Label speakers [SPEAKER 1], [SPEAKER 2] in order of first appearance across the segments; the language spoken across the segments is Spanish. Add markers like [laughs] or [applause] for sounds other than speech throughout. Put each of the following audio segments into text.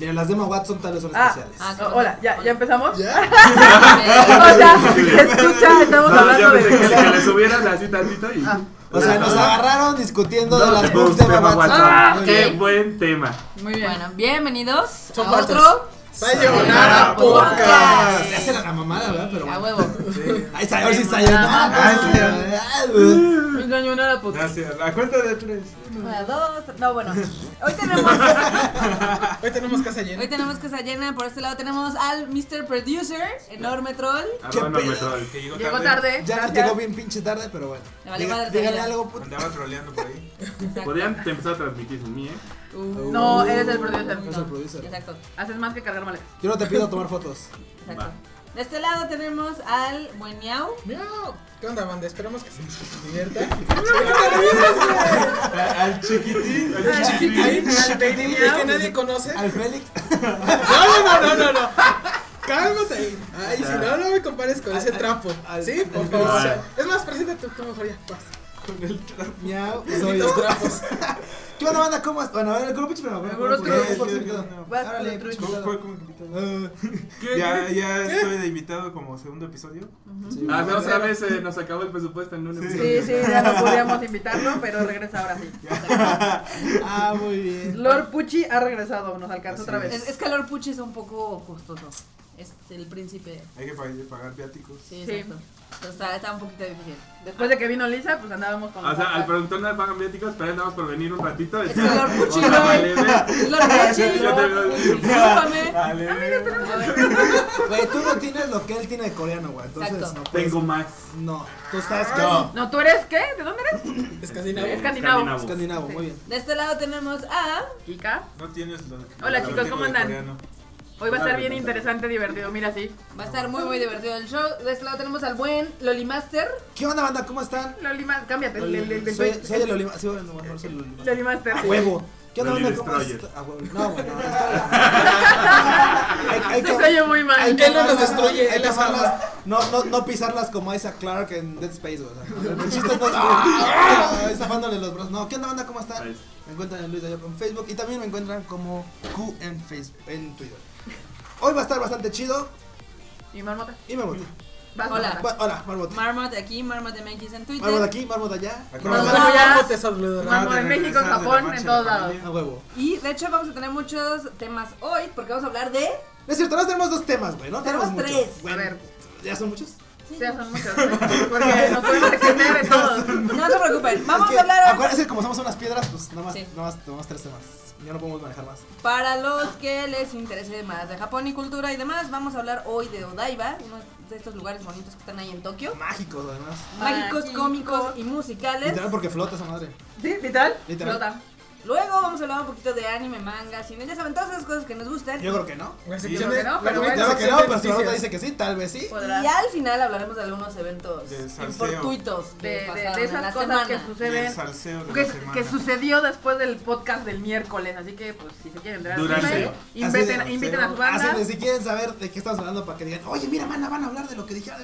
[SPEAKER 1] Emma Watson tal vez son
[SPEAKER 2] Ah,
[SPEAKER 1] especiales.
[SPEAKER 3] ah,
[SPEAKER 2] Oh, Hola, ¿ya, ¿ya empezamos?
[SPEAKER 1] ¿Ya?
[SPEAKER 2] [laughs] O sea, escucha, estamos
[SPEAKER 4] No, yo
[SPEAKER 2] hablando
[SPEAKER 4] pensé que le,
[SPEAKER 2] de... [laughs]
[SPEAKER 4] que le subieran así tantito y.
[SPEAKER 1] O sea, nos agarraron discutiendo Ah, de
[SPEAKER 4] No,
[SPEAKER 1] las
[SPEAKER 4] te pongo
[SPEAKER 1] boobs de Emma
[SPEAKER 4] tema,
[SPEAKER 1] Watson. Ah,
[SPEAKER 4] WhatsApp.
[SPEAKER 1] Muy
[SPEAKER 4] Qué
[SPEAKER 1] bien.
[SPEAKER 4] buen tema.
[SPEAKER 3] Muy bien. Bueno, bienvenidos
[SPEAKER 5] Son
[SPEAKER 3] a
[SPEAKER 5] falsos.
[SPEAKER 3] otro.
[SPEAKER 5] Sayonara
[SPEAKER 3] Podcast.
[SPEAKER 5] Podcast.
[SPEAKER 1] Se hace la mamada, ¿verdad? Pero
[SPEAKER 3] A
[SPEAKER 1] bueno.
[SPEAKER 5] [laughs]
[SPEAKER 3] huevo.
[SPEAKER 1] Ay, a ver si sayonara.
[SPEAKER 5] Ah, sí.
[SPEAKER 1] sayonara.
[SPEAKER 2] Un año en la
[SPEAKER 5] pues.
[SPEAKER 2] puta.
[SPEAKER 4] Gracias. La cuenta de tres.
[SPEAKER 3] Una, dos. No, bueno. Hoy tenemos,
[SPEAKER 5] Hoy tenemos casa llena.
[SPEAKER 3] hoy tenemos casa llena. Por este lado tenemos al Mr. Producer, enorme troll.
[SPEAKER 1] Qué
[SPEAKER 4] Arroba Ah, no me
[SPEAKER 1] pedo.
[SPEAKER 4] troll.
[SPEAKER 2] Llegó tarde.
[SPEAKER 1] Ya
[SPEAKER 2] gracias.
[SPEAKER 1] llegó bien pinche tarde, pero bueno.
[SPEAKER 3] Me vale
[SPEAKER 1] Diga-
[SPEAKER 3] madre,
[SPEAKER 1] Díganle
[SPEAKER 3] Daniela.
[SPEAKER 1] algo, puto.
[SPEAKER 5] troleando por ahí.
[SPEAKER 3] Exacto.
[SPEAKER 4] Podrían empezar a transmitir sin mí, ¿eh?
[SPEAKER 3] Uh,
[SPEAKER 2] No, eres el producer.
[SPEAKER 1] Eres el producer.
[SPEAKER 3] Exacto,
[SPEAKER 2] Haces más que cargar maletas.
[SPEAKER 1] Yo no te pido tomar fotos.
[SPEAKER 3] exacto.
[SPEAKER 4] Va.
[SPEAKER 3] De este lado tenemos al buen Miau.
[SPEAKER 5] Miau. ¿Qué onda, banda? Esperamos que se divierta.
[SPEAKER 4] [laughs] Al chiquitín. Al
[SPEAKER 2] Al
[SPEAKER 5] Hay
[SPEAKER 4] chiquitín.
[SPEAKER 5] un chiquitín que nadie conoce.
[SPEAKER 1] Al Félix.
[SPEAKER 5] No, no, no, no, no, no. Cálmate ahí. Ay, si no, no me compares con ese trapo.
[SPEAKER 1] al-
[SPEAKER 5] Sí, por
[SPEAKER 1] al-
[SPEAKER 5] favor.
[SPEAKER 4] al-
[SPEAKER 5] O sea, Es más, preséntate tú mejor ya. Vas.
[SPEAKER 1] Miau. Soy
[SPEAKER 5] Benditos trapos.
[SPEAKER 1] ¿Qué onda, banda? ¿Cómo estás? Bueno, a ver, el grupo pinche primero.
[SPEAKER 2] El
[SPEAKER 1] ¿cómo es?
[SPEAKER 2] grupo.
[SPEAKER 1] Es por ser invitado.
[SPEAKER 2] Vas con el
[SPEAKER 1] Árale,
[SPEAKER 2] trucho.
[SPEAKER 1] pinche invitado. Ah,
[SPEAKER 6] Ya, ya estoy de invitado como segundo episodio.
[SPEAKER 1] sí.
[SPEAKER 4] Ah, no, sabes, eh, nos acabó el presupuesto en un
[SPEAKER 2] Sí,
[SPEAKER 4] episodio.
[SPEAKER 2] sí, ya no podíamos invitarlo, pero regresa ahora sí.
[SPEAKER 1] Ah, muy bien.
[SPEAKER 2] Lord Pucci ha regresado, nos alcanzó
[SPEAKER 6] Así
[SPEAKER 2] otra vez.
[SPEAKER 3] Es, es que Lord Pucci es un poco costoso. Es el príncipe.
[SPEAKER 6] Hay que pa- pagar viáticos.
[SPEAKER 3] Sí,
[SPEAKER 2] Sí.
[SPEAKER 3] exacto. Entonces está, está un poquito difícil.
[SPEAKER 2] Después de que vino Lisa, pues andábamos con...
[SPEAKER 4] O sea, al productor nos pagan viáticos, pero andamos por venir un ratito.
[SPEAKER 3] Es
[SPEAKER 4] ya.
[SPEAKER 3] el Lord
[SPEAKER 4] O
[SPEAKER 3] Pucci,
[SPEAKER 4] sea, vale,
[SPEAKER 3] güey.
[SPEAKER 4] ve.
[SPEAKER 3] Lord Pucci.
[SPEAKER 4] Yo te veo.
[SPEAKER 3] Discúlpame.
[SPEAKER 6] Vale.
[SPEAKER 2] Ah,
[SPEAKER 3] A ver,
[SPEAKER 1] Güey, tú no tienes lo que él tiene de coreano, güey. Entonces,
[SPEAKER 3] Exacto.
[SPEAKER 1] no puedes-
[SPEAKER 4] Tengo más.
[SPEAKER 1] No, tú estás
[SPEAKER 5] No.
[SPEAKER 1] como
[SPEAKER 2] [laughs] No, ¿tú eres qué? ¿De dónde eres?
[SPEAKER 5] Escandinavo.
[SPEAKER 2] Escandinavo.
[SPEAKER 1] escandinavo, muy bien.
[SPEAKER 3] De este lado tenemos a.
[SPEAKER 2] Kika.
[SPEAKER 6] No tienes lo
[SPEAKER 2] Hola,
[SPEAKER 6] lo
[SPEAKER 2] chicos,
[SPEAKER 6] tengo
[SPEAKER 2] ¿cómo
[SPEAKER 6] de
[SPEAKER 2] andan?
[SPEAKER 6] coreano.
[SPEAKER 2] Hoy va a estar bien
[SPEAKER 4] Claro.
[SPEAKER 2] interesante, divertido, mira así.
[SPEAKER 3] Va a estar muy, muy divertido el show. De este lado tenemos al buen Lolimaster.
[SPEAKER 1] ¿Qué onda, banda? ¿Cómo están?
[SPEAKER 2] Lolima, cámbiate. El, el, el, el-
[SPEAKER 1] Soy soy el Olima. Sí, bueno, mejor soy el Olima.
[SPEAKER 2] Lolimaster.
[SPEAKER 1] A huevo. ¿Qué onda,
[SPEAKER 4] Loli
[SPEAKER 1] banda? ¿Cómo
[SPEAKER 4] Destroyer.
[SPEAKER 1] están? A huevo. No, güey,
[SPEAKER 2] [laughs]
[SPEAKER 1] no. Hay- hay
[SPEAKER 2] Se
[SPEAKER 1] que-
[SPEAKER 2] oye muy mal.
[SPEAKER 1] hay que
[SPEAKER 5] Él no
[SPEAKER 1] amarlas-
[SPEAKER 5] nos destruye,
[SPEAKER 1] hay
[SPEAKER 5] él
[SPEAKER 1] que
[SPEAKER 5] las
[SPEAKER 1] amarlas-
[SPEAKER 5] ama.
[SPEAKER 1] No, no, no pisarlas como a esa Clark en Dead Space, güey. O sea, el chiste fue- ¡Ah! zafándole los brazos. No, ¿qué onda, banda? ¿Cómo están?
[SPEAKER 4] Ahí.
[SPEAKER 1] Me encuentran en Luis Dayoco en Facebook y también me encuentran como Q en, Facebook, en Twitter. Hoy va a estar bastante chido
[SPEAKER 2] Y Marmota.
[SPEAKER 1] y me voy.
[SPEAKER 2] Vas,
[SPEAKER 3] Hola.
[SPEAKER 2] Marmota.
[SPEAKER 1] Bueno, Hola, Marmot.
[SPEAKER 3] Marmot de aquí, Marmot MX en Twitter.
[SPEAKER 1] Marmot aquí, Marmot allá.
[SPEAKER 6] Acabo
[SPEAKER 5] Vamos,
[SPEAKER 6] de-
[SPEAKER 2] Vamos, ya.
[SPEAKER 5] vamos, te saludo.
[SPEAKER 2] Vamos,
[SPEAKER 6] de
[SPEAKER 2] en México, en
[SPEAKER 6] regresar de la
[SPEAKER 2] Japón,
[SPEAKER 6] marcha
[SPEAKER 2] en
[SPEAKER 6] de
[SPEAKER 2] todos
[SPEAKER 6] la
[SPEAKER 2] lados.
[SPEAKER 6] familia.
[SPEAKER 1] A huevo.
[SPEAKER 3] Y de hecho vamos a tener muchos temas hoy porque vamos a hablar de...
[SPEAKER 1] No es cierto, no tenemos dos temas, güey. No tenemos,
[SPEAKER 3] Tenemos
[SPEAKER 1] muchos.
[SPEAKER 3] tres.
[SPEAKER 1] Bueno,
[SPEAKER 2] A ver.
[SPEAKER 1] ¿Ya son muchos?
[SPEAKER 2] Sí, ya son muchos. ¿eh? Porque nos podemos extender de todos.
[SPEAKER 3] No se preocupen, vamos
[SPEAKER 1] Es que,
[SPEAKER 3] a hablar hoy.
[SPEAKER 1] Acuérdense, que como somos unas piedras, pues nada más,
[SPEAKER 3] Sí.
[SPEAKER 1] nada más tenemos tres temas. Ya no podemos manejar más.
[SPEAKER 3] Para los que les interese más de Japón y cultura y demás, vamos a hablar hoy de Odaiba, uno de estos lugares bonitos que están ahí en Tokio.
[SPEAKER 1] Mágicos, además.
[SPEAKER 3] Mágicos,
[SPEAKER 2] Mágicos.
[SPEAKER 3] cómicos y musicales.
[SPEAKER 1] Literal, porque flota esa madre.
[SPEAKER 2] ¿Sí? ¿Vital?
[SPEAKER 1] Literal.
[SPEAKER 2] Flota.
[SPEAKER 3] Luego vamos a hablar un poquito de anime, manga, cine, ya saben todas esas cosas que nos gustan.
[SPEAKER 1] Yo creo que no.
[SPEAKER 5] La
[SPEAKER 4] Sí,
[SPEAKER 5] sección
[SPEAKER 2] yo
[SPEAKER 5] de-
[SPEAKER 2] creo que no,
[SPEAKER 5] la
[SPEAKER 2] pero
[SPEAKER 5] bonita
[SPEAKER 2] bueno. Pues,
[SPEAKER 1] Claro que
[SPEAKER 5] sección
[SPEAKER 1] no,
[SPEAKER 5] de
[SPEAKER 1] pero si la nota
[SPEAKER 5] noticias.
[SPEAKER 1] dice que sí, tal vez sí.
[SPEAKER 2] Podrás.
[SPEAKER 3] Y al final hablaremos de algunos eventos
[SPEAKER 6] De salseo.
[SPEAKER 3] fortuitos que
[SPEAKER 2] De, de- de
[SPEAKER 3] pasaron en la
[SPEAKER 2] esas cosas
[SPEAKER 3] semana.
[SPEAKER 2] que
[SPEAKER 6] Y el
[SPEAKER 2] suceden.
[SPEAKER 6] salseo de la
[SPEAKER 2] Que,
[SPEAKER 6] semana.
[SPEAKER 2] que sucedió después del podcast del miércoles. Así que, pues, si se quieren entrar al
[SPEAKER 4] Durante.
[SPEAKER 2] chisme,
[SPEAKER 1] Así
[SPEAKER 2] inviten,
[SPEAKER 1] de-
[SPEAKER 2] inviten a su
[SPEAKER 1] Así
[SPEAKER 2] banda.
[SPEAKER 1] que si quieren saber de qué estamos hablando para que digan, oye, mira, mana, van a hablar de lo que dijeron.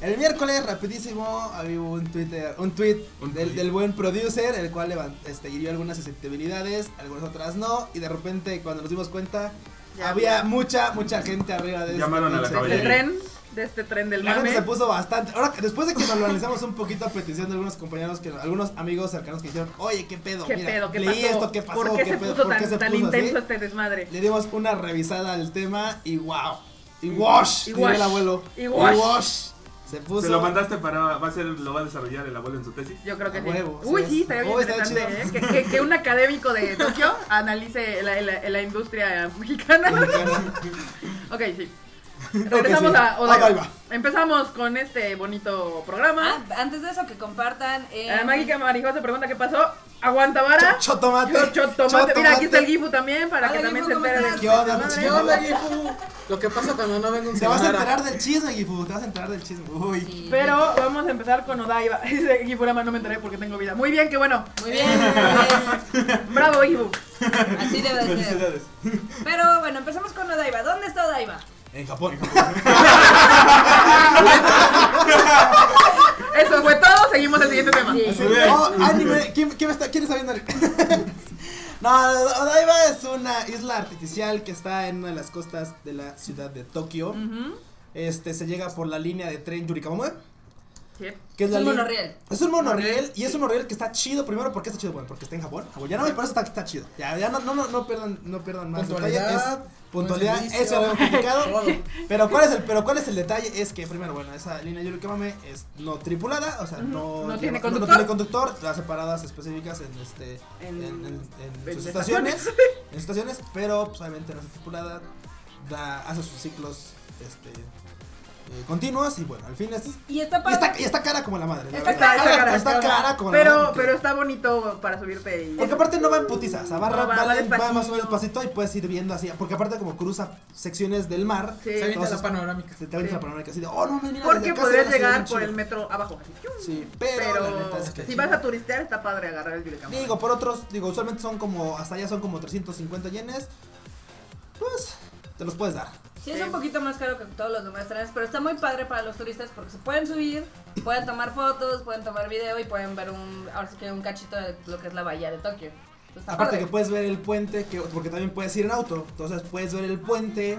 [SPEAKER 1] El miércoles, rapidísimo, había un Twitter, un tweet
[SPEAKER 4] Un
[SPEAKER 1] del,
[SPEAKER 4] tweet.
[SPEAKER 1] del buen producer, el cual levan- este, hirió algunas susceptibilidades, algunas otras no, y de repente cuando nos dimos cuenta,
[SPEAKER 2] Ya
[SPEAKER 1] había mucha, mucha gente arriba de este
[SPEAKER 4] Llamaron a la
[SPEAKER 1] pinche
[SPEAKER 2] De este
[SPEAKER 4] caballería.
[SPEAKER 1] tren.
[SPEAKER 2] tren, de este tren del
[SPEAKER 1] La gente se
[SPEAKER 2] mame.
[SPEAKER 1] puso bastante. Ahora, que- después de que nos lo analizamos un poquito a petición de algunos compañeros, que algunos amigos cercanos que dijeron, oye, qué pedo,
[SPEAKER 2] ¿Qué
[SPEAKER 1] mira,
[SPEAKER 2] pedo? ¿Qué
[SPEAKER 1] leí
[SPEAKER 2] pasó?
[SPEAKER 1] esto, qué pasó,
[SPEAKER 2] ¿Por qué se
[SPEAKER 1] pedo,
[SPEAKER 2] puso
[SPEAKER 1] por qué
[SPEAKER 2] tan,
[SPEAKER 1] se
[SPEAKER 2] tan
[SPEAKER 1] puso así?"
[SPEAKER 2] intenso este desmadre?
[SPEAKER 1] Le dimos una revisada al tema y wow. Y wash,
[SPEAKER 2] Y
[SPEAKER 1] diría
[SPEAKER 2] wash.
[SPEAKER 1] el abuelo.
[SPEAKER 2] Y wash.
[SPEAKER 1] Se puso.
[SPEAKER 4] Se lo mandaste para. Va a ser, lo va a desarrollar el abuelo en su tesis.
[SPEAKER 2] Yo creo que
[SPEAKER 1] A
[SPEAKER 2] sí.
[SPEAKER 1] huevo,
[SPEAKER 2] Uy,
[SPEAKER 1] sí,
[SPEAKER 2] sí,
[SPEAKER 1] es-
[SPEAKER 2] estaría bien
[SPEAKER 1] oh, estaría
[SPEAKER 2] interesante, ¿eh?
[SPEAKER 1] chido.
[SPEAKER 2] Que, que- que un académico de Tokio [laughs] analice la, la- la industria
[SPEAKER 1] [laughs]
[SPEAKER 2] mexicana. [laughs] ok, sí. Regresamos
[SPEAKER 1] sí.
[SPEAKER 2] a Odaiba.
[SPEAKER 1] Odaiba.
[SPEAKER 2] Empezamos con este bonito programa.
[SPEAKER 3] Ah, antes de eso que compartan en...
[SPEAKER 2] Eh, Mágica Marijosa se pregunta qué pasó. Aguanta vara.
[SPEAKER 1] Chotomate.
[SPEAKER 2] Yo, yo, tomate. Mira, aquí está el Gifu también para
[SPEAKER 3] Hola,
[SPEAKER 2] que también
[SPEAKER 3] Gifu,
[SPEAKER 2] se
[SPEAKER 3] ¿cómo
[SPEAKER 2] entere de
[SPEAKER 3] estás?
[SPEAKER 1] ¿Qué onda,
[SPEAKER 2] madre.
[SPEAKER 1] chico?
[SPEAKER 5] ¿Qué onda, Gifu? Lo que pasa cuando no vengo un
[SPEAKER 1] Te vas a
[SPEAKER 5] Sayonara.
[SPEAKER 1] enterar del chisme, Gifu. Te vas a enterar del chisme. Uy.
[SPEAKER 3] Sí.
[SPEAKER 2] Pero vamos a empezar con Odaiba. [laughs] Dice Gifurama, no me enteré porque tengo vida. Muy bien, qué bueno.
[SPEAKER 3] Muy bien, muy
[SPEAKER 2] Bravo, Gifu.
[SPEAKER 3] bien. Así debe de ser.
[SPEAKER 6] Felicidades.
[SPEAKER 3] Pero bueno, empezamos con Odaiba. ¿Dónde está Odaiba?
[SPEAKER 1] En Japón.
[SPEAKER 2] Eso fue todo. Seguimos al siguiente tema.
[SPEAKER 3] Sí.
[SPEAKER 1] Oh, anime. ¿Quién, quién, está, ¿Quién está viendo? el- [laughs] No, Odaiba es una isla artificial que está en una de las costas de la ciudad de Tokio.
[SPEAKER 3] Mm.
[SPEAKER 2] Ujú.
[SPEAKER 1] Este se llega por la línea de tren Yurikamoe.
[SPEAKER 2] Sí.
[SPEAKER 1] Que es,
[SPEAKER 3] Es
[SPEAKER 1] la
[SPEAKER 3] un
[SPEAKER 1] lin-
[SPEAKER 3] monorriel.
[SPEAKER 1] Es un monorriel y es un monorriel que está chido. Primero, ¿por qué está chido? Bueno, porque está en Japón. Ya no me parece que está chido. Ya, ya no, no, no, no pierdan, no pierdan más detalle. Es
[SPEAKER 5] Puntualidad.
[SPEAKER 1] puntualidad,
[SPEAKER 5] buen
[SPEAKER 1] eso lo hemos
[SPEAKER 5] servicio, [laughs]
[SPEAKER 1] criticado.
[SPEAKER 5] todo.
[SPEAKER 1] Pero ¿cuál es el, pero cuál es el detalle? Es que primero, bueno, esa línea Yurikimame es no tripulada, o sea, no,
[SPEAKER 2] Ujú, no tiene
[SPEAKER 1] no
[SPEAKER 2] conductor.
[SPEAKER 1] tiene conductor, las separadas específicas en este en,
[SPEAKER 2] En-
[SPEAKER 1] en- en
[SPEAKER 2] en
[SPEAKER 1] sus
[SPEAKER 2] estaciones.
[SPEAKER 1] estaciones,
[SPEAKER 2] [laughs]
[SPEAKER 1] en sus estaciones, pero pues, obviamente no es tripulada, da, hace sus ciclos este eh, continuos y bueno, al fin es y
[SPEAKER 3] Y está
[SPEAKER 1] está,
[SPEAKER 3] padre.
[SPEAKER 1] y está cara como la madre. la
[SPEAKER 3] Está
[SPEAKER 1] verdad.
[SPEAKER 2] cara, está cara,
[SPEAKER 1] está
[SPEAKER 5] está
[SPEAKER 1] cara como la
[SPEAKER 2] Pero,
[SPEAKER 1] madre.
[SPEAKER 2] pero está bonito para subirte y.
[SPEAKER 1] Porque aparte no va en putiza, o sea, va,
[SPEAKER 2] No,
[SPEAKER 1] ra-
[SPEAKER 2] va-
[SPEAKER 1] va-
[SPEAKER 2] va
[SPEAKER 1] va más o
[SPEAKER 2] despacito.
[SPEAKER 1] menos despacito y puedes ir viendo así, porque aparte como cruza secciones del mar,
[SPEAKER 2] Sí.
[SPEAKER 5] Se avienta la
[SPEAKER 1] entonces,
[SPEAKER 5] panorámica.
[SPEAKER 1] se te abre
[SPEAKER 2] Sí.
[SPEAKER 1] la panorámica así de, oh, no, mira, desde
[SPEAKER 2] Porque
[SPEAKER 1] acá
[SPEAKER 2] podrías
[SPEAKER 1] se ve la
[SPEAKER 2] llegar
[SPEAKER 1] ciudad
[SPEAKER 2] por el
[SPEAKER 1] bien
[SPEAKER 2] metro abajo. así, ¡piu!
[SPEAKER 1] chida. Sí, pero,
[SPEAKER 2] Pero,
[SPEAKER 1] la neta es que
[SPEAKER 2] si vas a turistear, está padre agarrar el Yurikama.
[SPEAKER 1] Digo, por otros, digo, usualmente son como, hasta allá son como 350 yenes. Pues, te los puedes dar.
[SPEAKER 3] Sí, es un poquito más caro que todos los demás trenes, pero está muy padre para los turistas porque se pueden subir, pueden tomar fotos, pueden tomar video y pueden ver un, ahora sí que un cachito de lo que es la bahía de Tokio. Entonces, está
[SPEAKER 1] Aparte
[SPEAKER 3] padre.
[SPEAKER 1] que puedes ver el puente, que, porque también puedes ir en auto. Entonces puedes ver el puente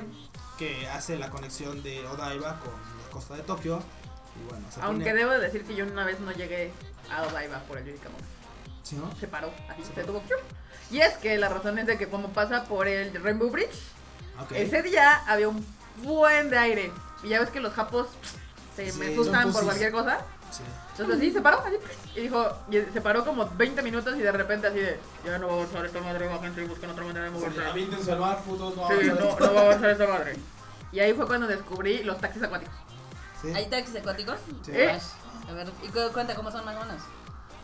[SPEAKER 1] que hace la conexión de Odaiba con la costa de Tokio. Y bueno, se
[SPEAKER 2] Aunque
[SPEAKER 1] pone...
[SPEAKER 2] debo de decir que yo una vez no llegué a Odaiba por el Yurikama.
[SPEAKER 1] ¿Sí, no?
[SPEAKER 2] Se paró, así se detuvo. ¡piu! Y es que la razón es de que, como pasa por el Rainbow Bridge,
[SPEAKER 1] Ok.
[SPEAKER 2] ese día había un buen de aire. Y ya ves que los japos se
[SPEAKER 1] Sí,
[SPEAKER 2] me
[SPEAKER 1] son
[SPEAKER 2] asustan por
[SPEAKER 1] pusis.
[SPEAKER 2] cualquier cosa.
[SPEAKER 1] Sí.
[SPEAKER 2] Entonces sí, se paró así, pues, y dijo, y se paró como 20 minutos y de repente así de, ya no va a avanzar esta madre, bajen y busquen otra manera de moverse. Sí,
[SPEAKER 6] Avíntense al mar, putos, no avanzan.
[SPEAKER 2] no, no va a avanzar esta madre. Y ahí fue cuando descubrí los taxis acuáticos.
[SPEAKER 1] Sí.
[SPEAKER 3] ¿Hay taxis acuáticos?
[SPEAKER 1] Sí.
[SPEAKER 2] ¿Eh?
[SPEAKER 3] A ver, y cu- cuenta cómo son más o menos.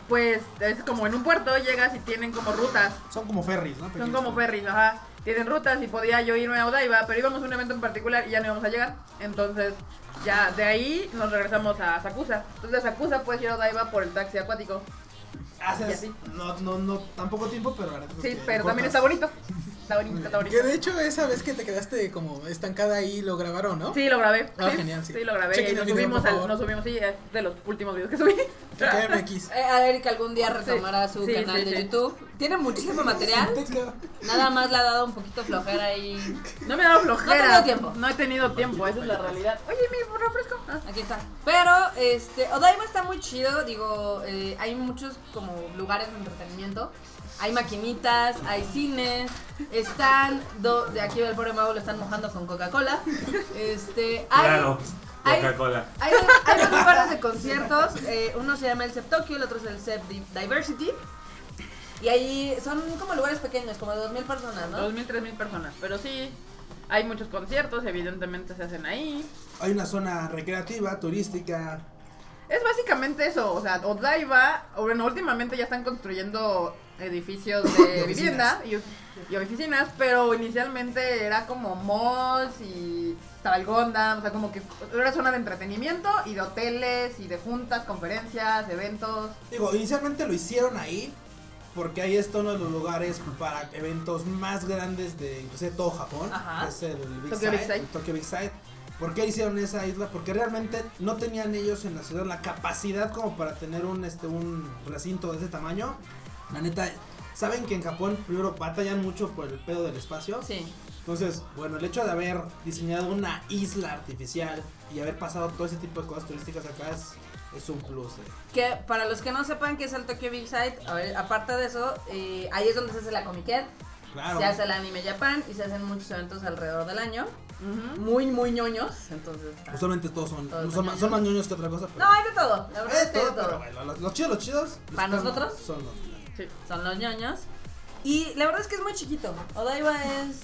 [SPEAKER 2] Pues es como en un puerto llegas y tienen como rutas,
[SPEAKER 1] Son como ferries, ¿no?
[SPEAKER 2] son
[SPEAKER 1] Pequeños,
[SPEAKER 2] como
[SPEAKER 1] ¿no?
[SPEAKER 2] ferries, ajá. Tienen rutas y podía yo irme a Odaiba, pero íbamos a un evento en particular y ya no íbamos a llegar. Entonces ya de ahí nos regresamos a Sakusa. Entonces de Sakusa puedes ir a Odaiba por el taxi acuático. Y
[SPEAKER 1] Haces,
[SPEAKER 2] así.
[SPEAKER 1] no, no, no, tampoco tiempo, pero la verdad es
[SPEAKER 2] Sí,
[SPEAKER 1] que
[SPEAKER 2] pero también
[SPEAKER 1] cortas.
[SPEAKER 2] está bonito. Está bonito, está bonito.
[SPEAKER 5] Que de hecho esa vez que te quedaste como estancada ahí lo grabaron, ¿no?
[SPEAKER 2] Sí, lo grabé.
[SPEAKER 5] Ah,
[SPEAKER 2] sí,
[SPEAKER 5] genial, sí.
[SPEAKER 2] lo grabé.
[SPEAKER 5] Chequen
[SPEAKER 2] y nos
[SPEAKER 5] el video,
[SPEAKER 2] subimos,
[SPEAKER 5] por
[SPEAKER 2] al-
[SPEAKER 5] favor.
[SPEAKER 2] nos subimos, sí, es de los últimos videos que subí. [laughs]
[SPEAKER 5] KMX.
[SPEAKER 3] Eh, a ver que algún día retomará
[SPEAKER 2] Sí.
[SPEAKER 3] su
[SPEAKER 2] Sí,
[SPEAKER 3] canal
[SPEAKER 2] sí,
[SPEAKER 3] de
[SPEAKER 2] sí.
[SPEAKER 3] YouTube. Tiene muchísimo material. Nada más le ha dado un poquito flojera ahí.
[SPEAKER 2] No me ha dado
[SPEAKER 3] No he
[SPEAKER 2] flojera.
[SPEAKER 3] tenido tiempo.
[SPEAKER 2] No he tenido tiempo, esa es la realidad. Oye, mi refresco. Ah,
[SPEAKER 3] Aquí está. Pero, este, Odaima está muy chido, digo, eh, hay muchos como lugares de entretenimiento. Hay maquinitas, hay cines, están, do- de aquí el pobre mago lo están mojando con Coca-Cola. Este, hay,
[SPEAKER 4] Claro,
[SPEAKER 3] hay-
[SPEAKER 4] Coca-Cola.
[SPEAKER 3] hay, hay dos lugares de conciertos, eh, uno se llama el CEP Tokyo, el otro es el CEP Di- Diversity. Y ahí son como lugares pequeños, como de 2.000 personas, ¿no?
[SPEAKER 2] Dos mil, tres mil personas. Pero sí, hay muchos conciertos, evidentemente se hacen ahí.
[SPEAKER 1] Hay una zona recreativa, turística.
[SPEAKER 2] Es básicamente eso, o sea, Odaiba, o bueno, últimamente ya están construyendo [coughs] edificios de
[SPEAKER 1] oficinas.
[SPEAKER 2] vivienda y, y oficinas, pero inicialmente era como malls y estaba el Gundam, o sea, como que era zona de entretenimiento y de hoteles y de juntas, conferencias, eventos.
[SPEAKER 1] Digo, inicialmente lo hicieron ahí porque ahí es uno de los lugares para eventos más grandes de inclusive todo Japón.
[SPEAKER 3] Ajá.
[SPEAKER 1] que Es el Big
[SPEAKER 2] Tokyo
[SPEAKER 1] Side,
[SPEAKER 2] Big Side.
[SPEAKER 1] el Tokyo Big Side. ¿Por qué hicieron esa isla? Porque realmente no tenían ellos en la ciudad la capacidad como para tener un, este, un recinto de ese tamaño. La neta, saben que en Japón primero batallan mucho por el pedo del espacio.
[SPEAKER 3] Sí.
[SPEAKER 1] Entonces, bueno, el hecho de haber diseñado una isla artificial y haber pasado todo ese tipo de cosas turísticas acá es, es un plus. eh.
[SPEAKER 3] Que para los que no sepan qué es el Tokyo Big Sight, a ver, aparte de eso, eh, ahí es donde se hace la Comiquet,
[SPEAKER 1] Claro.
[SPEAKER 3] se hace el Anime Japan y se hacen muchos eventos alrededor del año.
[SPEAKER 2] Ujú.
[SPEAKER 3] Muy, muy ñoños, entonces. ah.
[SPEAKER 1] Usualmente todos son,
[SPEAKER 3] Todos
[SPEAKER 1] son,
[SPEAKER 3] son
[SPEAKER 1] más,
[SPEAKER 3] ñoños.
[SPEAKER 1] son más ñoños que otra cosa. Pero,
[SPEAKER 3] No, hay de todo, la verdad
[SPEAKER 1] Eh,
[SPEAKER 3] es que hay de
[SPEAKER 1] todo, pero
[SPEAKER 3] todo.
[SPEAKER 1] bueno, los, los chidos, los chidos. los
[SPEAKER 3] ¿Para
[SPEAKER 1] que están-
[SPEAKER 3] nosotros?
[SPEAKER 1] Son los.
[SPEAKER 2] Sí.
[SPEAKER 3] Son los ñoños. Y la verdad es que es muy chiquito. Odaiba es.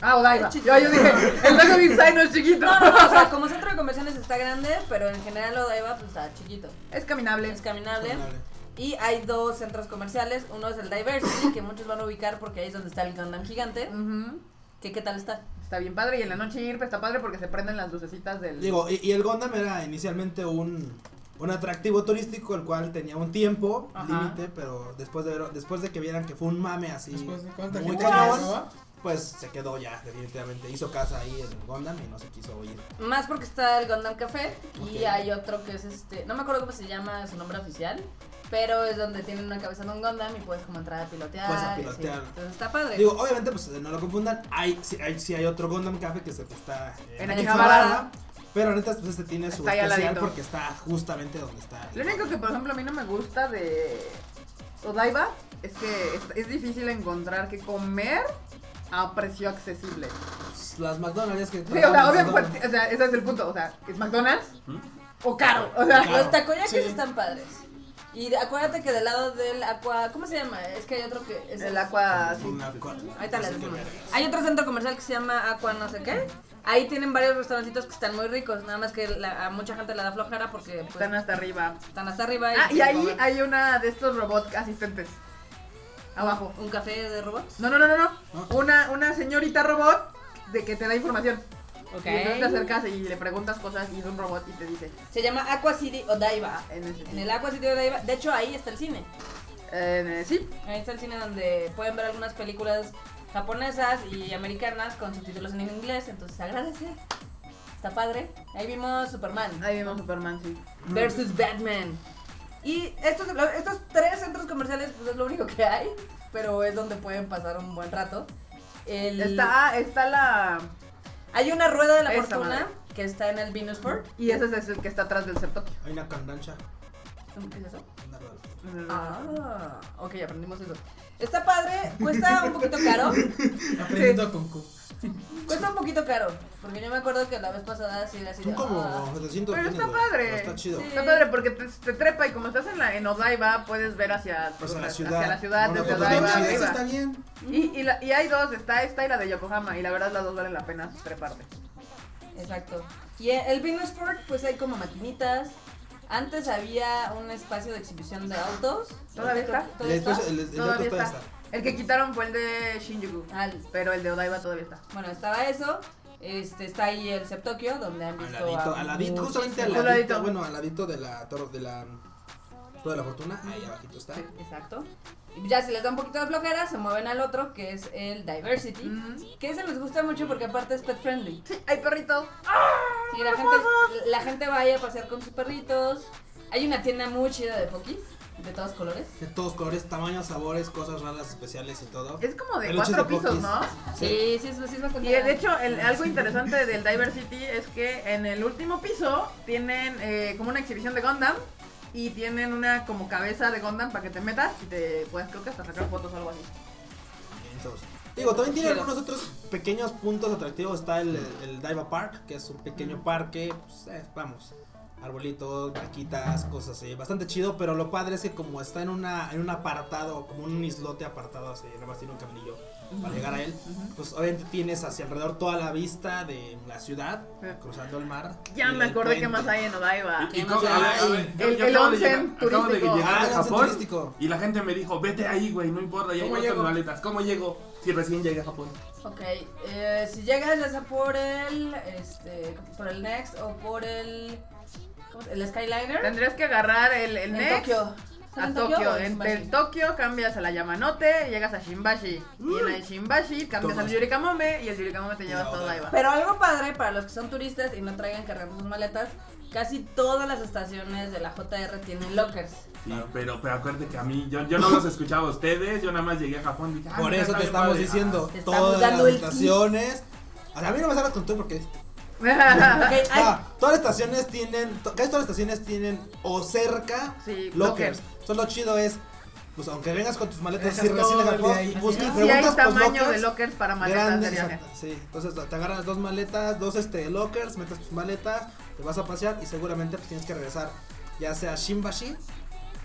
[SPEAKER 2] Ah, Odaiba.
[SPEAKER 3] Es
[SPEAKER 2] Yo, yo dije, el Tokyo Big Sign no es [laughs] chiquito.
[SPEAKER 3] No, no, no, o sea, como centro de convenciones está grande, pero en general Odaiba pues, está chiquito.
[SPEAKER 2] Es caminable.
[SPEAKER 3] Es caminable.
[SPEAKER 1] son nobles.
[SPEAKER 3] Y hay dos centros comerciales. Uno es el Diversity, que muchos van a ubicar porque ahí es donde está el Gundam gigante.
[SPEAKER 2] Ujú.
[SPEAKER 3] Que qué tal está.
[SPEAKER 2] Está bien padre y en la noche ir pues, está padre porque se prenden las lucecitas del...
[SPEAKER 1] Digo, y, y el Gondam era inicialmente un, un atractivo turístico, el cual tenía un tiempo
[SPEAKER 2] Ajá.
[SPEAKER 1] límite, pero después de, ver- después de que vieran que fue un mame así.
[SPEAKER 5] Después de cuánta
[SPEAKER 1] muy
[SPEAKER 5] gente
[SPEAKER 1] cañón.
[SPEAKER 5] llegaba.
[SPEAKER 1] Pues se quedó ya, definitivamente. Hizo casa ahí en el Gondam y no se quiso ir.
[SPEAKER 3] Más porque está el Gundam Café y
[SPEAKER 1] Ok.
[SPEAKER 3] hay otro que es este, no me acuerdo cómo se llama su nombre oficial, Pero es donde tienen una cabeza de un Gundam y puedes como entrar a pilotear.
[SPEAKER 1] Puedes a
[SPEAKER 3] y sí.
[SPEAKER 1] pilotear.
[SPEAKER 3] Entonces está padre.
[SPEAKER 1] Digo, obviamente, pues no lo confundan. Hay, sí, hay, sí hay otro Gundam Café que se te está eh,
[SPEAKER 2] En
[SPEAKER 1] aquí
[SPEAKER 2] Akihabara.
[SPEAKER 1] Akihabara, Pero neta, pues este tiene su
[SPEAKER 2] Está ahí al
[SPEAKER 1] especial
[SPEAKER 2] ladito.
[SPEAKER 1] porque está justamente donde está.
[SPEAKER 2] Lo único que, por ejemplo, a mí no me gusta de Odaiba es que es, es difícil encontrar qué comer a precio accesible.
[SPEAKER 1] Pues, Las McDonald's que.
[SPEAKER 2] Sí, o sea, obviamente, o sea, ese es el punto. O sea, es McDonald's o caro. O sea,
[SPEAKER 1] Claro,
[SPEAKER 3] Los takoyakis
[SPEAKER 5] sí.
[SPEAKER 3] están padres. Y de- acuérdate que del lado del aqua. ¿Cómo se llama? Es que hay otro que es
[SPEAKER 2] el agua. sí.
[SPEAKER 1] Una cosa.
[SPEAKER 3] Ahorita
[SPEAKER 2] Pues
[SPEAKER 3] les
[SPEAKER 1] No sé qué
[SPEAKER 3] decimos.
[SPEAKER 1] verga.
[SPEAKER 3] Hay otro centro comercial que se llama Aqua no sé qué. Ahí tienen varios restaurantitos que están muy ricos, nada más que la- a mucha gente la da flojera porque pues,
[SPEAKER 2] Están hasta arriba.
[SPEAKER 3] están hasta arriba.
[SPEAKER 2] Ah, y
[SPEAKER 3] quieren
[SPEAKER 2] ahí
[SPEAKER 3] comer.
[SPEAKER 2] hay una de estos robots asistentes. Abajo.
[SPEAKER 3] ¿Un café de robots?
[SPEAKER 2] No, no, no, no, no. Una, una señorita robot de que te da información.
[SPEAKER 3] Ok.
[SPEAKER 2] Y entonces te acercas y le preguntas cosas y es un robot y te dice.
[SPEAKER 3] Se llama Aqua City Odaiba.
[SPEAKER 2] En ese
[SPEAKER 3] En el Aqua City Odaiba, de hecho ahí está el cine.
[SPEAKER 2] Eh, sí,
[SPEAKER 3] Ahí está el cine donde pueden ver algunas películas japonesas y americanas con subtítulos en inglés, entonces agradece. Está padre. Ahí vimos Superman.
[SPEAKER 2] ahí vimos Superman, sí.
[SPEAKER 3] versus Batman. Y estos, estos tres centros comerciales pues es lo único que hay, pero es donde pueden pasar un buen rato. El-
[SPEAKER 2] Está, ah, está la.
[SPEAKER 3] Hay una rueda de la
[SPEAKER 2] Esa
[SPEAKER 3] fortuna
[SPEAKER 2] madre.
[SPEAKER 3] que está en el Venusport.
[SPEAKER 2] Y ese es el que está atrás del Septokio.
[SPEAKER 1] Hay una candancha.
[SPEAKER 3] ¿Qué es eso?
[SPEAKER 1] Una rueda.
[SPEAKER 3] Ah, ok, aprendimos eso. Está padre, cuesta un poquito caro.
[SPEAKER 5] Aprendiendo con Q.
[SPEAKER 3] Cuesta un poquito caro, porque yo me acuerdo que la vez pasada sí era así.
[SPEAKER 1] Son
[SPEAKER 3] de, ah,
[SPEAKER 1] como 700
[SPEAKER 2] Pero está
[SPEAKER 1] yenes, güey.
[SPEAKER 2] padre.
[SPEAKER 1] Pero Está chido.
[SPEAKER 3] Sí.
[SPEAKER 2] Está padre porque te, te trepa y como estás en, la, en Odaiba puedes ver hacia,
[SPEAKER 1] Pues a la
[SPEAKER 2] hacia
[SPEAKER 1] ciudad. pues
[SPEAKER 2] la ciudad,
[SPEAKER 1] Una
[SPEAKER 2] desde
[SPEAKER 1] foto
[SPEAKER 2] Odaiba
[SPEAKER 1] bien chida.
[SPEAKER 2] arriba.
[SPEAKER 1] Esa está bien.
[SPEAKER 2] Y, y, la- y hay dos, está esta y la de Yokohama. Y la verdad las dos valen la pena treparte.
[SPEAKER 3] Exacto. Y el Venusport, pues hay como maquinitas. Antes había un espacio de exhibición de autos.
[SPEAKER 2] ¿Todavía está?
[SPEAKER 3] ¿Todavía
[SPEAKER 1] Después pues,
[SPEAKER 3] está?
[SPEAKER 1] el- el otro
[SPEAKER 2] Todavía
[SPEAKER 1] todavía
[SPEAKER 2] está. El que quitaron fue el de Shinjuku.
[SPEAKER 3] Ah, el-
[SPEAKER 2] Pero el de Odaiba todavía está.
[SPEAKER 3] Bueno, estaba eso. Este, está ahí el Septokio, donde han
[SPEAKER 1] Al
[SPEAKER 3] visto.
[SPEAKER 1] ladito,
[SPEAKER 3] a
[SPEAKER 1] al ladito, justamente
[SPEAKER 3] muchísimos-
[SPEAKER 1] al
[SPEAKER 2] Al
[SPEAKER 1] ladito,
[SPEAKER 2] ladito.
[SPEAKER 1] bueno, al ladito de la toro de la rueda de la fortuna, ahí abajito está.
[SPEAKER 3] Sí, Exacto. Y ya si les da un poquito de flojera, se mueven al otro, que es el Diversity.
[SPEAKER 2] Ujú.
[SPEAKER 3] Que ese les gusta mucho porque aparte es pet friendly.
[SPEAKER 2] ¡Ay, perrito!
[SPEAKER 3] Sí,
[SPEAKER 2] Ah,
[SPEAKER 3] la gente, la gente va ahí a pasear con sus perritos. Hay una tienda muy chida de pokis, de todos colores.
[SPEAKER 1] De todos colores, tamaños, sabores, cosas raras, especiales y todo.
[SPEAKER 2] Es como de
[SPEAKER 1] Peluches
[SPEAKER 2] cuatro
[SPEAKER 1] de
[SPEAKER 2] pisos,
[SPEAKER 1] Pokis.
[SPEAKER 2] ¿no?
[SPEAKER 1] Sí.
[SPEAKER 3] Sí, sí, es, sí es bastante
[SPEAKER 2] Y eh, de
[SPEAKER 3] grande.
[SPEAKER 2] hecho, el- algo interesante del Diversity es que en el último piso tienen eh, como una exhibición de Gundam y tienen una como cabeza de Gundam para que te metas y te puedes, creo que hasta sacar fotos o algo así.
[SPEAKER 1] Entonces, digo, también tiene algunos otros pequeños puntos atractivos. Está el, el Daiba Park, que es un pequeño parque, pues, eh, vamos, arbolitos, vaquitas, cosas así. Bastante chido, pero lo padre es que como está en, una, en un apartado, como un islote apartado, así, nada más tiene un caminillo para llegar a él, pues obviamente tienes hacia alrededor toda la vista de la ciudad,
[SPEAKER 2] Sí.
[SPEAKER 1] cruzando el mar.
[SPEAKER 2] Eh. Ya
[SPEAKER 1] y
[SPEAKER 2] me
[SPEAKER 1] el
[SPEAKER 2] acordé que más
[SPEAKER 1] puente. Ah,
[SPEAKER 2] hay en Odaiba.
[SPEAKER 4] Y cómo- a ver, a ver, yo-
[SPEAKER 2] El-
[SPEAKER 4] yo
[SPEAKER 2] el
[SPEAKER 4] acabo de
[SPEAKER 2] onsen
[SPEAKER 4] llegar- Acabo de
[SPEAKER 2] turístico.
[SPEAKER 1] Ah,
[SPEAKER 4] llegar
[SPEAKER 1] el
[SPEAKER 4] de
[SPEAKER 1] onsen
[SPEAKER 4] Japón
[SPEAKER 1] turístico.
[SPEAKER 4] y la gente me dijo, vete ahí, güey, no importa, ya
[SPEAKER 5] ¿Cómo
[SPEAKER 4] llego
[SPEAKER 5] llego?
[SPEAKER 4] con maletas. ¿Cómo llego? Si recién llegué a Japón.
[SPEAKER 3] Ok, eh, si llegas ya sea por el, este, por el Next o por el, ¿cómo se- el Skyliner.
[SPEAKER 2] Tendrías que agarrar el, el
[SPEAKER 3] En
[SPEAKER 2] Next
[SPEAKER 3] Tokio.
[SPEAKER 2] a
[SPEAKER 3] ¿En Tokio o
[SPEAKER 2] Tokio.
[SPEAKER 3] en
[SPEAKER 2] En
[SPEAKER 3] Shimbashi?
[SPEAKER 2] del Tokio cambias a la Yamanote, llegas a Shimbashi. Y en la de Shimbashi cambias
[SPEAKER 1] Tomas.
[SPEAKER 2] al Yurikamome y el Yurikamome te llevas
[SPEAKER 1] No,
[SPEAKER 2] a Odaiba.
[SPEAKER 3] Pero algo padre para los que son turistas y no traigan cargando sus maletas, casi todas las estaciones de la JR tienen lockers.
[SPEAKER 4] Sí, pero, pero acuérdate que a mí, yo, yo no los escuchaba a ustedes, yo nada más llegué a Japón y dije, "Ah,
[SPEAKER 1] Por
[SPEAKER 4] mira,
[SPEAKER 1] eso
[SPEAKER 4] está
[SPEAKER 1] te
[SPEAKER 4] bien
[SPEAKER 1] estamos
[SPEAKER 4] padre".
[SPEAKER 1] diciendo
[SPEAKER 2] Ah,
[SPEAKER 3] Te estamos
[SPEAKER 1] todas las
[SPEAKER 3] dando el tip.
[SPEAKER 1] estaciones. O sea, a mí no me salgas con todo porque
[SPEAKER 3] Ok, hay-
[SPEAKER 1] Ah, todas las estaciones tienen, to- casi todas las estaciones tienen o cerca
[SPEAKER 2] [laughs] Sí,
[SPEAKER 1] lockers.
[SPEAKER 2] lockers.
[SPEAKER 1] Entonces lo chido es, pues aunque vengas con tus maletas
[SPEAKER 5] Dejas
[SPEAKER 1] así recién de
[SPEAKER 5] todo el
[SPEAKER 1] Japón,
[SPEAKER 5] de ahí.
[SPEAKER 1] busca y
[SPEAKER 2] Si hay
[SPEAKER 1] preguntas por
[SPEAKER 2] tamaño
[SPEAKER 1] lockers
[SPEAKER 2] de lockers para maletas de
[SPEAKER 1] grandes.
[SPEAKER 2] viaje.
[SPEAKER 1] exacto, sí, entonces te agarras dos maletas, dos este lockers, metes tus maletas, te vas a pasear y seguramente pues, tienes que regresar, ya sea a Shimbashi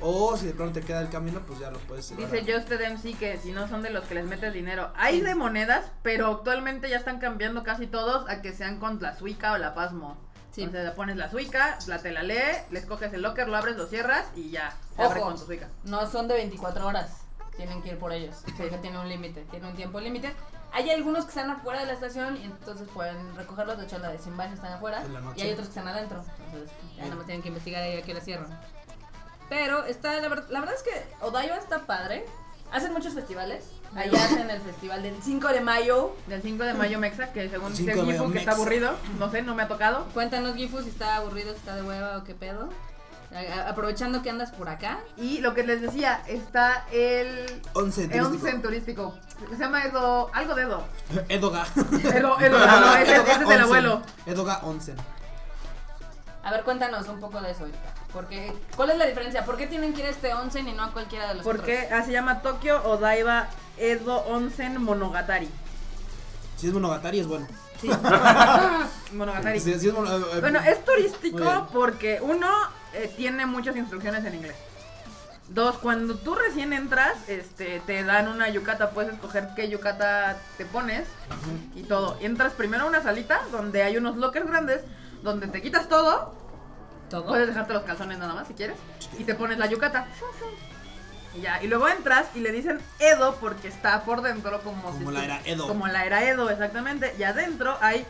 [SPEAKER 1] o si de pronto te queda el camino, pues ya lo puedes llevar
[SPEAKER 2] Dice
[SPEAKER 1] a-
[SPEAKER 2] Justed MC que si no son de los que les metes dinero. Hay de monedas, pero actualmente ya están cambiando casi todos a que sean con la Suica o la Pasmo.
[SPEAKER 3] Sí.
[SPEAKER 2] Entonces le pones la Suica, la te la lee, le escoges el locker, lo abres, lo cierras y ya. Se
[SPEAKER 3] Ojo.
[SPEAKER 2] abre con tu Suica.
[SPEAKER 3] No son de 24 horas. Tienen que ir por ellos. Porque tiene un límite, tiene un tiempo límite. Hay algunos que están afuera de la estación y entonces pueden recogerlos. De hecho, la de Simbash están afuera.
[SPEAKER 1] En la noche.
[SPEAKER 3] Y hay otros que están adentro. Entonces, ya nada más tienen que investigar ahí a qué hora cierran. Pero está, la, ver- la verdad es que Odaiba está padre. Hacen muchos festivales. Allá hacen el festival del 5 de mayo.
[SPEAKER 2] Del 5 de mayo Mexa, que según
[SPEAKER 1] El
[SPEAKER 2] dice
[SPEAKER 1] 5 de mayo
[SPEAKER 2] Gifu que está
[SPEAKER 1] Mexa.
[SPEAKER 2] aburrido, no sé, no me ha tocado.
[SPEAKER 3] Cuéntanos, Gifu, si está aburrido, si está de hueva o qué pedo. a- aprovechando que andas por acá.
[SPEAKER 2] Y lo que les decía, está el.
[SPEAKER 1] Once
[SPEAKER 2] El
[SPEAKER 1] turístico.
[SPEAKER 2] "Eh, onsen turístico. Se llama Edo. Algo de Edo.
[SPEAKER 1] [laughs]
[SPEAKER 2] [laughs]
[SPEAKER 1] Edoga.
[SPEAKER 2] Edo, Edo,
[SPEAKER 1] Ah,
[SPEAKER 2] no, ese, ese es el
[SPEAKER 1] Onsen.
[SPEAKER 2] abuelo.
[SPEAKER 1] Edoga Onsen.
[SPEAKER 3] A ver, cuéntanos un poco de eso, Erika. Porque, ¿Cuál es la diferencia? ¿Por qué tienen que ir a este onsen y no a cualquiera de los otros?
[SPEAKER 2] Porque así Ah, se llama Tokio Odaiba Edo
[SPEAKER 1] [laughs]
[SPEAKER 2] Onsen Monogatari.
[SPEAKER 1] Si es Monogatari es bueno.
[SPEAKER 3] Sí.
[SPEAKER 2] Monogatari.
[SPEAKER 1] Si, si es mono- eh, eh,
[SPEAKER 2] Bueno, es turístico
[SPEAKER 1] Muy bien.
[SPEAKER 2] porque uno eh, tiene muchas instrucciones en inglés. Dos, cuando tú recién entras, este, te dan una yucata, puedes escoger qué yucata te pones y todo. Entras primero a una salita donde hay unos lockers grandes, donde te quitas todo,
[SPEAKER 3] ¿Todo?
[SPEAKER 2] puedes dejarte los calzones nada más si quieres, y te pones la yucata. Y ya, y luego entras y le dicen Edo porque está por dentro como,
[SPEAKER 1] Como
[SPEAKER 2] si
[SPEAKER 1] la
[SPEAKER 2] tú-
[SPEAKER 1] era Edo.
[SPEAKER 2] como la era Edo, exactamente. Y adentro hay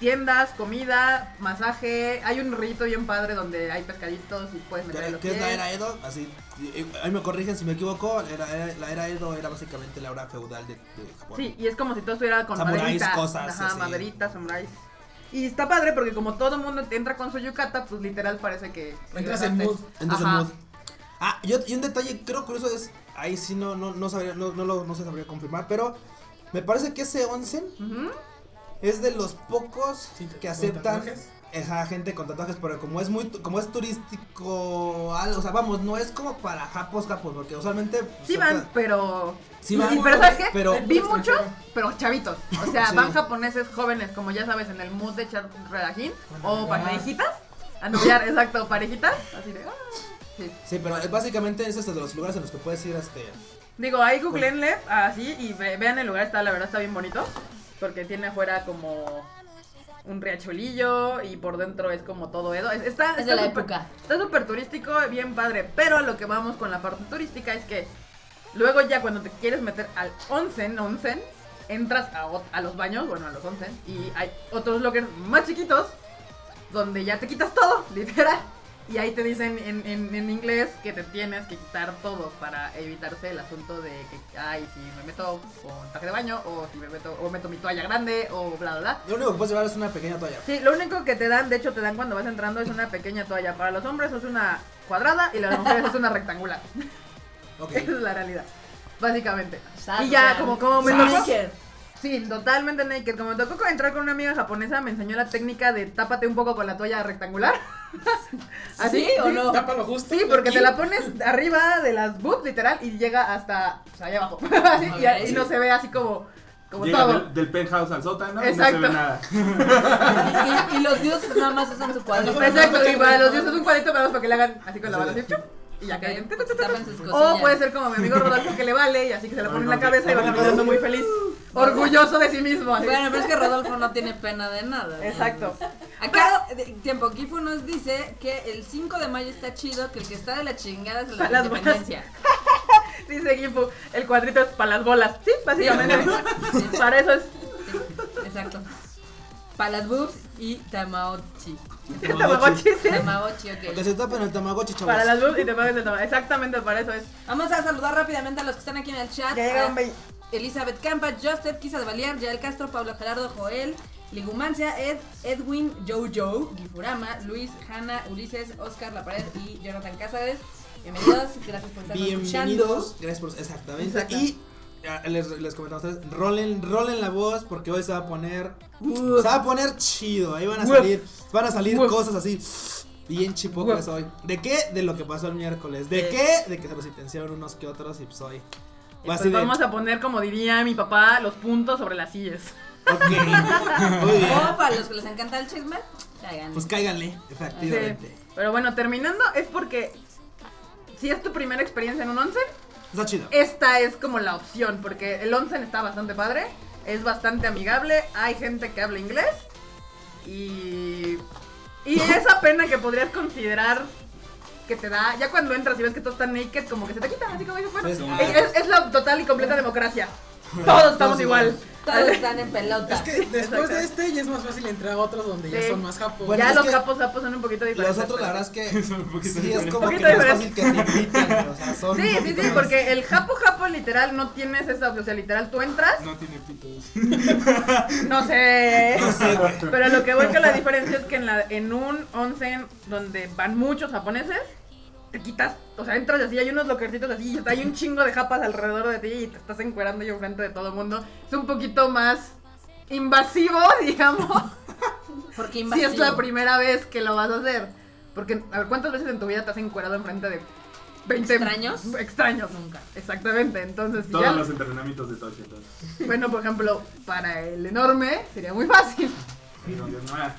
[SPEAKER 2] tiendas, comida, masaje. Hay un rito bien padre donde hay pescaditos y puedes meter los
[SPEAKER 1] ¿Qué es la
[SPEAKER 2] pies.
[SPEAKER 1] era Edo? Así, eh, ahí me corrigen si me equivoco. Era- era- la era Edo era básicamente la era feudal de, de Japón.
[SPEAKER 2] Sí, y es como si todo estuviera con
[SPEAKER 1] Samuráis,
[SPEAKER 2] maderita.
[SPEAKER 1] cosas
[SPEAKER 2] Ajá,
[SPEAKER 1] así.
[SPEAKER 2] maderita, samuráis. Y está padre porque como todo el mundo te entra con su yucata, pues literal parece que...
[SPEAKER 5] Entras en mood.
[SPEAKER 1] Entras en
[SPEAKER 2] Ajá.
[SPEAKER 1] mood. Ah, y, ot- y un detalle creo curioso es, ahí sí no, no, no sabría, no, no, lo- no se sabría confirmar, pero me parece que ese onsen
[SPEAKER 2] Ujú.
[SPEAKER 1] es de los pocos
[SPEAKER 5] Sí, te-
[SPEAKER 1] que
[SPEAKER 5] con
[SPEAKER 1] aceptan
[SPEAKER 5] tatuajes.
[SPEAKER 1] ajá, gente con tatuajes, pero como es muy tu- como es turístico, al- o sea, vamos, no es como para japos japos, porque usualmente pues,
[SPEAKER 2] Sí van,
[SPEAKER 1] aceptan-
[SPEAKER 2] pero...
[SPEAKER 1] Sí
[SPEAKER 2] y-
[SPEAKER 1] van,
[SPEAKER 2] y- [laughs] pero ¿sabes qué?
[SPEAKER 1] pero-
[SPEAKER 2] Vi muchos, pero chavitos. O sea,
[SPEAKER 1] Sí.
[SPEAKER 2] van japoneses jóvenes, como ya sabes, en el mood de echar relajín. O
[SPEAKER 5] Anunciar.
[SPEAKER 2] parejitas.
[SPEAKER 3] [laughs]
[SPEAKER 2] Anunciar, exacto, parejitas. Así de... ah, sí.
[SPEAKER 1] Sí, pero es básicamente es este de los lugares en los que puedes ir este
[SPEAKER 2] Digo, ahí googleenle así y ve- vean el lugar, está, la verdad está bien bonito. Porque tiene afuera como un riachuelillo y por dentro es como todo Edo. Es- Está,
[SPEAKER 3] Es de
[SPEAKER 2] está
[SPEAKER 3] la
[SPEAKER 2] súper-
[SPEAKER 3] época.
[SPEAKER 2] Está súper turístico, bien padre. Pero a lo que vamos con la parte turística es que luego ya cuando te quieres meter al onsen, onsen, entras a, ot- a los baños, bueno, a los onsen, y hay otros lockers más chiquitos donde ya te quitas todo, [laughs] literal. Y ahí te dicen en, en- en inglés que te tienes que quitar todo para evitarse el asunto de que, ay, si me meto con traje de baño, o si me meto, o meto mi toalla grande, o bla, bla, bla.
[SPEAKER 1] Lo único que puedes llevar es una pequeña toalla.
[SPEAKER 2] Sí, lo único que te dan, de hecho te dan cuando vas entrando es una pequeña toalla. Para los hombres es una cuadrada y las mujeres es una rectangular. [laughs]
[SPEAKER 1] Ok.
[SPEAKER 2] Esa es la realidad. Básicamente.
[SPEAKER 3] Sas,
[SPEAKER 2] y
[SPEAKER 3] o
[SPEAKER 2] ya,
[SPEAKER 3] sea,
[SPEAKER 2] como, como me
[SPEAKER 3] sas.
[SPEAKER 2] tocó. Sí, totalmente naked. Como me tocó entrar con una amiga japonesa, me enseñó la técnica de tápate un poco con la toalla rectangular. ¿Ah,
[SPEAKER 3] ¿Así o no?
[SPEAKER 5] Tápalo justo.
[SPEAKER 2] Sí, porque
[SPEAKER 5] aquí.
[SPEAKER 2] te la pones arriba de las boobs, literal, y llega hasta pues, allá abajo. [laughs] Así, y, ahí
[SPEAKER 3] Ok.
[SPEAKER 2] no se ve así como, como
[SPEAKER 4] Llega
[SPEAKER 2] todo.
[SPEAKER 4] del, del penthouse al sótano y
[SPEAKER 2] Exacto.
[SPEAKER 4] no se ve
[SPEAKER 2] [laughs]
[SPEAKER 4] nada.
[SPEAKER 3] Y, y los dioses nada más usan su cuadro.
[SPEAKER 2] Exacto, y para los dioses un cuadrito para los para que le hagan así con la mano, así, chup, y ya caen.
[SPEAKER 3] Tapan sus cosillas.
[SPEAKER 2] O puede ser como mi amigo Rodolfo que le vale y así que se la pone en la cabeza y va caminando muy feliz, orgulloso de sí mismo. así.
[SPEAKER 3] Bueno, pero es que Rodolfo no tiene pena de nada.
[SPEAKER 2] Exacto.
[SPEAKER 3] Acá, de- tiempo, Kifo nos dice que el 5 de mayo está chido, que el que está de la chingada es la
[SPEAKER 2] Las
[SPEAKER 3] independencia.
[SPEAKER 2] Dice Gimpu, el cuadrito es para las bolas. Sí, básicamente.
[SPEAKER 3] [laughs] Sí.
[SPEAKER 2] Para eso es.
[SPEAKER 3] Exacto. Para las boobs y Tamagotchi.
[SPEAKER 2] Tamagotchi, sí.
[SPEAKER 3] Tamagotchi, ok.
[SPEAKER 1] Porque se tapen el tamagotchi, chavos.
[SPEAKER 2] Para las boobs y te pagas el tamaño. Exactamente para eso es.
[SPEAKER 3] Vamos a saludar rápidamente a los que están aquí en el chat.
[SPEAKER 2] Ya llegaron
[SPEAKER 3] A
[SPEAKER 2] 20.
[SPEAKER 3] Elizabeth Campa, Joseph, Kisa de Valier, Yael Castro, Pablo Gerardo, Joel, Ligumancia, Ed, Edwin, Jojo, Gifurama, Luis, Hanna, Ulises, Oscar La Pared y Jonathan Cázares. Bienvenidos, gracias por estarnos escuchando.
[SPEAKER 1] Bienvenidos. Gracias por. Exactamente.
[SPEAKER 2] Exacto.
[SPEAKER 1] Y ah, les, les comentamos ustedes, rolen, rolen la voz porque hoy se va a poner.
[SPEAKER 3] Uf.
[SPEAKER 1] Se va a poner chido. Ahí van a
[SPEAKER 2] Uf.
[SPEAKER 1] salir. Van a salir
[SPEAKER 2] Uf.
[SPEAKER 1] cosas así. Bien chipocles hoy. ¿De qué? De lo que pasó el miércoles.
[SPEAKER 2] Eh.
[SPEAKER 1] ¿De qué? De que se los sentenciaron unos que otros y pues hoy. Va a
[SPEAKER 2] Pues
[SPEAKER 1] ser. [laughs]
[SPEAKER 2] vamos a poner, como diría mi papá, los puntos sobre las sillas.
[SPEAKER 1] Ok. Muy
[SPEAKER 2] [laughs]
[SPEAKER 1] bien.
[SPEAKER 3] O Oh, para los que les encanta el chisme, caigan.
[SPEAKER 1] Pues cáiganle,
[SPEAKER 2] Sí.
[SPEAKER 1] efectivamente.
[SPEAKER 2] Pero bueno, terminando, es porque si es tu primera experiencia en un onsen,
[SPEAKER 1] Está chido.
[SPEAKER 2] esta es como la opción, porque el onsen está bastante padre, es bastante amigable, hay gente que habla inglés y...
[SPEAKER 1] [laughs]
[SPEAKER 2] Y esa pena que podrías considerar que te da, ya cuando entras y ves que todos están naked, como que se te quita, así como dices, bueno,
[SPEAKER 1] Sí, sí.
[SPEAKER 2] es,
[SPEAKER 1] [laughs]
[SPEAKER 2] es la total y completa democracia. Todos estamos
[SPEAKER 1] igual.
[SPEAKER 2] igual.
[SPEAKER 3] Todos están en pelota.
[SPEAKER 5] Es que después de este ya es más fácil entrar a otros donde ya
[SPEAKER 2] Sí.
[SPEAKER 5] son más japos.
[SPEAKER 1] Bueno,
[SPEAKER 2] ya
[SPEAKER 1] es
[SPEAKER 2] los
[SPEAKER 1] que-
[SPEAKER 2] capos sapos son un poquito diferentes.
[SPEAKER 1] Los otros, la verdad [laughs] es que
[SPEAKER 6] Son un poquito
[SPEAKER 1] sí es
[SPEAKER 6] diferentes.
[SPEAKER 1] como que
[SPEAKER 2] Poquito
[SPEAKER 1] no es fácil
[SPEAKER 2] diferente.
[SPEAKER 1] que te inviten. O
[SPEAKER 2] [laughs]
[SPEAKER 1] sea, son
[SPEAKER 2] Sí,
[SPEAKER 1] un
[SPEAKER 2] sí,
[SPEAKER 1] poquito
[SPEAKER 2] sí,
[SPEAKER 1] más-
[SPEAKER 2] porque el japo japo literal no tienes esa opción. O sea, literal tú entras,
[SPEAKER 6] No tiene pitos.
[SPEAKER 2] no sé.
[SPEAKER 1] No sé, güey.
[SPEAKER 2] Pero lo que voy con la diferencia es que en, la, en un onsen donde van muchos japoneses, te quitas, o sea, entras así, hay unos loquercitos así, y hay un chingo de japas alrededor de ti y te estás encuerando yo enfrente de todo el mundo. Es un poquito más invasivo, [laughs] digamos,
[SPEAKER 3] Porque
[SPEAKER 2] si
[SPEAKER 3] invasivo.
[SPEAKER 2] es la primera vez que lo vas a hacer. Porque, a ver, ¿cuántas veces en tu vida te has encuerado enfrente de 20
[SPEAKER 3] ¿Extraños?
[SPEAKER 2] Extraños nunca. Exactamente. Entonces, si ya-
[SPEAKER 4] Todos los entrenamientos de Tokio. todos.
[SPEAKER 2] bueno, por ejemplo, para el enorme sería muy fácil.
[SPEAKER 4] Pero, ah,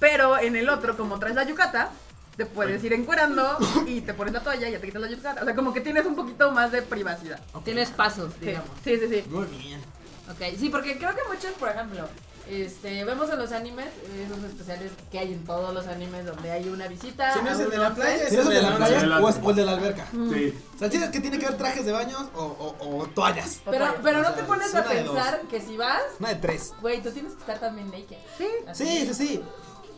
[SPEAKER 2] Pero en el otro, como traes la yucata, te puedes ir encuerando y te pones la toalla y ya te quitas la yucata. O sea, como que tienes un poquito más de privacidad.
[SPEAKER 3] Tienes pasos,
[SPEAKER 2] Sí,
[SPEAKER 3] digamos.
[SPEAKER 2] sí, sí. sí.
[SPEAKER 1] Muy bien.
[SPEAKER 3] Ok, sí, porque creo que muchos, por ejemplo, este, vemos en los animes, eh, esos especiales que hay en todos los animes donde hay una visita.
[SPEAKER 5] Si no es
[SPEAKER 3] a
[SPEAKER 5] el
[SPEAKER 3] un
[SPEAKER 5] de la
[SPEAKER 3] onsen.
[SPEAKER 5] playa, es
[SPEAKER 1] ¿Si es
[SPEAKER 5] el
[SPEAKER 1] el de la
[SPEAKER 5] once.
[SPEAKER 1] playa o, es- o el de la alberca?
[SPEAKER 2] Mm,
[SPEAKER 4] Sí.
[SPEAKER 1] [laughs] O sea, ¿tienes que tiene que ver trajes de baños o, o, o toallas?
[SPEAKER 3] Pero, pero no te pones a
[SPEAKER 1] Una de dos.
[SPEAKER 3] pensar que si vas,
[SPEAKER 1] Una de tres.
[SPEAKER 3] güey, tú tienes que estar también naked.
[SPEAKER 2] Sí.
[SPEAKER 3] Así.
[SPEAKER 1] Sí, sí, sí.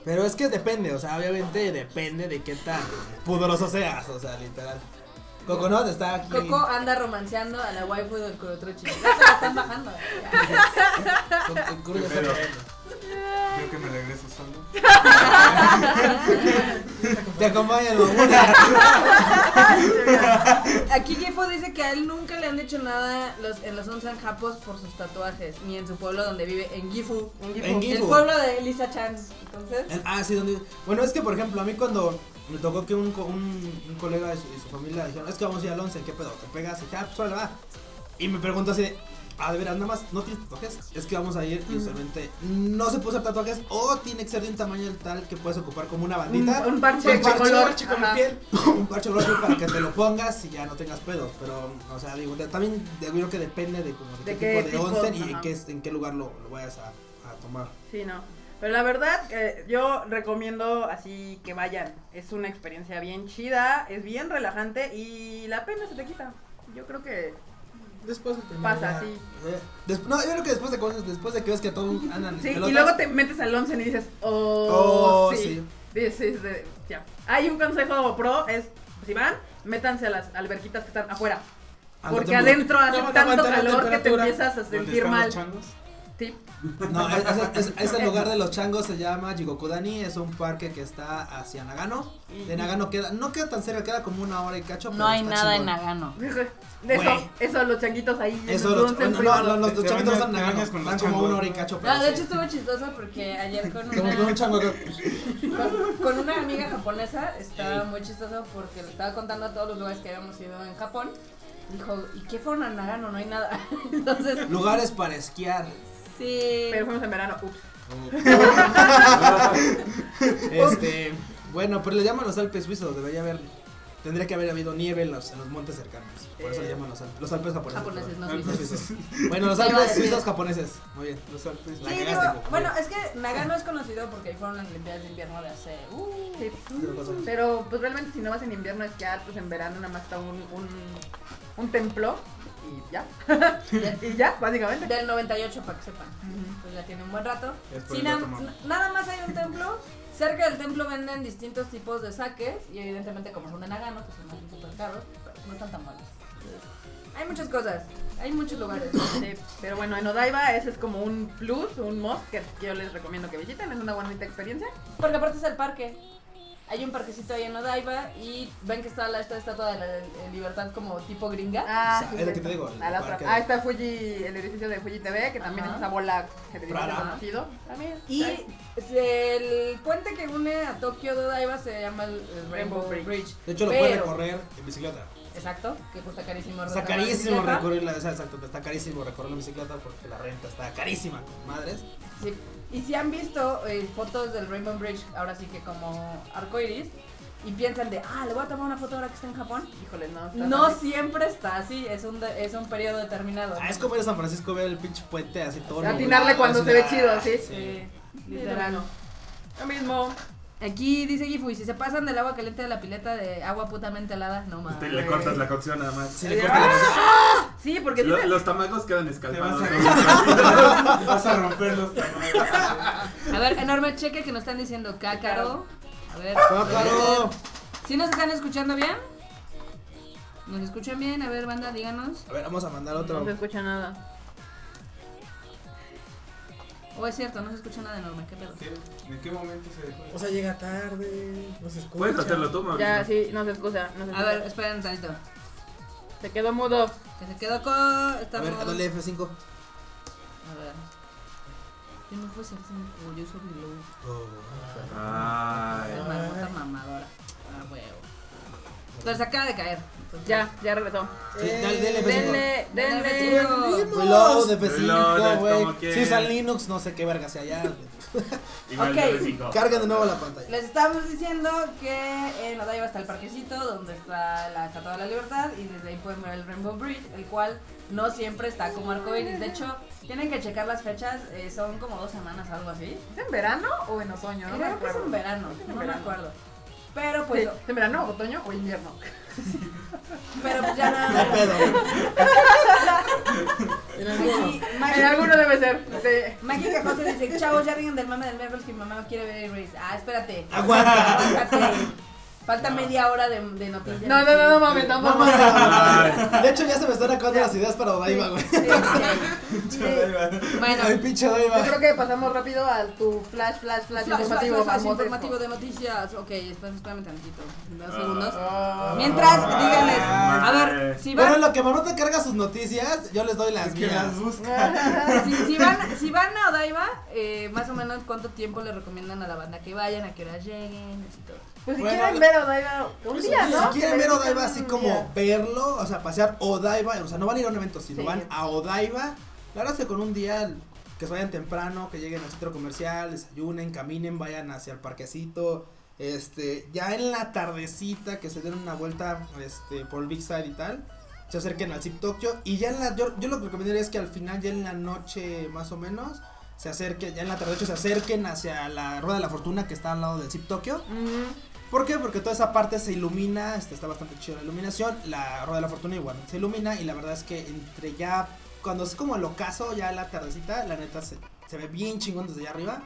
[SPEAKER 1] Pero es que depende, o sea, obviamente depende de qué tan pudoroso seas, o sea, literal. Coconut está aquí.
[SPEAKER 3] Coco anda romanceando a la waifu del Kurotrochi. Ya se la están bajando. ya.
[SPEAKER 1] Con- con Kuro ya está
[SPEAKER 4] Pero-
[SPEAKER 1] viendo.
[SPEAKER 6] Creo que me regreso solo.
[SPEAKER 1] Te acompañan los budas.
[SPEAKER 3] [laughs] Aquí Jeffo dice que a él nunca le han dicho nada los, en los onsen japos por sus tatuajes, ni en su pueblo donde vive, en Gifu.
[SPEAKER 1] En Gifu.
[SPEAKER 3] El pueblo de Elisa Chan. Entonces,
[SPEAKER 1] En- Ah, sí, donde. Bueno, es que por ejemplo, a mí cuando me tocó que un, co- un, un colega y su, y su familia dijeron, es que vamos a ir al 11, ¿qué pedo? ¿Te pegas? Y dije, ah, pues órale, va. Y me preguntó así de, ah, de veras, nada más, ¿no tienes tatuajes? Es que vamos a ir y usualmente no se puede hacer tatuajes o tiene que ser de un tamaño tal que puedes ocupar como una
[SPEAKER 2] Un,
[SPEAKER 1] bandita.
[SPEAKER 2] un parche de
[SPEAKER 1] Un parche,
[SPEAKER 2] color.
[SPEAKER 1] parche con
[SPEAKER 2] ajá.
[SPEAKER 1] piel, un parche blanco para que te lo pongas y ya no tengas pedos. Pero, o sea, digo, de- también de- creo que depende de, como de
[SPEAKER 2] De
[SPEAKER 1] qué
[SPEAKER 2] qué
[SPEAKER 1] tipo de
[SPEAKER 2] tipo,
[SPEAKER 1] onsen y en
[SPEAKER 2] ajá.
[SPEAKER 1] qué, en qué lugar lo, lo vayas a, a tomar.
[SPEAKER 2] Sí, no. Pero la verdad, eh, yo recomiendo así que vayan. Es una experiencia bien chida, es bien relajante y la pena se te quita. Yo creo que
[SPEAKER 5] Después del primer
[SPEAKER 2] pasa
[SPEAKER 5] día.
[SPEAKER 2] así.
[SPEAKER 1] Eh, des- no, yo creo que después de cosas, después de que ves que todos andan en
[SPEAKER 2] Sí, y
[SPEAKER 1] pelotas,
[SPEAKER 2] luego te metes al once y dices, oh,
[SPEAKER 1] Oh,
[SPEAKER 2] sí.
[SPEAKER 1] sí.
[SPEAKER 2] This is the- ya. Hay un consejo pro, es, si van, métanse a las alberquitas que están afuera.
[SPEAKER 1] andan
[SPEAKER 2] Porque
[SPEAKER 1] temblando.
[SPEAKER 2] adentro hace
[SPEAKER 5] No van a
[SPEAKER 2] tanto
[SPEAKER 5] aguantar la
[SPEAKER 2] calor que te
[SPEAKER 5] temperatura.
[SPEAKER 2] empiezas a [laughs]
[SPEAKER 6] ¿Dónde
[SPEAKER 2] sentir
[SPEAKER 6] están
[SPEAKER 2] mal.
[SPEAKER 6] los changos?
[SPEAKER 2] Sí. [laughs]
[SPEAKER 1] No, es- es- es- ese lugar de los changos se llama Jigokudani, es un parque que está hacia Nagano. De Nagano queda, no queda tan cerca, queda como una hora y cacho. pero está chingón.
[SPEAKER 3] Nagano.
[SPEAKER 2] De
[SPEAKER 1] Güey.
[SPEAKER 2] eso, eso, los changuitos ahí. en
[SPEAKER 1] Eso,
[SPEAKER 2] el
[SPEAKER 1] los,
[SPEAKER 2] once
[SPEAKER 1] bueno, no,
[SPEAKER 2] privado.
[SPEAKER 1] no, los,
[SPEAKER 6] Te-
[SPEAKER 1] los
[SPEAKER 6] te
[SPEAKER 1] changuitos están
[SPEAKER 6] bañas-
[SPEAKER 1] en
[SPEAKER 6] te
[SPEAKER 1] Nagano,
[SPEAKER 6] bañas con los
[SPEAKER 1] están como
[SPEAKER 6] changos.
[SPEAKER 1] una hora y cacho.
[SPEAKER 2] Ah,
[SPEAKER 1] pero
[SPEAKER 3] No, Ah, de
[SPEAKER 1] sí.
[SPEAKER 3] hecho estuvo chistoso porque ayer con
[SPEAKER 1] Como con un
[SPEAKER 3] una,
[SPEAKER 1] chango acá.
[SPEAKER 3] con, con una amiga japonesa estaba muy chistoso porque le estaba contando a todos los lugares que habíamos ido en Japón. Dijo, ¿y qué fueron a Nagano? No hay nada. [laughs] Entonces,
[SPEAKER 1] Lugares para esquiar.
[SPEAKER 3] sí.
[SPEAKER 2] Pero fuimos en verano. Ups.
[SPEAKER 3] [laughs]
[SPEAKER 1] este, bueno, pero le llaman los Alpes suizos, debería haber. Tendría que haber habido nieve en los, en los montes cercanos. Por eso le llaman los Alpes, los Alpes japoneses.
[SPEAKER 3] Eh, Japoneses, no
[SPEAKER 1] perdón.
[SPEAKER 3] suizos. [laughs]
[SPEAKER 1] suizos. Bueno, los
[SPEAKER 3] Te iba a
[SPEAKER 1] Alpes
[SPEAKER 3] decir.
[SPEAKER 1] suizos japoneses. Muy bien.
[SPEAKER 6] Los Alpes.
[SPEAKER 1] La
[SPEAKER 3] Sí,
[SPEAKER 1] cagaste,
[SPEAKER 3] digo,
[SPEAKER 1] Coco.
[SPEAKER 3] bueno, es que Nagano es conocido porque ahí fueron las Olimpiadas de invierno de hace. Uh,
[SPEAKER 2] Sí.
[SPEAKER 1] Otra cosa.
[SPEAKER 2] Pero pues realmente si no vas en invierno a esquiar, pues en verano nada más está un, un, un templo y ya. [laughs] y ya, básicamente.
[SPEAKER 3] del 98, para que sepan.
[SPEAKER 2] Ujú.
[SPEAKER 3] Pues ya tiene un buen rato.
[SPEAKER 6] Ya es por
[SPEAKER 3] Sí,
[SPEAKER 6] el
[SPEAKER 3] na-
[SPEAKER 6] dato, mamá.
[SPEAKER 3] na- nada más hay un templo. Cerca del templo venden distintos tipos de saques. Y evidentemente, como son de Nagano, pues son más súper caros. Pero no están tan malos. Hay muchas cosas. Hay muchos lugares.
[SPEAKER 2] Sí, pero bueno, en Odaiba ese es como un plus, un must que que yo les recomiendo que visiten, es una bonita experiencia.
[SPEAKER 3] Porque aparte es el parque. Hay un parquecito ahí en Odaiba. Y ven que está la, esta estatua de la de libertad como tipo gringa.
[SPEAKER 2] Ah,
[SPEAKER 1] O sea, es lo que te digo, el
[SPEAKER 2] A la otra.
[SPEAKER 1] parque.
[SPEAKER 2] Ah, está Fuji, el edificio de Fuji TV, que también
[SPEAKER 3] Ajá.
[SPEAKER 2] es esa bola que te
[SPEAKER 1] Rara.
[SPEAKER 2] conocido. También.
[SPEAKER 3] Y
[SPEAKER 2] Ay,
[SPEAKER 3] el puente que une a Tokio de Odaiba se llama el, el Rainbow,
[SPEAKER 2] Rainbow
[SPEAKER 3] Bridge.
[SPEAKER 2] Bridge.
[SPEAKER 1] De hecho, lo
[SPEAKER 3] Pero-
[SPEAKER 1] puedes recorrer en bicicleta.
[SPEAKER 3] Exacto, que cuesta carísimo.
[SPEAKER 1] Está
[SPEAKER 3] rentar una
[SPEAKER 1] carísimo
[SPEAKER 3] bicicleta.
[SPEAKER 1] recorrerla, o sea, exacto, está carísimo recorrer la bicicleta porque la renta está carísima, madres.
[SPEAKER 3] Sí. Y si han visto eh, fotos del Rainbow Bridge, ahora sí que como arcoiris, y piensan de, ah, le voy a tomar una foto ahora que está en Japón.
[SPEAKER 2] Híjole, no. está
[SPEAKER 3] No
[SPEAKER 2] fácil.
[SPEAKER 3] siempre está así, es un, de- es un periodo determinado.
[SPEAKER 1] Ah, es como ir a San Francisco ver el pinche puente así todo.
[SPEAKER 2] Atinarle
[SPEAKER 1] nublado,
[SPEAKER 2] cuando
[SPEAKER 1] así
[SPEAKER 2] se
[SPEAKER 1] de- ¡ah!
[SPEAKER 2] ve chido, sí.
[SPEAKER 3] Sí,
[SPEAKER 2] Literal.
[SPEAKER 3] literal.
[SPEAKER 2] Lo mismo.
[SPEAKER 3] Aquí dice Gifu, y si se pasan del agua caliente de la pileta de agua putamente helada, no
[SPEAKER 4] Te-
[SPEAKER 3] mames. Ah,
[SPEAKER 4] le cortas la cocción nada más.
[SPEAKER 1] Sí, le corta la-
[SPEAKER 2] Sí, porque sí
[SPEAKER 4] Lo-
[SPEAKER 2] me-
[SPEAKER 4] los tamagos quedan escalpados.
[SPEAKER 6] Te [laughs]
[SPEAKER 1] [laughs]
[SPEAKER 6] Vas a romper los tamales.
[SPEAKER 3] A ver, enorme cheque que nos están diciendo Cácaro. A ver.
[SPEAKER 1] Ah, Cácaro.
[SPEAKER 3] ¿Sí nos están escuchando bien? ¿Nos escuchan bien? A ver, banda, díganos.
[SPEAKER 1] A ver, vamos a mandar
[SPEAKER 2] no
[SPEAKER 1] otro.
[SPEAKER 2] se escucha nada.
[SPEAKER 3] O es cierto, no se escucha nada enorme, qué pedo.
[SPEAKER 6] ¿Qué- ¿En qué momento se dejó?
[SPEAKER 5] O sea, llega tarde, no se escucha.
[SPEAKER 4] Puedes hacerlo tú, Mauricio.
[SPEAKER 2] Ya, sí, no se escucha. No se,
[SPEAKER 3] A
[SPEAKER 2] escucha.
[SPEAKER 3] ver, esperen un tantito.
[SPEAKER 2] se quedó mudo.
[SPEAKER 3] Que se quedó con.
[SPEAKER 1] A ver,
[SPEAKER 3] Estamos.
[SPEAKER 1] dale F5.
[SPEAKER 3] A ver. Yo no puedo ser tan orgulloso ni loco.
[SPEAKER 4] Ay.
[SPEAKER 3] Hermano, mamadora. Ah, huevo. Pero se acaba de caer.
[SPEAKER 1] Pues
[SPEAKER 3] Entonces,
[SPEAKER 2] Ya, ya regresó.
[SPEAKER 1] Sí, dale, dale F5.
[SPEAKER 2] Denle,
[SPEAKER 3] Denle
[SPEAKER 2] denle.
[SPEAKER 3] cinco.
[SPEAKER 1] Reload de
[SPEAKER 4] Reload,
[SPEAKER 1] F5,
[SPEAKER 4] como
[SPEAKER 1] güey.
[SPEAKER 4] que-
[SPEAKER 1] Si usan Linux, no sé qué verga sea allá.
[SPEAKER 4] Igual
[SPEAKER 3] Ok.
[SPEAKER 4] dale cinco.
[SPEAKER 1] Carguen de nuevo la pantalla.
[SPEAKER 3] Les estamos diciendo que eh, en Odaiba está el parquecito donde está la Estatua de la Libertad y desde ahí pueden ver el Rainbow Bridge, el cual no siempre está como arcoiris. De hecho, tienen que checar las fechas, eh, son como dos semanas, algo así.
[SPEAKER 2] ¿Es en verano o en otoño? No me
[SPEAKER 3] Creo que es
[SPEAKER 2] acuerdo.
[SPEAKER 3] en verano,
[SPEAKER 2] que Ah, es en
[SPEAKER 3] no me
[SPEAKER 2] verano.
[SPEAKER 3] acuerdo. Pero
[SPEAKER 2] Sí,
[SPEAKER 3] pues,
[SPEAKER 2] ¿Es en verano, otoño o invierno?
[SPEAKER 3] pero
[SPEAKER 1] [laughs]
[SPEAKER 3] pues ya
[SPEAKER 1] No hay
[SPEAKER 3] nada.
[SPEAKER 1] pedo.
[SPEAKER 5] En
[SPEAKER 3] Aquí,
[SPEAKER 5] alguno.
[SPEAKER 2] [laughs]
[SPEAKER 3] Maggie-
[SPEAKER 2] En alguno debe ser. Sí.
[SPEAKER 3] Mágica José dice, chavos, ya vengan del mame del miércoles que mi mamá quiere ver Race. Ah, espérate.
[SPEAKER 1] Aguanta.
[SPEAKER 3] Aguántate. Falta media hora de, de noticias.
[SPEAKER 2] No, no, no, no mames,
[SPEAKER 1] No
[SPEAKER 2] tampoco.
[SPEAKER 1] mames. De hecho, ya se me están acabando las ideas para Odaiba, güey.
[SPEAKER 3] Sí, sí,
[SPEAKER 2] [laughs]
[SPEAKER 3] sí. Bueno,
[SPEAKER 1] Ay, pinche
[SPEAKER 2] Yo
[SPEAKER 1] Odaiba.
[SPEAKER 2] creo que pasamos rápido al tu flash, flash, flash,
[SPEAKER 3] Flash,
[SPEAKER 2] informativo.
[SPEAKER 3] flash, flash,
[SPEAKER 2] famosesco.
[SPEAKER 3] informativo de noticias. Ok, espérame, espérame tantito. Dos
[SPEAKER 4] Ah.
[SPEAKER 3] segundos.
[SPEAKER 2] Ah.
[SPEAKER 3] Mientras,
[SPEAKER 4] Ah.
[SPEAKER 3] díganles. A
[SPEAKER 4] Madre.
[SPEAKER 3] ver, si
[SPEAKER 1] Bueno, en
[SPEAKER 3] van,
[SPEAKER 1] lo que Marmota carga sus noticias, yo les doy las
[SPEAKER 6] Es que
[SPEAKER 1] mías.
[SPEAKER 6] las busca.
[SPEAKER 1] [laughs]
[SPEAKER 2] [laughs]
[SPEAKER 3] si, si van, si van a Odaiba, eh, más o menos cuánto tiempo le recomiendan a la banda que vayan, a qué hora lleguen, así todo.
[SPEAKER 2] Pues si
[SPEAKER 1] Bueno,
[SPEAKER 2] quieren ver Odaiba un día, ¿no?
[SPEAKER 1] Si quieren
[SPEAKER 2] Que
[SPEAKER 1] ver
[SPEAKER 2] les
[SPEAKER 1] Odaiba
[SPEAKER 2] digan
[SPEAKER 1] así
[SPEAKER 2] un
[SPEAKER 1] como
[SPEAKER 2] día.
[SPEAKER 1] verlo, o sea, pasear Odaiba, o sea, no van a ir a un evento, sino
[SPEAKER 2] Sí.
[SPEAKER 1] van a Odaiba. La verdad es que con un día que se vayan temprano, que lleguen al centro comercial, desayunen, caminen, vayan hacia el parquecito. Este, ya en la tardecita que se den una vuelta este, por el Big Side y tal, se acerquen al Zip Tokyo. Y ya en la, yo, yo lo que recomendaría es que al final, ya en la noche más o menos, se acerquen, ya en la tarde se acerquen hacia la Rueda de la Fortuna que está al lado del Zip Tokyo.
[SPEAKER 2] Mm.
[SPEAKER 1] ¿Por qué? Porque toda esa parte se ilumina, este, está bastante chida la iluminación, la Rueda de la Fortuna igual se ilumina y la verdad es que entre ya, cuando es como el ocaso, ya la tardecita, la neta se, se ve bien chingón desde allá arriba,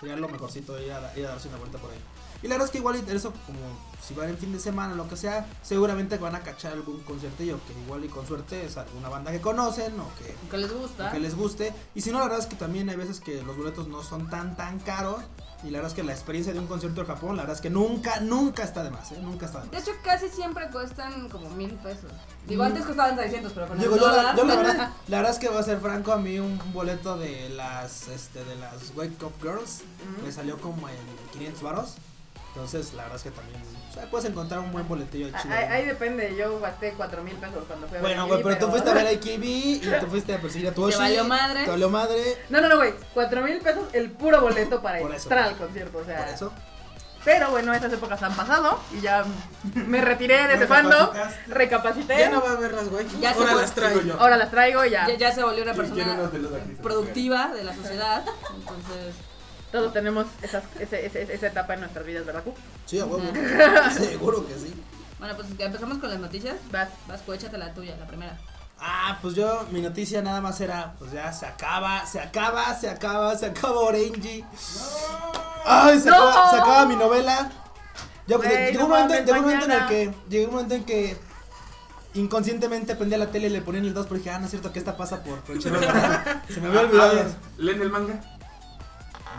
[SPEAKER 1] sería lo mejorcito ir a, ir a darse una vuelta por ahí. Y la verdad es que igual y eso como si van en fin de semana o lo que sea, seguramente van a cachar algún conciertillo que igual y con suerte es alguna banda que conocen o que
[SPEAKER 3] Lo que les
[SPEAKER 1] o
[SPEAKER 3] gusta.
[SPEAKER 1] que les guste. Y si no, la verdad es que también hay veces que los boletos no son tan, tan caros. Y la verdad es que la experiencia de un concierto en Japón, la verdad es que nunca, nunca está de más, ¿eh? Nunca está de
[SPEAKER 3] De
[SPEAKER 1] más.
[SPEAKER 3] hecho, casi siempre cuestan como mil pesos. Digo, antes costaban 600, pero con
[SPEAKER 1] Digo,
[SPEAKER 3] el
[SPEAKER 1] yo, la,
[SPEAKER 3] dólar-
[SPEAKER 1] yo la verdad, la verdad es que voy a ser franco, a mí un, un boleto de las, este, de las Wake Up Girls me salió como en 500 varos. Entonces, la verdad es que también, o sea, puedes encontrar un buen boletillo
[SPEAKER 2] Ah,
[SPEAKER 1] chido.
[SPEAKER 2] Ahí, ahí depende, yo gasté 4 mil pesos cuando fui a ver
[SPEAKER 1] bueno,
[SPEAKER 2] a
[SPEAKER 1] güey,
[SPEAKER 2] Kimi,
[SPEAKER 1] pero tú fuiste
[SPEAKER 2] [laughs]
[SPEAKER 1] a ver a IKB y tú fuiste a perseguir a tu
[SPEAKER 3] Te
[SPEAKER 1] Oshi.
[SPEAKER 3] valió madre.
[SPEAKER 1] Te valió madre,
[SPEAKER 2] No, no, no, güey, 4 mil pesos el puro boleto para
[SPEAKER 1] Por eso.
[SPEAKER 2] entrar al concierto, o sea.
[SPEAKER 1] por eso.
[SPEAKER 2] Pero bueno, esas épocas han pasado y ya me retiré de ese fandom,
[SPEAKER 6] Recapacitaste.
[SPEAKER 2] recapacité,
[SPEAKER 5] Ya no va a ver las guay.
[SPEAKER 3] Ya se
[SPEAKER 5] Ahora
[SPEAKER 3] fue.
[SPEAKER 5] las traigo yo.
[SPEAKER 2] ahora las traigo y ya.
[SPEAKER 3] ya, ya se volvió una
[SPEAKER 4] ¿Quién quiere
[SPEAKER 3] persona
[SPEAKER 4] unos de los actrices?
[SPEAKER 3] productiva de la sociedad. Entonces,
[SPEAKER 2] Todos tenemos esas, ese- ese- esa etapa en nuestras vidas, ¿verdad, Q?
[SPEAKER 1] Sí, a huevo. [laughs] Seguro que sí.
[SPEAKER 3] bueno, pues ya empezamos con las noticias.
[SPEAKER 2] Vas.
[SPEAKER 3] Vasco, échate la tuya, la primera.
[SPEAKER 1] Ah, pues yo, mi noticia nada más era, pues ya se acaba, se acaba, se acaba, se acaba Orange. Ay, se,
[SPEAKER 2] ¡No!
[SPEAKER 1] acaba, se acaba mi novela. Yo,
[SPEAKER 2] Güey,
[SPEAKER 1] llegó,
[SPEAKER 2] no
[SPEAKER 1] un momento,
[SPEAKER 2] mames,
[SPEAKER 1] llegó un momento en el
[SPEAKER 2] mañana.
[SPEAKER 1] que, llegó un momento en que inconscientemente prendía la tele y le ponía en el 2 porque dije, ah, no es cierto que esta pasa
[SPEAKER 4] [laughs]
[SPEAKER 1] por Crunchyroll. se me había
[SPEAKER 4] A
[SPEAKER 1] olvidado.
[SPEAKER 4] ver, [laughs] ¿Leen el manga?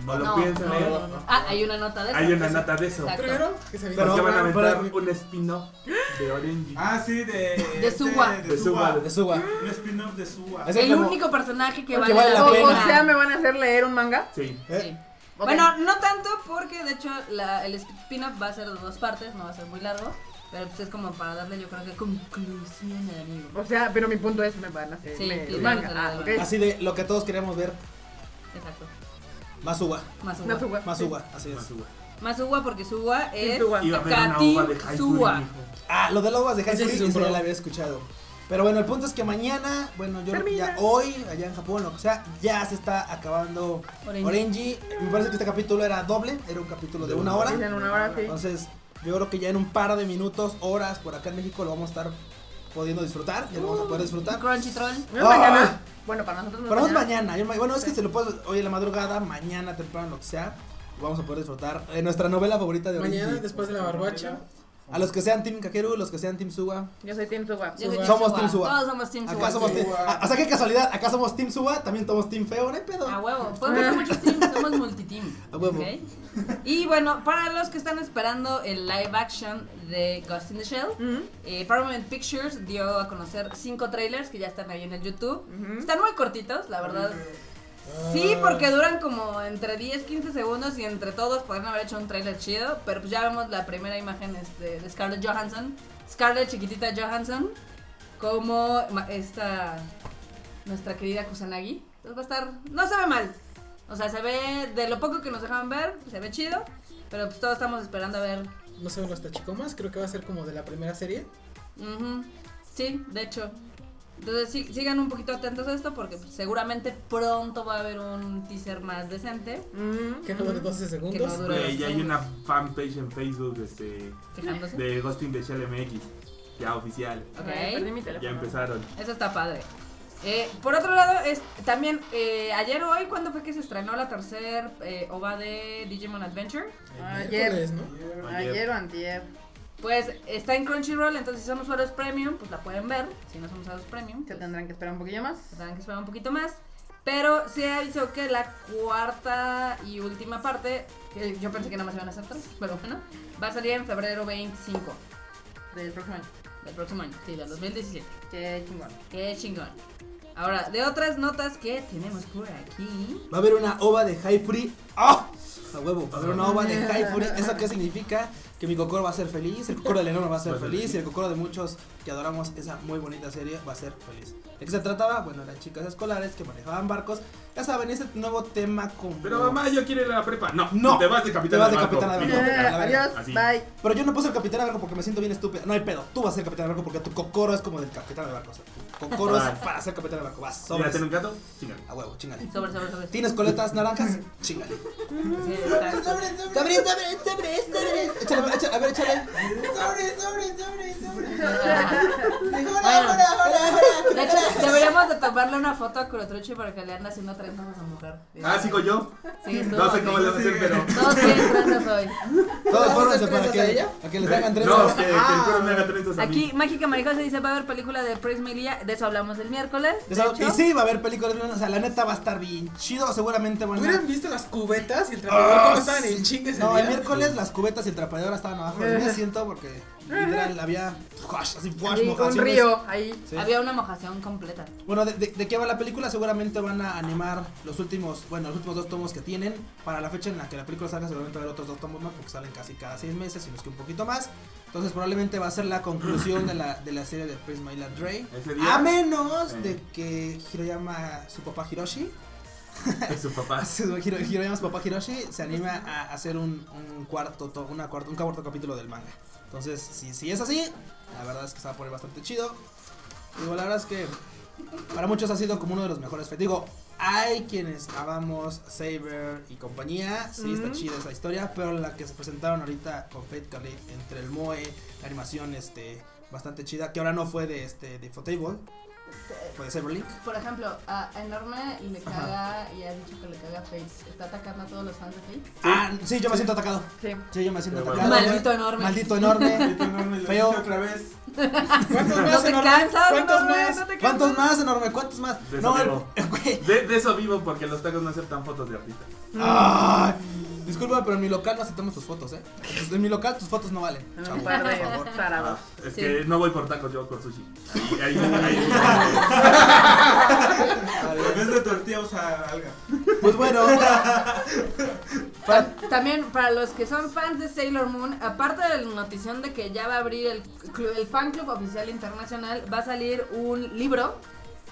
[SPEAKER 4] No lo
[SPEAKER 3] No,
[SPEAKER 4] piensen,
[SPEAKER 3] no,
[SPEAKER 4] ¿eh?
[SPEAKER 3] no, no. Ah, hay una nota de eso.
[SPEAKER 4] Hay una nota de eso.
[SPEAKER 3] Exacto.
[SPEAKER 5] Primero, que se
[SPEAKER 1] Pero-
[SPEAKER 5] vino.
[SPEAKER 4] Porque pues van a
[SPEAKER 1] pero-
[SPEAKER 4] aventar un spin-off de Orange.
[SPEAKER 6] Ah, sí, de.
[SPEAKER 3] De Suwa.
[SPEAKER 6] De,
[SPEAKER 4] De Suwa.
[SPEAKER 6] Suwa.
[SPEAKER 1] De Suwa.
[SPEAKER 6] Un spin-off de Suwa.
[SPEAKER 1] Es
[SPEAKER 3] El
[SPEAKER 1] como-
[SPEAKER 3] único personaje que
[SPEAKER 1] Porque
[SPEAKER 3] vale,
[SPEAKER 1] vale
[SPEAKER 3] la
[SPEAKER 1] la
[SPEAKER 2] O,
[SPEAKER 1] pena.
[SPEAKER 3] pena.
[SPEAKER 2] o sea, ¿me van a hacer leer un manga?
[SPEAKER 4] Sí.
[SPEAKER 1] ¿Eh?
[SPEAKER 3] Sí.
[SPEAKER 2] Ok.
[SPEAKER 3] Bueno, no tanto porque de hecho la- el spin-off va a ser de dos partes, no va a ser muy largo. Pero pues es como para darle, yo creo que conclusión al amigo.
[SPEAKER 2] O sea, pero mi punto es, me van a hacer
[SPEAKER 3] Sí,
[SPEAKER 2] leer
[SPEAKER 3] sí,
[SPEAKER 2] un
[SPEAKER 3] sí,
[SPEAKER 2] manga.
[SPEAKER 3] sí,
[SPEAKER 2] Ah,
[SPEAKER 3] sí,
[SPEAKER 2] ok.
[SPEAKER 3] sí.
[SPEAKER 1] Así de lo que todos queríamos ver,
[SPEAKER 3] Exacto.
[SPEAKER 1] más Suwa,
[SPEAKER 3] Más uva.
[SPEAKER 2] Una suba.
[SPEAKER 1] más
[SPEAKER 2] Sí.
[SPEAKER 1] Suwa, así es.
[SPEAKER 3] Más uva porque su uva es.
[SPEAKER 2] suba.
[SPEAKER 4] Iba a haber una
[SPEAKER 3] Katy
[SPEAKER 4] uva de High School,
[SPEAKER 3] Suwa.
[SPEAKER 4] mijo.
[SPEAKER 1] Ah, lo de las uvas de High
[SPEAKER 5] Ese
[SPEAKER 1] School,
[SPEAKER 5] sí es un
[SPEAKER 1] ese ya
[SPEAKER 5] pro.
[SPEAKER 1] la había escuchado. Pero bueno, el punto es que mañana, bueno, yo creo que ya
[SPEAKER 2] Termina.
[SPEAKER 1] hoy, allá en Japón, lo que sea, ya se está acabando
[SPEAKER 3] Orenji.
[SPEAKER 1] Orenji. Me parece que este capítulo era doble, era un capítulo de
[SPEAKER 4] De
[SPEAKER 1] una
[SPEAKER 4] una
[SPEAKER 1] hora. Ah,
[SPEAKER 2] Dicen una hora, sí.
[SPEAKER 1] Entonces, yo creo que ya en un par de minutos, horas, por acá en México lo vamos a estar pudiendo disfrutar, ya lo vamos a poder disfrutar.
[SPEAKER 5] Uh,
[SPEAKER 3] Crunchyroll.
[SPEAKER 2] No es
[SPEAKER 1] ah,
[SPEAKER 2] mañana.
[SPEAKER 3] Bueno, para nosotros
[SPEAKER 1] Pero vamos mañana. yo ma- Bueno, es que se lo puedes hoy en la madrugada, mañana temprano, lo que sea. Vamos a poder disfrutar de nuestra novela favorita de
[SPEAKER 5] Mañana,
[SPEAKER 1] Origi.
[SPEAKER 5] después de la barbacha.
[SPEAKER 1] A los que sean Team Kakeru, los que sean Team Suga.
[SPEAKER 2] Yo soy Team Suba.
[SPEAKER 3] Yo soy Team
[SPEAKER 1] Somos
[SPEAKER 3] Suba.
[SPEAKER 1] Team Suba.
[SPEAKER 3] Todos somos Team Suba.
[SPEAKER 1] Acá somos Team. a- O sea, qué casualidad. Acá somos Team Suga, también somos Team Feo, no hay pedo.
[SPEAKER 5] Ah,
[SPEAKER 3] A huevo, podemos ser muchos teams, somos multiteam.
[SPEAKER 1] A huevo.
[SPEAKER 3] ¿ok? Y bueno, para los que están esperando el live action de Ghost in the Shell,
[SPEAKER 2] Mm,
[SPEAKER 3] eh, Paramount Pictures dio a conocer cinco trailers que ya están ahí en el YouTube.
[SPEAKER 2] Ujú.
[SPEAKER 3] Están muy cortitos, la verdad. Sí, porque duran como entre 10, 15 segundos y entre todos podrían haber hecho un trailer chido, pero pues ya vemos la primera imagen este, de Scarlett Johansson. Scarlett chiquitita Johansson como ma- esta nuestra querida Kusanagi. Entonces va a estar, no se ve mal. O sea, se ve de lo poco que nos dejaban ver, se ve chido, pero pues todos estamos esperando a ver.
[SPEAKER 5] No sé, los tachicomas. Creo que va a ser como de la primera serie.
[SPEAKER 3] Ujú. Sí, de hecho. Entonces sí- sigan un poquito atentos a esto porque pues, seguramente pronto va a haber un teaser más decente.
[SPEAKER 2] mm.
[SPEAKER 5] Que no dure 12
[SPEAKER 3] no
[SPEAKER 5] segundos.
[SPEAKER 3] dure.
[SPEAKER 4] Güey, ya hay una fanpage en Facebook este,
[SPEAKER 2] [laughs]
[SPEAKER 3] Fijándose.
[SPEAKER 4] de Ghosting the Shell MX. Ya oficial.
[SPEAKER 3] Ok.
[SPEAKER 2] Perdí mi teléfono.
[SPEAKER 4] Ya empezaron.
[SPEAKER 3] Eso está padre. Eh, por otro lado, es, también eh, ayer o hoy, ¿cuándo fue que se estrenó la tercer eh, ova de Digimon Adventure?
[SPEAKER 5] El
[SPEAKER 2] Ayer.
[SPEAKER 5] miércoles, ¿no?
[SPEAKER 2] Ayer o antier.
[SPEAKER 3] Pues está en Crunchyroll, entonces si son usuarios premium, pues la pueden ver. Si no son usuarios premium, pues
[SPEAKER 2] Se tendrán que esperar un poquillo más.
[SPEAKER 3] tendrán que esperar un poquito más. Pero se avisó que la cuarta y última parte, que yo pensé que nada más iban a ser tres, pero bueno, va a salir en febrero 25
[SPEAKER 2] Del próximo año.
[SPEAKER 3] del próximo año, sí, del 2017.
[SPEAKER 2] Qué chingón.
[SPEAKER 3] Qué chingón. Ahora, de otras notas que tenemos por aquí.
[SPEAKER 1] Va a haber una ova de High Free. ¡Ah! A huevo. Va a haber una ova de High Free. ¿Eso qué significa? Que mi cocoro va a ser feliz, el cocoro de Lenora va a ser feliz y el cocoro de muchos que adoramos esa muy bonita serie va a ser feliz. ¿De qué se trataba? Bueno, eran chicas escolares que manejaban barcos. Ya saben, ese nuevo tema como...
[SPEAKER 4] Pero mamá, yo quiero ir a la prepa. No,
[SPEAKER 1] No.
[SPEAKER 4] Te vas de capitán
[SPEAKER 1] Te vas
[SPEAKER 4] de
[SPEAKER 1] de
[SPEAKER 4] barco.
[SPEAKER 1] capitán de
[SPEAKER 4] Y
[SPEAKER 1] barco.
[SPEAKER 4] no,
[SPEAKER 1] la verga.
[SPEAKER 2] Adiós.
[SPEAKER 4] Así.
[SPEAKER 2] Bye.
[SPEAKER 1] Pero yo no puedo ser capitán de barco porque me siento bien estúpido. No hay pedo, tú vas a ser capitán de barco porque tu cocoro es como del capitán de barco. O sea, tu cocoro es
[SPEAKER 4] [laughs] Vas.
[SPEAKER 1] para ser capitán de barco. Vas,
[SPEAKER 4] ¿Ya
[SPEAKER 1] sobres.
[SPEAKER 4] tiene un gato? Chingale.
[SPEAKER 1] A huevo, chingale.
[SPEAKER 3] Sobre, sobre, sobre.
[SPEAKER 1] ¿Tienes coletas
[SPEAKER 4] [laughs]
[SPEAKER 1] naranjas? Chingale.
[SPEAKER 3] Sí, está.
[SPEAKER 1] Sobre, sobre, sobre, sobre. Échale, échale, a ver, échale.
[SPEAKER 5] Sobre, sobre, sobre, sobre.
[SPEAKER 3] De hecho, deberíamos de tomarle una foto a Curotruchi para que le ande haciendo trenzas a su mujer.
[SPEAKER 4] Ah, sigo yo.
[SPEAKER 3] Sí, estuvo
[SPEAKER 4] No sé
[SPEAKER 3] bien.
[SPEAKER 4] cómo le voy a hacer,
[SPEAKER 3] [laughs]
[SPEAKER 4] pero.
[SPEAKER 3] Todos tienen trenzas hoy.
[SPEAKER 1] Todos fórmense
[SPEAKER 5] hacer
[SPEAKER 1] para
[SPEAKER 5] trenzas
[SPEAKER 1] que,
[SPEAKER 5] a ella?
[SPEAKER 1] a que les hagan tres. Ah.
[SPEAKER 4] No, que, que el coro me haga trenzas Pues a
[SPEAKER 3] Aquí,
[SPEAKER 4] mí.
[SPEAKER 3] Mágica Maricosa dice, va a haber película de Prisma Ilia. De eso hablamos el miércoles.
[SPEAKER 1] Ya saben, Y sí, va a haber películas. O sea, la neta va a estar bien chido. Seguramente van a.
[SPEAKER 5] ¿Hubieran visto las cubetas y el
[SPEAKER 4] Ah,
[SPEAKER 5] trapeador cómo estaban en chingue ese
[SPEAKER 1] No, el
[SPEAKER 5] día?
[SPEAKER 1] miércoles las cubetas y el trapeador estaban abajo
[SPEAKER 5] [laughs]
[SPEAKER 1] de mi asiento porque literal había. ¡fuash! Así, ¡fuash!
[SPEAKER 2] Ahí, un
[SPEAKER 1] mojaciones.
[SPEAKER 2] río ahí.
[SPEAKER 1] Sí.
[SPEAKER 3] Había una mojación completa.
[SPEAKER 1] Bueno, de, de- de qué va la película? Seguramente van a animar los últimos, bueno, los últimos dos tomos que tienen. Para la fecha en la que la película salga, seguramente va a haber otros dos tomos más, porque salen casi cada seis meses, si no es que un poquito más. Entonces, probablemente va a ser la conclusión de la, de la serie de Prisma y la Dre.
[SPEAKER 4] Ese día.
[SPEAKER 1] A menos
[SPEAKER 4] Sí.
[SPEAKER 1] de que Hiroyama, su papá Hiroshi,
[SPEAKER 4] Es su papá.
[SPEAKER 1] su- Hiro- Hiroyama, su papá Hiroshi, se anime a hacer un, un cuarto, to- una cuarta, un cuarto capítulo del manga. Entonces, si, si es así, la verdad es que se va a poner bastante chido. Digo, la verdad es que para muchos ha sido como uno de los mejores. fe- Digo, hay quienes amamos Saber y compañía. Sí, está chida esa historia. Pero la que se presentaron ahorita con Fate Carly entre el Moe, la animación este, bastante chida. Que ahora no fue de, este, de Infotable, fue de Cyberlink.
[SPEAKER 3] Por ejemplo, a Enorme le caga, y has dicho que le caga Face. Está atacando a todos los fans de Face.
[SPEAKER 1] Ah, sí, yo me siento atacado.
[SPEAKER 2] Sí.
[SPEAKER 1] Sí, yo me siento
[SPEAKER 4] Pero
[SPEAKER 1] atacado.
[SPEAKER 4] bueno.
[SPEAKER 3] Maldito enorme.
[SPEAKER 1] Maldito [laughs] enorme. Feo.
[SPEAKER 6] Feo. Otra vez.
[SPEAKER 5] ¿Cuántos
[SPEAKER 3] No
[SPEAKER 5] más?
[SPEAKER 3] te
[SPEAKER 5] enorme?
[SPEAKER 3] cansas,
[SPEAKER 5] ¿Cuántos
[SPEAKER 3] enorme,
[SPEAKER 5] más?
[SPEAKER 3] no te cansas.
[SPEAKER 1] ¿Cuántos más, enorme? ¿Cuántos más?
[SPEAKER 4] De
[SPEAKER 1] No, el-
[SPEAKER 4] Santiago.
[SPEAKER 1] [laughs] güey.
[SPEAKER 4] De, de eso vivo porque los tacos no aceptan fotos de artistas.
[SPEAKER 1] Ay, Disculpa, pero en mi local no aceptamos tus fotos, ¿eh? En mi local tus fotos no valen. Chavo,
[SPEAKER 2] Un
[SPEAKER 1] por
[SPEAKER 2] par
[SPEAKER 1] favor.
[SPEAKER 2] de tarados.
[SPEAKER 4] Ah, es
[SPEAKER 3] Ah, Sí.
[SPEAKER 4] que no voy por tacos, yo voy por sushi.
[SPEAKER 3] [laughs]
[SPEAKER 4] Ahí, ahí, ahí.
[SPEAKER 1] Está bien.
[SPEAKER 6] En vez de tortilla usa alga.
[SPEAKER 1] Pues bueno. [laughs] Para-
[SPEAKER 3] También para los que son fans de Sailor Moon, aparte de la notición de que ya va a abrir el, clu- el fan club oficial internacional, va a salir un libro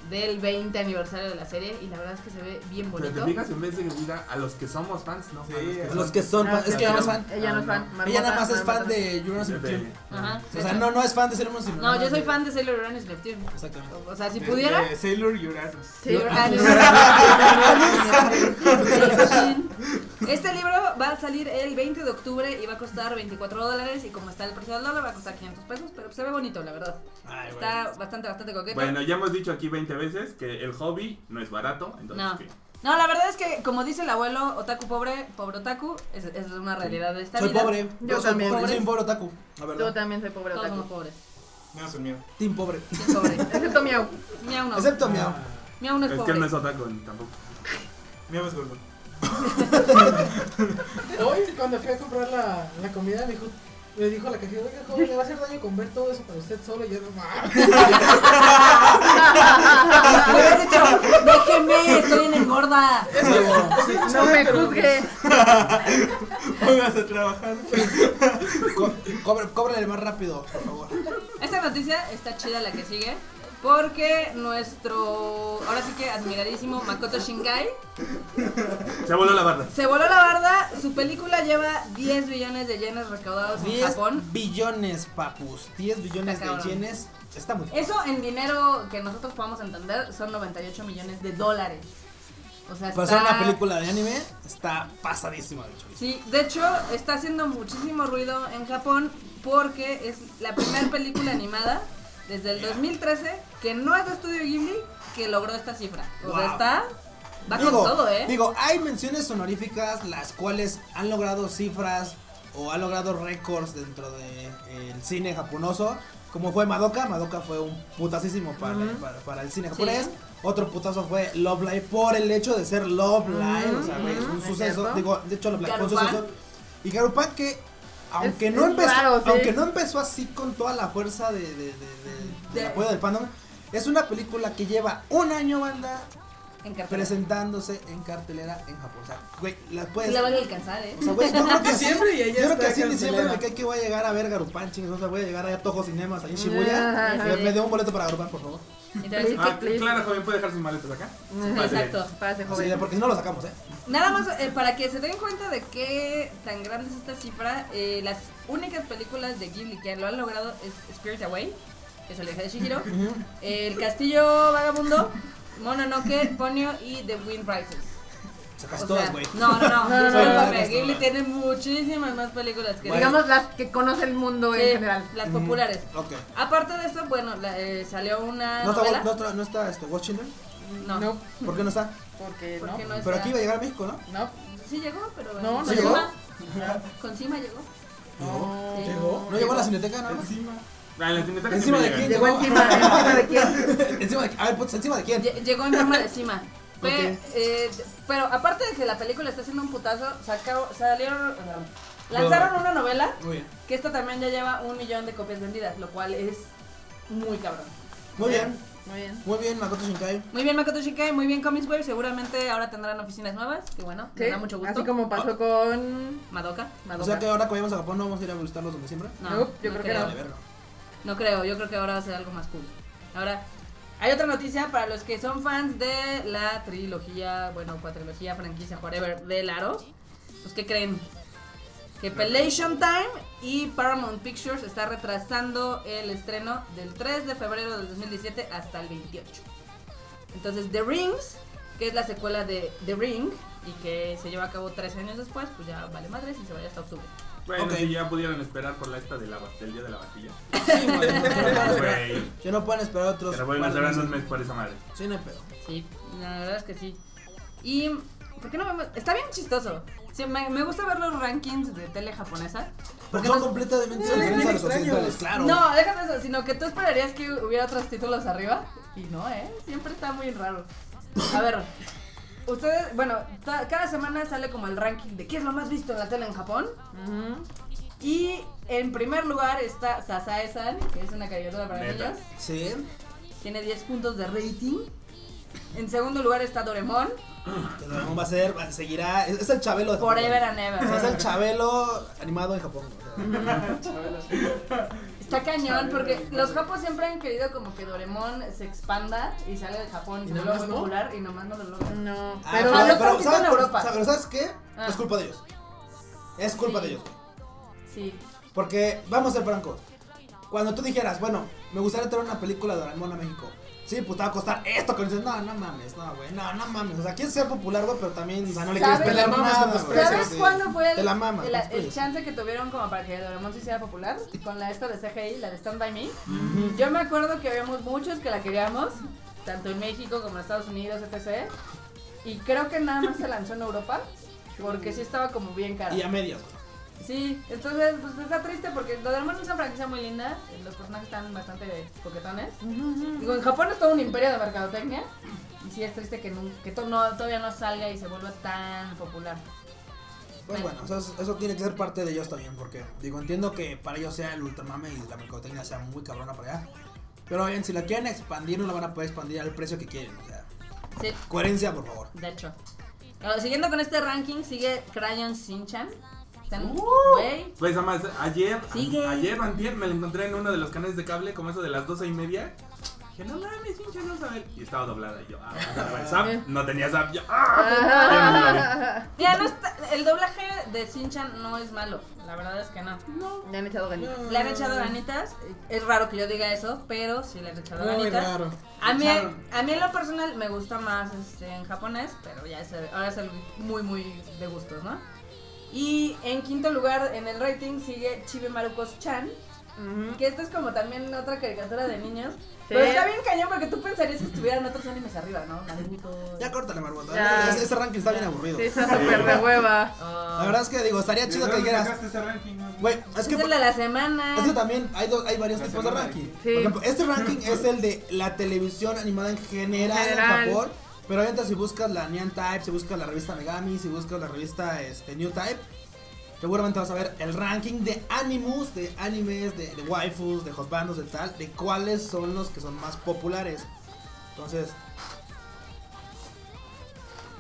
[SPEAKER 3] del 20 aniversario de la serie y la verdad es que se ve bien
[SPEAKER 4] Pero
[SPEAKER 3] bonito.
[SPEAKER 4] te fijas en vez de que diga a los que somos fans, no
[SPEAKER 6] Sí,
[SPEAKER 4] fans.
[SPEAKER 1] los que son
[SPEAKER 2] Ah,
[SPEAKER 1] fans- es que ella no es fan.
[SPEAKER 2] Ella no es fan.
[SPEAKER 1] Ella
[SPEAKER 2] Marmota,
[SPEAKER 1] nada más es fan
[SPEAKER 2] marmota.
[SPEAKER 1] de Uranus y
[SPEAKER 4] De- de-
[SPEAKER 1] Neptune.
[SPEAKER 3] Ajá,
[SPEAKER 1] O sea, no, no es fan de Sailor Moon, sino
[SPEAKER 3] No,
[SPEAKER 1] nada
[SPEAKER 3] yo
[SPEAKER 1] más
[SPEAKER 3] soy
[SPEAKER 1] de-
[SPEAKER 3] fan de Sailor Uranus Neptune.
[SPEAKER 1] Exactamente.
[SPEAKER 3] O sea, si
[SPEAKER 6] De-
[SPEAKER 3] pudiera...
[SPEAKER 6] de Sailor Uranus.
[SPEAKER 2] Sí,
[SPEAKER 3] Sailor Uranus. Este libro va a salir el 20 de octubre y va a costar 24 dólares. Y como está el precio del dólar, va a costar 500 pesos. Pero se ve bonito, la verdad.
[SPEAKER 1] Ay, güey.
[SPEAKER 3] Está bastante, bastante coqueto.
[SPEAKER 4] pues, Bueno, ya hemos dicho aquí 20 veces que el hobby no es barato, entonces
[SPEAKER 3] No.
[SPEAKER 4] ¿qué?
[SPEAKER 3] No, la verdad es que, como dice el abuelo, otaku pobre, pobre otaku, es, es una realidad de esta
[SPEAKER 1] Soy
[SPEAKER 3] vida.
[SPEAKER 1] pobre.
[SPEAKER 2] Yo
[SPEAKER 1] Yo soy
[SPEAKER 2] también.
[SPEAKER 1] pobre. Soy un pobre otaku. La
[SPEAKER 2] Yo
[SPEAKER 1] verdad.
[SPEAKER 2] también soy pobre
[SPEAKER 3] Todos somos
[SPEAKER 2] otaku.
[SPEAKER 3] pobres.
[SPEAKER 6] No, es el mío.
[SPEAKER 1] Team pobre.
[SPEAKER 3] ¿Quién es pobre?
[SPEAKER 2] Excepto Miau.
[SPEAKER 3] Miau no.
[SPEAKER 1] Excepto miau.
[SPEAKER 3] Miau [laughs] no es
[SPEAKER 4] Es
[SPEAKER 3] pobre. [laughs]
[SPEAKER 4] que no es otaku ni tampoco.
[SPEAKER 6] Mío es gordo. [laughs]
[SPEAKER 5] Hoy, cuando fui a comprar la, la comida, me dijo, me dijo la cajera, oiga, joven, le va a hacer daño comer todo eso para usted solo. Y yo, no mames.
[SPEAKER 3] Me hubieras dicho, déjeme, estoy en engorda.
[SPEAKER 5] Sí,
[SPEAKER 2] No me
[SPEAKER 5] pero-
[SPEAKER 2] juzgue.
[SPEAKER 6] Hoy vas a trabajar.
[SPEAKER 1] Co- cobre- Cóbrale más rápido, por favor.
[SPEAKER 3] Esta noticia está chida la que sigue. Porque nuestro, ahora sí que admiradísimo Makoto Shinkai
[SPEAKER 4] Se voló
[SPEAKER 3] [laughs]
[SPEAKER 4] la barra.
[SPEAKER 3] se voló la barda. Su película lleva 10 billones de yenes recaudados en
[SPEAKER 1] 10
[SPEAKER 3] Japón.
[SPEAKER 1] billones, papus. 10 billones de
[SPEAKER 3] cabrón.
[SPEAKER 1] yenes. Está muy.
[SPEAKER 3] Eso en dinero que nosotros podamos entender son 98 millones de dólares. O sea,
[SPEAKER 1] Para
[SPEAKER 3] está...
[SPEAKER 1] hacer una película de anime, está pasadísima, de hecho.
[SPEAKER 3] Sí, de hecho está haciendo muchísimo ruido en Japón porque es la primera película animada desde el 2013 que no es de estudio Ghibli que logró esta cifra. O sea,
[SPEAKER 1] Wow.
[SPEAKER 3] está va con todo, ¿eh?
[SPEAKER 1] Digo, hay menciones honoríficas las cuales han logrado cifras o han logrado récords dentro del cine japonoso. Como fue Madoka, Madoka fue un putasísimo para, para, para el cine japonés. Otro putazo fue Love Live por el hecho de ser Love Live. O sea, güey, es un
[SPEAKER 2] es
[SPEAKER 1] suceso.
[SPEAKER 2] cierto.
[SPEAKER 1] Digo, de hecho, Love Live fue un
[SPEAKER 3] Garupan.
[SPEAKER 1] suceso. Y Garupan que, aunque,
[SPEAKER 2] Es-
[SPEAKER 1] no
[SPEAKER 2] es
[SPEAKER 1] empezó,
[SPEAKER 2] raro, sí.
[SPEAKER 1] aunque no empezó así con toda la fuerza de, de- de- de- del
[SPEAKER 3] De-
[SPEAKER 1] apoyo del fandom, es una película que lleva un año, banda,
[SPEAKER 3] En cartera.
[SPEAKER 1] presentándose en cartelera en Japón. O sea, güey, la
[SPEAKER 3] Y
[SPEAKER 1] puedes.
[SPEAKER 3] la van a alcanzar, ¿eh?
[SPEAKER 1] O sea, güey, yo creo que
[SPEAKER 5] [laughs]
[SPEAKER 1] así-
[SPEAKER 5] Diciembre y ella
[SPEAKER 1] Yo creo que
[SPEAKER 5] está
[SPEAKER 1] así en diciembre me
[SPEAKER 5] cartelera.
[SPEAKER 1] cae que voy a llegar a ver Garupan, chingos. O sea, voy a llegar allá a Toho Cinemas, ahí en Shibuya.
[SPEAKER 2] Ajá.
[SPEAKER 1] Me, me dio un boleto para Garupan, por favor.
[SPEAKER 3] Y te voy a decir,
[SPEAKER 4] Ah,
[SPEAKER 2] please.
[SPEAKER 4] claro, joven, puede dejar sus maletas acá. Pásale.
[SPEAKER 3] Exacto.
[SPEAKER 2] Párate,
[SPEAKER 1] Así de-
[SPEAKER 2] joven.
[SPEAKER 1] porque si no lo sacamos, ¿eh?
[SPEAKER 3] Nada más eh, para que se den cuenta de qué tan grande es esta cifra, eh, las únicas películas de Ghibli que lo han logrado es Spirit Away, que es el viaje de Shihiro, El Castillo Vagabundo, Mononoke, Ponyo y The Wind Rises.
[SPEAKER 1] Sacas
[SPEAKER 3] O
[SPEAKER 1] todas,
[SPEAKER 3] sea,
[SPEAKER 1] güey.
[SPEAKER 3] No, no,
[SPEAKER 2] no,
[SPEAKER 3] no.
[SPEAKER 2] no,
[SPEAKER 3] discúlpame,
[SPEAKER 1] no, no.
[SPEAKER 3] Ghibli tiene muchísimas más películas que
[SPEAKER 1] Bueno.
[SPEAKER 2] Digamos las que conoce el mundo
[SPEAKER 3] Sí,
[SPEAKER 2] en general.
[SPEAKER 3] las populares.
[SPEAKER 1] Ok.
[SPEAKER 3] Aparte de esto, bueno, la- eh, salió una
[SPEAKER 1] ¿No está,
[SPEAKER 3] novela.
[SPEAKER 1] no está, no está este, Watch Children?
[SPEAKER 3] No,
[SPEAKER 5] No,
[SPEAKER 1] ¿Por qué no está?
[SPEAKER 2] Porque no.
[SPEAKER 3] porque no
[SPEAKER 1] Pero
[SPEAKER 3] está.
[SPEAKER 1] aquí iba a llegar a México, ¿no?
[SPEAKER 5] no,
[SPEAKER 3] Sí llegó, pero
[SPEAKER 5] No,
[SPEAKER 3] eh,
[SPEAKER 5] no
[SPEAKER 3] con
[SPEAKER 1] llegó.
[SPEAKER 3] Cima- Con
[SPEAKER 1] [laughs]
[SPEAKER 3] Cima llegó.
[SPEAKER 5] no.
[SPEAKER 3] Sí.
[SPEAKER 5] ¿Llegó?
[SPEAKER 1] ¿No llegó a la cineteca, nada más?
[SPEAKER 6] Encima.
[SPEAKER 4] Ah, en la cineteca
[SPEAKER 1] Encima
[SPEAKER 4] siempre
[SPEAKER 1] de
[SPEAKER 4] llegan.
[SPEAKER 1] quién.
[SPEAKER 2] Llegó encima, encima de
[SPEAKER 1] [laughs]
[SPEAKER 2] quién.
[SPEAKER 1] encima de, a ver, putz, ¿encima de quién?
[SPEAKER 3] Lle- Llegó en forma de cima. Fue, eh, pero aparte de que la película está haciendo un putazo, sacaron, salieron, lanzaron una novela
[SPEAKER 1] Muy bien.
[SPEAKER 3] que esta también ya lleva un millón de copias vendidas, lo cual es muy cabrón.
[SPEAKER 1] [laughs] Muy bien.
[SPEAKER 2] Muy bien.
[SPEAKER 1] Muy bien, Makoto Shinkai.
[SPEAKER 3] Muy bien Makoto Shinkai, muy bien Comics Wave, seguramente ahora tendrán oficinas nuevas, que bueno, me
[SPEAKER 2] Sí,
[SPEAKER 3] da mucho gusto. Oh.
[SPEAKER 2] Así como pasó con
[SPEAKER 3] Madoka.
[SPEAKER 1] O
[SPEAKER 2] Madoka.
[SPEAKER 1] sea que ahora que vayamos a Japón no vamos a ir a visitarlos donde siempre.
[SPEAKER 3] No,
[SPEAKER 2] Nope, yo
[SPEAKER 3] no
[SPEAKER 2] creo que no.
[SPEAKER 1] Vale, verga.
[SPEAKER 3] No creo, yo creo que ahora va a ser algo más cool. Ahora, hay otra noticia para los que son fans de la trilogía, bueno, cuatrilogía, franquicia, whatever, de Laro. Pues, ¿qué creen? Que Pelation Time y Paramount Pictures está retrasando el estreno del 3 de febrero del 2017 hasta el 28. Entonces, The Rings, que es la secuela de The Ring y que se lleva a cabo tres años después, pues ya vale madres y se vaya hasta octubre.
[SPEAKER 4] Bueno,
[SPEAKER 1] Ok.
[SPEAKER 4] si ya pudieron esperar por la esta de la bastilla de
[SPEAKER 2] [laughs]
[SPEAKER 4] la batilla.
[SPEAKER 1] [laughs] Sí, güey, no pueden esperar.
[SPEAKER 4] Güey,
[SPEAKER 1] Que no pueden esperar otros.
[SPEAKER 4] pero bueno,
[SPEAKER 1] par de
[SPEAKER 4] habrán un
[SPEAKER 1] meses.
[SPEAKER 4] mes por esa madre.
[SPEAKER 1] Sí, no hay pedo.
[SPEAKER 3] Sí, la verdad es que sí. Y, ¿por qué no vemos? Está bien chistoso. Sí, me, me gusta ver los rankings de tele japonesa.
[SPEAKER 1] Porque son completamente
[SPEAKER 5] No,
[SPEAKER 1] diferentes
[SPEAKER 5] no,
[SPEAKER 1] a los
[SPEAKER 5] no,
[SPEAKER 1] occidentales,
[SPEAKER 5] no.
[SPEAKER 1] claro.
[SPEAKER 3] No, déjate eso, sino que tú esperarías que hubiera otros títulos arriba. Y no, ¿eh? Siempre está muy raro. A ver, ustedes, bueno, ta- cada semana sale como el ranking de qué es lo más visto en la tele en Japón.
[SPEAKER 2] Ujú.
[SPEAKER 3] Y en primer lugar está Sasae-san, que es una caricatura para
[SPEAKER 4] Neta.
[SPEAKER 3] niños.
[SPEAKER 1] Sí,
[SPEAKER 3] Tiene 10 puntos de rating. En segundo lugar está Doremon,
[SPEAKER 1] pero no va a ser, va- seguirá. Es, es el Chabelo de Japón.
[SPEAKER 3] Forever
[SPEAKER 1] güey.
[SPEAKER 3] and
[SPEAKER 1] O [laughs] sea, es el
[SPEAKER 3] Ever.
[SPEAKER 1] Chabelo animado en Japón. güey. O sea,
[SPEAKER 3] Está cañón porque los japos siempre han querido como que Doremon se expanda y salga de Japón y
[SPEAKER 5] ¿Y
[SPEAKER 3] se
[SPEAKER 5] nada
[SPEAKER 3] vuelva
[SPEAKER 5] más
[SPEAKER 3] muy
[SPEAKER 5] no?
[SPEAKER 3] popular y nomás no lo logran.
[SPEAKER 2] No.
[SPEAKER 1] ah,
[SPEAKER 2] Pero
[SPEAKER 3] Pablo
[SPEAKER 1] pero,
[SPEAKER 3] Pablo
[SPEAKER 1] ¿sabes,
[SPEAKER 3] en
[SPEAKER 1] por-
[SPEAKER 3] Europa.
[SPEAKER 1] sa- pero ¿sabes qué?
[SPEAKER 3] Ah.
[SPEAKER 1] Es culpa de ellos. Es culpa
[SPEAKER 3] Sí.
[SPEAKER 1] de ellos. güey.
[SPEAKER 3] Sí.
[SPEAKER 1] Porque, vamos a ser francos. Cuando tú dijeras, bueno, me gustaría traer una película de Doraemon a México. Sí, pues te va a costar esto. Que dices, no, no mames, no, güey, no, no mames. O sea, quieres ser popular, güey, pero también, o sea, no le quieres
[SPEAKER 3] ¿Sabes?
[SPEAKER 1] pelear
[SPEAKER 5] Te la mamas con
[SPEAKER 1] nada,
[SPEAKER 5] los
[SPEAKER 1] güey.
[SPEAKER 3] ¿Sabes
[SPEAKER 1] Ah, pues, Sí.
[SPEAKER 3] cuándo fue el,
[SPEAKER 1] Te la pues, mama,
[SPEAKER 3] el,
[SPEAKER 1] los
[SPEAKER 3] el
[SPEAKER 1] precios.
[SPEAKER 3] chance que tuvieron como para que Doraemon se hiciera popular? Con la esta de CGI, la de Stand By Me. Yo me acuerdo que habíamos muchos que la queríamos, tanto en México como en Estados Unidos, etc. Y creo que nada más se lanzó en Europa, porque sí estaba como bien cara.
[SPEAKER 1] Y a medias, güey.
[SPEAKER 3] Sí, entonces pues está triste porque Doraemon es una franquicia muy linda, los personajes están bastante coquetones. Digo, en Japón es todo un imperio de mercadotecnia y sí es triste que, nun- que to- no, todavía no salga y se vuelva tan popular.
[SPEAKER 1] Pues bueno, o sea, eso, eso tiene que ser parte de ellos también, porque digo, entiendo que para ellos sea el ultramame y la mercadotecnia sea muy cabrona para allá. Pero bien, si la quieren expandir, no la van a poder expandir al precio que quieren. O sea,
[SPEAKER 3] Sí,
[SPEAKER 1] coherencia, por favor.
[SPEAKER 3] de hecho. Ahora, siguiendo con este ranking sigue Crayon Shinchan. Están,
[SPEAKER 5] Uh.
[SPEAKER 3] güey.
[SPEAKER 4] Pues además, ayer,
[SPEAKER 3] Sigue.
[SPEAKER 4] ayer o antier me lo encontré en uno de los canales de cable, como eso de las doce y media. Dije, no mames, pinche, no sabe. Y estaba doblada. Y yo, ah, pues, zap, no tenía zap. Yo,
[SPEAKER 2] [laughs]
[SPEAKER 4] ah,
[SPEAKER 3] Mira, no está- el doblaje de Shinchan no es malo, la verdad es que no.
[SPEAKER 2] Le han echado ganitas.
[SPEAKER 5] No,
[SPEAKER 3] Le han echado ganitas, es raro que yo diga eso, pero sí le han echado
[SPEAKER 5] Muy
[SPEAKER 3] ganitas.
[SPEAKER 5] raro.
[SPEAKER 3] A mí,
[SPEAKER 4] Echaron.
[SPEAKER 3] a mí en lo personal me gusta más este, en japonés, pero ya es, ahora es algo muy, muy de gustos, ¿no? Y en quinto lugar en el rating sigue Chibi Maruko's Chan,
[SPEAKER 2] Ujú.
[SPEAKER 3] que esta es como también otra caricatura de niños.
[SPEAKER 2] Sí.
[SPEAKER 3] Pero está bien cañón porque tú pensarías que estuvieran otros animes arriba, ¿no? Naruto.
[SPEAKER 1] Ya córtale, Marmota.
[SPEAKER 2] Ya.
[SPEAKER 1] Ese, ese ranking está bien aburrido.
[SPEAKER 2] Sí, está súper de hueva. [laughs]
[SPEAKER 3] Ah.
[SPEAKER 1] La verdad es que digo, estaría chido que dijeras.
[SPEAKER 6] sacaste ese ranking? no?
[SPEAKER 1] Güey, es que.
[SPEAKER 3] es el de la semana.
[SPEAKER 1] Es que también hay, dos- hay varios
[SPEAKER 6] La
[SPEAKER 1] tipos de
[SPEAKER 6] semana
[SPEAKER 1] ranking.
[SPEAKER 2] Sí.
[SPEAKER 1] Por ejemplo, este ranking es el de la televisión animada en general,
[SPEAKER 2] En general.
[SPEAKER 1] en Japón. Pero ahorita si buscas la Neon Type, si buscas la revista Megami, si buscas la revista este, New Type, seguramente vas a ver el ranking de animus, de animes, de, de waifus, de hosbandos, de tal, de cuáles son los que son más populares. Entonces,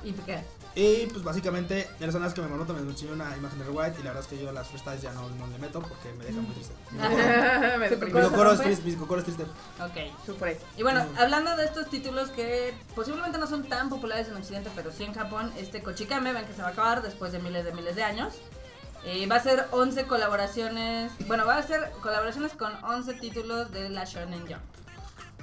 [SPEAKER 3] ¿Y qué?
[SPEAKER 1] y pues básicamente, de las zonas que me mandaron me enseñó una imagen de White y la verdad es que yo a las freestyles ya no, no le meto porque me deja muy [laughs] triste. Mi cocoro-
[SPEAKER 2] Me deprimí.
[SPEAKER 1] Mi cocoro es
[SPEAKER 3] ¿Se rompe?
[SPEAKER 1] triste, mi cocoro es triste.
[SPEAKER 3] Ok.
[SPEAKER 2] Sufre.
[SPEAKER 3] Y bueno,
[SPEAKER 4] Mm.
[SPEAKER 3] hablando de estos títulos que posiblemente no son tan populares en Occidente, pero sí en Japón, este Kochikame, ven que se va a acabar después de miles de miles de años. Eh, va a ser 11 colaboraciones, bueno, va a ser colaboraciones con 11 títulos de la Shonen Jump.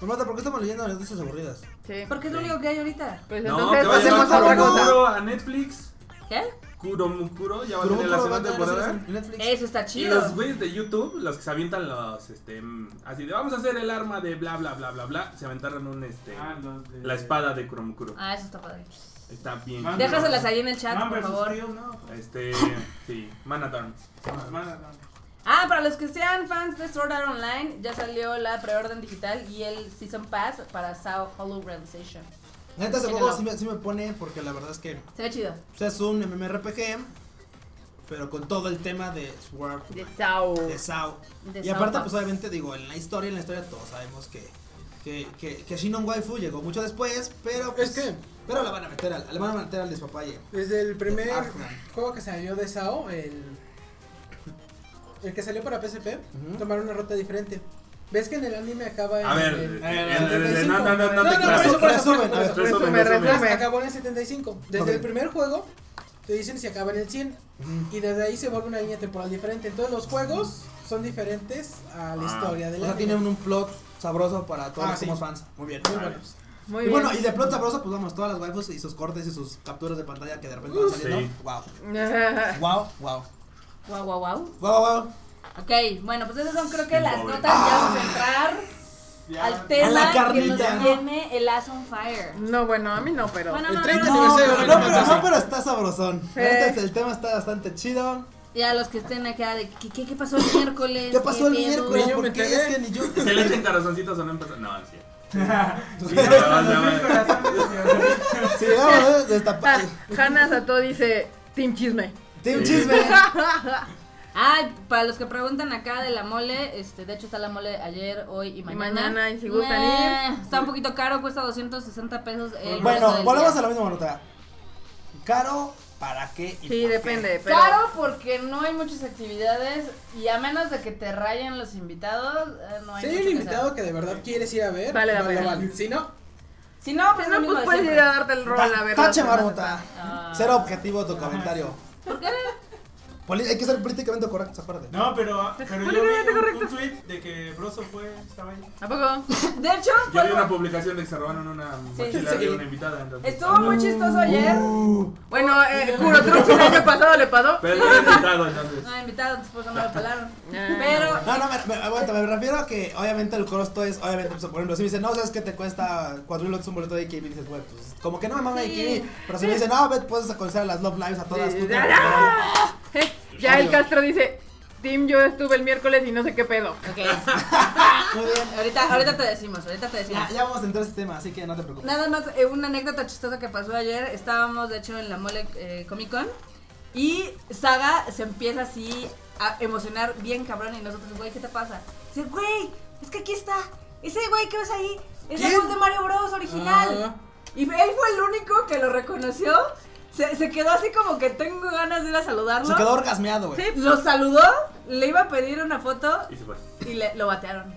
[SPEAKER 1] Marmota, Pues, ¿por qué estamos leyendo las noticias aburridas?
[SPEAKER 2] Sí.
[SPEAKER 3] Porque es lo único que hay ahorita.
[SPEAKER 2] Pues
[SPEAKER 4] no,
[SPEAKER 2] entonces
[SPEAKER 4] que va a llegar
[SPEAKER 2] hacemos otra cosa.
[SPEAKER 4] Kuromukuro a Netflix.
[SPEAKER 3] ¿Qué?
[SPEAKER 4] Kuromukuro ya va a
[SPEAKER 1] Kuromukuro
[SPEAKER 4] tener la
[SPEAKER 1] va a
[SPEAKER 4] segunda
[SPEAKER 1] tener series
[SPEAKER 4] temporada.
[SPEAKER 1] en Netflix.
[SPEAKER 3] Eso está
[SPEAKER 4] Y
[SPEAKER 3] chido.
[SPEAKER 4] los güeyes de YouTube, los que se avientan los, este, mm, así de vamos a hacer el arma de bla bla bla bla bla, se aventaron un, este,
[SPEAKER 6] Ah, los de-
[SPEAKER 4] la espada de Kuromukuro.
[SPEAKER 3] Ah, eso está padre.
[SPEAKER 4] Está bien.
[SPEAKER 3] Ah,
[SPEAKER 6] Man-
[SPEAKER 3] Déjaselas ahí en el chat,
[SPEAKER 6] Man
[SPEAKER 3] por
[SPEAKER 6] versus
[SPEAKER 3] favor.
[SPEAKER 6] Steel, no.
[SPEAKER 4] Este, sí, Man at Arms.
[SPEAKER 6] Man at Arms.
[SPEAKER 3] Ah, para los que sean fans de Sword Art Online, ya salió la preorden digital y el Season Pass para Sao Hollow Realization.
[SPEAKER 1] La neta, ese
[SPEAKER 3] Chéquenlo.
[SPEAKER 1] juego sí me, sí me pone porque la verdad es que
[SPEAKER 3] Se ve chido.
[SPEAKER 1] pues, es un MMORPG, pero con todo el tema de Sword,
[SPEAKER 2] De Sao.
[SPEAKER 1] de SAO.
[SPEAKER 3] De
[SPEAKER 1] y aparte,
[SPEAKER 3] Sao
[SPEAKER 1] pues
[SPEAKER 3] Pass.
[SPEAKER 1] obviamente, digo, en la historia, en la historia todos sabemos que, que, que, que Shinon Waifu llegó mucho después, pero pues,
[SPEAKER 5] Es que-
[SPEAKER 1] pero la van a meter al, la van a meter al despapalle.
[SPEAKER 5] Desde el primer
[SPEAKER 4] Ah,
[SPEAKER 1] Artman.
[SPEAKER 5] juego que salió de SAO, el, el que salió para PSP,
[SPEAKER 1] Ujú.
[SPEAKER 5] tomaron una ruta diferente. ¿Ves que en el anime acaba en
[SPEAKER 4] A ver,
[SPEAKER 5] el-
[SPEAKER 1] eh,
[SPEAKER 5] en
[SPEAKER 1] eh,
[SPEAKER 5] el
[SPEAKER 1] eh,
[SPEAKER 5] 75?
[SPEAKER 4] no, no, no, no
[SPEAKER 5] no,
[SPEAKER 4] te
[SPEAKER 5] por eso, por eso, por
[SPEAKER 1] Resumen,
[SPEAKER 5] eso,
[SPEAKER 1] a ver,
[SPEAKER 5] por eso.
[SPEAKER 4] Resume,
[SPEAKER 2] Resume,
[SPEAKER 4] resume.
[SPEAKER 2] resume.
[SPEAKER 5] Acabó en el 75. Desde
[SPEAKER 1] Ok.
[SPEAKER 5] el primer juego te dicen si acaba en el 100. Y desde ahí se vuelve una línea temporal diferente. Entonces los juegos son diferentes a la
[SPEAKER 4] Ah.
[SPEAKER 5] historia
[SPEAKER 1] O
[SPEAKER 5] del
[SPEAKER 1] sea,
[SPEAKER 5] anime.
[SPEAKER 1] tienen un plot sabroso para todos
[SPEAKER 5] Ah,
[SPEAKER 1] los que
[SPEAKER 5] sí.
[SPEAKER 1] somos fans. Muy bien.
[SPEAKER 5] Muy
[SPEAKER 4] Vale.
[SPEAKER 5] buenos.
[SPEAKER 2] Muy
[SPEAKER 1] y
[SPEAKER 2] bien.
[SPEAKER 1] bueno, y de plot sabroso, pues vamos, todas las waifus y sus cortes y sus capturas de pantalla que de repente
[SPEAKER 2] Uh.
[SPEAKER 1] van
[SPEAKER 4] Sí.
[SPEAKER 1] saliendo. Wow. Wow, wow.
[SPEAKER 3] Guau, guau, guau.
[SPEAKER 1] Wow, wow.
[SPEAKER 3] Ok, bueno, pues esas son creo que
[SPEAKER 4] Sí,
[SPEAKER 3] las
[SPEAKER 4] pobre.
[SPEAKER 3] notas. Ya vamos a entrar
[SPEAKER 6] Ya.
[SPEAKER 3] al tema
[SPEAKER 1] Ah. la
[SPEAKER 3] que nos
[SPEAKER 1] carnita.
[SPEAKER 3] viene el As on Fire.
[SPEAKER 2] no, bueno, a mí no, pero.
[SPEAKER 3] Bueno,
[SPEAKER 5] El
[SPEAKER 3] no,
[SPEAKER 5] 30
[SPEAKER 3] no, no.
[SPEAKER 1] No,
[SPEAKER 5] aniversario.
[SPEAKER 1] pero, no, pero, no, pero está sabrosón.
[SPEAKER 2] Sí.
[SPEAKER 1] Ahorita el tema está bastante chido.
[SPEAKER 3] Y a los que estén acá de ¿qué, qué, qué
[SPEAKER 1] [laughs]
[SPEAKER 3] pasó el miércoles?
[SPEAKER 1] ¿Qué pasó el
[SPEAKER 3] pedo?
[SPEAKER 1] miércoles?
[SPEAKER 5] Ni yo me
[SPEAKER 1] Porque
[SPEAKER 5] enteré.
[SPEAKER 1] es que ni yo.
[SPEAKER 4] Se le echen corazoncitos o no empezaron. No, sí.
[SPEAKER 6] Sí,
[SPEAKER 4] ya va, ya va.
[SPEAKER 6] los mil corazones, tío.
[SPEAKER 1] [laughs] Sí, vamos, ¿eh?
[SPEAKER 2] Ah,
[SPEAKER 1] destapar.
[SPEAKER 2] Hannah Sato dice Team Chisme.
[SPEAKER 1] Team
[SPEAKER 2] [laughs]
[SPEAKER 1] Chisme.
[SPEAKER 3] Ay, para los que preguntan acá de la mole, este, de hecho está la mole ayer, hoy y mañana.
[SPEAKER 2] mañana, y si gustan
[SPEAKER 3] Eh, Está un poquito caro, cuesta 260 pesos el resto
[SPEAKER 1] Bueno,
[SPEAKER 3] del
[SPEAKER 1] volvemos a
[SPEAKER 3] día.
[SPEAKER 1] la misma nota. Caro, ¿para qué? y
[SPEAKER 2] Sí,
[SPEAKER 1] por qué?
[SPEAKER 2] depende, pero.
[SPEAKER 3] Caro porque no hay muchas actividades y a menos de que te rayen los invitados, eh, no hay
[SPEAKER 5] Si hay
[SPEAKER 3] mucho
[SPEAKER 5] un
[SPEAKER 3] que
[SPEAKER 5] invitado
[SPEAKER 3] hacer.
[SPEAKER 5] que de verdad quieres ir a ver,
[SPEAKER 2] Vale la pena.
[SPEAKER 5] Si no,
[SPEAKER 3] Si no,
[SPEAKER 2] Pues
[SPEAKER 3] pues es lo
[SPEAKER 2] no,
[SPEAKER 3] mismo
[SPEAKER 2] pues
[SPEAKER 3] de
[SPEAKER 2] puedes ir
[SPEAKER 3] siempre.
[SPEAKER 2] a darte el rol a ver.
[SPEAKER 1] Tache
[SPEAKER 2] las demás.
[SPEAKER 1] marmota.
[SPEAKER 3] Ah.
[SPEAKER 1] Cero objetivo tu comentario. Poli- Hay que ser políticamente correctos aparte.
[SPEAKER 6] No, pero, ah, pero yo
[SPEAKER 2] Bueno, ya te
[SPEAKER 6] vi un,
[SPEAKER 2] correcto.
[SPEAKER 6] un tweet de que Broso fue, estaba ahí.
[SPEAKER 2] ¿A poco?
[SPEAKER 3] De hecho,
[SPEAKER 4] Yo vi
[SPEAKER 3] bueno,
[SPEAKER 4] una publicación de que se robaron una mochila
[SPEAKER 5] sí.
[SPEAKER 4] de una invitada. entonces-
[SPEAKER 3] estuvo muy chistoso ayer.
[SPEAKER 1] Uh.
[SPEAKER 2] Bueno, eh,
[SPEAKER 3] [laughs]
[SPEAKER 2] Kurotruch el año pasado le pasó.
[SPEAKER 4] Pero no era invitado, entonces.
[SPEAKER 3] No, invitado, después no lo pelaron.
[SPEAKER 2] Ah.
[SPEAKER 3] Pero
[SPEAKER 1] No, no, me, me- aguanta, me refiero a que obviamente el costo es, obviamente, pues, por ejemplo, si me dicen, no, sabes que te cuesta 4 mil un boleto de AKB, dices, güey, pues, como que no me mama
[SPEAKER 3] Sí.
[SPEAKER 1] AKB, pero si me dicen, no, ve, puedes conocer a las Love Lives a todas.
[SPEAKER 2] Sí,
[SPEAKER 1] puta
[SPEAKER 2] ya,
[SPEAKER 1] madre".
[SPEAKER 2] Eh, [laughs] Ya el Castro dice, Tim, yo estuve el miércoles y no sé qué pedo.
[SPEAKER 1] Muy
[SPEAKER 3] Ok,
[SPEAKER 1] bien, eh,
[SPEAKER 3] ahorita, ahorita te decimos, ahorita te decimos.
[SPEAKER 1] ya, ya vamos a entrar a este tema, así que no te preocupes.
[SPEAKER 3] Nada más, eh, una anécdota chistosa que pasó ayer. Estábamos, de hecho, en la mole eh, Comic Con. Y Saga se empieza así a emocionar bien cabrón. Y nosotros, güey, ¿qué te pasa? Dice, güey, es que aquí está. Ese güey que ves ahí es la
[SPEAKER 5] ¿Quién?
[SPEAKER 3] voz de Mario Bros.
[SPEAKER 4] Ah.
[SPEAKER 3] original. Y él fue el único que lo reconoció. Se, se quedó así como que tengo ganas de ir a saludarlo.
[SPEAKER 1] Se quedó orgasmeado, güey.
[SPEAKER 3] Sí, Lo saludó, le iba a pedir una foto
[SPEAKER 4] Y se fue.
[SPEAKER 3] y le, lo batearon.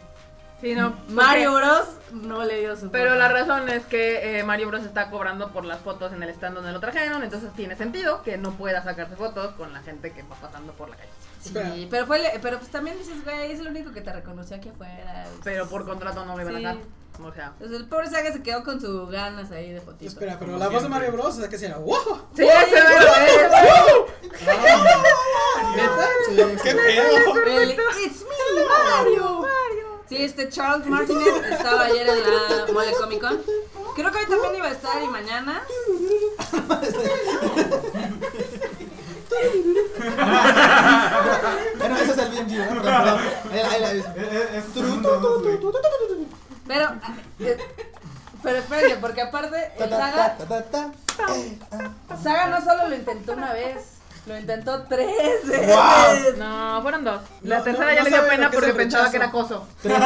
[SPEAKER 2] Sí, no.
[SPEAKER 3] Mario
[SPEAKER 2] porque-
[SPEAKER 3] Bros. no le dio su
[SPEAKER 2] Pero
[SPEAKER 3] foto.
[SPEAKER 2] la razón es que eh, Mario Bros está cobrando por las fotos en el stand donde lo trajeron, entonces tiene sentido que no pueda sacarse fotos con la gente que va pasando por la calle.
[SPEAKER 3] Sí, pero fue, le- pero pues también dices, güey, es el único que te reconoció aquí afuera.
[SPEAKER 2] Pero por contrato no lo iban
[SPEAKER 3] Sí.
[SPEAKER 2] a dejar. O sea.
[SPEAKER 3] Entonces el pobre Saga se quedó con sus ganas ahí de fotito.
[SPEAKER 5] Espera, pero
[SPEAKER 6] Como
[SPEAKER 5] la voz de
[SPEAKER 6] siempre.
[SPEAKER 5] Mario Bros. O sea, que será. ¡Wow!
[SPEAKER 2] Sí, ese
[SPEAKER 5] ¿Neta?
[SPEAKER 6] ¡Qué pedo!
[SPEAKER 3] El It's me, Mario. Sí, este Charles Martinet estaba ayer en la Mole Comic Con. Creo que hoy también iba a estar y mañana.
[SPEAKER 1] Bueno, ese es el BMG, ¿no? Perdón, perdón. Ahí, ahí, ahí.
[SPEAKER 6] Eh, eh, Es
[SPEAKER 1] Tru,
[SPEAKER 6] un
[SPEAKER 1] tu, tu,
[SPEAKER 6] dos,
[SPEAKER 1] tu,
[SPEAKER 6] güey.
[SPEAKER 1] tu, tu, tu, tu, tu.
[SPEAKER 3] Pero, eh, pero espérense, porque aparte
[SPEAKER 1] Ta,
[SPEAKER 3] el
[SPEAKER 1] ta,
[SPEAKER 3] Saga,
[SPEAKER 1] ta, ta, ta. Eh.
[SPEAKER 3] Saga no solo lo intentó una vez, lo intentó tres veces.
[SPEAKER 1] Wow.
[SPEAKER 2] No, fueron dos.
[SPEAKER 5] No,
[SPEAKER 2] La
[SPEAKER 5] no,
[SPEAKER 2] tercera
[SPEAKER 5] no
[SPEAKER 2] ya le dio
[SPEAKER 5] sabe lo
[SPEAKER 2] pena
[SPEAKER 5] que es
[SPEAKER 2] porque
[SPEAKER 5] el
[SPEAKER 2] pensaba
[SPEAKER 5] rechazo.
[SPEAKER 2] que era acoso.
[SPEAKER 1] [laughs] Tres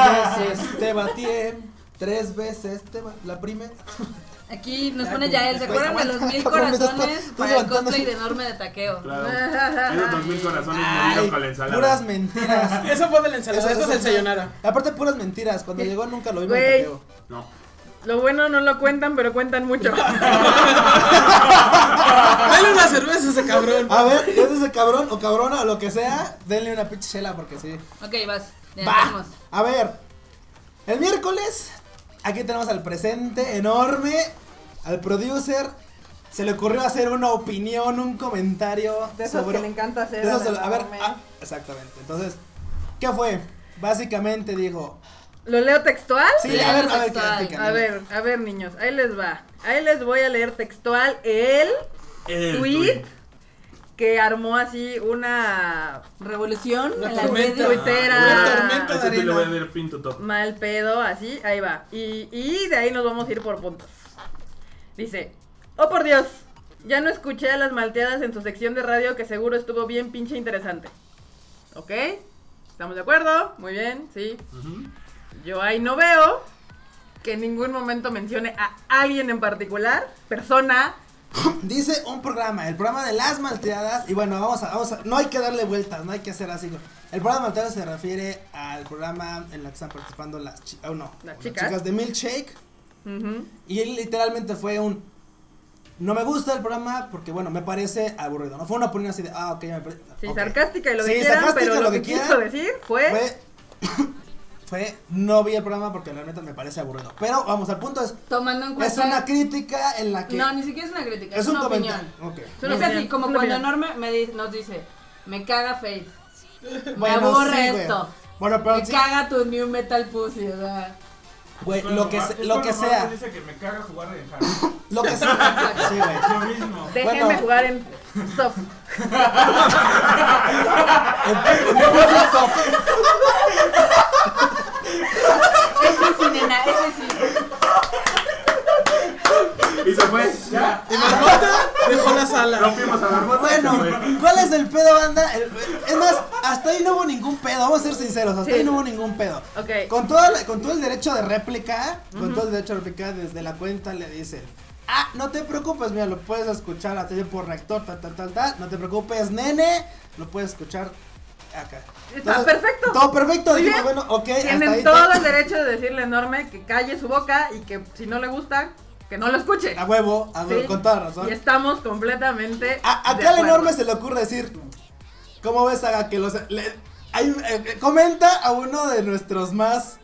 [SPEAKER 1] veces te batié, tres veces te ba- La primera.
[SPEAKER 3] Aquí nos pone Yael, ¿se acuerdan de los mil
[SPEAKER 1] Güey, aguanta,
[SPEAKER 3] corazones
[SPEAKER 1] aguanta,
[SPEAKER 3] para el
[SPEAKER 1] aguanta.
[SPEAKER 3] cosplay de enorme de taqueo?
[SPEAKER 4] Claro. Esos dos mil corazones murieron
[SPEAKER 1] Ay,
[SPEAKER 4] con la ensalada.
[SPEAKER 1] puras mentiras.
[SPEAKER 5] Eso fue de la
[SPEAKER 1] [laughs] Eso-
[SPEAKER 5] ensalada, eso,
[SPEAKER 1] eso
[SPEAKER 5] es el
[SPEAKER 1] fue-
[SPEAKER 5] sayonara.
[SPEAKER 1] Aparte, puras mentiras. Cuando llegó nunca lo vimos.
[SPEAKER 2] Güey.
[SPEAKER 1] Mateo.
[SPEAKER 4] No.
[SPEAKER 2] [laughs] Lo bueno no lo cuentan, pero cuentan
[SPEAKER 5] [laughs]
[SPEAKER 2] mucho.
[SPEAKER 5] Dale una cerveza a ese cabrón.
[SPEAKER 1] A ver, es ese cabrón o cabrona o lo que sea, denle una pinche chela porque sí.
[SPEAKER 3] Ok, vas. Ya,
[SPEAKER 1] Va.
[SPEAKER 3] vamos.
[SPEAKER 1] A ver, el miércoles, aquí tenemos al presente enorme, al producer. Se le ocurrió hacer una opinión, un comentario sobre.
[SPEAKER 2] encanta
[SPEAKER 1] de
[SPEAKER 2] hacer.
[SPEAKER 1] esos de- a ver, ah, exactamente. Entonces, ¿qué fue? Básicamente dijo.
[SPEAKER 2] ¿Lo leo textual?
[SPEAKER 1] Sí,
[SPEAKER 3] Sí,
[SPEAKER 1] a ver, a ver,
[SPEAKER 3] textual.
[SPEAKER 1] que- que- que-
[SPEAKER 2] A ver, a ver, niños, ahí les va. Ahí les voy a leer textual el
[SPEAKER 4] El
[SPEAKER 2] tweet
[SPEAKER 4] tweet.
[SPEAKER 2] que armó así una
[SPEAKER 3] Revolución
[SPEAKER 5] La
[SPEAKER 3] en las
[SPEAKER 5] tormenta.
[SPEAKER 3] redes.
[SPEAKER 5] Una
[SPEAKER 2] tuitera
[SPEAKER 5] tormenta.
[SPEAKER 4] Ese tweet Ah, le voy a ver pinto top.
[SPEAKER 2] mal pedo, así, ahí va. Y, y de ahí nos vamos a ir por puntos. Dice, oh por Dios, ya no escuché a las malteadas en su sección de radio que seguro estuvo bien pinche interesante. ¿Ok? ¿Estamos de acuerdo? Muy bien, sí.
[SPEAKER 4] Ujú.
[SPEAKER 2] Yo ahí no veo que en ningún momento mencione a alguien en particular, persona.
[SPEAKER 1] Dice un programa, el programa de las malteadas. Y bueno, vamos a, vamos a. No hay que darle vueltas, no hay que hacer así. El programa de malteadas se refiere al programa en el que están participando las, chi- oh, no,
[SPEAKER 2] Las chicas.
[SPEAKER 1] de Milkshake.
[SPEAKER 2] Ujú.
[SPEAKER 1] Y él literalmente fue un. No me gusta el programa porque, bueno, me parece aburrido. No fue una opinión así de. Ah, ok, ya me parece.
[SPEAKER 2] Sí,
[SPEAKER 1] ok".
[SPEAKER 2] sarcástica y lo
[SPEAKER 1] Sí,
[SPEAKER 2] que quieran,
[SPEAKER 1] sarcástica,
[SPEAKER 2] pero lo,
[SPEAKER 1] lo
[SPEAKER 2] que,
[SPEAKER 1] que quieran.
[SPEAKER 2] quiso decir fue...
[SPEAKER 1] Fue. [coughs] fue. No vi el programa porque la neta me parece aburrido. Pero vamos al punto: es,
[SPEAKER 3] Tomando en
[SPEAKER 1] es
[SPEAKER 3] cuenta.
[SPEAKER 1] una crítica en la que.
[SPEAKER 3] No, ni siquiera es una crítica, es,
[SPEAKER 1] es un
[SPEAKER 3] una opinión.
[SPEAKER 1] comentario. Ok.
[SPEAKER 2] Es una
[SPEAKER 3] es así
[SPEAKER 2] opinión,
[SPEAKER 3] como
[SPEAKER 2] es una
[SPEAKER 3] cuando
[SPEAKER 2] opinión.
[SPEAKER 3] Norma me di- nos dice: Me caga Faith. Me
[SPEAKER 1] Bueno,
[SPEAKER 3] aburre
[SPEAKER 1] sí, güey.
[SPEAKER 3] esto.
[SPEAKER 1] Bueno,
[SPEAKER 3] Me
[SPEAKER 1] pero sí,
[SPEAKER 3] caga tu new metal pussy. O sea,
[SPEAKER 1] güey,
[SPEAKER 6] Cuando
[SPEAKER 1] lo que,
[SPEAKER 6] Mar-
[SPEAKER 1] se-
[SPEAKER 6] es
[SPEAKER 1] lo
[SPEAKER 6] cuando
[SPEAKER 1] que
[SPEAKER 6] Marco
[SPEAKER 1] sea,
[SPEAKER 6] dice que me caga jugar en Harry.
[SPEAKER 1] lo
[SPEAKER 5] [laughs]
[SPEAKER 1] que sea, sí, güey.
[SPEAKER 6] Lo
[SPEAKER 1] [laughs]
[SPEAKER 6] mismo.
[SPEAKER 2] Déjenme
[SPEAKER 1] Bueno.
[SPEAKER 2] jugar en soft.
[SPEAKER 3] ese sí, nena, ese sí.
[SPEAKER 4] Y se fue. Ya.
[SPEAKER 5] Y Marmota dejó la sala.
[SPEAKER 4] Rompimos a Marmota.
[SPEAKER 1] Bueno,
[SPEAKER 4] se fue.
[SPEAKER 1] ¿cuál es el pedo, banda? El- es más, hasta ahí no hubo ningún pedo, vamos a ser sinceros, hasta
[SPEAKER 2] Sí.
[SPEAKER 1] ahí no hubo ningún pedo.
[SPEAKER 2] Ok.
[SPEAKER 1] Con todo, el- con todo el derecho de réplica, con todo el derecho de réplica, desde la cuenta le dicen, ah, no te preocupes, mira, lo puedes escuchar a tiempo rector, tal, tal, tal, tal, no te preocupes, nene, lo puedes escuchar acá.
[SPEAKER 2] Está perfecto.
[SPEAKER 1] Todo perfecto,
[SPEAKER 2] Muy
[SPEAKER 1] dijimos,
[SPEAKER 2] bien.
[SPEAKER 1] bueno, ok, hasta ahí.
[SPEAKER 2] Tienen todo el derecho de decirle a enorme que calle su boca y que si no le gusta, que no lo escuche.
[SPEAKER 1] A huevo, a huevo,
[SPEAKER 2] Sí.
[SPEAKER 1] con toda razón.
[SPEAKER 2] Y estamos completamente.
[SPEAKER 1] A, acá
[SPEAKER 2] de
[SPEAKER 1] al
[SPEAKER 2] acuerdo.
[SPEAKER 1] enorme se le ocurre decir. ¿Cómo ves, Saga? Que los. le- hay- eh, comenta a uno de nuestros más.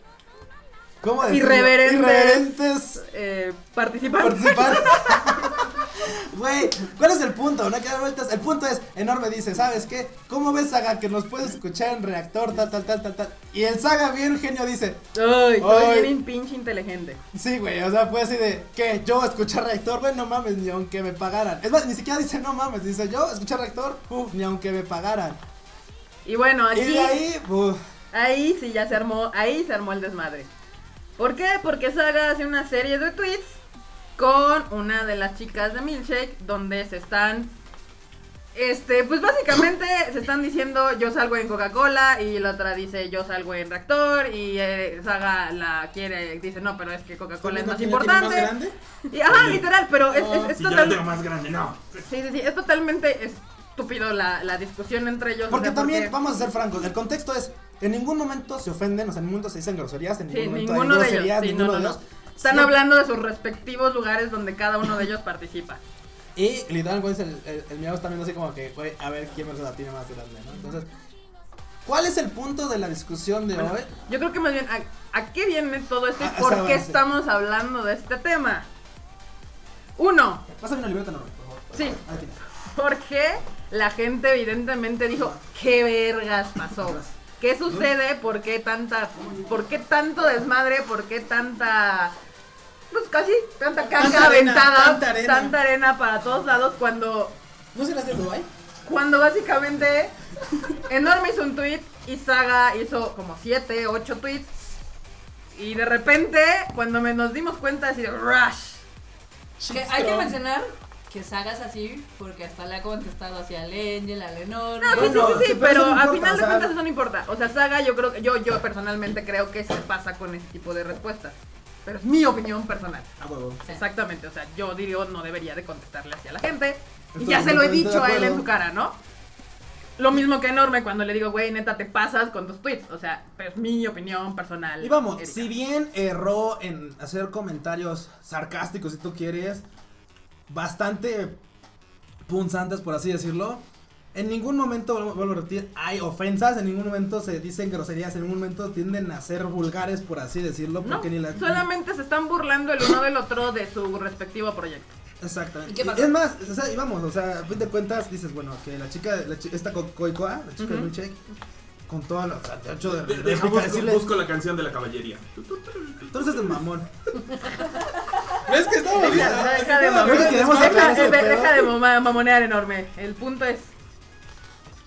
[SPEAKER 1] ¿Cómo decirlo?
[SPEAKER 2] Irreverentes.
[SPEAKER 1] Irreverentes
[SPEAKER 2] Eh, participar.
[SPEAKER 1] participantes. [laughs] Güey, ¿cuál es el punto? No hay que dar vueltas. El punto es, enorme dice, ¿sabes qué? ¿Cómo ves, Saga, que nos puedes escuchar en reactor, tal, tal, tal, tal, tal? Y el Saga, bien genio, dice,
[SPEAKER 2] Ay, soy
[SPEAKER 1] Ay.
[SPEAKER 2] bien pinche inteligente.
[SPEAKER 1] Sí, güey, o sea, fue así de que yo escuchar reactor, güey, no mames, ni aunque me pagaran. Es más, ni siquiera dice no mames, dice yo escuchar reactor, uf, ni aunque me pagaran.
[SPEAKER 2] Y bueno,
[SPEAKER 1] Y
[SPEAKER 2] aquí,
[SPEAKER 1] de ahí, uf,
[SPEAKER 2] ahí sí ya se armó, ahí se armó el desmadre. ¿Por qué? Porque Saga hace una serie de tweets con una de las chicas de Milkshake donde se están este, pues
[SPEAKER 5] [laughs]
[SPEAKER 2] básicamente se están diciendo yo salgo en Coca-Cola y la otra dice yo salgo en Reactor y eh, Saga la quiere, dice no, pero es que Coca-Cola es
[SPEAKER 5] ¿Quién la
[SPEAKER 2] más
[SPEAKER 5] tiene
[SPEAKER 2] importante.
[SPEAKER 5] más grande? Ah,
[SPEAKER 2] y, ajá,
[SPEAKER 4] Oye.
[SPEAKER 2] literal, pero es, es-
[SPEAKER 5] No,
[SPEAKER 2] es
[SPEAKER 4] Si yo la
[SPEAKER 2] total-
[SPEAKER 4] tengo más grande, no.
[SPEAKER 2] Sí, sí, sí, es totalmente estúpido la, la discusión entre ellos. o
[SPEAKER 1] porque
[SPEAKER 2] sea,
[SPEAKER 1] también, vamos a ser francos, el contexto es, en ningún momento se ofenden, o sea, en ningún momento se dicen groserías, en
[SPEAKER 2] Sí,
[SPEAKER 1] ningún momento
[SPEAKER 2] ninguno
[SPEAKER 1] hay
[SPEAKER 2] de ellos.
[SPEAKER 1] groserías,
[SPEAKER 2] sí, no,
[SPEAKER 1] ninguno
[SPEAKER 2] no,
[SPEAKER 1] de
[SPEAKER 2] no.
[SPEAKER 1] ellos.
[SPEAKER 2] Están
[SPEAKER 1] Sí.
[SPEAKER 2] hablando de sus respectivos lugares donde cada uno de ellos participa.
[SPEAKER 1] Y literal, güey, el, el, el miau está viendo así como que, güey, a ver quién me la tiene más grande, ¿no? Entonces, ¿cuál es el punto de la discusión de
[SPEAKER 2] Bueno,
[SPEAKER 1] hoy?
[SPEAKER 2] yo creo que más bien, ¿a, a qué viene todo esto y
[SPEAKER 1] Ah,
[SPEAKER 2] por
[SPEAKER 1] está
[SPEAKER 2] qué
[SPEAKER 1] bueno, sí.
[SPEAKER 2] estamos hablando de este tema? Uno,
[SPEAKER 1] Pásame una libreta, no, por favor.
[SPEAKER 2] Sí.
[SPEAKER 1] Ahí tienes.
[SPEAKER 2] porque la gente evidentemente dijo, ¿qué vergas pasó? ¿Qué sucede? ¿Por qué tanta, por qué tanto desmadre? ¿Por qué tanta, pues casi, tanta caca
[SPEAKER 5] Tanta arena,
[SPEAKER 2] aventada?
[SPEAKER 5] tanta arena.
[SPEAKER 2] tanta arena para todos lados cuando
[SPEAKER 5] ¿No serás de Dubai?
[SPEAKER 2] Cuando básicamente Enorme hizo un tweet y Saga hizo como 7, 8 tweets. Y de repente, cuando me nos dimos cuenta, así de rush.
[SPEAKER 3] Que hay que mencionar que Sagas así, porque hasta le ha contestado hacia al Angel, al Enorme.
[SPEAKER 2] No, Ah, sí,
[SPEAKER 1] Bueno,
[SPEAKER 2] sí, sí, sí,
[SPEAKER 1] sí, pero
[SPEAKER 2] pero
[SPEAKER 1] eso no
[SPEAKER 2] a
[SPEAKER 1] importa,
[SPEAKER 2] final
[SPEAKER 1] o
[SPEAKER 2] de
[SPEAKER 1] sea-
[SPEAKER 2] cuentas eso no importa. O sea, Saga yo creo que yo, yo personalmente creo que se pasa con este tipo de respuestas. Pero es mi opinión personal.
[SPEAKER 1] A huevo.
[SPEAKER 2] Exactamente, o sea, yo diría no debería de contestarle hacia la gente. Y
[SPEAKER 1] Estoy
[SPEAKER 2] ya se lo he
[SPEAKER 1] completamente
[SPEAKER 2] dicho
[SPEAKER 1] de
[SPEAKER 2] a él en
[SPEAKER 1] acuerdo.
[SPEAKER 2] su cara, ¿no? Lo mismo que enorme cuando le digo, güey, neta, te pasas con tus tweets. O sea, pero es mi opinión personal.
[SPEAKER 1] Y vamos,
[SPEAKER 2] Erika.
[SPEAKER 1] si bien erró en hacer comentarios sarcásticos, si tú quieres, bastante punzantes, por así decirlo, en ningún momento, vuelvo- vuelvo a repetir, hay ofensas, en ningún momento se dicen groserías, en ningún momento tienden a ser vulgares, por así decirlo,
[SPEAKER 2] No,
[SPEAKER 1] porque ni la...
[SPEAKER 2] solamente se están burlando el uno del otro de su respectivo proyecto.
[SPEAKER 1] Exactamente.
[SPEAKER 3] ¿Y qué
[SPEAKER 1] Y
[SPEAKER 3] pasó?
[SPEAKER 1] es más, o sea, y vamos, o sea, a fin de cuentas dices, bueno, que la chica, la chi- esta co- Coicoa, la chica de
[SPEAKER 2] Ujú.
[SPEAKER 1] Milkshake, con todo lo... o sea, te ocho de...
[SPEAKER 4] De-
[SPEAKER 1] de-
[SPEAKER 4] deja,
[SPEAKER 1] de-
[SPEAKER 4] busco,
[SPEAKER 1] decirle,
[SPEAKER 4] busco la canción de la caballería.
[SPEAKER 1] Tú eres el mamón.
[SPEAKER 5] ¿Ves que estamos bien?
[SPEAKER 2] Deja, deja de mamar.
[SPEAKER 1] Creo que queremos
[SPEAKER 2] Deja-
[SPEAKER 1] aclarar este
[SPEAKER 2] eh,
[SPEAKER 1] pedo.
[SPEAKER 2] deja de mama- mamonear enorme. El punto es,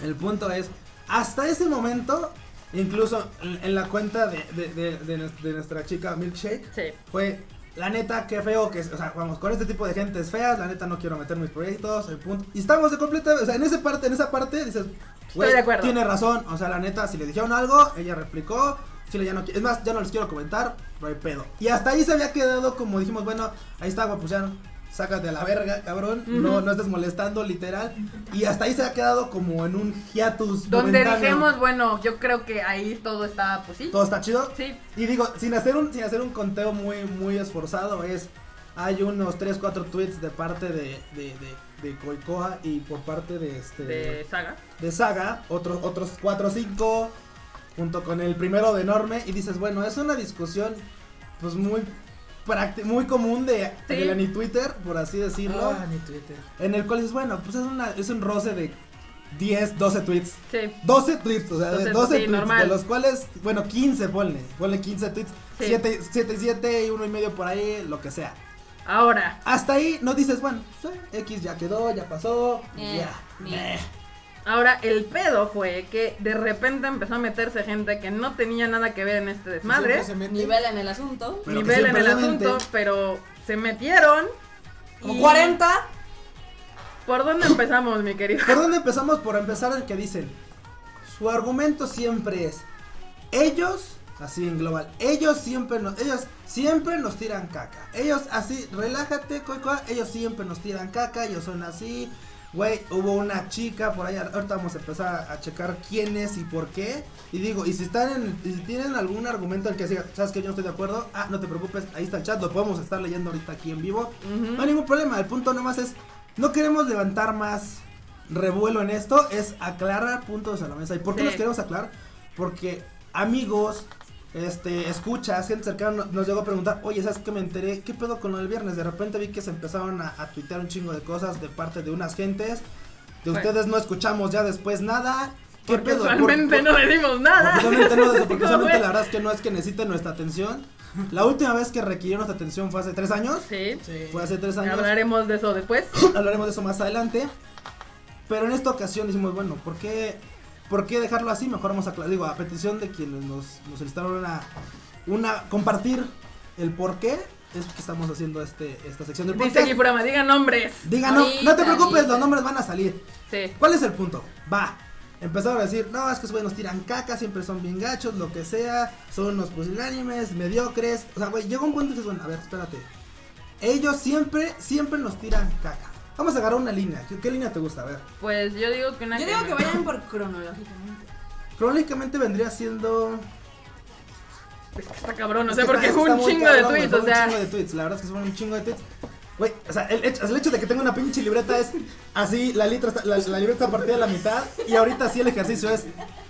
[SPEAKER 1] El punto es, hasta ese momento, incluso en en la cuenta de, de- de- de nues- de nuestra chica Milkshake,
[SPEAKER 2] sí,
[SPEAKER 1] fue, la neta, qué feo que es, o sea, vamos, con este tipo de gentes feas, la neta no quiero meter mis proyectos, el punto. Y estamos de completa, o sea, en esa parte, en esa parte, dices, güey,
[SPEAKER 2] de acuerdo.
[SPEAKER 1] tiene razón, o sea, la neta, si le dijeron algo, ella replicó. Chile ya no, qui- es más, ya no les quiero comentar, no hay pedo. Y hasta ahí se había quedado como dijimos, bueno, ahí está, pues ya, sácate a la verga, cabrón, no, no estés molestando, literal. Y hasta ahí se ha quedado como en un hiatus
[SPEAKER 2] donde
[SPEAKER 1] momentáneo.
[SPEAKER 2] dijimos, bueno, yo creo que ahí todo está, pues sí.
[SPEAKER 1] Todo está chido,
[SPEAKER 2] Sí,
[SPEAKER 1] y digo, sin hacer un, sin hacer un conteo muy, muy esforzado, es. Hay unos 3, 4 tweets de parte de, de, de, de Koikoa y por parte de este.
[SPEAKER 2] de
[SPEAKER 1] De,
[SPEAKER 2] Saga.
[SPEAKER 1] Saga, otros, otros 4, 5, junto con el primero de Enorme. Y dices, bueno, es una discusión, pues muy. prácti- Muy común de,
[SPEAKER 2] Sí.
[SPEAKER 1] de la ni Twitter, por así decirlo.
[SPEAKER 5] Ah, ni Twitter.
[SPEAKER 1] En el cual dices, bueno, pues es, una, es un roce de 10, 12 tweets.
[SPEAKER 2] Sí.
[SPEAKER 1] 12 tweets, o sea, de
[SPEAKER 2] 12,
[SPEAKER 1] 12,
[SPEAKER 2] sí,
[SPEAKER 1] tweets,
[SPEAKER 2] normal.
[SPEAKER 1] de los cuales, bueno, 15 ponle, ponle 15 tweets,
[SPEAKER 2] Sí.
[SPEAKER 1] 7, 7 y 7 y uno y medio por ahí, lo que sea.
[SPEAKER 2] Ahora,
[SPEAKER 1] Hasta ahí no dices, bueno, sí, X ya quedó, ya pasó,
[SPEAKER 3] Eh,
[SPEAKER 1] ya.
[SPEAKER 3] eh.
[SPEAKER 1] eh.
[SPEAKER 2] Ahora, el pedo fue que de repente empezó a meterse gente que no tenía nada que ver en este desmadre.
[SPEAKER 5] Siempre se mete.
[SPEAKER 3] Nivel en el asunto.
[SPEAKER 1] Pero que
[SPEAKER 2] nivel en
[SPEAKER 1] siempre
[SPEAKER 2] el
[SPEAKER 1] se meten.
[SPEAKER 2] asunto, pero se metieron.
[SPEAKER 3] Como
[SPEAKER 2] y-
[SPEAKER 3] 40.
[SPEAKER 2] ¿Por dónde empezamos, mi querido?
[SPEAKER 1] ¿Por dónde empezamos? Por empezar el que dicen, su argumento siempre es, ellos, así en global, ellos siempre nos, ellos siempre nos tiran caca. Ellos así, relájate, coi, coi, ellos siempre nos tiran caca, ellos son así. Güey, hubo una chica por ahí, ahorita vamos a empezar a checar quién es y por qué. Y digo, y si están en, y si tienen algún argumento en que diga, sabes que yo no estoy de acuerdo, ah, no te preocupes, ahí está el chat, lo podemos estar leyendo ahorita aquí en vivo.
[SPEAKER 2] Ujú.
[SPEAKER 1] No hay ningún problema, el punto nomás es, no queremos levantar más revuelo en esto es aclarar puntos en la mesa. ¿Y por qué
[SPEAKER 2] Sí.
[SPEAKER 1] los queremos aclarar? Porque amigos, este, escuchas, gente cercana nos- nos llegó a preguntar, oye, ¿sabes qué me enteré? ¿Qué pedo con el viernes? De repente vi que se empezaron a, a tuitear un chingo de cosas de parte de unas gentes. De
[SPEAKER 2] Bueno.
[SPEAKER 1] ustedes no escuchamos ya después nada. ¿Qué
[SPEAKER 2] Porque
[SPEAKER 1] pedo? ¿Por-
[SPEAKER 2] usualmente
[SPEAKER 1] por-
[SPEAKER 2] no decimos nada.
[SPEAKER 1] porque solamente no,
[SPEAKER 2] [laughs]
[SPEAKER 1] porque
[SPEAKER 2] ¿Cómo
[SPEAKER 1] solamente
[SPEAKER 2] fue?
[SPEAKER 1] la verdad es que no es que necesiten nuestra atención. La última vez que requirió nuestra atención fue hace tres años.
[SPEAKER 2] Sí.
[SPEAKER 5] Sí.
[SPEAKER 1] Fue hace tres años.
[SPEAKER 2] Hablaremos de eso después.
[SPEAKER 1] Hablaremos de eso más adelante. Pero en esta ocasión dijimos, bueno, ¿por qué, por qué dejarlo así? Mejor vamos a aclarar, digo, a petición de quienes nos, nos solicitaron una, una, compartir el por qué es que estamos haciendo este, esta sección del
[SPEAKER 2] Dice
[SPEAKER 1] podcast.
[SPEAKER 2] aquí Furama, digan nombres.
[SPEAKER 1] Diga, no, no te
[SPEAKER 3] Ahorita,
[SPEAKER 1] preocupes,
[SPEAKER 3] ahorita.
[SPEAKER 1] los nombres van a salir.
[SPEAKER 2] Sí.
[SPEAKER 1] ¿Cuál es el punto? Va. Empezaron a decir, no, es que esos güeyes nos tiran caca, siempre son bien gachos, lo que sea, son unos pusilánimes, mediocres. O sea, güey, llega un punto que dices, bueno, a ver, espérate. Ellos siempre, siempre nos tiran caca. Vamos a agarrar una línea. ¿Qué, qué línea te gusta? A ver.
[SPEAKER 2] Pues yo digo que una.
[SPEAKER 3] Yo digo que vayan por cronológicamente.
[SPEAKER 1] Cronológicamente vendría siendo.
[SPEAKER 2] Es que Está cabrón, o
[SPEAKER 1] Es
[SPEAKER 2] sea,
[SPEAKER 1] que
[SPEAKER 2] porque
[SPEAKER 1] está-
[SPEAKER 2] fue un
[SPEAKER 1] está muy
[SPEAKER 2] chingo de
[SPEAKER 1] cabrón, güey,
[SPEAKER 2] tweets,
[SPEAKER 1] fue
[SPEAKER 2] o sea.
[SPEAKER 1] Un chingo de tweets, la verdad es que fueron un chingo de tweets. Güey, o sea, el hecho, el hecho de que tenga una pinche libreta es así, la, letra está- la, la libreta partida a la mitad y ahorita sí el ejercicio es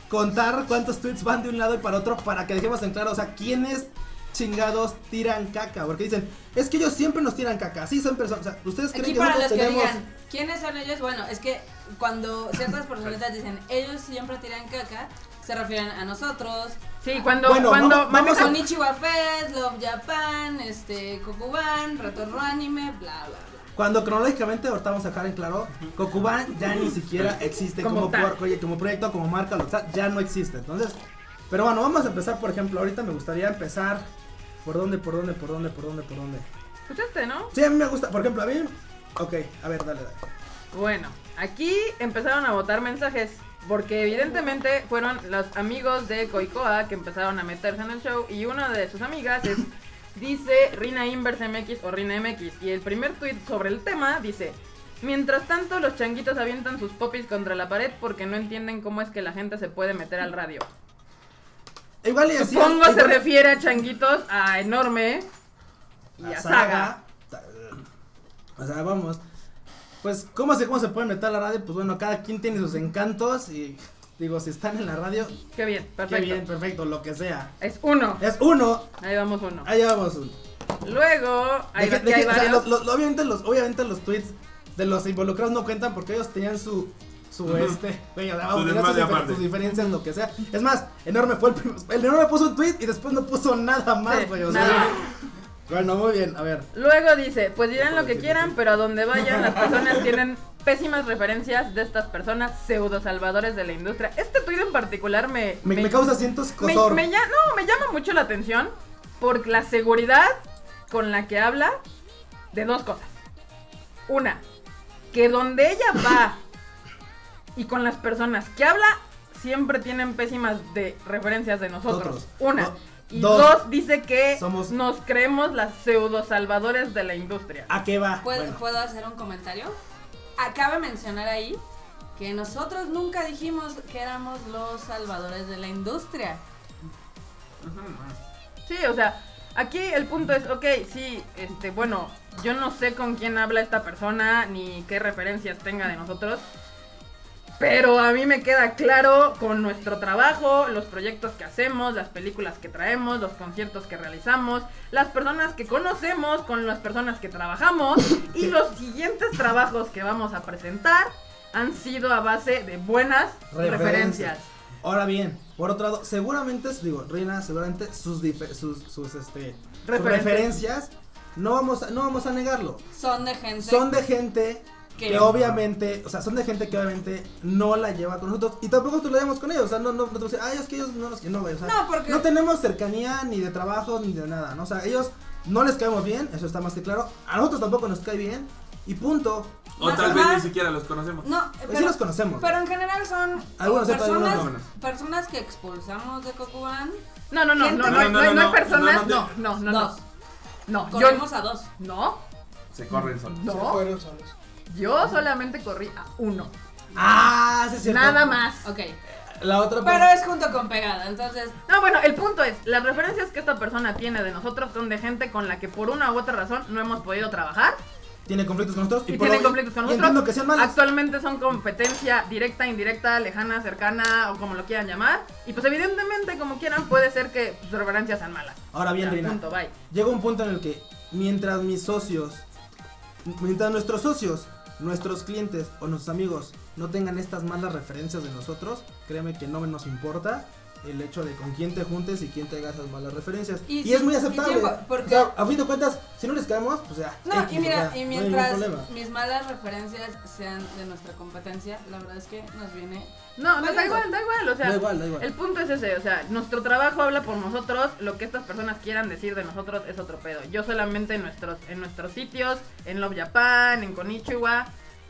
[SPEAKER 1] contar cuántos tweets van de un lado y para otro para que dejemos en claro, o sea, quiénes chingados tiran caca, porque dicen, es que ellos siempre nos tiran caca, sí son personas, o sea, ustedes creen
[SPEAKER 3] Aquí
[SPEAKER 1] que
[SPEAKER 3] para los
[SPEAKER 1] nosotros
[SPEAKER 3] que
[SPEAKER 1] tenemos...
[SPEAKER 3] digan, ¿quiénes son ellos? Bueno, es que cuando ciertas personas dicen, ellos siempre tiran caca, se refieren a nosotros.
[SPEAKER 2] Sí, cuando,
[SPEAKER 1] Bueno,
[SPEAKER 2] cuando
[SPEAKER 1] vamos-
[SPEAKER 2] mames
[SPEAKER 1] vamos a-
[SPEAKER 2] a-
[SPEAKER 3] Konichiwa Fest, Love Japan, este, Kokuban, Retorno Anime, bla, bla, bla.
[SPEAKER 1] Cuando cronológicamente ahorita vamos a dejar en claro, Kokuban ya ni siquiera existe
[SPEAKER 2] Como
[SPEAKER 1] como,
[SPEAKER 2] tal.
[SPEAKER 1] por- oye, como proyecto, como marca, lo tal, ya no existe. Entonces, pero bueno, vamos a empezar, por ejemplo, ahorita me gustaría empezar por dónde, por dónde, por dónde, por dónde, por dónde.
[SPEAKER 2] ¿Escuchaste, no?
[SPEAKER 1] Sí, a mí me gusta, por ejemplo, a mí Ok, a ver, dale, dale.
[SPEAKER 2] Bueno, aquí empezaron a votar mensajes. Porque evidentemente fueron los amigos de Koikoa que empezaron a meterse en el show. Y una de sus
[SPEAKER 1] [laughs]
[SPEAKER 2] amigas es. Dice Rina Inverse MX o Rina MX. Y el primer tweet sobre el tema dice. Mientras tanto, los changuitos avientan sus popis contra la pared porque no entienden cómo es que la gente se puede meter al radio.
[SPEAKER 1] Igual y así.
[SPEAKER 2] Supongo se
[SPEAKER 1] igual-
[SPEAKER 2] refiere a changuitos, a enorme y a,
[SPEAKER 1] a
[SPEAKER 2] saga.
[SPEAKER 1] Saga. O sea, vamos. Pues, ¿cómo se, cómo se puede meter a la radio? Pues bueno, cada quien tiene sus encantos y digo, si están en la radio,
[SPEAKER 2] Qué bien,
[SPEAKER 1] qué
[SPEAKER 2] perfecto.
[SPEAKER 1] bien, perfecto, lo que sea.
[SPEAKER 2] Es uno.
[SPEAKER 1] Es uno,
[SPEAKER 2] Ahí vamos uno.
[SPEAKER 1] ahí vamos uno.
[SPEAKER 2] Luego, ahí
[SPEAKER 1] Deje-
[SPEAKER 2] ves que hay
[SPEAKER 1] deje- o sea,
[SPEAKER 2] varios.
[SPEAKER 1] los- los- obviamente, los, obviamente los tweets de los involucrados no cuentan porque ellos tenían su su
[SPEAKER 4] Ujú.
[SPEAKER 1] este, güey, o sea, vamos,
[SPEAKER 4] Su
[SPEAKER 1] tenían sus,
[SPEAKER 4] desmadre
[SPEAKER 1] difer-
[SPEAKER 4] aparte.
[SPEAKER 1] sus diferencias, lo que sea. Es más, enorme fue el primero. El enorme puso un tweet y después no puso nada más,
[SPEAKER 2] Sí,
[SPEAKER 1] güey. o
[SPEAKER 2] nada.
[SPEAKER 1] sea, bueno, muy bien, a ver.
[SPEAKER 2] Luego dice, pues dirán lo que quieran, pero a donde vayan las personas tienen pésimas referencias de estas personas pseudo salvadores de la industria. Este tuit en particular me
[SPEAKER 1] Me, me causa cientos
[SPEAKER 2] me-
[SPEAKER 1] cosor.
[SPEAKER 2] me lla- no, me llama mucho la atención por la seguridad con la que habla de dos cosas. Una, que donde ella va y con las personas que habla siempre tienen pésimas de referencias de nosotros.
[SPEAKER 1] Nosotros.
[SPEAKER 2] Una.
[SPEAKER 1] No,
[SPEAKER 2] y
[SPEAKER 1] dos.
[SPEAKER 2] dos, dice que
[SPEAKER 1] Somos-
[SPEAKER 2] nos creemos las pseudo salvadores de la industria.
[SPEAKER 1] ¿A qué va?
[SPEAKER 2] Pues,
[SPEAKER 3] ¿Puedo,
[SPEAKER 1] Bueno,
[SPEAKER 3] ¿Puedo hacer un comentario? Acaba de mencionar ahí que nosotros nunca dijimos que éramos los salvadores de la industria.
[SPEAKER 2] Sí, o sea, aquí el punto es, ok, sí, este, bueno, yo no sé con quién habla esta persona ni qué referencias tenga de nosotros, pero a mí me queda claro con nuestro trabajo, los proyectos que hacemos, las películas que traemos, los conciertos que realizamos, las personas que conocemos, con las personas que trabajamos y los siguientes trabajos que vamos a presentar han sido a base de buenas
[SPEAKER 1] Referencias.
[SPEAKER 2] referencias.
[SPEAKER 1] ahora bien, por otro lado, seguramente, digo, Reina, seguramente sus, dife- sus, sus, este, sus
[SPEAKER 2] Referencias.
[SPEAKER 1] referencias, no vamos, a- no vamos a negarlo.
[SPEAKER 3] Son de gente
[SPEAKER 1] son de gente
[SPEAKER 3] que-
[SPEAKER 1] que obviamente, o sea, son de gente que obviamente no la lleva con nosotros y tampoco tú la llevamos con ellos, o sea, no, no, no te vas a decir, ay, es que ellos no nos quieren", no, güey, o sea,
[SPEAKER 3] No, porque-
[SPEAKER 1] no tenemos cercanía ni de trabajo ni de nada, ¿no? O sea, ellos no les caemos bien, eso está más que claro, a nosotros tampoco nos cae bien y punto,
[SPEAKER 4] O
[SPEAKER 3] Más
[SPEAKER 4] tal
[SPEAKER 3] o
[SPEAKER 4] vez ni
[SPEAKER 3] más.
[SPEAKER 4] siquiera los conocemos.
[SPEAKER 3] No,
[SPEAKER 1] Pues sí
[SPEAKER 3] pero,
[SPEAKER 1] los conocemos.
[SPEAKER 3] pero en general son
[SPEAKER 1] Algunos sepan, algunos
[SPEAKER 3] personas,
[SPEAKER 4] no.
[SPEAKER 3] personas que expulsamos de Kokuban.
[SPEAKER 2] No, no, no,
[SPEAKER 3] Gente-
[SPEAKER 2] no, no, no, no, hay- no hay personas, no,
[SPEAKER 4] no, no,
[SPEAKER 2] no, no, no,
[SPEAKER 3] dos.
[SPEAKER 2] no, yo-
[SPEAKER 3] Corremos a dos.
[SPEAKER 2] No,
[SPEAKER 4] Se corren solos.
[SPEAKER 5] Se
[SPEAKER 2] no.
[SPEAKER 5] fueron solos.
[SPEAKER 2] Yo solamente corrí a uno.
[SPEAKER 1] Ah, sí es cierto.
[SPEAKER 2] Nada más.
[SPEAKER 3] Ok.
[SPEAKER 1] La otra
[SPEAKER 3] Pero
[SPEAKER 1] persona-
[SPEAKER 3] es junto con pegada, entonces.
[SPEAKER 2] No, bueno, el punto es, las referencias que esta persona tiene de nosotros son de gente con la que por una u otra razón no hemos podido trabajar.
[SPEAKER 1] tiene conflictos con nosotros.
[SPEAKER 2] Y,
[SPEAKER 1] por
[SPEAKER 2] tienen
[SPEAKER 1] lo-
[SPEAKER 2] conflictos con
[SPEAKER 1] y
[SPEAKER 2] nosotros.
[SPEAKER 1] entiendo que sean malos.
[SPEAKER 2] Actualmente son competencia directa, indirecta, lejana, cercana o como lo quieran llamar. Y pues evidentemente, como quieran, puede ser que sus reverencias sean malas.
[SPEAKER 1] Ahora bien,
[SPEAKER 2] Ya,
[SPEAKER 1] Reina.
[SPEAKER 2] punto, bye.
[SPEAKER 1] Llega un punto en el que mientras mis socios, mientras nuestros socios, nuestros clientes o nuestros amigos no tengan estas malas referencias de nosotros, créeme que no nos importa el hecho de con quién te juntes y quién te haga esas malas referencias.
[SPEAKER 3] Y
[SPEAKER 1] Y,
[SPEAKER 3] sí,
[SPEAKER 1] es muy
[SPEAKER 3] y
[SPEAKER 1] aceptable.
[SPEAKER 3] tiempo, porque-
[SPEAKER 1] O sea, a fin de cuentas, si no les caemos, pues ya.
[SPEAKER 3] No,
[SPEAKER 1] X,
[SPEAKER 3] y
[SPEAKER 1] o
[SPEAKER 3] mira,
[SPEAKER 1] sea,
[SPEAKER 3] y
[SPEAKER 1] no hay ningún
[SPEAKER 3] mientras
[SPEAKER 1] problema.
[SPEAKER 3] mis malas referencias sean de nuestra competencia, la verdad es que nos viene.
[SPEAKER 2] No, no,
[SPEAKER 3] Vale,
[SPEAKER 2] da
[SPEAKER 3] igual.
[SPEAKER 2] igual, da igual. O sea,
[SPEAKER 1] Da igual, da igual.
[SPEAKER 2] el punto es ese. O sea, nuestro trabajo habla por nosotros. Lo que estas personas quieran decir de nosotros es otro pedo. Yo solamente en nuestros, en nuestros sitios, en Love Japan, en Konichiwa,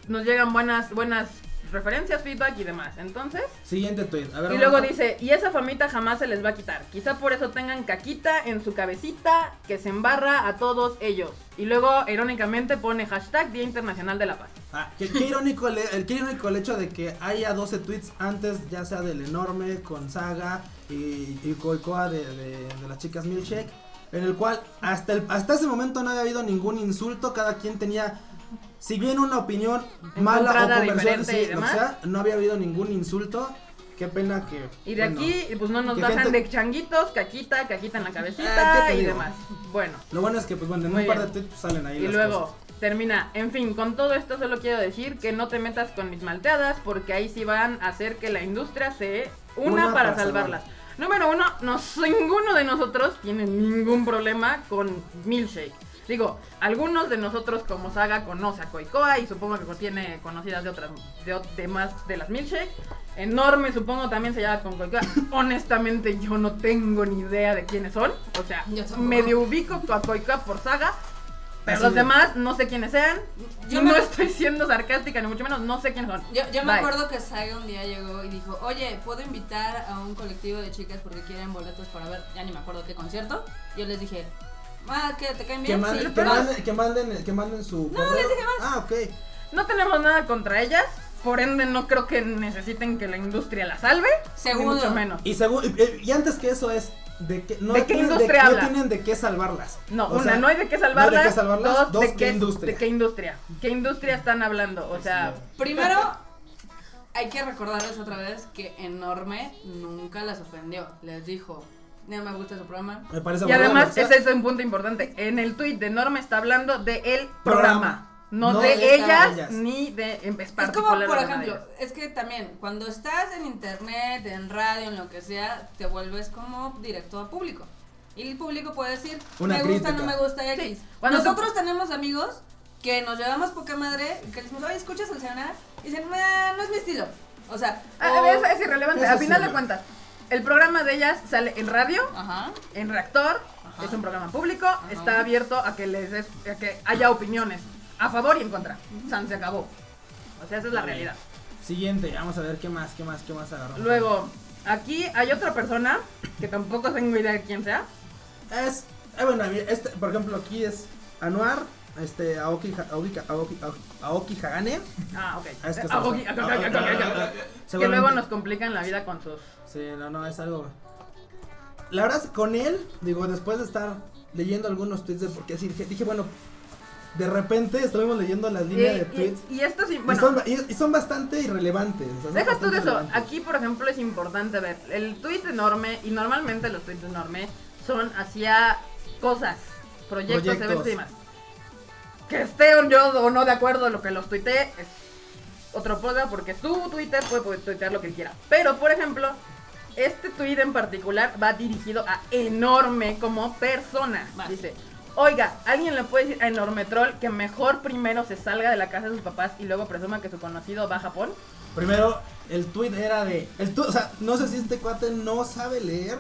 [SPEAKER 2] nos llegan buenas, buenas referencias, feedback y demás. Entonces.
[SPEAKER 1] Siguiente tweet. A ver,
[SPEAKER 2] Y luego
[SPEAKER 1] vamos a-
[SPEAKER 2] dice, y esa famita jamás se les va a quitar. Quizá por eso tengan caquita en su cabecita que se embarra a todos ellos. Y luego, irónicamente, pone hashtag Día Internacional de la Paz.
[SPEAKER 1] Ah, qué, qué irónico el, el- qué irónico el hecho de que haya 12 tweets antes, ya sea del enorme, con Saga y, y Koikoa de, de- de las chicas Milkshake, en el cual hasta, el- hasta ese momento no había habido ningún insulto, cada quien tenía, si bien una opinión mala
[SPEAKER 2] Encontrada,
[SPEAKER 1] o comercial,
[SPEAKER 2] diferente
[SPEAKER 1] sí,
[SPEAKER 2] y
[SPEAKER 1] lo que
[SPEAKER 2] demás.
[SPEAKER 1] sea, no había habido ningún insulto, qué pena que...
[SPEAKER 2] Y de
[SPEAKER 1] bueno,
[SPEAKER 2] aquí, pues no nos
[SPEAKER 1] que
[SPEAKER 2] bajan
[SPEAKER 1] gente-
[SPEAKER 2] de changuitos, caquita, caquita en la
[SPEAKER 1] Ah,
[SPEAKER 2] cabecita
[SPEAKER 1] ¿qué te
[SPEAKER 2] y
[SPEAKER 1] digo?
[SPEAKER 2] demás. Bueno.
[SPEAKER 1] Lo bueno es que, pues bueno, en
[SPEAKER 2] Muy
[SPEAKER 1] un par de
[SPEAKER 2] bien.
[SPEAKER 1] tweets salen ahí
[SPEAKER 2] Y
[SPEAKER 1] las
[SPEAKER 2] luego
[SPEAKER 1] cosas.
[SPEAKER 2] termina. En fin, con todo esto solo quiero decir que no te metas con mis malteadas porque ahí sí van a hacer que la industria se una,
[SPEAKER 1] Una
[SPEAKER 2] para,
[SPEAKER 1] para
[SPEAKER 2] salvarlas. Número uno, nos- ninguno de nosotros tiene ningún problema con Milkshake. Digo, algunos de nosotros como Saga conoce a Koikoa y supongo que tiene conocidas de otras, de, ot- de más de las Milkshake. Enorme supongo también se llama con Koikoa. [coughs] Honestamente yo no tengo ni idea de quiénes son. O sea,
[SPEAKER 3] Yo tampoco.
[SPEAKER 2] medio ubico a Koikoa por Saga, pero
[SPEAKER 1] Así
[SPEAKER 2] los
[SPEAKER 1] de-
[SPEAKER 2] demás, no sé quiénes sean.
[SPEAKER 3] Yo
[SPEAKER 2] Yo
[SPEAKER 3] me-
[SPEAKER 2] no estoy siendo sarcástica, ni mucho menos, no sé quiénes son.
[SPEAKER 3] Yo, yo me
[SPEAKER 2] Bye.
[SPEAKER 3] acuerdo que Saga un día llegó y dijo, oye, ¿puedo invitar a un colectivo de chicas porque quieren boletos para ver, ya ni me acuerdo qué concierto? Yo les dije, ah, que te caen
[SPEAKER 1] Que
[SPEAKER 3] bien,
[SPEAKER 1] manden,
[SPEAKER 3] sí,
[SPEAKER 1] que,
[SPEAKER 3] vas".
[SPEAKER 1] manden, que, manden, que manden su... No, les dije más. Ah, ok.
[SPEAKER 2] No tenemos nada contra ellas, por ende no creo que necesiten que la industria la salve, ni
[SPEAKER 3] Seguro.
[SPEAKER 2] mucho menos.
[SPEAKER 1] Y, según, y- y- y antes que eso es, ¿de qué, no,
[SPEAKER 2] ¿De qué
[SPEAKER 1] tienen,
[SPEAKER 2] industria
[SPEAKER 1] no
[SPEAKER 2] hablas?
[SPEAKER 1] tienen de qué salvarlas?
[SPEAKER 2] No,
[SPEAKER 1] O
[SPEAKER 2] una,
[SPEAKER 1] sea,
[SPEAKER 2] no hay de qué salvarlas.
[SPEAKER 1] no hay de qué salvarlas, dos,
[SPEAKER 2] de
[SPEAKER 1] ¿qué industria? Pues
[SPEAKER 2] de qué industria. ¿Qué industria están hablando? O sea, [laughs]
[SPEAKER 3] Primero, hay que recordarles otra vez que Enorme nunca las ofendió. Les dijo, no me gusta su programa.
[SPEAKER 1] Me parece
[SPEAKER 2] y
[SPEAKER 1] abordable, o
[SPEAKER 2] además,
[SPEAKER 1] sea,
[SPEAKER 2] ese es un punto importante. En el tweet de Norma está hablando de el programa.
[SPEAKER 1] Programa.
[SPEAKER 2] No,
[SPEAKER 1] No
[SPEAKER 2] de
[SPEAKER 1] de
[SPEAKER 2] ellas,
[SPEAKER 1] ellas.
[SPEAKER 2] ni de en es
[SPEAKER 3] Es como,
[SPEAKER 2] particular
[SPEAKER 3] por
[SPEAKER 2] de nadie.
[SPEAKER 3] ejemplo, es que también cuando estás en internet, en radio, en lo que sea, te vuelves como directo a público. Y el público puede decir,
[SPEAKER 1] Una
[SPEAKER 3] me
[SPEAKER 1] crítica.
[SPEAKER 3] gusta, no me gusta X.
[SPEAKER 2] Sí, cuando
[SPEAKER 3] Nosotros tenemos amigos que nos llevamos poca madre y que decimos, oye, ¿escuchas el cenar? Y dicen, "Nah, no es mi estilo. O sea,
[SPEAKER 2] Ah,
[SPEAKER 3] o-
[SPEAKER 2] eso es irrelevante.
[SPEAKER 1] Eso
[SPEAKER 2] a
[SPEAKER 1] sí,
[SPEAKER 2] final de
[SPEAKER 1] güey.
[SPEAKER 2] cuentas, el programa de ellas sale en radio,
[SPEAKER 3] Ajá.
[SPEAKER 2] en reactor, es un programa público, está abierto a que les des- a que haya opiniones a favor y en contra. San se acabó. O sea, esa es la realidad.
[SPEAKER 1] Siguiente, vamos a ver qué más, qué más, qué más agarramos.
[SPEAKER 2] Luego, aquí hay otra persona que tampoco tengo idea de quién sea.
[SPEAKER 1] Es, eh, bueno, a mí, este, por ejemplo, aquí es Anuar, este, Aoki, Ha- Aoki, Aoki, Aoki, Aoki Hagane.
[SPEAKER 2] Ah, ok.
[SPEAKER 1] Ah, es que
[SPEAKER 2] Ah, ok,
[SPEAKER 1] está-
[SPEAKER 2] ok, ok, ok, ok, ok. Que
[SPEAKER 1] ah. seguramente-
[SPEAKER 2] luego nos complican la vida con sus.
[SPEAKER 1] Sí, no, no, es algo... La verdad, es que con él, digo, después de estar leyendo algunos tweets de por qué, así, dije, dije, bueno, de repente estuvimos leyendo las
[SPEAKER 2] Y,
[SPEAKER 1] líneas de
[SPEAKER 2] y,
[SPEAKER 1] tweets.
[SPEAKER 2] y esto sí,
[SPEAKER 1] Y,
[SPEAKER 2] bueno.
[SPEAKER 1] son, y- y son bastante irrelevantes. o sea, son
[SPEAKER 2] Deja tú
[SPEAKER 1] bastante
[SPEAKER 2] de eso.
[SPEAKER 1] irrelevantes.
[SPEAKER 2] Aquí, por ejemplo, es importante ver el tweet enorme y normalmente los tweets enorme son hacia cosas, proyectos,
[SPEAKER 1] Proyectos.
[SPEAKER 2] eventos y demás. Que esté o yo o no de acuerdo a lo que los tuiteé es otro problema porque tu Twitter puede, puede tuitear lo que quiera. Pero, por ejemplo, este tweet en particular va dirigido a enorme como persona.
[SPEAKER 3] Vas.
[SPEAKER 2] Dice, oiga, alguien le puede decir a enorme troll que mejor primero se salga de la casa de sus papás y luego presuma que su conocido va a Japón.
[SPEAKER 1] Primero, el tweet era de. El tu- o sea, no sé si este cuate no sabe leer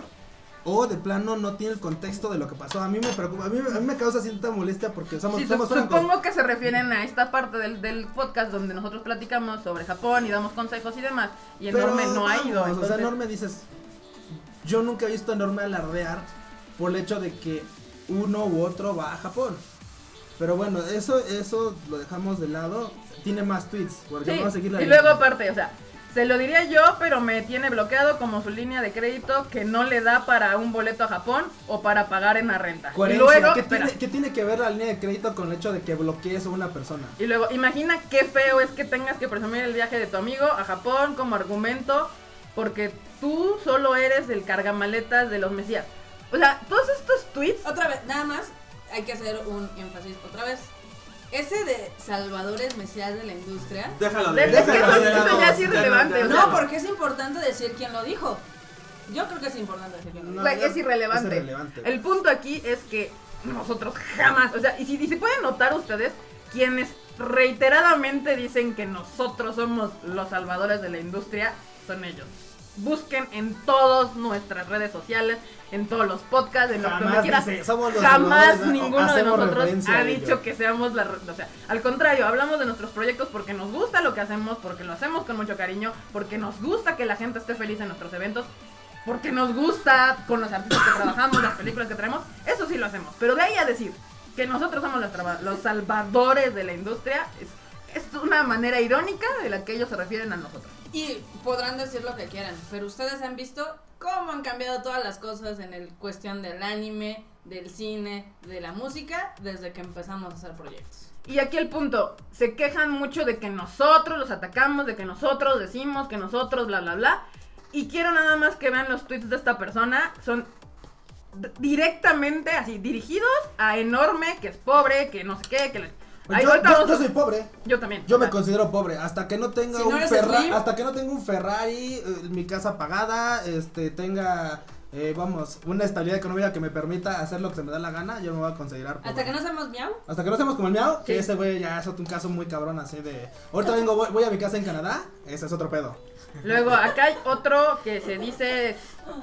[SPEAKER 1] o de plano no tiene el contexto de lo que pasó. A mí me preocupa, a mí, a mí me causa cierta molestia porque somos,
[SPEAKER 2] Sí,
[SPEAKER 1] somos
[SPEAKER 2] sup-
[SPEAKER 1] francos.
[SPEAKER 2] supongo que se refieren a esta parte del, del podcast donde nosotros platicamos sobre Japón y damos consejos y demás. Y
[SPEAKER 1] Pero
[SPEAKER 2] Enorme no ha
[SPEAKER 1] vamos,
[SPEAKER 2] ido.
[SPEAKER 1] O sea,
[SPEAKER 2] entonces-
[SPEAKER 1] Enorme dices. Yo nunca he visto a Enorme alardear por el hecho de que uno u otro va a Japón. Pero bueno, eso, eso lo dejamos de lado. Tiene más tweets, porque
[SPEAKER 2] Sí,
[SPEAKER 1] vamos a seguir la
[SPEAKER 2] Y
[SPEAKER 1] lista.
[SPEAKER 2] luego aparte, o sea, Se lo diría yo, pero me tiene bloqueado como su línea de crédito que no le da para un boleto a Japón o para pagar en la renta. Y
[SPEAKER 1] Coherencia.
[SPEAKER 2] luego,
[SPEAKER 1] ¿Qué,
[SPEAKER 2] espera.
[SPEAKER 1] tiene, qué tiene que ver la línea de crédito con el hecho de que bloquees a una persona?
[SPEAKER 2] Y luego, imagina qué feo es que tengas que presumir el viaje de tu amigo a Japón como argumento porque tú solo eres el cargamaletas de los mesías. O sea, todos estos tweets
[SPEAKER 3] Otra vez, nada más hay que hacer un énfasis. Otra vez, ese de salvadores mesías de la industria.
[SPEAKER 4] Déjalo de
[SPEAKER 2] Deja-
[SPEAKER 1] que eso-
[SPEAKER 2] eso ya es irrelevante, o sea,
[SPEAKER 3] No, porque es importante decir quién lo dijo. Yo creo que es importante decir quién lo dijo.
[SPEAKER 2] Güey, es irrelevante.
[SPEAKER 1] Es irrelevante.
[SPEAKER 2] El punto aquí es que nosotros jamás, o sea, y si, y si pueden notar ustedes, quienes reiteradamente dicen que nosotros somos los salvadores de la industria, son ellos. Busquen en todas nuestras redes sociales, en todos los podcasts, en lo que me
[SPEAKER 1] Jamás
[SPEAKER 2] quieras.
[SPEAKER 1] dice, somos los
[SPEAKER 2] Jamás
[SPEAKER 1] salvadores,
[SPEAKER 2] ninguno de
[SPEAKER 1] hacemos
[SPEAKER 2] nosotros
[SPEAKER 1] referencia
[SPEAKER 2] ha
[SPEAKER 1] a ello.
[SPEAKER 2] dicho que seamos la... re- O sea, al contrario, hablamos de nuestros proyectos porque nos gusta lo que hacemos, porque lo hacemos con mucho cariño, porque nos gusta que la gente esté feliz en nuestros eventos, porque nos gusta con los artistas que trabajamos, las películas que traemos, eso sí lo hacemos. Pero de ahí a decir que nosotros somos los, traba- los salvadores de la industria, es, es una manera irónica de la que ellos se refieren a nosotros.
[SPEAKER 3] Y podrán decir lo que quieran, pero ustedes han visto cómo han cambiado todas las cosas en el cuestión del anime, del cine, de la música, desde que empezamos a hacer proyectos.
[SPEAKER 2] Y aquí el punto, se quejan mucho de que nosotros los atacamos, de que nosotros decimos, que nosotros bla bla bla. Y quiero nada más que vean los tweets de esta persona, son d- directamente así, dirigidos a enorme, que es pobre, que no sé qué, que... le-
[SPEAKER 1] Pues
[SPEAKER 2] Ahí
[SPEAKER 1] yo,
[SPEAKER 2] ahorita
[SPEAKER 1] yo-
[SPEAKER 2] vamos a-
[SPEAKER 1] yo soy pobre.
[SPEAKER 2] yo también.
[SPEAKER 1] Yo me
[SPEAKER 2] Ah.
[SPEAKER 1] considero pobre. Hasta que no tenga
[SPEAKER 3] Si no
[SPEAKER 1] un
[SPEAKER 3] eres
[SPEAKER 1] Ferra-
[SPEAKER 3] Slim.
[SPEAKER 1] hasta que no tenga un Ferrari, eh, mi casa pagada, este, tenga, eh, vamos, una estabilidad económica que me permita hacer lo que se me da la gana, yo me voy a considerar pobre.
[SPEAKER 3] Hasta que no hacemos miau,
[SPEAKER 1] Hasta que no seamos como el miau,
[SPEAKER 2] Sí.
[SPEAKER 1] que ese güey ya es un caso muy cabrón así de. Ahorita vengo, voy, voy a mi casa en Canadá, ese es otro pedo.
[SPEAKER 2] Luego, acá hay otro que se dice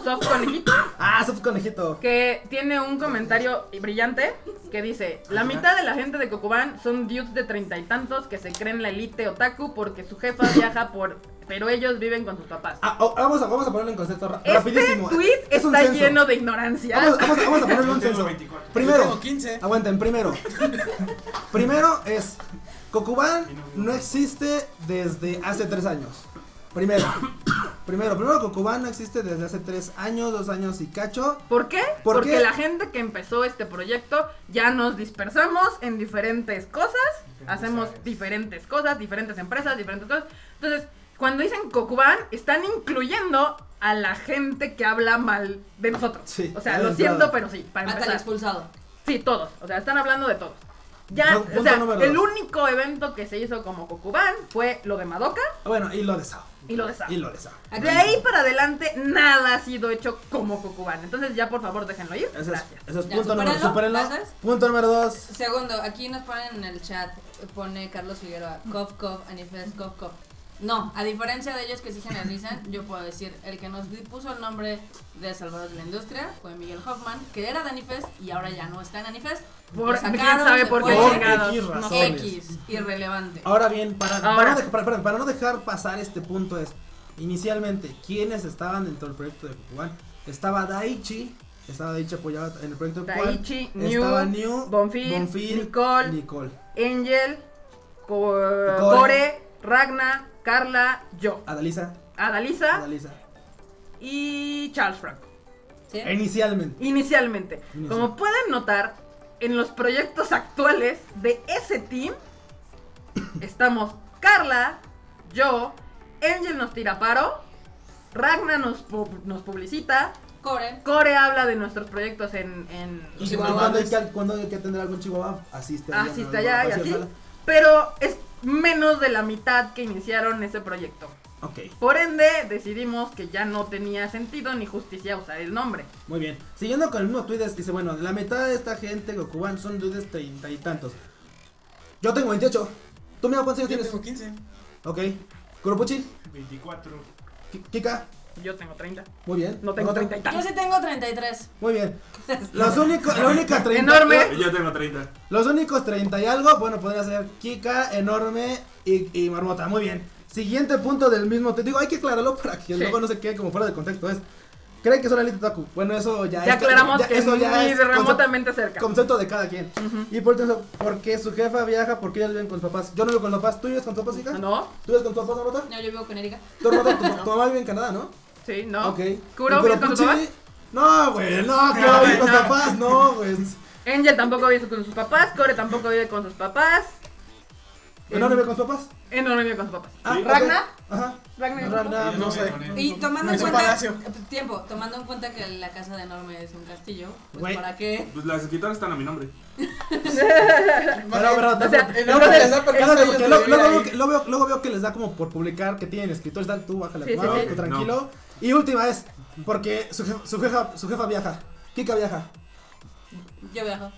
[SPEAKER 2] Soft Conejito,
[SPEAKER 1] Ah, sos conejito.
[SPEAKER 2] que tiene un comentario brillante que dice: La mitad de la gente de Cocobán son dudes de treinta y tantos que se creen la elite otaku porque su
[SPEAKER 1] [coughs]
[SPEAKER 2] jefa viaja por. Pero ellos viven con sus papás.
[SPEAKER 1] Ah, oh, vamos, a, vamos a ponerlo en concepto ra-
[SPEAKER 2] Este
[SPEAKER 1] Ah, rapidísimo.
[SPEAKER 2] tweet
[SPEAKER 1] Es un
[SPEAKER 2] está
[SPEAKER 1] censo.
[SPEAKER 2] lleno de ignorancia.
[SPEAKER 1] Vamos, vamos, vamos a ponerle
[SPEAKER 6] Yo
[SPEAKER 1] un
[SPEAKER 6] tengo
[SPEAKER 1] censo.
[SPEAKER 6] 24.
[SPEAKER 5] Yo
[SPEAKER 1] Primero, Ah,
[SPEAKER 5] tengo 15.
[SPEAKER 1] aguanten, primero. primero es, Cocubán
[SPEAKER 6] Y no veo.
[SPEAKER 1] no existe desde hace tres años. Primero, primero, primero Cocubán no existe desde hace tres años, dos años y cacho.
[SPEAKER 2] ¿Por qué?
[SPEAKER 1] ¿Por
[SPEAKER 2] Porque
[SPEAKER 1] qué?
[SPEAKER 2] la gente que empezó este proyecto ya nos dispersamos en diferentes cosas, hacemos
[SPEAKER 6] áreas.
[SPEAKER 2] diferentes cosas, diferentes empresas, diferentes cosas. Entonces, cuando dicen Cocubán, están incluyendo a la gente que habla mal de nosotros.
[SPEAKER 1] Sí,
[SPEAKER 2] o sea,
[SPEAKER 1] ya
[SPEAKER 2] lo
[SPEAKER 1] de
[SPEAKER 2] siento,
[SPEAKER 1] entrada.
[SPEAKER 2] pero sí, para
[SPEAKER 3] hasta el
[SPEAKER 2] empezar.
[SPEAKER 3] expulsado.
[SPEAKER 2] Sí, todos. O sea, están hablando de todos. Ya,
[SPEAKER 1] Pu- punto
[SPEAKER 2] o sea,
[SPEAKER 1] número
[SPEAKER 2] el
[SPEAKER 1] dos.
[SPEAKER 2] único evento que se hizo como Cocubán fue lo de Madoka
[SPEAKER 1] Bueno, y lo de Sao.
[SPEAKER 2] y lo de Sao.
[SPEAKER 1] Y lo de Sao.
[SPEAKER 3] Aquí.
[SPEAKER 2] De ahí para adelante nada ha sido hecho como Cocubán. Entonces ya por favor déjenlo ir.
[SPEAKER 1] Ese es,
[SPEAKER 2] Gracias.
[SPEAKER 1] ese es
[SPEAKER 3] Ya,
[SPEAKER 1] punto número
[SPEAKER 3] supérenlo,
[SPEAKER 1] supérenlo.
[SPEAKER 3] ¿pasas?
[SPEAKER 1] Punto número dos.
[SPEAKER 3] Segundo, aquí nos ponen en el chat, pone Carlos Figueroa, cof, cof, anifes, cof, cof. No, a diferencia de ellos que sí generalizan, yo puedo decir, el que nos di- puso el nombre de Salvador de la Industria fue Miguel Hoffman, que era de Anifest y ahora ya no está en Anifest. Lo
[SPEAKER 2] Por,
[SPEAKER 3] sacaron,
[SPEAKER 2] ¿Quién sabe
[SPEAKER 3] se
[SPEAKER 2] por qué
[SPEAKER 3] fue.
[SPEAKER 1] Por
[SPEAKER 2] chingados?
[SPEAKER 1] X
[SPEAKER 2] No sé.
[SPEAKER 1] razones.
[SPEAKER 3] X, irrelevante.
[SPEAKER 1] Ahora bien, para,
[SPEAKER 2] Ahora.
[SPEAKER 1] Para, no dej- para- perdón, para no dejar pasar este punto es, inicialmente, ¿quiénes estaban dentro del proyecto de Cocubán? Estaba Daichi, estaba Daichi apoyado en el proyecto de Cocubán.
[SPEAKER 2] Daichi,
[SPEAKER 1] estaba
[SPEAKER 2] New,
[SPEAKER 1] New,
[SPEAKER 2] Bonfil, Nicole.
[SPEAKER 1] Nicole.
[SPEAKER 2] Angel, Core,
[SPEAKER 1] Core.
[SPEAKER 2] Ragna, Carla, yo,
[SPEAKER 1] Adalisa,
[SPEAKER 2] Adalisa
[SPEAKER 1] Adalisa.
[SPEAKER 2] y Charles Franco.
[SPEAKER 3] ¿sí?
[SPEAKER 1] Inicialmente.
[SPEAKER 2] Inicialmente.
[SPEAKER 1] Inicial.
[SPEAKER 2] Como pueden notar, en los proyectos actuales de ese team estamos Carla, yo, Angel nos tira paro, Ragna nos, pu- nos publicita,
[SPEAKER 3] Core,
[SPEAKER 2] Core habla de nuestros proyectos en, en
[SPEAKER 1] Y
[SPEAKER 3] Chihuahua.
[SPEAKER 1] cuando hay, que, cuando hay que atender algún chihuahua, asiste allá,
[SPEAKER 2] asiste
[SPEAKER 1] ¿no?
[SPEAKER 2] Ah, allá y
[SPEAKER 1] Paseo
[SPEAKER 2] así.
[SPEAKER 1] Sala.
[SPEAKER 2] Pero es menos de la mitad que iniciaron ese proyecto.
[SPEAKER 1] Ok,
[SPEAKER 2] Por ende, decidimos que ya no tenía sentido ni justicia usar el nombre.
[SPEAKER 1] muy bien. Siguiendo con el mismo tweet, dice, bueno, la mitad de esta gente Cocubán son dudes treinta y tantos. Yo tengo 28. ¿Tú, mira cuántos años
[SPEAKER 5] Yo
[SPEAKER 1] tienes?
[SPEAKER 5] tengo 15.
[SPEAKER 1] Ok. Kuropuchi,
[SPEAKER 6] 24.
[SPEAKER 1] Ki- Kika,
[SPEAKER 2] Yo tengo 30.
[SPEAKER 1] muy bien.
[SPEAKER 2] No tengo
[SPEAKER 1] Otro.
[SPEAKER 2] 30 y
[SPEAKER 3] yo
[SPEAKER 2] tantos.
[SPEAKER 3] sí tengo 33.
[SPEAKER 1] Muy
[SPEAKER 2] [laughs]
[SPEAKER 1] bien. Los únicos, la única 30.
[SPEAKER 2] Enorme.
[SPEAKER 4] Yo tengo 30.
[SPEAKER 1] Los únicos 30 y algo, bueno, podría ser Kika, Enorme y, y Marmota. Muy bien. Siguiente punto del mismo. Te digo, hay que aclararlo para que
[SPEAKER 2] Sí.
[SPEAKER 1] luego no se quede como fuera de contexto. Es creen que son la elite otaku. Bueno, eso ya
[SPEAKER 2] Ya
[SPEAKER 1] es-
[SPEAKER 2] aclaramos
[SPEAKER 1] ya-
[SPEAKER 2] que
[SPEAKER 1] eso ya
[SPEAKER 2] ni
[SPEAKER 1] es concepto,
[SPEAKER 2] remotamente cerca.
[SPEAKER 1] concepto de cada quien.
[SPEAKER 2] Ujú.
[SPEAKER 1] Y por eso, ¿por qué su jefa viaja? ¿Por qué ellos viven con sus papás? Yo no vivo con los papás. ¿Tú vives con tus papás, hija?
[SPEAKER 2] Ah, ¿No?
[SPEAKER 1] ¿Tú vives con tus papás, Dorota?
[SPEAKER 3] No, yo vivo con Erika.
[SPEAKER 1] Dorota,
[SPEAKER 2] [laughs]
[SPEAKER 1] tu, tu mamá vive en Canadá, ¿no?
[SPEAKER 2] Sí, no.
[SPEAKER 1] Ok.
[SPEAKER 2] ¿Kuro
[SPEAKER 1] ¿Y
[SPEAKER 2] vive con sus
[SPEAKER 1] Kuropuchi?
[SPEAKER 2] papás?
[SPEAKER 1] No, güey, no, Kuro vive con sus
[SPEAKER 2] No.
[SPEAKER 1] papás, no, güey.
[SPEAKER 2] Angel tampoco vive con sus papás. Core tampoco vive con sus papás.
[SPEAKER 1] ¿No vive con sus papás?
[SPEAKER 2] Enorme vive con sus papás.
[SPEAKER 1] Ah, ok.
[SPEAKER 2] ¿Ragna?
[SPEAKER 1] Ajá.
[SPEAKER 2] ¿Ragna?
[SPEAKER 1] Ragna,
[SPEAKER 6] Yo
[SPEAKER 1] no
[SPEAKER 6] voy
[SPEAKER 1] sé.
[SPEAKER 6] con
[SPEAKER 4] Mm.
[SPEAKER 6] él.
[SPEAKER 3] Y tomando en
[SPEAKER 5] Es un
[SPEAKER 3] cuenta.
[SPEAKER 5] palacio.
[SPEAKER 3] Tiempo, tomando en cuenta que la casa de Enorme es un castillo. Pues
[SPEAKER 1] Güey.
[SPEAKER 3] ¿Para qué?
[SPEAKER 4] Pues las escritoras están a mi nombre.
[SPEAKER 1] Pero, pero,
[SPEAKER 2] O sea,
[SPEAKER 5] El
[SPEAKER 1] no,
[SPEAKER 5] nombre
[SPEAKER 1] pero-
[SPEAKER 5] les da permiso
[SPEAKER 1] Claro,
[SPEAKER 5] a
[SPEAKER 1] porque
[SPEAKER 5] ellos de
[SPEAKER 1] lo-
[SPEAKER 5] vivir
[SPEAKER 1] luego,
[SPEAKER 5] ahí.
[SPEAKER 1] veo que- lo veo- luego veo que les da como por publicar que tienen escritores, tal, tú bájale
[SPEAKER 2] Sí,
[SPEAKER 1] la mano,
[SPEAKER 2] sí, sí.
[SPEAKER 1] tú tranquilo. Y última es, porque su jefa, su jefa, su jefa viaja, Kika viaja,
[SPEAKER 3] Yo viajo.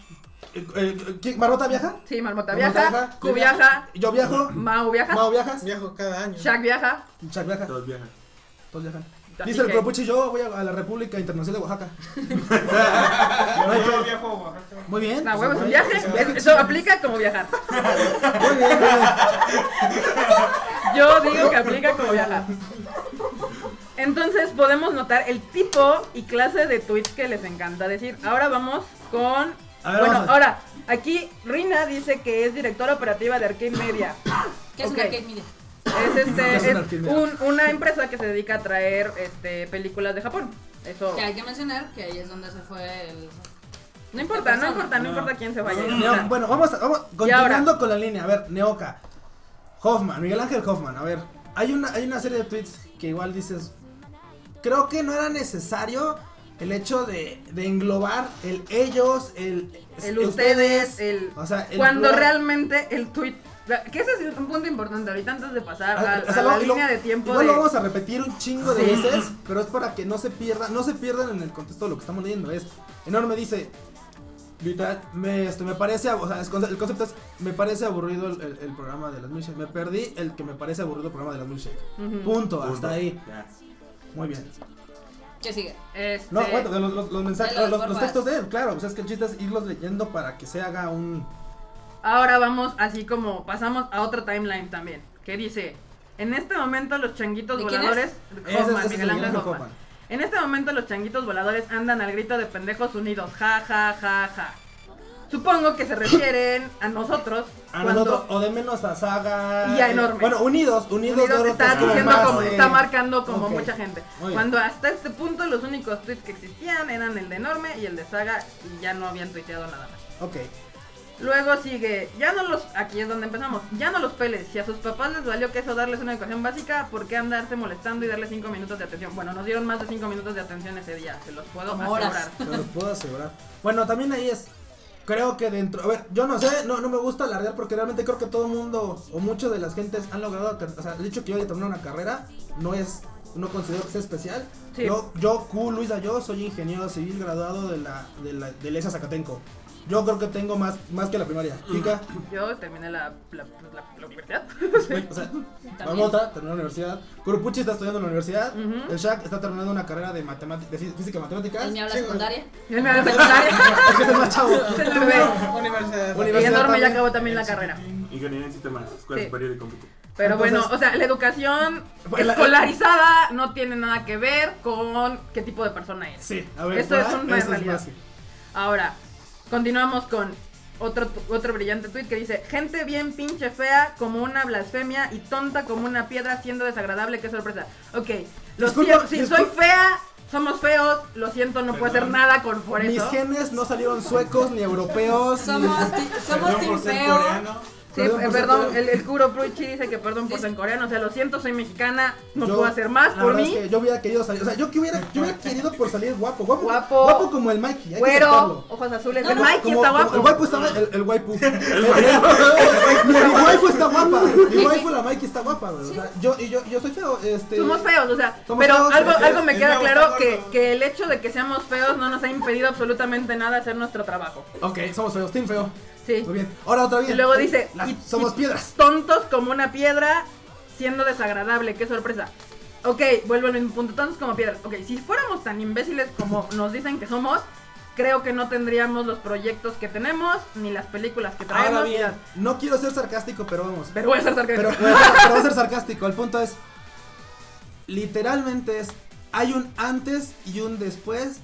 [SPEAKER 1] eh, eh, ¿Ki- Marmota viaja,
[SPEAKER 2] Sí, Marmota
[SPEAKER 1] Marmota
[SPEAKER 2] viaja.
[SPEAKER 1] viaja.
[SPEAKER 2] Q viaja.
[SPEAKER 1] yo viajo,
[SPEAKER 2] Mau viaja.
[SPEAKER 1] Mao viajas,
[SPEAKER 5] Viajo cada año.
[SPEAKER 2] Shaq viaja.
[SPEAKER 1] Chuck
[SPEAKER 2] Ah.
[SPEAKER 1] viaja,
[SPEAKER 4] Todos viajan.
[SPEAKER 1] todos viajan.
[SPEAKER 2] Así
[SPEAKER 1] Dice el
[SPEAKER 2] que-
[SPEAKER 1] Propuchi, yo voy a, a la República Internacional de
[SPEAKER 2] [laughs]
[SPEAKER 1] Oaxaca. Ah.
[SPEAKER 6] Yo yo viajo a Oaxaca.
[SPEAKER 1] Muy bien.
[SPEAKER 2] La
[SPEAKER 1] pues,
[SPEAKER 2] huevo es un
[SPEAKER 1] güey, pues,
[SPEAKER 2] viaje.
[SPEAKER 1] viaje.
[SPEAKER 2] Eso aplica como viajar.
[SPEAKER 1] Muy bien, muy bien.
[SPEAKER 2] [laughs] Yo digo que aplica como viajar. Entonces podemos notar el tipo y clase de tweets que les encanta decir. Ahora vamos con.
[SPEAKER 1] A ver,
[SPEAKER 2] bueno,
[SPEAKER 1] vamos a-
[SPEAKER 2] ahora, aquí Rina dice que es directora operativa de Arcade Media.
[SPEAKER 3] ¿Qué es
[SPEAKER 2] Ok.
[SPEAKER 3] una cake media?
[SPEAKER 2] Es, este,
[SPEAKER 1] ¿Qué es una
[SPEAKER 2] es
[SPEAKER 1] Arcade Media?
[SPEAKER 2] un- una empresa que se dedica a traer este, películas de Japón. Eso.
[SPEAKER 3] Que hay que mencionar que ahí es donde se fue el.
[SPEAKER 2] No importa, no importa, no importa quién se vaya.
[SPEAKER 1] Neo-
[SPEAKER 2] O sea,
[SPEAKER 1] bueno, vamos, a- vamos
[SPEAKER 2] ahora?
[SPEAKER 1] continuando con la línea. A ver, Neoka. Hoffman, Miguel Ángel Hoffman. A ver, hay una, hay una serie de tweets que igual dices. Creo que no era necesario el hecho de, de englobar el ellos, el,
[SPEAKER 2] el ustedes, el.
[SPEAKER 1] o sea, el
[SPEAKER 2] cuando
[SPEAKER 1] plural.
[SPEAKER 2] realmente el tweet. Que ese es un punto importante ahorita antes de pasar a,
[SPEAKER 1] Ah, o
[SPEAKER 2] a
[SPEAKER 1] sea,
[SPEAKER 2] la
[SPEAKER 1] lo- lo-
[SPEAKER 2] línea de tiempo.
[SPEAKER 1] igual
[SPEAKER 2] de...
[SPEAKER 1] lo vamos a repetir un chingo de
[SPEAKER 2] Sí.
[SPEAKER 1] veces, pero es para que no se pierdan, no se pierdan en el contexto de lo que estamos leyendo. Es enorme dice, literal, me, este, me parece, ab- o sea, es conce- el concepto es, me parece aburrido el, el- el programa de las milkshake. Me perdí el que me parece aburrido el programa de las milkshake.
[SPEAKER 2] Ujú.
[SPEAKER 1] Punto,
[SPEAKER 4] Punto.
[SPEAKER 1] hasta ahí.
[SPEAKER 4] Ya.
[SPEAKER 1] Muy bien.
[SPEAKER 3] ¿Qué sigue?
[SPEAKER 2] Este,
[SPEAKER 1] No, bueno, de los, los- los mensajes,
[SPEAKER 3] De las
[SPEAKER 1] los, los
[SPEAKER 3] formas.
[SPEAKER 1] textos de él, claro, o sea, es que el chiste es irlos leyendo para que se haga un...
[SPEAKER 2] Ahora vamos así como pasamos a otro timeline también, que dice, en este momento los changuitos
[SPEAKER 3] ¿De quién
[SPEAKER 2] voladores,
[SPEAKER 1] Ese es-
[SPEAKER 2] Hoffman,
[SPEAKER 1] ese es
[SPEAKER 2] Miguel
[SPEAKER 1] el
[SPEAKER 2] Ángel
[SPEAKER 1] Ángel
[SPEAKER 2] Hoffman.
[SPEAKER 1] Hoffman.
[SPEAKER 2] En este momento los changuitos voladores andan al grito de pendejos unidos, ja ja ja ja. Supongo que se refieren a nosotros
[SPEAKER 1] A
[SPEAKER 2] cuando
[SPEAKER 1] nosotros, o de menos a Saga. eh,
[SPEAKER 2] Y a Enorme.
[SPEAKER 1] Bueno, unidos, unidos,
[SPEAKER 2] Unidos
[SPEAKER 1] Dorota
[SPEAKER 2] está
[SPEAKER 1] es como
[SPEAKER 2] diciendo
[SPEAKER 1] más,
[SPEAKER 2] como,
[SPEAKER 1] eh,
[SPEAKER 2] está marcando como
[SPEAKER 1] ok.
[SPEAKER 2] mucha gente.
[SPEAKER 1] Muy bien.
[SPEAKER 2] Cuando hasta este punto los únicos tweets que existían eran el de Enorme y el de Saga y ya no habían tuiteado nada más.
[SPEAKER 1] Ok.
[SPEAKER 2] Luego sigue, ya no los, aquí es donde empezamos, ya no los peles, si a sus papás les valió que eso darles una educación básica, ¿por qué andarse molestando y darles 5 minutos de atención? Bueno, nos dieron más de 5 minutos de atención ese día, se los puedo
[SPEAKER 3] Como horas.
[SPEAKER 2] asegurar.
[SPEAKER 1] Te lo puedo asegurar. Bueno, también ahí es. Creo que dentro. A ver, yo no sé, no, no me gusta alardear porque realmente creo que todo el mundo o muchas de las gentes han logrado. alcan- O sea, el hecho que yo haya terminado una carrera no es. No considero que sea especial.
[SPEAKER 2] Sí.
[SPEAKER 1] Yo, yo, Q, Luisa, yo soy ingeniero civil graduado de la, de la, de la ESA Zacatenco. Yo creo que tengo más, más que la primaria. Chica, pues,
[SPEAKER 2] Yo terminé la, la, la- la universidad.
[SPEAKER 1] o sea, Marmota terminó la universidad. Curupuchi está estudiando en la universidad.
[SPEAKER 2] Ujú.
[SPEAKER 1] El Shaq está terminando una carrera de, matemática, de fí- física y matemáticas.
[SPEAKER 3] ¿En mi habla
[SPEAKER 5] Sí,
[SPEAKER 3] secundaria?
[SPEAKER 2] Yo me la secundaria.
[SPEAKER 1] [laughs] Es que es el más chavo.
[SPEAKER 2] [laughs] Se lo ve.
[SPEAKER 1] Universidad.
[SPEAKER 5] Universidad.
[SPEAKER 2] Y enorme ya
[SPEAKER 1] también.
[SPEAKER 2] acabó también la carrera.
[SPEAKER 4] Ingeniería en sistemas, escuela
[SPEAKER 2] Sí.
[SPEAKER 4] superior de cómputo.
[SPEAKER 2] Pero bueno,
[SPEAKER 1] Entonces-
[SPEAKER 2] o sea, la educación
[SPEAKER 1] Bueno, la-
[SPEAKER 2] escolarizada no tiene nada que ver con qué tipo de persona eres.
[SPEAKER 1] Sí, a ver.
[SPEAKER 2] Esto
[SPEAKER 1] por
[SPEAKER 2] es
[SPEAKER 1] ahí,
[SPEAKER 2] una
[SPEAKER 1] eso
[SPEAKER 2] realidad.
[SPEAKER 1] más que-
[SPEAKER 2] Ahora, continuamos con otro, tu- otro brillante tuit que dice, gente bien pinche fea como una blasfemia y tonta como una piedra siendo desagradable, qué sorpresa. Ok, lo
[SPEAKER 1] Disculpa,
[SPEAKER 2] siento, si soy
[SPEAKER 1] disculpa.
[SPEAKER 2] fea, somos feos, lo siento, no puedo hacer
[SPEAKER 6] Perdón.
[SPEAKER 2] nada con por
[SPEAKER 1] Mis
[SPEAKER 2] eso.
[SPEAKER 1] genes no salieron suecos ni europeos.
[SPEAKER 3] Somos, ti- somos
[SPEAKER 6] Perdón
[SPEAKER 3] Team
[SPEAKER 6] por ser
[SPEAKER 3] Feo.
[SPEAKER 6] coreano.
[SPEAKER 2] Sí,
[SPEAKER 1] Perdón
[SPEAKER 2] eh,
[SPEAKER 1] por ser
[SPEAKER 2] perdón,
[SPEAKER 1] coreano.
[SPEAKER 2] el, el Kuro Pruchi dice que perdón por
[SPEAKER 3] Sí.
[SPEAKER 2] ser coreano, o sea, lo siento, soy mexicana, no
[SPEAKER 1] Yo-
[SPEAKER 2] puedo hacer más
[SPEAKER 1] la
[SPEAKER 2] por
[SPEAKER 1] verdad
[SPEAKER 2] mí.
[SPEAKER 1] es que yo hubiera querido salir. O sea, yo que hubiera, yo hubiera querido por salir guapo. Guapo.
[SPEAKER 2] Guapo.
[SPEAKER 1] guapo como el Mikey. hay que aceptarlo.
[SPEAKER 2] Güero, ojos azules,
[SPEAKER 3] No,
[SPEAKER 2] el
[SPEAKER 3] no,
[SPEAKER 2] Mikey
[SPEAKER 1] Como-
[SPEAKER 2] está
[SPEAKER 1] como-
[SPEAKER 2] guapo.
[SPEAKER 1] El guapo estaba. El, el [laughs] waifu. Mi- Mi waifu está guapa. Mi waifu, la Mikey, está guapa, güey. O sea, yo, y yo, yo soy feo. Este,
[SPEAKER 2] Somos feos, o sea,
[SPEAKER 1] Somos
[SPEAKER 2] pero
[SPEAKER 1] feos,
[SPEAKER 2] algo,
[SPEAKER 1] feos.
[SPEAKER 2] algo me
[SPEAKER 6] El
[SPEAKER 2] queda
[SPEAKER 6] nuevo
[SPEAKER 2] claro
[SPEAKER 6] está
[SPEAKER 2] que,
[SPEAKER 6] gordo.
[SPEAKER 2] que el hecho de que seamos feos no nos ha impedido absolutamente nada hacer nuestro trabajo.
[SPEAKER 1] Ok, somos feos. Team feo.
[SPEAKER 2] Sí.
[SPEAKER 1] Muy bien. Ahora otra bien.
[SPEAKER 2] Y luego dice,
[SPEAKER 1] Las-
[SPEAKER 2] y-
[SPEAKER 1] somos
[SPEAKER 2] y-
[SPEAKER 1] piedras.
[SPEAKER 2] Tontos como una piedra, siendo desagradable, qué sorpresa. Ok, vuelvo al mismo punto, tontos como piedras. Ok, si fuéramos tan imbéciles como nos dicen que somos, creo que no tendríamos los proyectos que tenemos, ni las películas que traemos.
[SPEAKER 1] Ahora
[SPEAKER 2] ni
[SPEAKER 1] bien,
[SPEAKER 2] las-
[SPEAKER 1] no quiero ser sarcástico, pero vamos.
[SPEAKER 2] Pero [laughs] voy a estar cerca de
[SPEAKER 1] Pero, pero, pero va a ser sarcástico. El punto es. Literalmente es. hay un antes y un después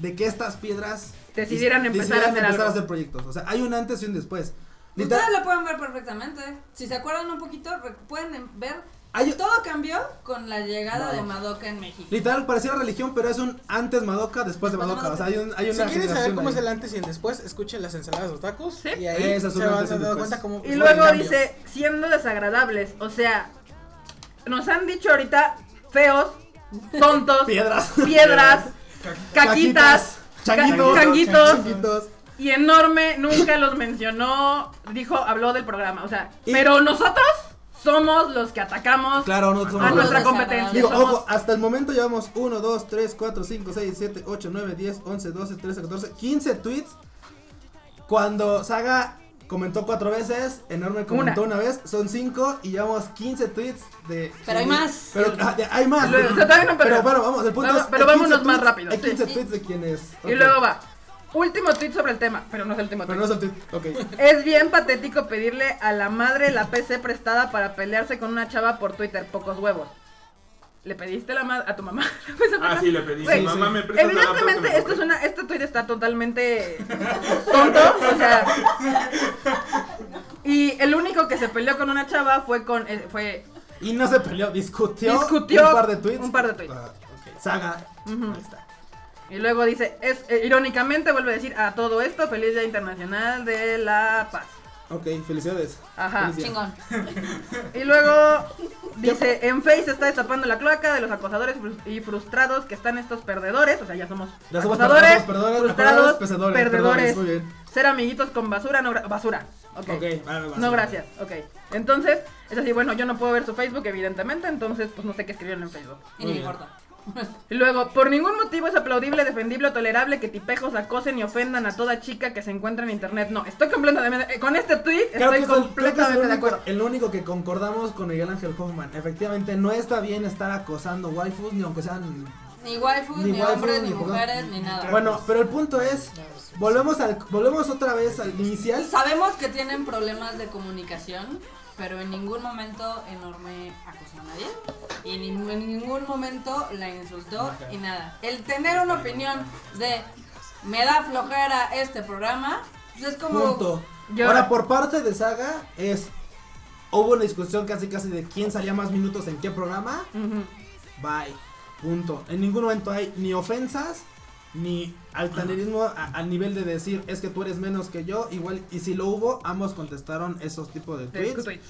[SPEAKER 1] de que estas piedras
[SPEAKER 2] Decidieran empezar a hacer algo. Pues
[SPEAKER 1] proyectos. O sea, hay un antes y un después. Literal-
[SPEAKER 3] Ustedes lo pueden ver perfectamente. Si se acuerdan un poquito, re- pueden em-, ver.
[SPEAKER 1] hay-
[SPEAKER 3] Todo cambió con la llegada de
[SPEAKER 1] Madoka.
[SPEAKER 3] Madoka en México.
[SPEAKER 1] literal, pareciera religión, pero es un antes Madoka, después de
[SPEAKER 2] Pues
[SPEAKER 3] Después de
[SPEAKER 1] Madoka. O sea, hay, un,
[SPEAKER 3] Madoka.
[SPEAKER 1] hay una.
[SPEAKER 5] Si quieren saber
[SPEAKER 1] generación
[SPEAKER 5] cómo
[SPEAKER 1] ahí.
[SPEAKER 5] es el antes y el después, escuchen las ensaladas o tacos.
[SPEAKER 2] Sí.
[SPEAKER 5] Y ahí
[SPEAKER 1] Esas son
[SPEAKER 5] se van
[SPEAKER 1] antes y
[SPEAKER 5] a dar
[SPEAKER 1] después.
[SPEAKER 5] cuenta cómo.
[SPEAKER 2] Y
[SPEAKER 5] fue el
[SPEAKER 2] luego
[SPEAKER 5] cambio.
[SPEAKER 2] dice, siendo desagradables, o sea, nos han dicho ahorita feos,
[SPEAKER 1] [laughs]
[SPEAKER 2] tontos,
[SPEAKER 1] Piedras.
[SPEAKER 2] piedras, caquitas,
[SPEAKER 1] Changuitos.
[SPEAKER 2] ca- changuitos.
[SPEAKER 1] changuitos.
[SPEAKER 2] y enorme, nunca los mencionó, dijo, habló del programa, o sea, pero nosotros somos los que atacamos
[SPEAKER 1] Claro, no somos
[SPEAKER 2] a
[SPEAKER 3] los
[SPEAKER 2] nuestra
[SPEAKER 3] desagradables.
[SPEAKER 2] competencia.
[SPEAKER 1] Digo,
[SPEAKER 2] somos-
[SPEAKER 1] ojo, hasta el momento llevamos 1, 2, 3, 4, 5, 6, 7, 8, 9, 10, 11, 12, 13, 14, 15 tweets. Cuando Saga comentó cuatro veces, Enorme comentó una, vez, son 5 y llevamos 15 tweets de...
[SPEAKER 3] Pero hay más.
[SPEAKER 1] Pero ah, de- hay más.
[SPEAKER 2] Luego, o sea, todavía no
[SPEAKER 1] pero
[SPEAKER 2] empezamos.
[SPEAKER 1] bueno, vamos, el punto
[SPEAKER 2] Vamos,
[SPEAKER 1] es...
[SPEAKER 2] pero
[SPEAKER 1] hay 15
[SPEAKER 2] vámonos más
[SPEAKER 1] tweets-
[SPEAKER 2] rápido,
[SPEAKER 1] Hay
[SPEAKER 2] sí.
[SPEAKER 1] 15 tweets de quién es.
[SPEAKER 2] Y luego va, último tweet sobre el tema, pero no es el último
[SPEAKER 1] Pero
[SPEAKER 2] tweet.
[SPEAKER 1] no es el tweet, ok.
[SPEAKER 2] Es bien patético pedirle a la madre la PC prestada para pelearse con una chava por Twitter, pocos huevos. ¿Le pediste la ma- a tu mamá [laughs] la PC
[SPEAKER 4] Ah,
[SPEAKER 2] prestada?
[SPEAKER 4] sí, le pedí.
[SPEAKER 2] Güey,
[SPEAKER 4] Mi mamá
[SPEAKER 1] sí.
[SPEAKER 4] me presta la laptop que me
[SPEAKER 2] Evidentemente, esto es
[SPEAKER 4] compré.
[SPEAKER 2] una, este tweet está totalmente tonto. O sea. Y el único que se peleó con una chava fue con. eh, fue.
[SPEAKER 1] Y no se peleó, discutió,
[SPEAKER 2] Discutió
[SPEAKER 1] un par de tweets.
[SPEAKER 2] un par de tweets.
[SPEAKER 1] Ah, ok. Saga.
[SPEAKER 2] Ujú.
[SPEAKER 1] Ahí está.
[SPEAKER 2] Y luego dice, es, eh, irónicamente vuelve a decir a todo esto, feliz Día Internacional de la Paz.
[SPEAKER 1] Ok, felicidades.
[SPEAKER 2] Ajá.
[SPEAKER 1] Feliz día.
[SPEAKER 3] Chingón.
[SPEAKER 2] Y luego dice, en Face está destapando la cloaca de los acosadores frus- y frustrados que están estos perdedores. O sea, ya somos
[SPEAKER 1] Ya somos perdedores,
[SPEAKER 2] acosadores,
[SPEAKER 1] perdedores,
[SPEAKER 2] frustrados,
[SPEAKER 1] perdedores,
[SPEAKER 2] perdedores.
[SPEAKER 1] perdedores, muy bien.
[SPEAKER 2] Ser amiguitos con basura, no gra- basura. Ok.
[SPEAKER 1] Ok, vale, vale,
[SPEAKER 2] No,
[SPEAKER 1] vale.
[SPEAKER 2] gracias. Ok. Entonces, es así, bueno, yo no puedo ver su Facebook, evidentemente, entonces, pues no sé qué escribieron en Facebook.
[SPEAKER 3] Y ni me importa.
[SPEAKER 2] Y luego, por ningún motivo es aplaudible, defendible o tolerable que tipejos acosen y ofendan a toda chica que se encuentra en internet. No, estoy completamente. eh, Con este tweet
[SPEAKER 1] Creo
[SPEAKER 2] estoy
[SPEAKER 1] que es el- creo que es el
[SPEAKER 2] completamente de
[SPEAKER 1] único-
[SPEAKER 2] acuerdo.
[SPEAKER 1] El único que concordamos con Miguel Ángel Hoffman. Efectivamente, no está bien estar acosando waifus, ni aunque sean.
[SPEAKER 3] Ni waifus,
[SPEAKER 1] Ni
[SPEAKER 3] ni,
[SPEAKER 1] waifus,
[SPEAKER 3] hombres, ni,
[SPEAKER 1] ni
[SPEAKER 3] mujeres, ni nada.
[SPEAKER 1] Bueno, pero el punto es. Volvemos al volvemos otra vez al inicial.
[SPEAKER 3] Sabemos que tienen problemas de comunicación, pero en ningún momento Enorme acusó a nadie. Y ni- en ningún momento la insultó y nada. El tener una opinión de me da flojera este programa, pues es como.
[SPEAKER 1] Punto.
[SPEAKER 2] Yo-
[SPEAKER 1] Ahora, por parte de Saga, es. Hubo una discusión casi casi de quién salía más minutos en qué programa.
[SPEAKER 2] Ujú.
[SPEAKER 1] Bye. Punto. En ningún momento hay ni ofensas, ni altanerismo a- al nivel de decir es que tú eres menos que yo. Igual, y si lo hubo, ambos contestaron esos tipos de
[SPEAKER 2] De-
[SPEAKER 1] tweets.
[SPEAKER 2] tweets.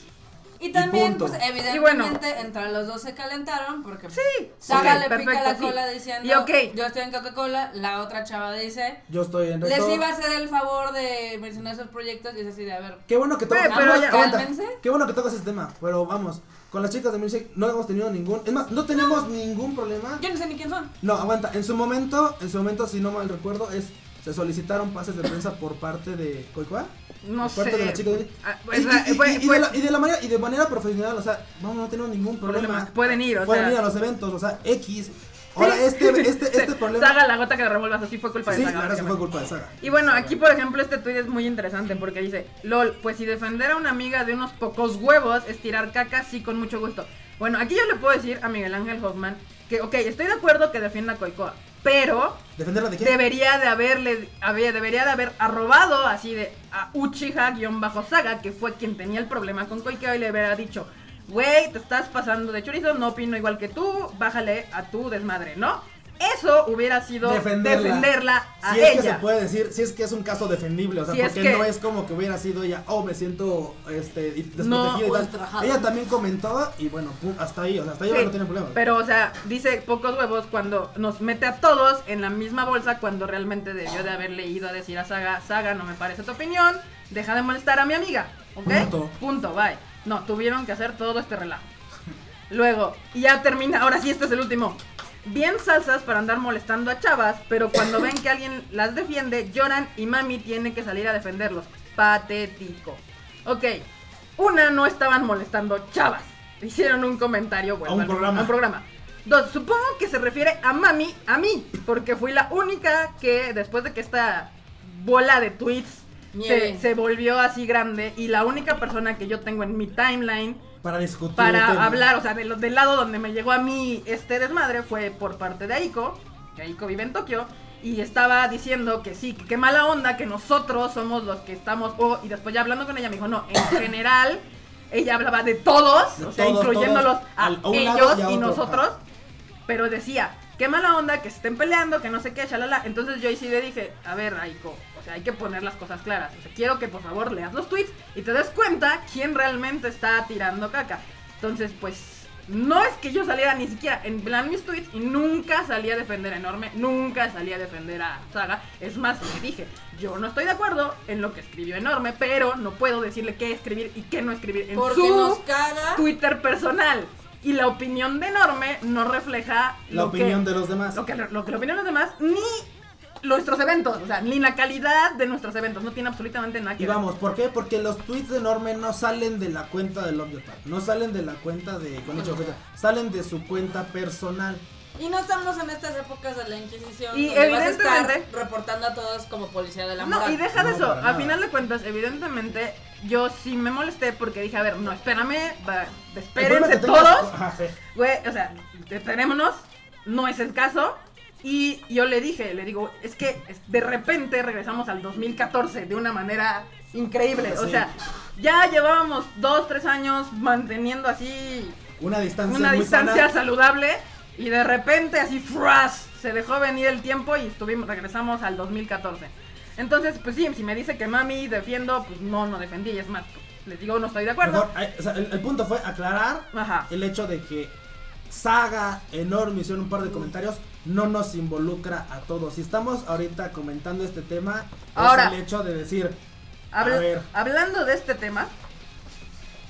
[SPEAKER 3] Y también,
[SPEAKER 1] punto.
[SPEAKER 3] pues evidentemente,
[SPEAKER 2] Y bueno.
[SPEAKER 3] entre los dos se calentaron porque pues,
[SPEAKER 2] Sí.
[SPEAKER 3] Saga
[SPEAKER 2] Ok,
[SPEAKER 3] le pica
[SPEAKER 2] perfecto,
[SPEAKER 3] la
[SPEAKER 2] sí.
[SPEAKER 3] cola diciendo
[SPEAKER 2] Y ok.
[SPEAKER 3] yo estoy en Coca-Cola, la otra chava dice
[SPEAKER 1] Yo estoy en
[SPEAKER 3] les
[SPEAKER 1] recto.
[SPEAKER 3] iba a hacer el favor de mencionar sus proyectos y es así de a ver.
[SPEAKER 1] Qué bueno que tocas.
[SPEAKER 2] Güey, pero
[SPEAKER 1] Ambos,
[SPEAKER 2] ya-
[SPEAKER 1] aguanta.
[SPEAKER 3] cálmense.
[SPEAKER 1] Qué bueno que tocas ese tema. Pero vamos, con las chicas de Milkshake no hemos tenido ningún. Es más, no tenemos ningún problema.
[SPEAKER 3] Yo no sé ni quién son.
[SPEAKER 1] No, aguanta. En su momento, en su momento, si no mal recuerdo, es. Se solicitaron pases de prensa por parte de Coicoa.
[SPEAKER 2] No
[SPEAKER 1] por parte
[SPEAKER 2] sé.
[SPEAKER 1] de la chica de-
[SPEAKER 2] Ah,
[SPEAKER 1] Y-
[SPEAKER 2] pues,
[SPEAKER 1] y-
[SPEAKER 2] ah,
[SPEAKER 1] y-
[SPEAKER 2] fue-
[SPEAKER 1] y- y
[SPEAKER 2] fue-
[SPEAKER 1] de la- Y de la manera- y de manera profesional, o sea, vamos, no tenemos ningún problema.
[SPEAKER 2] problemas. Pueden ir, o
[SPEAKER 1] Pueden
[SPEAKER 2] sea.
[SPEAKER 1] ir a los eventos, o sea, X. Ahora, este, este,
[SPEAKER 2] [laughs]
[SPEAKER 1] este problema.
[SPEAKER 2] Saga la gota que revuelvas, así fue culpa
[SPEAKER 1] sí,
[SPEAKER 2] de
[SPEAKER 1] la
[SPEAKER 2] Saga.
[SPEAKER 1] verdad es que fue
[SPEAKER 2] básicamente.
[SPEAKER 1] culpa de Saga.
[SPEAKER 2] Y bueno, aquí por ejemplo este tweet es muy interesante porque dice, LOL, pues si defender a una amiga de unos pocos huevos es tirar caca, sí, con mucho gusto. Bueno, aquí yo le puedo decir a Miguel Ángel Hoffman que, ok, estoy de acuerdo que defienda a Coicoa, pero
[SPEAKER 1] ¿Defenderla de quién?
[SPEAKER 2] debería de haberle, había- debería de haber arrobado así de a Uchiha-Saga, que fue quien tenía el problema con Koike y le hubiera dicho, güey, te estás pasando de chorizo, no opino igual que tú, bájale a tu desmadre, ¿no? Eso hubiera sido defenderla,
[SPEAKER 1] Defenderla.
[SPEAKER 2] a
[SPEAKER 1] si es que se
[SPEAKER 2] ella.
[SPEAKER 1] puede decir, si es que es un caso defendible, o sea,
[SPEAKER 2] Si es
[SPEAKER 1] porque
[SPEAKER 2] que-
[SPEAKER 1] no es como que hubiera sido ella, oh, me siento este, y- desprotegida
[SPEAKER 2] No,
[SPEAKER 1] y tal.
[SPEAKER 3] ultrajada.
[SPEAKER 1] Ella también comentó y bueno, pum, hasta ahí, o sea, hasta ahí
[SPEAKER 2] Sí,
[SPEAKER 1] ahora no tienen problema.
[SPEAKER 2] Pero, o sea, dice pocos huevos cuando nos mete a todos en la misma bolsa cuando realmente debió de haberle ido a decir a Saga, Saga, no me parece tu opinión, deja de molestar a mi amiga, ¿ok?
[SPEAKER 1] Punto.
[SPEAKER 2] Punto, bye. No, tuvieron que hacer todo este relajo. Luego, y ya termina, ahora sí, este es el último. Bien salsas para andar molestando a chavas, pero cuando ven que alguien las defiende, lloran y mami tiene que salir a defenderlos. Patético. Ok, una, no estaban molestando chavas. Hicieron un comentario, bueno,
[SPEAKER 1] A un
[SPEAKER 2] al-
[SPEAKER 1] programa.
[SPEAKER 2] a un programa. Dos, supongo que se refiere a mami, a mí, porque fui la única que después de que esta bola de tweets
[SPEAKER 3] Nieve.
[SPEAKER 2] se, se volvió así grande y la única persona que yo tengo en mi timeline
[SPEAKER 1] Para discutir. el
[SPEAKER 2] para
[SPEAKER 1] tema.
[SPEAKER 2] hablar, o sea, de lo- del lado donde me llegó a mí este desmadre fue por parte de Aiko, que Aiko vive en Tokio, y estaba diciendo que sí, que qué mala onda, que nosotros somos los que estamos, oh, y después ya hablando con ella me dijo, no,
[SPEAKER 1] [coughs]
[SPEAKER 2] en general, ella hablaba de todos,
[SPEAKER 1] De
[SPEAKER 2] o sea,
[SPEAKER 1] todos,
[SPEAKER 2] incluyéndolos
[SPEAKER 1] todos,
[SPEAKER 2] a,
[SPEAKER 1] al- a un lado
[SPEAKER 2] ellos
[SPEAKER 1] y
[SPEAKER 2] y,
[SPEAKER 1] a otro,
[SPEAKER 2] nosotros,
[SPEAKER 1] ajá.
[SPEAKER 2] pero decía, qué mala onda, que se estén peleando, que no sé qué, shalala, entonces yo ahí sí le dije, a ver, Aiko, o sea, hay que poner las cosas claras, o sea, quiero que por favor leas los tweets y te des cuenta quién realmente está tirando caca. Entonces, pues, no es que yo saliera ni siquiera en plan mis tweets y nunca salí a defender a Enorme, nunca salí a defender a Saga. Es más, le dije, yo no estoy de acuerdo en lo que escribió Enorme, pero no puedo decirle qué escribir y qué no escribir en
[SPEAKER 3] Porque
[SPEAKER 2] su
[SPEAKER 3] nos caga.
[SPEAKER 2] Twitter personal. Y la opinión de Enorme no refleja
[SPEAKER 1] La
[SPEAKER 2] lo que-
[SPEAKER 1] opinión de los demás.
[SPEAKER 2] lo que, lo que opinan los demás, ni nuestros eventos, o sea, ni la calidad de nuestros eventos, no tiene absolutamente nada que
[SPEAKER 1] Y
[SPEAKER 2] ver.
[SPEAKER 1] vamos, ¿por qué? Porque los tweets de Norme no salen de la cuenta de Love Your Pad, no salen de la cuenta de Conexión Oculta, salen de su cuenta personal.
[SPEAKER 3] Y no estamos en estas épocas de la Inquisición.
[SPEAKER 2] Y
[SPEAKER 3] donde vas a
[SPEAKER 2] evidentemente-
[SPEAKER 3] estar reportando a todos como policía de la
[SPEAKER 2] No,
[SPEAKER 3] moral.
[SPEAKER 2] y deja de
[SPEAKER 1] No,
[SPEAKER 2] eso.
[SPEAKER 1] para
[SPEAKER 2] A
[SPEAKER 1] nada.
[SPEAKER 2] final de cuentas, evidentemente, yo sí me molesté porque dije, a ver, no, espérame, va, espérense
[SPEAKER 1] El problema que
[SPEAKER 2] todos.
[SPEAKER 1] tengo- Ajá, sí.
[SPEAKER 2] Güey, o sea, esperémonos, no es el caso. Y yo le dije, le digo, es que es- de repente regresamos al 2014 de una manera increíble. O
[SPEAKER 1] Sí.
[SPEAKER 2] sea, ya llevábamos dos, tres años manteniendo así
[SPEAKER 1] Una distancia
[SPEAKER 2] una
[SPEAKER 1] muy
[SPEAKER 2] distancia
[SPEAKER 1] sana.
[SPEAKER 2] saludable y de repente así ¡fras! se dejó venir el tiempo y estuvimos regresamos al 2014. Entonces, pues sí, si me dice que mami defiendo, pues no, no defendí, y es más, pues, les digo no estoy de acuerdo.
[SPEAKER 1] Mejor, eh, o sea, el, el punto fue aclarar
[SPEAKER 2] Ajá.
[SPEAKER 1] el hecho de que Saga, Enorme hicieron un par de comentarios, no nos involucra a todos. Si estamos ahorita comentando este tema,
[SPEAKER 2] Ahora.
[SPEAKER 1] es el hecho de decir,
[SPEAKER 2] Habla-
[SPEAKER 1] A ver.
[SPEAKER 2] Hablando de este tema,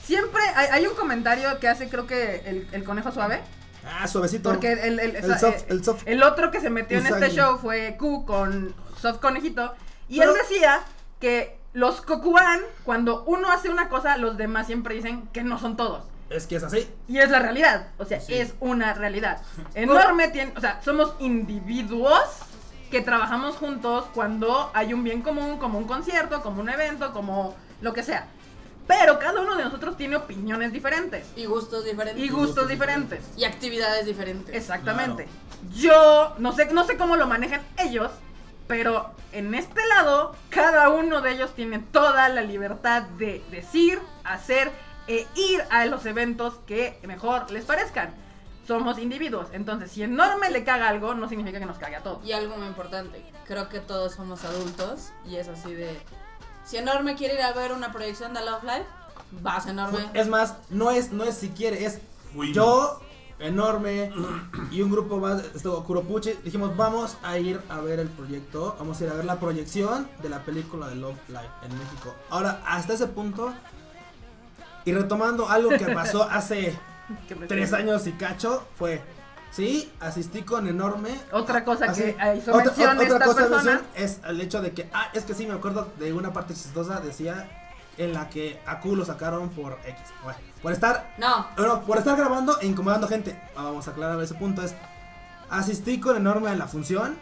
[SPEAKER 2] siempre hay, hay un comentario que hace creo que el, el conejo suave,
[SPEAKER 1] ah, suavecito.
[SPEAKER 2] porque el, el- el-
[SPEAKER 1] el,
[SPEAKER 2] eh,
[SPEAKER 1] soft, el soft.
[SPEAKER 2] El otro que se metió en este
[SPEAKER 1] Usagi.
[SPEAKER 2] show fue Q con Soft Conejito. Y él
[SPEAKER 1] Pero-
[SPEAKER 2] decía que los Kokuban, cuando uno hace una cosa, los demás siempre dicen que no son todos.
[SPEAKER 1] Es que es así.
[SPEAKER 2] Y es la realidad. O sea,
[SPEAKER 1] Sí.
[SPEAKER 2] es una realidad. Enorme tiene. O sea, somos individuos que trabajamos juntos cuando hay un bien común, como un concierto, como un evento, como lo que sea. Pero cada uno de nosotros tiene opiniones diferentes
[SPEAKER 3] Y gustos diferentes.
[SPEAKER 2] y gustos diferentes.
[SPEAKER 3] Y actividades diferentes.
[SPEAKER 2] Exactamente. Yo no sé, no sé cómo lo manejan ellos, pero en este lado, cada uno de ellos tiene toda la libertad de decir, hacer e ir a los eventos que mejor les parezcan. Somos individuos, entonces si enorme le caga algo, no significa que nos cague a todos.
[SPEAKER 3] Y algo muy importante, creo que todos somos adultos y es así de... Si Enorme quiere ir a ver una proyección de Love Live, vas Enorme.
[SPEAKER 1] Es más, no es, no es si quiere, es
[SPEAKER 4] Fuimos.
[SPEAKER 1] Yo, enorme, y un grupo más, esto, Kuropuchi, dijimos, vamos a ir a ver el proyecto, vamos a ir a ver la proyección de la película de Love Live en México. Ahora, hasta ese punto, y retomando algo que
[SPEAKER 2] [laughs]
[SPEAKER 1] pasó hace
[SPEAKER 2] Que me-
[SPEAKER 1] tres años y cacho, fue, sí, asistí con enorme.
[SPEAKER 2] Otra cosa
[SPEAKER 1] así,
[SPEAKER 2] que eh, hizo
[SPEAKER 1] Ah, otra-
[SPEAKER 2] mención
[SPEAKER 1] otra
[SPEAKER 2] esta
[SPEAKER 1] cosa de
[SPEAKER 2] persona.
[SPEAKER 1] mención es el hecho de que, ah, es que sí, me acuerdo de una parte chistosa, decía, en la que a Q lo sacaron por X, bueno, por estar
[SPEAKER 3] No,
[SPEAKER 1] bueno, por estar grabando e incomodando gente. Ah, Vamos a aclarar ese punto. Es. Asistí con enorme a la función.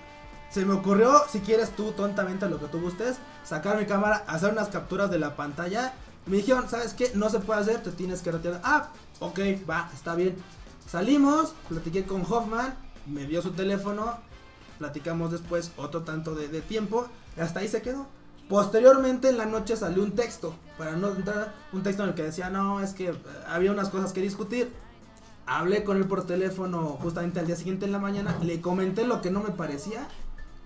[SPEAKER 1] Se me ocurrió, si quieres tú, tontamente lo que tú gustes, sacar mi cámara, hacer unas capturas de la pantalla. Me dijeron, ¿sabes qué? No se puede hacer, te tienes que retirar. Ah, ok, va, está bien. Salimos, platiqué con Hoffman, me dio su teléfono, platicamos después otro tanto de, de tiempo, y hasta ahí se quedó. Posteriormente en la noche salió un texto, para no entrar, un texto en el que decía, no, es que eh, había unas cosas que discutir. Hablé con él por teléfono justamente al día siguiente en la mañana, le comenté lo que no me parecía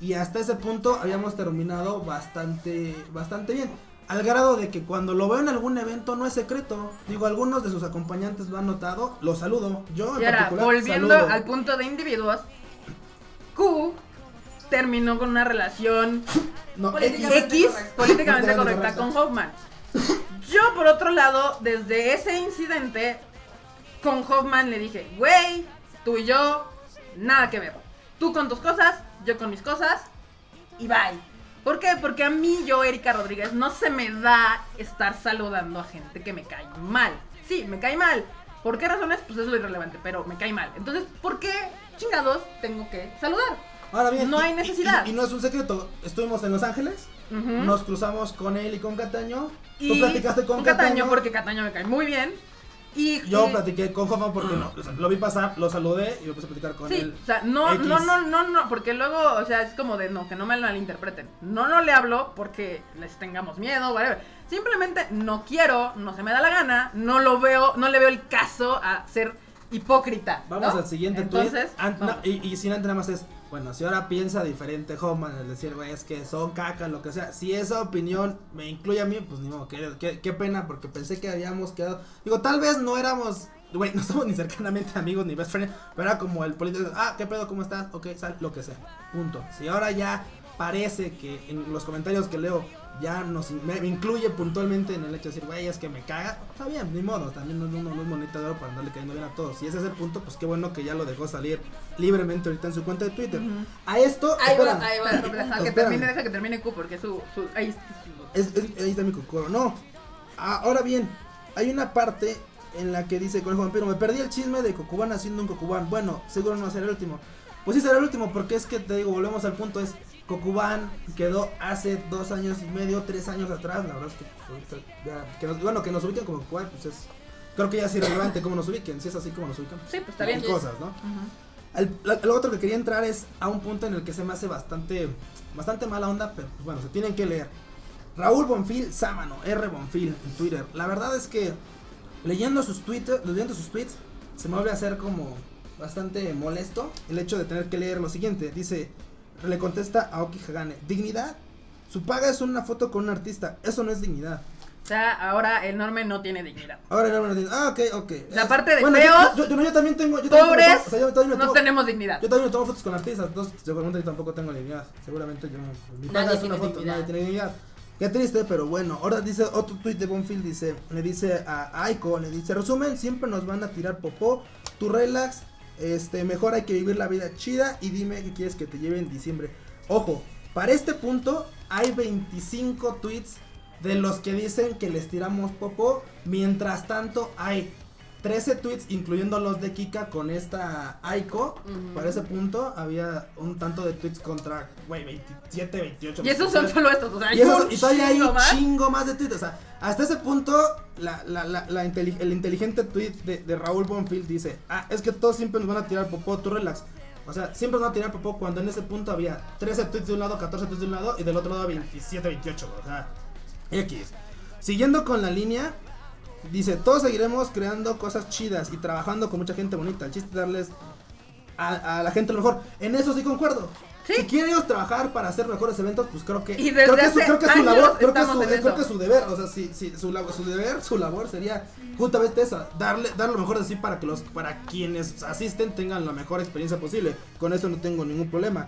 [SPEAKER 1] y hasta ese punto habíamos terminado bastante, bastante bien. Al grado de que cuando lo veo en algún evento no es secreto. Digo, algunos de sus acompañantes lo han notado, lo saludo. Yo en
[SPEAKER 2] Y ahora,
[SPEAKER 1] particular,
[SPEAKER 2] volviendo
[SPEAKER 1] saludo.
[SPEAKER 2] al punto de individuos, Q terminó con una relación
[SPEAKER 1] No,
[SPEAKER 3] Políticamente
[SPEAKER 2] X políticamente
[SPEAKER 3] correcta.
[SPEAKER 1] Políticamente
[SPEAKER 2] correcta
[SPEAKER 1] correcta.
[SPEAKER 2] con Hoffman. Yo, por otro lado, desde ese incidente con Hoffman le dije, güey, tú y yo, nada que ver. Tú con tus cosas, yo con mis cosas, y bye. ¿Por qué? Porque a mí, yo, Erika Rodríguez, no se me da estar saludando a gente que me cae mal. Sí, me cae mal. ¿Por qué razones? Pues es lo irrelevante, pero me cae mal. Entonces, ¿por qué chingados tengo que saludar?
[SPEAKER 1] Ahora bien,
[SPEAKER 2] No
[SPEAKER 1] y-
[SPEAKER 2] hay necesidad.
[SPEAKER 1] Y, y no es un secreto, estuvimos en Los Ángeles
[SPEAKER 2] Ujú.
[SPEAKER 1] Nos cruzamos con él y con Cataño.
[SPEAKER 2] Y
[SPEAKER 1] Tú platicaste con
[SPEAKER 2] Cataño.
[SPEAKER 1] Cataño.
[SPEAKER 2] porque Cataño me cae muy bien. Y
[SPEAKER 1] Yo
[SPEAKER 2] y-
[SPEAKER 1] platiqué con Hoffman porque no, o sea, lo vi pasar, lo saludé y me puse a platicar con
[SPEAKER 2] Sí,
[SPEAKER 1] él.
[SPEAKER 2] o sea, no,
[SPEAKER 1] X.
[SPEAKER 2] no, no, no, no, porque luego, o sea, es como de no, que no me malinterpreten. No, no le hablo porque les tengamos miedo, whatever. Simplemente no quiero, no se me da la gana, no lo veo, no le veo el caso a ser hipócrita. ¿no?
[SPEAKER 1] Vamos al siguiente tweet.
[SPEAKER 2] Entonces,
[SPEAKER 1] Ant- no,
[SPEAKER 2] vamos.
[SPEAKER 1] y, y si no, nada más es, bueno, si ahora piensa diferente Hoffman, el decir, güey, es que son caca, lo que sea. Si esa opinión me incluye a mí, pues ni modo, qué, qué- qué pena, porque pensé que habíamos quedado. Digo, tal vez no éramos, güey, [laughs] no somos ni cercanamente amigos ni best friends, pero era como el político, ah, qué pedo, cómo estás, ok, sal, lo que sea. Punto. Si ahora ya parece que en los comentarios que leo ya nos in- me, me incluye puntualmente en el hecho de decir, güey, es que me caga, está bien, ni modo, también no, no, no es moneta de oro para andarle cayendo bien a todos. Si ese es el punto, pues qué bueno que ya lo dejó salir libremente ahorita en su cuenta de Twitter.
[SPEAKER 2] Ujú.
[SPEAKER 1] A esto,
[SPEAKER 3] Ahí va,
[SPEAKER 1] espérame,
[SPEAKER 3] ahí va.
[SPEAKER 2] Pero, pero, ajá, que
[SPEAKER 1] Espérame.
[SPEAKER 2] termine, deja que termine Q, porque su, su, ahí es-
[SPEAKER 1] es- es- ahí está mi cocoro, no. Ah, Ahora bien, hay una parte en la que dice Conejo Vampiro, me perdí el chisme de Cocubán haciendo un Cocubán. Bueno, seguro no será el último. Pues sí será el último, porque es que te digo, volvemos al punto, es Cocubán quedó hace dos años y medio, tres años atrás, la verdad es que, pues, ahorita ya- que nos- bueno, que nos ubiquen como Cocubán, pues es, creo que ya es irrelevante cómo nos ubiquen, si es así como nos ubican.
[SPEAKER 2] Sí, pues está bien.
[SPEAKER 1] Hay cosas, ¿no?
[SPEAKER 2] Ujú.
[SPEAKER 1] Al- la- lo otro que quería entrar es a un punto en el que se me hace bastante, bastante mala onda, pero pues, bueno, se tienen que leer. Raúl Bonfil Sámano, R Bonfil en Twitter. La verdad es que leyendo sus tweets, leyendo sus tweets, se me vuelve a hacer como bastante molesto el hecho de tener que leer lo siguiente. Dice, le contesta a Oki Hagane, dignidad. Su paga es una foto con un artista, eso no es dignidad.
[SPEAKER 2] O sea, ahora el norme no tiene dignidad.
[SPEAKER 1] Ahora no me Ah, ok, ok.
[SPEAKER 2] La parte de
[SPEAKER 1] yo-
[SPEAKER 2] feos,
[SPEAKER 1] yo, yo- no, yo también tengo. Yo también tengo-
[SPEAKER 2] Pobres,
[SPEAKER 1] o sea, yo también me
[SPEAKER 2] no
[SPEAKER 1] tengo-
[SPEAKER 2] tenemos dignidad.
[SPEAKER 1] yo también me tomo fotos con artistas, entonces seguramente yo tampoco tengo dignidad. Seguramente yo no. Mi paga
[SPEAKER 3] Nadie
[SPEAKER 1] es una
[SPEAKER 3] tiene
[SPEAKER 1] foto,
[SPEAKER 3] dignidad.
[SPEAKER 1] nadie tiene dignidad. Qué triste, pero bueno. Ahora dice otro tweet de Bonfield, dice, le dice a Aiko, le dice, resumen, siempre nos van a tirar popó, tú relax, este, mejor hay que vivir la vida chida y dime qué quieres que te lleve en diciembre. Ojo, para este punto hay 25 tweets de los que dicen que les tiramos popó, mientras tanto hay 13 tweets, incluyendo los de Kika con esta Aiko.
[SPEAKER 3] Ujú.
[SPEAKER 1] Para ese punto había un tanto de tweets contra, güey, 27, 28.
[SPEAKER 2] Y esos son solo estos, o sea, hay
[SPEAKER 1] Y, esos-
[SPEAKER 2] un
[SPEAKER 1] y todavía hay
[SPEAKER 2] chingo
[SPEAKER 1] un
[SPEAKER 2] más.
[SPEAKER 1] chingo más de tweets. O sea, hasta ese punto, la, la, la, la inteli- el inteligente tweet de, de Raúl Bonfield dice: Ah, es que todos siempre nos van a tirar popó, tú relax. O sea, siempre nos van a tirar popó cuando en ese punto había 13 tweets de un lado, 14 tweets de un lado y del otro lado 27, 28. O sea, X. Siguiendo con la línea, dice: Todos seguiremos creando cosas chidas y trabajando con mucha gente bonita. El chiste es darles a, a la gente lo mejor. En eso sí concuerdo.
[SPEAKER 2] Sí.
[SPEAKER 1] Si quieren ellos trabajar para hacer mejores eventos, pues creo que
[SPEAKER 2] Y desde
[SPEAKER 1] creo que su,
[SPEAKER 2] hace
[SPEAKER 1] creo que su
[SPEAKER 2] años
[SPEAKER 1] labor, creo que
[SPEAKER 2] estamos
[SPEAKER 1] su,
[SPEAKER 2] en
[SPEAKER 1] eh,
[SPEAKER 2] eso.
[SPEAKER 1] creo que su deber, o sea, si, si- su, labo- su deber, su labor sería justamente esa, darle, dar lo mejor de sí para que los, para quienes asisten tengan la mejor experiencia posible. Con eso no tengo ningún problema.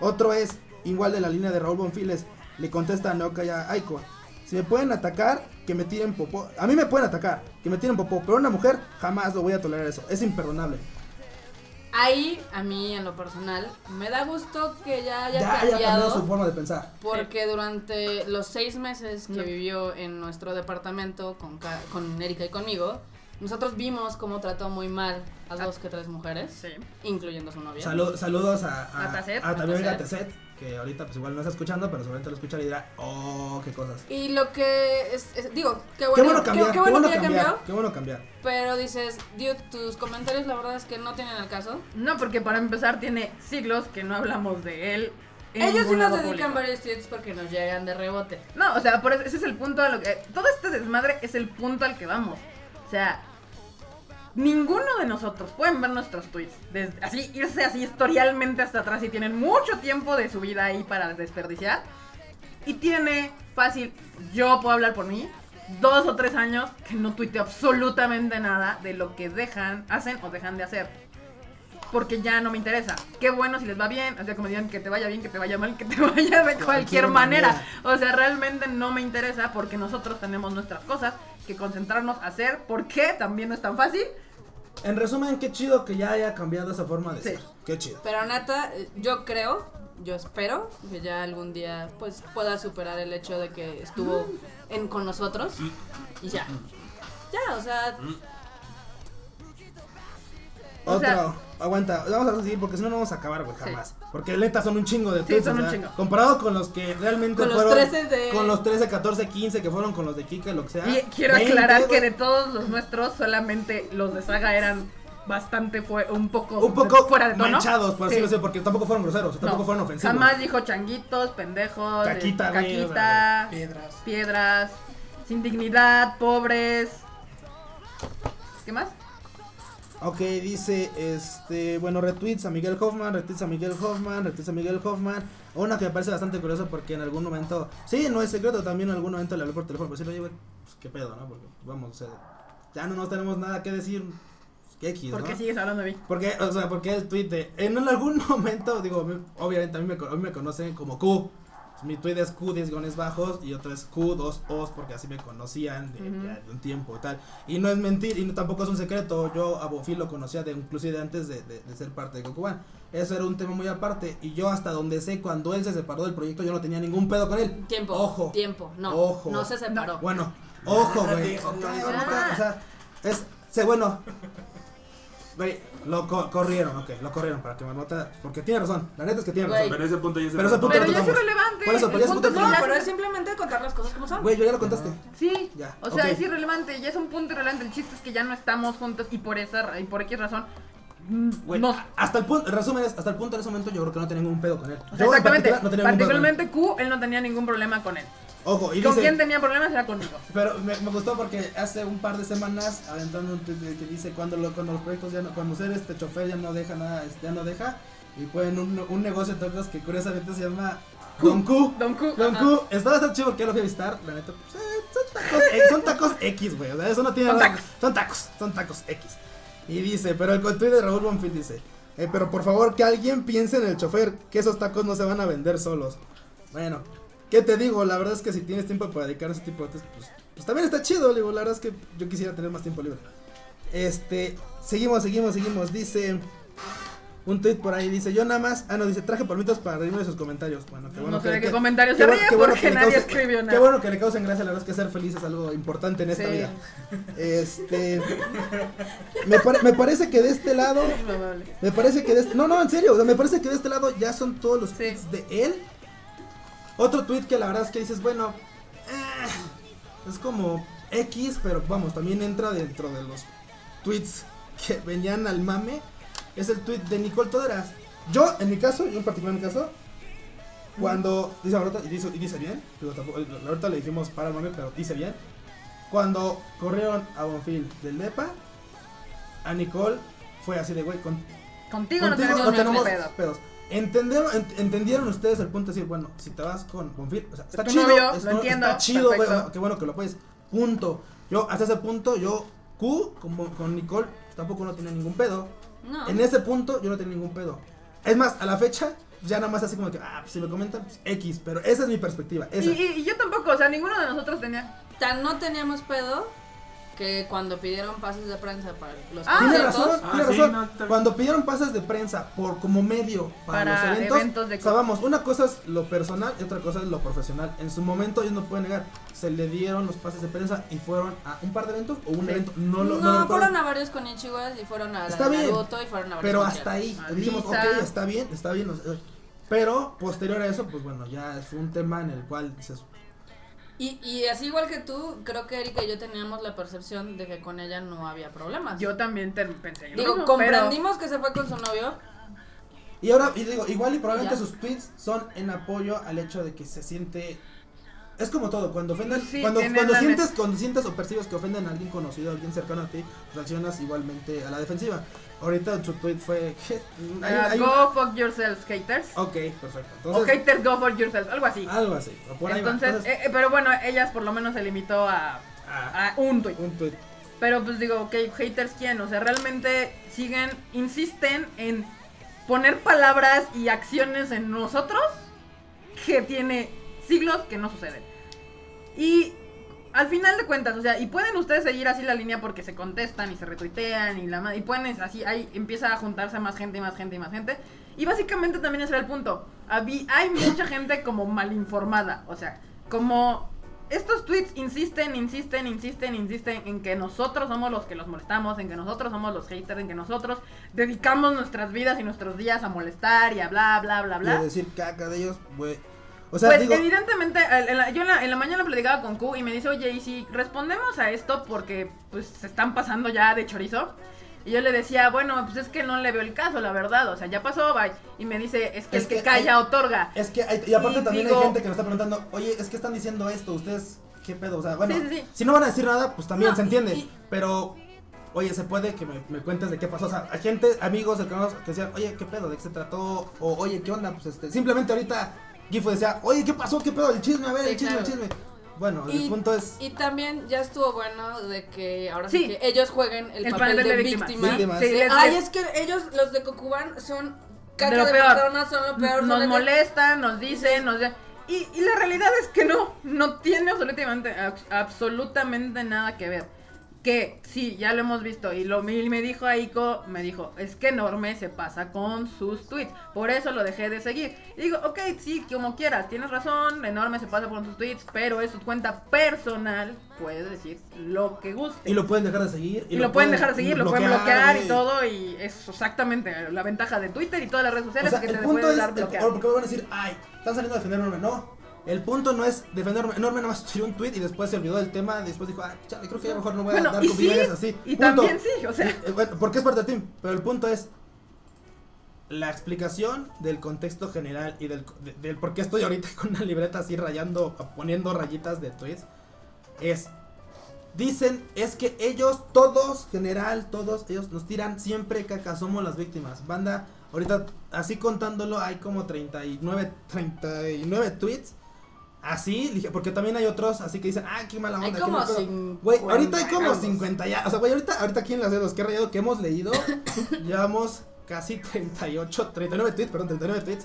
[SPEAKER 1] Otro es, igual de la línea de Raúl Bonfiles, le contesta a Naoka y a Aiko. Si me pueden atacar, que me tiren popó. A mí me pueden atacar, que me tiren popó. Pero a una mujer, jamás lo voy a tolerar eso. Es imperdonable.
[SPEAKER 3] Ahí, a mí, en lo personal, me da gusto que ya haya
[SPEAKER 1] ya haya
[SPEAKER 3] cambiado.
[SPEAKER 1] cambiado su forma de pensar.
[SPEAKER 3] Porque durante los seis meses que
[SPEAKER 2] No.
[SPEAKER 3] vivió en nuestro departamento con, Ca- con Erika y conmigo, nosotros vimos cómo trató muy mal a dos que tres mujeres,
[SPEAKER 2] Ah. Sí.
[SPEAKER 3] incluyendo a su novia.
[SPEAKER 1] Salu- saludos a, a,
[SPEAKER 2] A Tasset.
[SPEAKER 1] a también
[SPEAKER 3] A
[SPEAKER 1] a Tasset, que ahorita pues igual no está escuchando, pero seguramente lo escuchará y dirá, oh, qué cosas.
[SPEAKER 3] Y lo que es, es- digo, qué
[SPEAKER 1] Qué
[SPEAKER 3] bueno,
[SPEAKER 1] bueno cambiar,
[SPEAKER 3] qué-
[SPEAKER 1] qué
[SPEAKER 3] qué bueno
[SPEAKER 1] bueno
[SPEAKER 3] que ya
[SPEAKER 1] cambiar,
[SPEAKER 3] cambió,
[SPEAKER 1] qué bueno cambiar.
[SPEAKER 3] pero dices, dude, tus comentarios la verdad es que no tienen al caso.
[SPEAKER 2] No, porque para empezar tiene siglos que no hablamos de él. en
[SPEAKER 3] Ellos sí
[SPEAKER 2] ningún
[SPEAKER 3] nos
[SPEAKER 2] lado
[SPEAKER 3] dedican
[SPEAKER 2] público.
[SPEAKER 3] varios tweets porque nos llegan de rebote.
[SPEAKER 2] No, o sea, por eso- ese es el punto a lo que. Todo este desmadre es el punto al que vamos. O sea, ninguno de nosotros pueden ver nuestros tweets. desde- así, irse así historialmente hasta atrás y tienen mucho tiempo de su vida ahí para desperdiciar. Y tiene fácil, yo puedo hablar por mí, dos o tres años que no tuiteo absolutamente nada de lo que dejan, hacen o dejan de hacer. Porque ya no me interesa. Qué bueno si les va bien. O sea, como digan, que te vaya bien, que te vaya mal, que te [laughs] vaya de cualquier manera. O sea, realmente no me interesa porque nosotros tenemos nuestras cosas que concentrarnos a hacer. Porque también no es tan fácil.
[SPEAKER 1] En resumen, qué chido que ya haya cambiado esa forma de
[SPEAKER 2] Sí.
[SPEAKER 1] ser. Qué chido.
[SPEAKER 3] Pero neta, eh, yo creo, yo espero que ya algún día pues pueda superar el hecho de que estuvo
[SPEAKER 1] Mm.
[SPEAKER 3] en, con nosotros
[SPEAKER 1] Mm.
[SPEAKER 3] y ya. Ya, o sea,
[SPEAKER 2] O
[SPEAKER 1] Otro.
[SPEAKER 2] sea-
[SPEAKER 1] Aguanta, vamos a seguir porque si no, no vamos a acabar, güey, jamás. Porque neta son un chingo de
[SPEAKER 2] Sí,
[SPEAKER 1] tweets,
[SPEAKER 2] son
[SPEAKER 1] o
[SPEAKER 2] un
[SPEAKER 1] sea,
[SPEAKER 2] chingo.
[SPEAKER 1] Comparado con los que realmente
[SPEAKER 3] Con los
[SPEAKER 1] fueron.
[SPEAKER 3] 13 de-
[SPEAKER 1] Con los 13, 14, 15 que fueron con los de Kika, lo que sea.
[SPEAKER 2] Y quiero
[SPEAKER 1] 20,
[SPEAKER 2] aclarar
[SPEAKER 1] güey.
[SPEAKER 2] que de todos los nuestros, solamente los de saga eran bastante, fue un poco,
[SPEAKER 1] Un poco
[SPEAKER 2] fuera de tono.
[SPEAKER 1] manchados, por así
[SPEAKER 2] Sí.
[SPEAKER 1] decirlo, porque tampoco fueron groseros, tampoco
[SPEAKER 2] No,
[SPEAKER 1] fueron ofensivos.
[SPEAKER 2] Jamás dijo changuitos, pendejos, eh,
[SPEAKER 1] Caquita, eh. güey, o
[SPEAKER 2] caquita,
[SPEAKER 5] Piedras.
[SPEAKER 2] piedras, sin dignidad, pobres. ¿Qué más?
[SPEAKER 1] Ok, dice, este, bueno, retweets a Miguel Hoffman, retweets a Miguel Hoffman, retweets a Miguel Hoffman. Una que me parece bastante curiosa porque en algún momento, sí, no es secreto, también en algún momento le hablé por teléfono, pero sí, oye, güey, pues, qué pedo, ¿no? Porque, vamos, o sea, ya no nos tenemos nada que decir, pues, qué X,
[SPEAKER 2] ¿Por qué
[SPEAKER 1] ¿no?
[SPEAKER 2] sigues hablando de mí?
[SPEAKER 1] Porque, o sea, porque el tweet de, en algún [laughs] momento, digo, a mí- obviamente a mí me, con- a mí me conocen como Q. Mi tweet es Q, 10 gones bajos, y otro es Q, 2 Os, porque así me conocían de,
[SPEAKER 2] Ujú.
[SPEAKER 1] ya de un tiempo y tal. Y no es mentir, y no- tampoco es un secreto, yo a Bofil lo conocía de, inclusive antes de, de- de ser parte de Gokuban. Eso era un tema muy aparte, y yo hasta donde sé, cuando él se separó del proyecto, yo no tenía ningún pedo con él.
[SPEAKER 3] Tiempo.
[SPEAKER 1] Ojo.
[SPEAKER 3] Tiempo. No.
[SPEAKER 1] Ojo.
[SPEAKER 3] No se separó.
[SPEAKER 1] Bueno, ojo,
[SPEAKER 5] Ah,
[SPEAKER 1] güey.
[SPEAKER 5] déjalo,
[SPEAKER 1] Ok,
[SPEAKER 5] ya.
[SPEAKER 2] Ah.
[SPEAKER 1] ahorita, O sea, es. se- bueno. Güey, lo co- corrieron, ok, lo corrieron para que me nota. Porque tiene razón, la neta es que tiene
[SPEAKER 3] Güey.
[SPEAKER 1] razón.
[SPEAKER 4] Pero ese punto ya se
[SPEAKER 1] Pero ese punto
[SPEAKER 2] Pero
[SPEAKER 1] no
[SPEAKER 2] ya es
[SPEAKER 1] tocamos.
[SPEAKER 2] irrelevante.
[SPEAKER 1] Por eso, pero
[SPEAKER 2] el
[SPEAKER 1] ya es
[SPEAKER 2] punto
[SPEAKER 1] punto
[SPEAKER 2] es
[SPEAKER 3] No,
[SPEAKER 2] que ya-
[SPEAKER 3] pero es simplemente contar las cosas como son.
[SPEAKER 1] Güey, yo ya lo contaste.
[SPEAKER 2] Sí,
[SPEAKER 1] Ya,
[SPEAKER 2] o sea,
[SPEAKER 1] ok.
[SPEAKER 2] es irrelevante, ya es un punto irrelevante. El chiste es que ya no estamos juntos y por esa ra- y por qué razón mm,
[SPEAKER 1] Güey,
[SPEAKER 2] nos-
[SPEAKER 1] hasta el punto, resumen es, hasta el punto de ese momento yo creo que no tenía ningún pedo con él.
[SPEAKER 2] o sea,
[SPEAKER 1] Yo, en
[SPEAKER 2] exactamente,
[SPEAKER 1] particular, no tenía ningún pedo con él.
[SPEAKER 2] particularmente Q, él no tenía ningún problema con él.
[SPEAKER 1] Ojo, y
[SPEAKER 2] ¿Con
[SPEAKER 1] dice-
[SPEAKER 2] quién tenía problemas? Era conmigo.
[SPEAKER 1] Pero me, me gustó porque hace un par de semanas aventando un tweet de- que dice cuando, lo- cuando los proyectos ya no, cuando ser este chofer ya no deja nada, este, ya no deja y pueden un, un negocio de tacos que curiosamente se llama Don Q.
[SPEAKER 2] Don Q.
[SPEAKER 1] Don
[SPEAKER 2] ajá.
[SPEAKER 1] Q, está bastante chido porque ya lo fui a visitar, la neta, pues, eh, son tacos, eh, son tacos X, güey, o sea, eso no tiene
[SPEAKER 2] Son
[SPEAKER 1] nada-
[SPEAKER 2] tacos.
[SPEAKER 1] son tacos, son tacos X. Y dice, pero el tweet de Raúl Bonfil dice, eh, pero por favor que alguien piense en el chofer, que esos tacos no se van a vender solos. Bueno, ¿qué te digo? La verdad es que si tienes tiempo para dedicar a ese tipo de cosas, pues, pues también está chido, digo, la verdad es que yo quisiera tener más tiempo libre. Este, seguimos, seguimos, seguimos, dice... Un tweet por ahí dice, yo nada más, ah no, dice, traje palmitas para reírme de sus comentarios. Bueno, qué bueno
[SPEAKER 2] no sé de
[SPEAKER 1] que-
[SPEAKER 2] qué comentario se
[SPEAKER 1] Qué bueno-
[SPEAKER 2] ríe
[SPEAKER 1] qué bueno que
[SPEAKER 2] porque
[SPEAKER 1] le
[SPEAKER 2] nadie
[SPEAKER 1] cause-
[SPEAKER 2] escribió nada.
[SPEAKER 1] Qué bueno que le causen gracia, la verdad es que ser feliz es algo importante en esta
[SPEAKER 2] Sí.
[SPEAKER 1] vida. Este. Me, pare- me parece que de este lado.
[SPEAKER 2] Probable.
[SPEAKER 1] Me parece que de este. No, no, en serio. o sea, me parece que de este lado ya son todos los
[SPEAKER 2] Sí.
[SPEAKER 1] tweets de él. Otro tweet que la verdad es que dices, bueno. eh, es como X, pero vamos, también entra dentro de los tweets que venían al mame. Es el tweet de Nicole Toderas. Yo, en mi caso, yo en particular en mi caso, cuando dice ahorita, y dice, y dice bien, digo, tampoco- ahorita le dijimos para el mame, pero dice bien. Cuando corrieron a Bonfil del DEPA, a Nicole fue así de güey, con,
[SPEAKER 2] Contigo
[SPEAKER 1] contigo
[SPEAKER 2] no tenemos,
[SPEAKER 1] no
[SPEAKER 2] ningún
[SPEAKER 1] tenemos
[SPEAKER 2] pedo.
[SPEAKER 1] pedos. Entendieron, ent- entendieron ustedes el punto de decir, bueno, si te vas con Bonfil, o sea, está
[SPEAKER 2] tu
[SPEAKER 1] chido,
[SPEAKER 2] novio,
[SPEAKER 1] es-
[SPEAKER 2] lo entiendo,
[SPEAKER 1] está chido, güey,
[SPEAKER 2] perfecto.
[SPEAKER 1] o sea, qué bueno que lo apoyes. Punto. Yo, hasta ese punto, yo, Q, como con Nicole, tampoco no tenía ningún pedo.
[SPEAKER 3] No.
[SPEAKER 1] En ese punto yo no tenía ningún pedo. Es más, a la fecha, ya nada más así como que, ah, pues, si me comentan, pues, X, pero esa es mi perspectiva.
[SPEAKER 2] Y,
[SPEAKER 1] Esa.
[SPEAKER 2] y- y yo tampoco, o sea, ninguno de nosotros tenía.
[SPEAKER 3] Tan no teníamos pedo que cuando pidieron pases de prensa para los
[SPEAKER 2] Ah,
[SPEAKER 1] tiene
[SPEAKER 3] conciertos,
[SPEAKER 1] razón,
[SPEAKER 4] Ah,
[SPEAKER 1] tiene
[SPEAKER 4] sí,
[SPEAKER 1] razón.
[SPEAKER 4] no, está bien.
[SPEAKER 1] Cuando pidieron pases de prensa por como medio para,
[SPEAKER 2] Para
[SPEAKER 1] los eventos,
[SPEAKER 2] eventos de
[SPEAKER 1] o sea,
[SPEAKER 2] co-
[SPEAKER 1] vamos, una cosa es lo personal y otra cosa es lo profesional. En su momento ellos no pueden negar, se le dieron los pases de prensa y fueron a un par de eventos o un
[SPEAKER 2] Sí.
[SPEAKER 1] evento, no lo
[SPEAKER 3] No,
[SPEAKER 1] no lo recuerdo.
[SPEAKER 3] fueron a varios con Ichiwas y fueron a la
[SPEAKER 1] Está
[SPEAKER 3] de
[SPEAKER 1] bien,
[SPEAKER 3] Naruto y fueron a varios
[SPEAKER 1] Pero
[SPEAKER 3] conciertos.
[SPEAKER 1] hasta ahí
[SPEAKER 2] Avisa.
[SPEAKER 1] dijimos, ok, está bien, está bien. o sea, Pero posterior a eso, pues bueno, ya es un tema en el cual dices,
[SPEAKER 3] Y, y así igual que tú, creo que Erika y yo teníamos la percepción de que con ella no había problemas.
[SPEAKER 2] Yo también te- pensé. lo
[SPEAKER 3] Digo,
[SPEAKER 2] mismo,
[SPEAKER 3] comprendimos que se fue con su novio.
[SPEAKER 1] Y ahora, y digo, igual y probablemente
[SPEAKER 3] Ya.
[SPEAKER 1] sus tweets son en apoyo al hecho de que se siente. Es como todo, cuando ofendes,
[SPEAKER 2] Sí,
[SPEAKER 1] cuando,
[SPEAKER 2] tienen
[SPEAKER 1] cuando
[SPEAKER 2] la
[SPEAKER 1] sientes, cuando sientes o percibes que ofenden a alguien conocido, a alguien cercano a ti, reaccionas igualmente a la defensiva. Ahorita su tweet fue. [laughs]
[SPEAKER 2] Pero,
[SPEAKER 1] hay-
[SPEAKER 2] ah,
[SPEAKER 1] hay-
[SPEAKER 2] go fuck yourselves, haters.
[SPEAKER 1] Ok, perfecto.
[SPEAKER 2] O
[SPEAKER 1] Entonces,
[SPEAKER 2] haters go for yourselves, algo así.
[SPEAKER 1] algo así. o por ahí va.
[SPEAKER 2] Entonces,
[SPEAKER 1] Entonces,
[SPEAKER 2] eh, eh, pero bueno, ellas por lo menos se limitó a,
[SPEAKER 1] ah,
[SPEAKER 2] a un tweet.
[SPEAKER 1] un tweet.
[SPEAKER 2] Pero pues digo, ok, haters quién, o sea, realmente siguen, insisten en poner palabras y acciones en nosotros que tiene siglos que no suceden. Y al final de cuentas, o sea, y pueden ustedes seguir así la línea porque se contestan y se retuitean y la ma- y pueden es así, ahí empieza a juntarse más gente y más gente y más gente. Y básicamente también ese era el punto. Habí- hay mucha gente como mal informada, o sea, como estos tweets insisten, insisten, insisten, insisten en que nosotros somos los que los molestamos, en que nosotros somos los haters, en que nosotros dedicamos nuestras vidas y nuestros días a molestar y a bla, bla, bla,
[SPEAKER 1] Y a
[SPEAKER 2] bla.
[SPEAKER 1] decir caca de ellos, güey. O sea,
[SPEAKER 2] pues
[SPEAKER 1] digo,
[SPEAKER 2] evidentemente, al- en la- yo en la, en la mañana platicaba con Q y me dice, oye, y si respondemos a esto porque pues se están pasando ya de chorizo. Y yo le decía, bueno, pues es que no le veo el caso, la verdad. O sea, ya pasó, bye. Y me dice, es que
[SPEAKER 1] Es
[SPEAKER 2] el que,
[SPEAKER 1] que
[SPEAKER 2] calla otorga.
[SPEAKER 1] es que hay- y aparte
[SPEAKER 2] Y
[SPEAKER 1] también
[SPEAKER 2] digo-
[SPEAKER 1] hay gente que nos está preguntando, "Oye, es que están diciendo esto, ustedes qué pedo?" O sea, bueno,
[SPEAKER 2] Sí, sí, sí.
[SPEAKER 1] si no van a decir nada, pues también
[SPEAKER 3] No,
[SPEAKER 1] se
[SPEAKER 3] y-
[SPEAKER 1] entiende,
[SPEAKER 3] y-
[SPEAKER 1] pero Oye, se puede que me, me cuentes de qué pasó. O sea, hay gente, amigos cercanos que decían, oye, ¿qué pedo? ¿De qué se trató? O, oye, ¿qué onda? Pues este, simplemente ahorita Gifo decía, oye, ¿qué pasó? ¿Qué pedo? El chisme, a ver,
[SPEAKER 3] Sí,
[SPEAKER 1] el chisme,
[SPEAKER 3] claro.
[SPEAKER 1] el chisme. Bueno, el
[SPEAKER 3] Y-
[SPEAKER 1] punto es.
[SPEAKER 3] Y también ya estuvo bueno de que ahora sí,
[SPEAKER 2] Sí.
[SPEAKER 3] que ellos jueguen el,
[SPEAKER 2] El
[SPEAKER 3] papel
[SPEAKER 2] papel
[SPEAKER 3] de,
[SPEAKER 2] de
[SPEAKER 3] víctima.
[SPEAKER 2] víctima.
[SPEAKER 1] Víctima.
[SPEAKER 2] Sí,
[SPEAKER 3] De,
[SPEAKER 2] les-
[SPEAKER 3] Ay,
[SPEAKER 2] les-
[SPEAKER 3] es que ellos, los de Cocuban, son caca
[SPEAKER 2] De lo
[SPEAKER 3] de,
[SPEAKER 2] peor.
[SPEAKER 3] personas, son lo peor.
[SPEAKER 2] nos
[SPEAKER 3] son el-
[SPEAKER 2] molestan, nos dicen, nos... Y, y la realidad es que no, no tiene absolutamente, abs- absolutamente nada que ver. Que sí, ya lo hemos visto. Y lo mil me dijo Aiko, me dijo, es que Norme se pasa con sus tweets. Por eso lo dejé de seguir. Y digo, ok, sí, como quieras, tienes razón, Norme se pasa con sus tweets, pero es su cuenta personal, puede decir lo que guste.
[SPEAKER 1] Y lo pueden dejar de seguir.
[SPEAKER 2] Y lo pueden dejar de seguir, lo pueden bloquear y
[SPEAKER 1] güey.
[SPEAKER 2] todo. Y es exactamente la ventaja de Twitter y todas las redes
[SPEAKER 1] O
[SPEAKER 2] sociales
[SPEAKER 1] sea,
[SPEAKER 2] que
[SPEAKER 1] el
[SPEAKER 2] te
[SPEAKER 1] punto
[SPEAKER 2] pueden
[SPEAKER 1] es,
[SPEAKER 2] dar
[SPEAKER 1] el-
[SPEAKER 2] bloquear.
[SPEAKER 1] ahora, porque van a decir, ay, están saliendo a defender a Norme. No, el punto no es defender a Norme. Norme nomás tiró un tweet y después se olvidó del tema. Después dijo, ah, chale, creo que ya mejor no voy a
[SPEAKER 2] Bueno,
[SPEAKER 1] dar
[SPEAKER 2] y
[SPEAKER 1] opiniones
[SPEAKER 2] sí,
[SPEAKER 1] así.
[SPEAKER 2] Y
[SPEAKER 1] Punto.
[SPEAKER 2] también sí, o sea,
[SPEAKER 1] Eh, bueno, porque es parte del team, pero el punto es la explicación del contexto general y del, de- del por qué estoy ahorita con una libreta así rayando, poniendo rayitas de tweets, es, dicen, es que ellos, todos, general, todos, ellos nos tiran siempre caca, somos las víctimas. Banda, ahorita, así contándolo, hay como 39, 39 tweets. Así, dije, porque también hay otros así que dicen, ah, qué mala onda.
[SPEAKER 3] Hay
[SPEAKER 1] qué
[SPEAKER 3] como
[SPEAKER 1] mal pedo".
[SPEAKER 3] cincuenta
[SPEAKER 1] Güey, ahorita hay como
[SPEAKER 3] algo.
[SPEAKER 1] 50 ya. O sea, güey, ahorita, ahorita aquí en las de los que he rayado que hemos leído, [coughs] llevamos casi 38, 39 tweets, perdón, 39 tweets.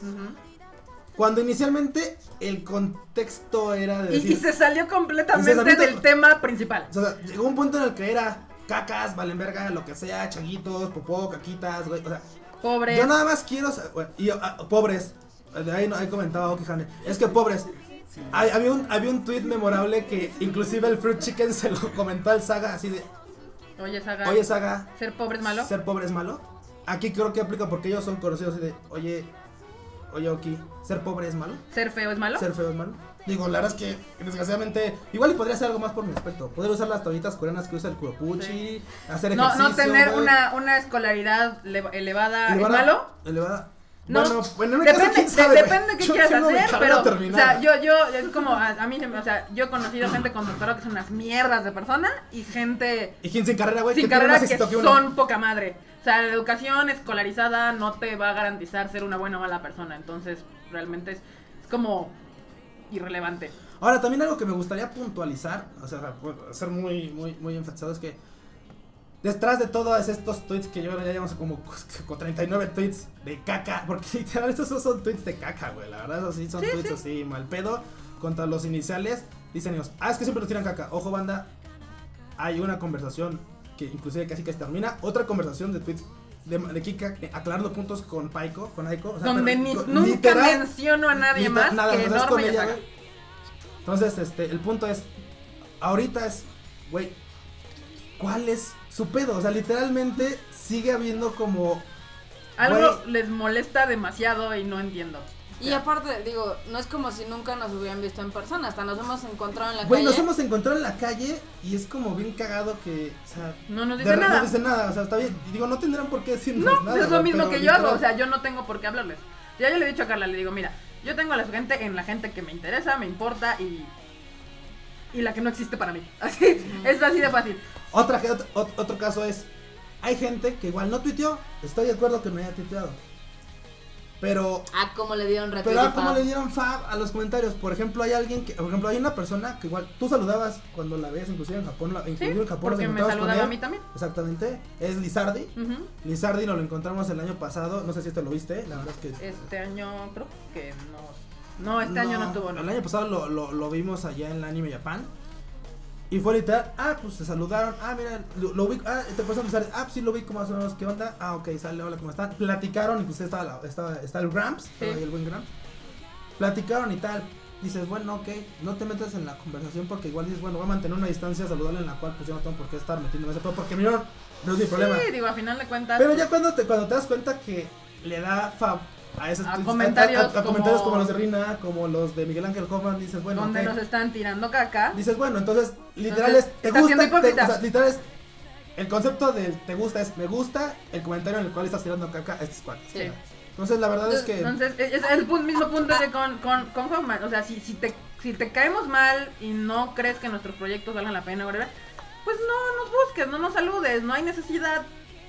[SPEAKER 1] Cuando inicialmente el contexto era de
[SPEAKER 2] y,
[SPEAKER 1] decir.
[SPEAKER 2] y se salió completamente
[SPEAKER 1] salió-
[SPEAKER 2] del tema principal.
[SPEAKER 1] O sea, llegó un punto en el que era cacas, valen verga, lo que sea, changuitos, popó, caquitas, güey. O sea,
[SPEAKER 2] Pobre.
[SPEAKER 1] yo nada más quiero. sa- güey, Y, ah, pobres. De ahí, no- ahí comentaba Okihane. Es que pobres. Hay- había, un, había un tweet memorable que inclusive el Fruit Chicken se lo comentó al Saga así de.
[SPEAKER 2] Oye, Saga,
[SPEAKER 1] Oye, Saga,
[SPEAKER 2] ser pobre es malo.
[SPEAKER 1] Ser pobre es malo. Aquí creo que aplica porque ellos son conocidos así de, oye, oye, Oki, ser pobre es malo.
[SPEAKER 2] Ser feo es malo.
[SPEAKER 1] Ser feo es malo. Digo, la verdad es que, desgraciadamente, igual y podría hacer algo más por mi aspecto. Poder usar las toallitas coreanas que usa el Kuropuchi,
[SPEAKER 2] Sí.
[SPEAKER 1] hacer
[SPEAKER 2] No,
[SPEAKER 1] ejercicio.
[SPEAKER 2] no tener
[SPEAKER 1] güey.
[SPEAKER 2] una, una escolaridad le- elevada,
[SPEAKER 1] Elevada-
[SPEAKER 2] es malo.
[SPEAKER 1] Elevada.
[SPEAKER 2] No,
[SPEAKER 1] bueno, bueno, en el caso,
[SPEAKER 2] Depende,
[SPEAKER 1] quién sabe,
[SPEAKER 2] de-
[SPEAKER 1] güey.
[SPEAKER 2] depende qué
[SPEAKER 1] Yo
[SPEAKER 2] quieras
[SPEAKER 1] tengo mi
[SPEAKER 2] hacer,
[SPEAKER 1] carrera
[SPEAKER 2] pero, o
[SPEAKER 1] terminada.
[SPEAKER 2] sea, yo, yo, es como, a, a mí, se me- o sea, yo he conocido gente con doctorado que son unas mierdas de persona y gente
[SPEAKER 1] Y quien sin carrera, güey,
[SPEAKER 2] sin
[SPEAKER 1] que tiene
[SPEAKER 2] carrera
[SPEAKER 1] más
[SPEAKER 2] que
[SPEAKER 1] éxito que uno.
[SPEAKER 2] son poca madre. O sea, la educación escolarizada no te va a garantizar ser una buena o mala persona. Entonces, realmente es, es como irrelevante.
[SPEAKER 1] Ahora, también algo que me gustaría puntualizar, o sea, ser muy, muy, muy enfatizado es que detrás de todos estos tweets que yo ya llamo como pues, con 39 tweets de caca, porque [laughs] literal estos no son tweets de caca, güey, la verdad, esos sí son tweets así mal pedo contra los iniciales. Dicen ellos, ah, es que siempre nos tiran caca. Ojo, banda, hay una conversación que inclusive casi que se termina, otra conversación de tweets de, de Kika eh, aclarando puntos con Paiko, con Aiko. o sea,
[SPEAKER 2] donde
[SPEAKER 1] pero
[SPEAKER 2] ni,
[SPEAKER 1] con-
[SPEAKER 2] nunca
[SPEAKER 1] literal,
[SPEAKER 2] menciono a nadie
[SPEAKER 1] Neta,
[SPEAKER 2] más
[SPEAKER 1] nada,
[SPEAKER 2] que
[SPEAKER 1] o sea, es con
[SPEAKER 2] Norma y
[SPEAKER 1] ella,
[SPEAKER 2] Saga.
[SPEAKER 1] güey. Entonces, este, el punto es, ahorita es, güey, ¿cuál es su pedo? O sea, literalmente sigue habiendo como...
[SPEAKER 2] Algo
[SPEAKER 1] Güey.
[SPEAKER 2] les molesta demasiado y no entiendo.
[SPEAKER 3] Y aparte, digo, no es como si nunca nos hubieran visto en persona, hasta nos hemos encontrado en la
[SPEAKER 1] Güey,
[SPEAKER 3] calle.
[SPEAKER 1] nos hemos encontrado en la calle y es como bien cagado que, o sea...
[SPEAKER 2] No nos
[SPEAKER 1] de
[SPEAKER 2] dice
[SPEAKER 1] re-
[SPEAKER 2] nada.
[SPEAKER 1] No dicen nada, o sea, está bien. Digo, no tendrán por qué decirnos nada.
[SPEAKER 2] es lo
[SPEAKER 1] güey,
[SPEAKER 2] mismo
[SPEAKER 1] pero
[SPEAKER 2] que yo hago,
[SPEAKER 1] literal-
[SPEAKER 2] o sea, yo no tengo por qué hablarles. Ya yo le he dicho a Carla, le digo, mira, yo tengo a la gente en la gente que me interesa, me importa y y la que no existe para mí. [laughs] Así, es así de fácil.
[SPEAKER 1] Otra, ge- ot- ot- otro, caso es, hay gente que igual no tuiteó, estoy de acuerdo que no haya tuiteado. Pero
[SPEAKER 3] Ah, cómo le dieron retweet.
[SPEAKER 1] Pero
[SPEAKER 3] y
[SPEAKER 1] ah, ¿cómo
[SPEAKER 3] pa-
[SPEAKER 1] le dieron fab a los comentarios? Por ejemplo, hay alguien que, por ejemplo, hay una persona que igual tú saludabas cuando la ves, inclusive en Japón, la,
[SPEAKER 2] Sí,
[SPEAKER 1] inclusive en Japón
[SPEAKER 2] porque
[SPEAKER 1] nos
[SPEAKER 2] me
[SPEAKER 1] encontrabas con
[SPEAKER 2] saludaba a
[SPEAKER 1] él.
[SPEAKER 2] mí también.
[SPEAKER 1] Exactamente, es Lizardi.
[SPEAKER 2] Ujú.
[SPEAKER 1] Lizardi nos lo encontramos el año pasado, no sé si te lo viste, la verdad es que
[SPEAKER 2] Este año creo que no. No, este año no estuvo,
[SPEAKER 1] El
[SPEAKER 2] ¿no?
[SPEAKER 1] año pasado lo, lo, lo vimos allá en la Anime Japan. Y fue literal, ah, pues se saludaron, ah, mira, lo, lo vi, ah, te puedes empezar, ah, pues sí lo vi, como más o menos, ¿qué onda? Ah, ok, sale, hola, ¿cómo están? Platicaron, y pues estaba, la- estaba está el Gramps, estaba ahí el buen Gramps. Platicaron y tal, dices, bueno, ok, no te metes en la conversación porque igual dices, bueno, voy a mantener una distancia saludable en la cual pues yo no tengo por qué estar metiéndome en ese pedo porque mira, no es mi problema.
[SPEAKER 2] Sí, digo, a final de cuentas.
[SPEAKER 1] Pero ya cuando te, cuando te das cuenta que le da fa a esos
[SPEAKER 2] A comentarios
[SPEAKER 1] a- a- a comentarios
[SPEAKER 2] como-
[SPEAKER 1] como los de Rina, como los de Miguel Ángel Hoffman, dices, bueno,
[SPEAKER 2] donde
[SPEAKER 1] ok.
[SPEAKER 2] nos están tirando caca.
[SPEAKER 1] Dices, bueno, entonces, literal
[SPEAKER 2] Entonces,
[SPEAKER 1] es, te
[SPEAKER 2] estás siendo
[SPEAKER 1] gusta, te-
[SPEAKER 2] hipócrita.
[SPEAKER 1] o sea, literal es, el concepto del te gusta es, me gusta, el comentario en el cual estás tirando caca a estos cuates.
[SPEAKER 2] Sí.
[SPEAKER 1] Entonces, la verdad es que, [laughs]
[SPEAKER 2] Entonces, es, es el pu- mismo punto que con, con, con Hoffman. O sea, si, si, te, si te caemos mal y no crees que nuestros proyectos valgan la pena, whatever, pues no nos busques, no nos saludes, no hay necesidad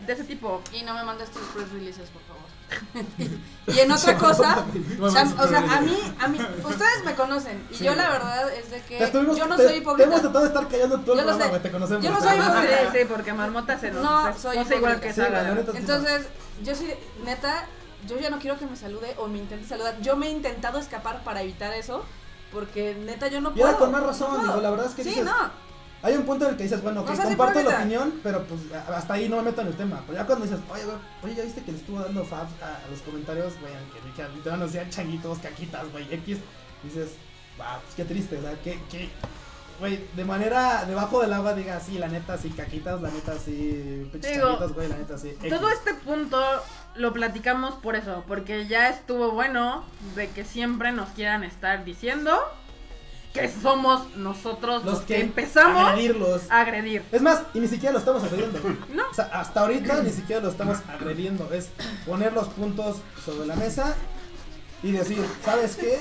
[SPEAKER 2] de ese tipo.
[SPEAKER 3] Y no me mandes tus press releases, por favor. [laughs] y en otra [laughs] cosa, cham- o sea, a mí, a mí, ustedes me conocen y yo la verdad es de
[SPEAKER 1] te
[SPEAKER 3] que
[SPEAKER 1] estuvimos-
[SPEAKER 3] yo no
[SPEAKER 1] te-
[SPEAKER 3] soy
[SPEAKER 1] Te hemos
[SPEAKER 3] hipócrita.
[SPEAKER 1] tratado de estar callando todo
[SPEAKER 3] Yo
[SPEAKER 1] el
[SPEAKER 3] lo
[SPEAKER 1] programa,
[SPEAKER 3] sé.
[SPEAKER 1] güey, te conocemos.
[SPEAKER 3] Yo
[SPEAKER 1] [laughs]
[SPEAKER 3] no soy
[SPEAKER 2] Sí,
[SPEAKER 3] hipócrita.
[SPEAKER 2] sí, porque Marmota se nos
[SPEAKER 3] No,
[SPEAKER 2] se-
[SPEAKER 3] soy
[SPEAKER 2] no sé igual que
[SPEAKER 3] hipócrita.
[SPEAKER 1] Sí, la
[SPEAKER 2] Saga.
[SPEAKER 1] neta, sí,
[SPEAKER 3] Entonces, yo sí, neta, yo ya no quiero que me salude o me intente saludar. Yo me he intentado escapar para evitar eso porque neta yo no
[SPEAKER 1] Y
[SPEAKER 3] puedo.
[SPEAKER 1] ahora con más
[SPEAKER 3] no
[SPEAKER 1] razón,
[SPEAKER 3] puedo.
[SPEAKER 1] digo, la verdad es que
[SPEAKER 3] Sí,
[SPEAKER 1] dices,
[SPEAKER 3] no.
[SPEAKER 1] hay un punto en el que dices, bueno,
[SPEAKER 3] No
[SPEAKER 1] que
[SPEAKER 3] seas
[SPEAKER 1] comparto la
[SPEAKER 3] hipócrita.
[SPEAKER 1] opinión, pero pues a- hasta ahí no me meto en el tema. Pero ya cuando dices, oye, güey, oye, ya viste que le estuvo dando fab a, a los comentarios, güey, que, que literal nos decían changuitos, caquitas, güey, X, dices, wow, pues qué triste, o sea, que, que, güey, de manera debajo del agua diga, sí, la neta, sí, caquitas, la neta, sí, pinches
[SPEAKER 2] Digo,
[SPEAKER 1] changuitos, güey, la neta, sí. X".
[SPEAKER 2] Todo este punto lo platicamos por eso, porque ya estuvo bueno de que siempre nos quieran estar diciendo que somos nosotros los, pues, que, empezamos
[SPEAKER 1] Agredirlos.
[SPEAKER 2] a agredir.
[SPEAKER 1] Es más, y ni siquiera lo estamos agrediendo.
[SPEAKER 2] No.
[SPEAKER 1] O sea, hasta ahorita ni siquiera lo estamos agrediendo. Es poner los puntos sobre la mesa y decir, ¿sabes qué?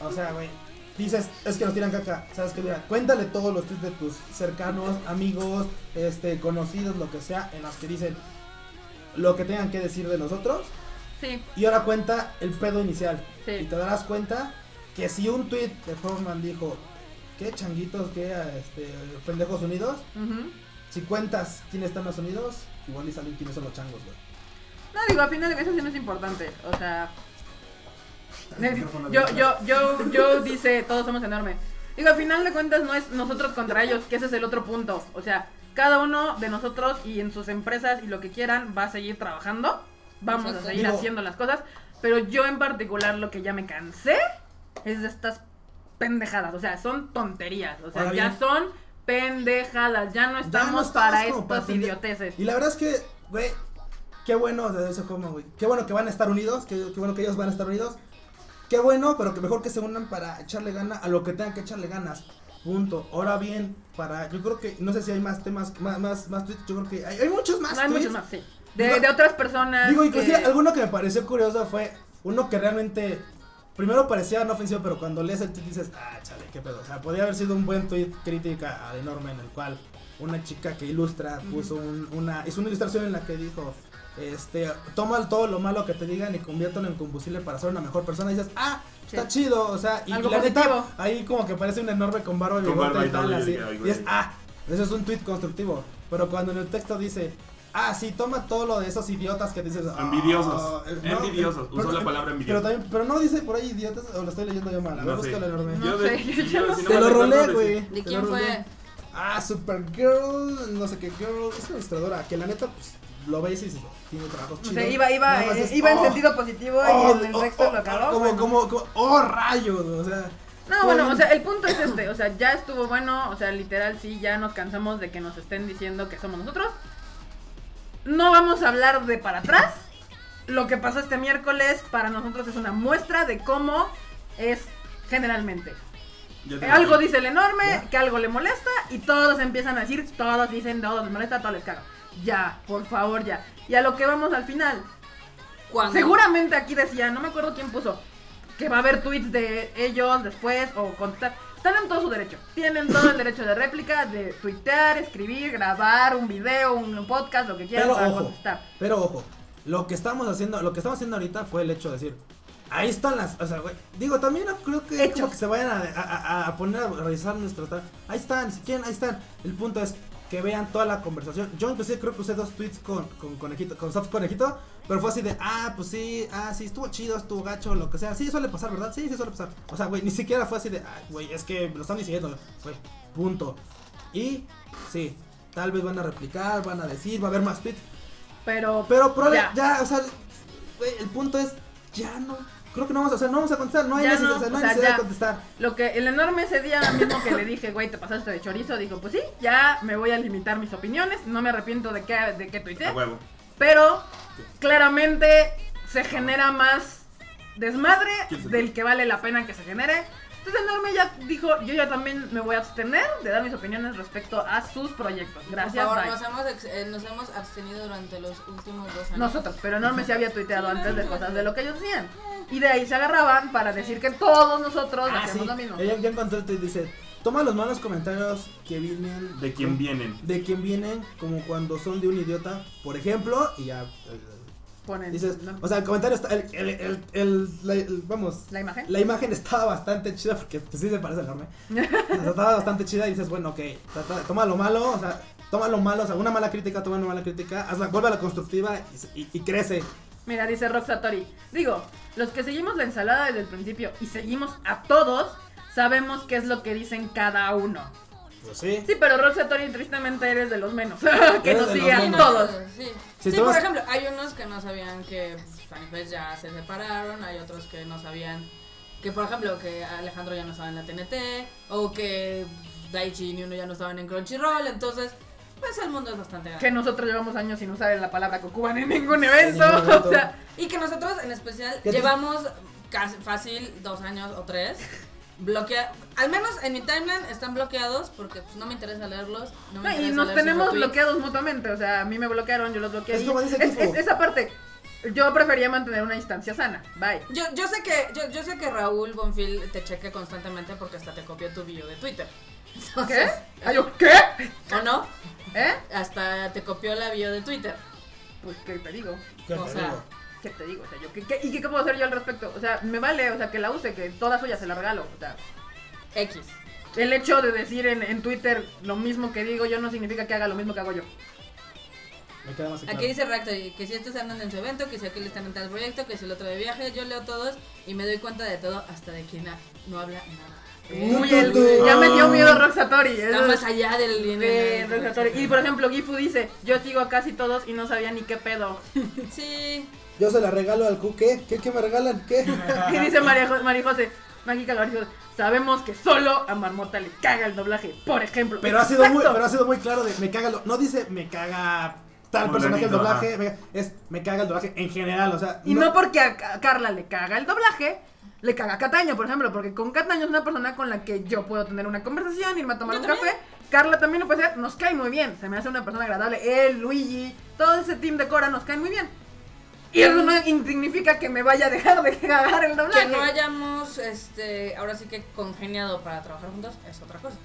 [SPEAKER 1] O sea, güey, dices, es que nos tiran caca. ¿Sabes qué? Mira, cuéntale todos los tweets de tus cercanos, amigos, este, conocidos, lo que sea, en los que dicen lo que tengan que decir de nosotros.
[SPEAKER 2] Sí,
[SPEAKER 1] Y ahora cuenta el pedo inicial.
[SPEAKER 2] Sí.
[SPEAKER 1] Y te darás cuenta que si un tweet de Hoffman dijo, qué changuitos, qué este, pendejos unidos.
[SPEAKER 2] ujú.
[SPEAKER 1] Si cuentas quiénes están más unidos, igual y salen quiénes son los changos, güey.
[SPEAKER 2] No, digo, a final de cuentas sí no es importante. O sea.
[SPEAKER 6] El micrófono
[SPEAKER 2] Yo,
[SPEAKER 6] de-
[SPEAKER 2] yo, yo, yo dice, todos somos enormes. Digo, a final de cuentas no es nosotros contra ellos, que ese es el otro punto. O sea, cada uno de nosotros y en sus empresas y lo que quieran va a seguir trabajando. Vamos
[SPEAKER 3] Exacto.
[SPEAKER 2] a seguir
[SPEAKER 1] Digo-
[SPEAKER 2] haciendo las cosas. Pero yo en particular lo que ya me cansé es de estas pendejadas. O sea, son tonterías. O sea,
[SPEAKER 1] Ahora
[SPEAKER 2] ya
[SPEAKER 1] bien.
[SPEAKER 2] son pendejadas. Ya no estamos,
[SPEAKER 1] estamos
[SPEAKER 2] para
[SPEAKER 1] como
[SPEAKER 2] estos
[SPEAKER 1] para atender-
[SPEAKER 2] idioteces.
[SPEAKER 1] Y la verdad es que, güey, qué bueno de ese juego, güey. Qué bueno que van a estar unidos, qué, qué bueno que ellos van a estar unidos. Qué bueno, pero que mejor que se unan para echarle gana a lo que tengan que echarle ganas. Punto. Ahora bien, para. Yo creo que. No sé si hay más temas, más, más, más tweets. Yo creo que hay, hay muchos más
[SPEAKER 2] No hay
[SPEAKER 1] tweets.
[SPEAKER 2] muchos más, sí. De,
[SPEAKER 1] Digo-
[SPEAKER 2] de otras personas.
[SPEAKER 1] Digo,
[SPEAKER 2] que-
[SPEAKER 1] inclusive alguno que me pareció curioso fue uno que realmente primero parecía no ofensivo, pero cuando lees el tweet dices, ah, chale, qué pedo. O sea, podría haber sido un buen tweet crítica al enorme en el cual una chica que ilustra puso un- una es una ilustración en la que dijo este toma todo lo malo que te digan y conviértelo en combustible para ser una mejor persona y dices ah está
[SPEAKER 2] Sí.
[SPEAKER 1] chido o sea y
[SPEAKER 2] Algo
[SPEAKER 1] la
[SPEAKER 2] positivo.
[SPEAKER 1] neta ahí como que parece un enorme con barba y
[SPEAKER 4] Con
[SPEAKER 1] bigote
[SPEAKER 4] barba y
[SPEAKER 1] y tal
[SPEAKER 4] todo, y
[SPEAKER 1] así
[SPEAKER 4] dije, "Ay,
[SPEAKER 1] y es
[SPEAKER 4] güey".
[SPEAKER 1] ah eso es un tweet constructivo pero cuando en el texto dice ah sí toma todo lo de esos idiotas que dices "Ah,
[SPEAKER 4] Envidiosos.
[SPEAKER 1] eh,
[SPEAKER 4] Envidiosos. Usó la palabra
[SPEAKER 1] Pero
[SPEAKER 4] envidioso.
[SPEAKER 1] también, pero no dice por ahí idiotas, o lo estoy leyendo yo mal. A ver,
[SPEAKER 4] No sé.
[SPEAKER 1] búscalo enorme.
[SPEAKER 2] No
[SPEAKER 4] Yo de-
[SPEAKER 2] sé,
[SPEAKER 4] yo-
[SPEAKER 2] yo [laughs]
[SPEAKER 4] si
[SPEAKER 2] no
[SPEAKER 4] no
[SPEAKER 2] sé.
[SPEAKER 1] Te
[SPEAKER 4] me
[SPEAKER 1] lo
[SPEAKER 4] recuerdo,
[SPEAKER 1] rolé,
[SPEAKER 4] sí.
[SPEAKER 1] güey.
[SPEAKER 3] ¿De
[SPEAKER 1] Te
[SPEAKER 3] quién
[SPEAKER 1] lo rolé.
[SPEAKER 3] fue?
[SPEAKER 1] Ah, Supergirl, no sé qué girl. Es una ilustradora que la neta, pues, lo ves y dices, tiene trabajo
[SPEAKER 2] O
[SPEAKER 1] chido.
[SPEAKER 2] sea, iba, iba,
[SPEAKER 1] Nada más
[SPEAKER 2] eh,
[SPEAKER 1] es,
[SPEAKER 2] iba en
[SPEAKER 1] oh,
[SPEAKER 2] sentido positivo
[SPEAKER 1] oh,
[SPEAKER 2] y en el
[SPEAKER 1] oh,
[SPEAKER 2] texto
[SPEAKER 1] oh,
[SPEAKER 2] lo cagó.
[SPEAKER 1] Como,
[SPEAKER 2] bueno.
[SPEAKER 1] como, como, oh, rayos, o sea.
[SPEAKER 2] No, bueno, o sea, el punto es este, o sea, ya estuvo bueno, o sea, literal sí, ya nos cansamos de que nos estén diciendo que somos nosotros. No vamos a hablar de para atrás. Lo que pasó este miércoles para nosotros es una muestra de cómo es generalmente.
[SPEAKER 4] Yo
[SPEAKER 2] Eh,
[SPEAKER 4] te-
[SPEAKER 2] Algo dice el enorme, que algo le molesta y todos empiezan a decir, todos dicen, todos les molesta, todos les cago. Ya, por favor, ya. Y a lo que vamos al final.
[SPEAKER 3] Cuando
[SPEAKER 2] Seguramente aquí decía, no me acuerdo quién puso, que va a haber tweets de ellos después o contestar. Están en todo su derecho. Tienen todo el derecho de réplica, de tuitear, escribir, grabar un video, un podcast, lo que quieran
[SPEAKER 1] Pero
[SPEAKER 2] para
[SPEAKER 1] ojo.
[SPEAKER 2] contestar.
[SPEAKER 1] Pero ojo, lo que estamos haciendo, lo que estamos haciendo ahorita fue el hecho de decir, ahí están las, o sea, güey, digo, también no creo que,
[SPEAKER 2] Hechos.
[SPEAKER 1] como que se vayan a, a- a- a poner a revisar nuestro tal. Ahí están, si quieren, ahí están. El punto es que vean toda la conversación. Yo inclusive creo que usé dos tweets con, con conejito, con soft conejito, pero fue así de, ah, pues sí, ah, sí, estuvo chido, estuvo gacho, lo que sea. Sí, suele pasar, ¿verdad? Sí, sí suele pasar. O sea, güey, ni siquiera fue así de, ah, güey, es que lo están diciendo, güey, punto. Y, sí, tal vez van a replicar, van a decir, va a haber más tweets.
[SPEAKER 2] Pero,
[SPEAKER 1] Pero probable,
[SPEAKER 2] Ya.
[SPEAKER 1] ya. o sea, güey, el punto es, ya no Creo que no vamos a, o sea, no vamos a contestar, no hay
[SPEAKER 2] Ya
[SPEAKER 1] necesidad,
[SPEAKER 2] no,
[SPEAKER 1] o sea, no hay
[SPEAKER 2] o sea,
[SPEAKER 1] necesidad
[SPEAKER 2] ya.
[SPEAKER 1] de contestar.
[SPEAKER 2] Lo que el enorme ese día mismo que le dije, güey, te pasaste de chorizo, dijo, pues sí, ya me voy a limitar mis opiniones, no me arrepiento de que de que tuiteé,
[SPEAKER 4] A huevo.
[SPEAKER 2] pero claramente se genera más desmadre
[SPEAKER 4] ¿Quién se-
[SPEAKER 2] del que vale la pena que se genere. Entonces enorme ya dijo, yo ya también me voy a abstener de dar mis opiniones respecto a sus proyectos. Gracias.
[SPEAKER 3] Por favor,
[SPEAKER 2] bye.
[SPEAKER 3] nos hemos, ex- eh, nos hemos abstenido durante los últimos dos años.
[SPEAKER 2] Nosotros, pero Enorme se había tuiteado antes de cosas de lo que ellos decían. Y de ahí se agarraban para decir que todos nosotros
[SPEAKER 1] Ah,
[SPEAKER 2] hacemos
[SPEAKER 1] sí.
[SPEAKER 2] lo mismo.
[SPEAKER 1] Ella ya encontró y dice, toma los malos comentarios que vienen
[SPEAKER 4] ¿De quién vienen?
[SPEAKER 1] de quien vienen como cuando son de un idiota, por ejemplo, y ya eh,
[SPEAKER 2] Ponen
[SPEAKER 1] dices,
[SPEAKER 2] ¿no?
[SPEAKER 1] o sea, el comentario está el, el, el- el- la- el- vamos,
[SPEAKER 2] la imagen.
[SPEAKER 1] la imagen estaba bastante chida porque pues, sí se parece enorme. estaba bastante chida y dices, bueno, ok, trata- toma lo malo, o sea, toma lo malo, o sea, una mala crítica, toma una mala crítica, hazla, vuelve a la constructiva y se- y- y crece.
[SPEAKER 2] Mira, dice Roxatori. Digo, los que seguimos la ensalada desde el principio y seguimos a todos, sabemos qué es lo que dicen cada uno.
[SPEAKER 1] Pues sí.
[SPEAKER 2] Sí, pero Roxatori, tristemente eres de los menos. [laughs] que
[SPEAKER 1] Eres de los
[SPEAKER 2] nos sigue a
[SPEAKER 1] menos.
[SPEAKER 2] todos.
[SPEAKER 3] Sí,
[SPEAKER 1] Si
[SPEAKER 3] Sí,
[SPEAKER 1] tú
[SPEAKER 3] por
[SPEAKER 1] vas-
[SPEAKER 3] ejemplo, hay unos que no sabían que pues, Fanny Fest ya se separaron, hay otros que no sabían que, por ejemplo, que Alejandro ya no estaba en la TNT, o que Daichi y Niuno ya no estaban en Crunchyroll, entonces, pues el mundo es bastante grande.
[SPEAKER 2] Que nosotros llevamos años sin usar la palabra Kokuban en ningún evento.
[SPEAKER 1] En
[SPEAKER 2] [laughs]
[SPEAKER 1] ningún evento.
[SPEAKER 2] O sea,
[SPEAKER 3] Y que nosotros en especial
[SPEAKER 1] ¿Qué te-
[SPEAKER 3] llevamos casi fácil dos años o tres bloquea al menos en mi timeline están bloqueados porque pues, no me interesa leerlos no
[SPEAKER 2] No,
[SPEAKER 3] me
[SPEAKER 2] y
[SPEAKER 3] interesa
[SPEAKER 2] nos
[SPEAKER 3] leer sus
[SPEAKER 2] tenemos
[SPEAKER 3] retweets.
[SPEAKER 2] bloqueados mutuamente, o sea, a mí me bloquearon, yo los bloqueé.
[SPEAKER 1] Es
[SPEAKER 2] y
[SPEAKER 1] como dice
[SPEAKER 2] es-
[SPEAKER 1] Kifo.
[SPEAKER 2] es- Esa parte, yo prefería mantener una distancia sana,
[SPEAKER 3] [laughs]
[SPEAKER 2] bye.
[SPEAKER 3] yo, yo sé que yo, yo sé que Raúl Bonfil te cheque constantemente porque hasta te copió tu bio de Twitter
[SPEAKER 2] ¿Qué?
[SPEAKER 3] Entonces,
[SPEAKER 2] Ay, Ah, yo, ¿Qué?
[SPEAKER 3] o no
[SPEAKER 2] ¿Eh?
[SPEAKER 3] hasta te copió la bio de Twitter
[SPEAKER 2] Pues, ¿qué te digo?
[SPEAKER 1] ¿Qué
[SPEAKER 3] o
[SPEAKER 1] te
[SPEAKER 3] sea
[SPEAKER 1] digo?
[SPEAKER 2] ¿Qué te digo? O sea, yo, ¿qué, qué- y qué, qué puedo hacer yo al respecto? O sea, me vale, o sea, que la use, que toda suya se la regalo. O sea,
[SPEAKER 3] X
[SPEAKER 2] el hecho de decir en, en Twitter lo mismo que digo yo no significa que haga lo mismo que hago yo.
[SPEAKER 1] Me queda más que
[SPEAKER 3] Aquí
[SPEAKER 1] claro.
[SPEAKER 3] dice Ractory que si estos andan en su evento, que si aquí le están en tal proyecto, que si el otro de viaje, yo leo todos y me doy cuenta de todo hasta de quien ha- no habla nada.
[SPEAKER 2] Uy,
[SPEAKER 1] tú,
[SPEAKER 2] el-
[SPEAKER 1] tú.
[SPEAKER 2] ya me dio miedo Roxatori.
[SPEAKER 3] Ah. Está más allá del
[SPEAKER 2] de
[SPEAKER 3] dinero.
[SPEAKER 2] Roxatori. Y por ejemplo, Gifu dice, yo sigo a casi todos y no sabía ni qué pedo.
[SPEAKER 3] Sí.
[SPEAKER 1] Yo se la regalo al cu, ¿qué? ¿Qué, qué me regalan? [laughs] ¿Qué?
[SPEAKER 2] [laughs] Y dice María, Jo- María José, Mágica García, sabemos que solo a Marmota le caga el doblaje, por ejemplo.
[SPEAKER 1] Pero ha sido muy,
[SPEAKER 2] Exacto.
[SPEAKER 1] pero ha sido muy claro de me caga lo- no dice me caga tal
[SPEAKER 4] Fulanito,
[SPEAKER 1] personaje el doblaje, me- es me caga el doblaje en general, o sea,
[SPEAKER 2] Y no porque a Ca- Carla le caga el doblaje, le caga a Cataño, por ejemplo, porque con Cataño es una persona con la que yo puedo tener una conversación, irme a tomar
[SPEAKER 3] Yo
[SPEAKER 2] un
[SPEAKER 3] también.
[SPEAKER 2] café. Carla también lo puede hacer, nos cae muy bien, se me hace una persona agradable. Él, Luigi, todo ese team de Cora nos cae muy bien. Y eso no significa que me vaya a dejar de cagar el doblaje.
[SPEAKER 3] Em. Que no hayamos, este, ahora sí que congeniado para trabajar juntos es otra cosa.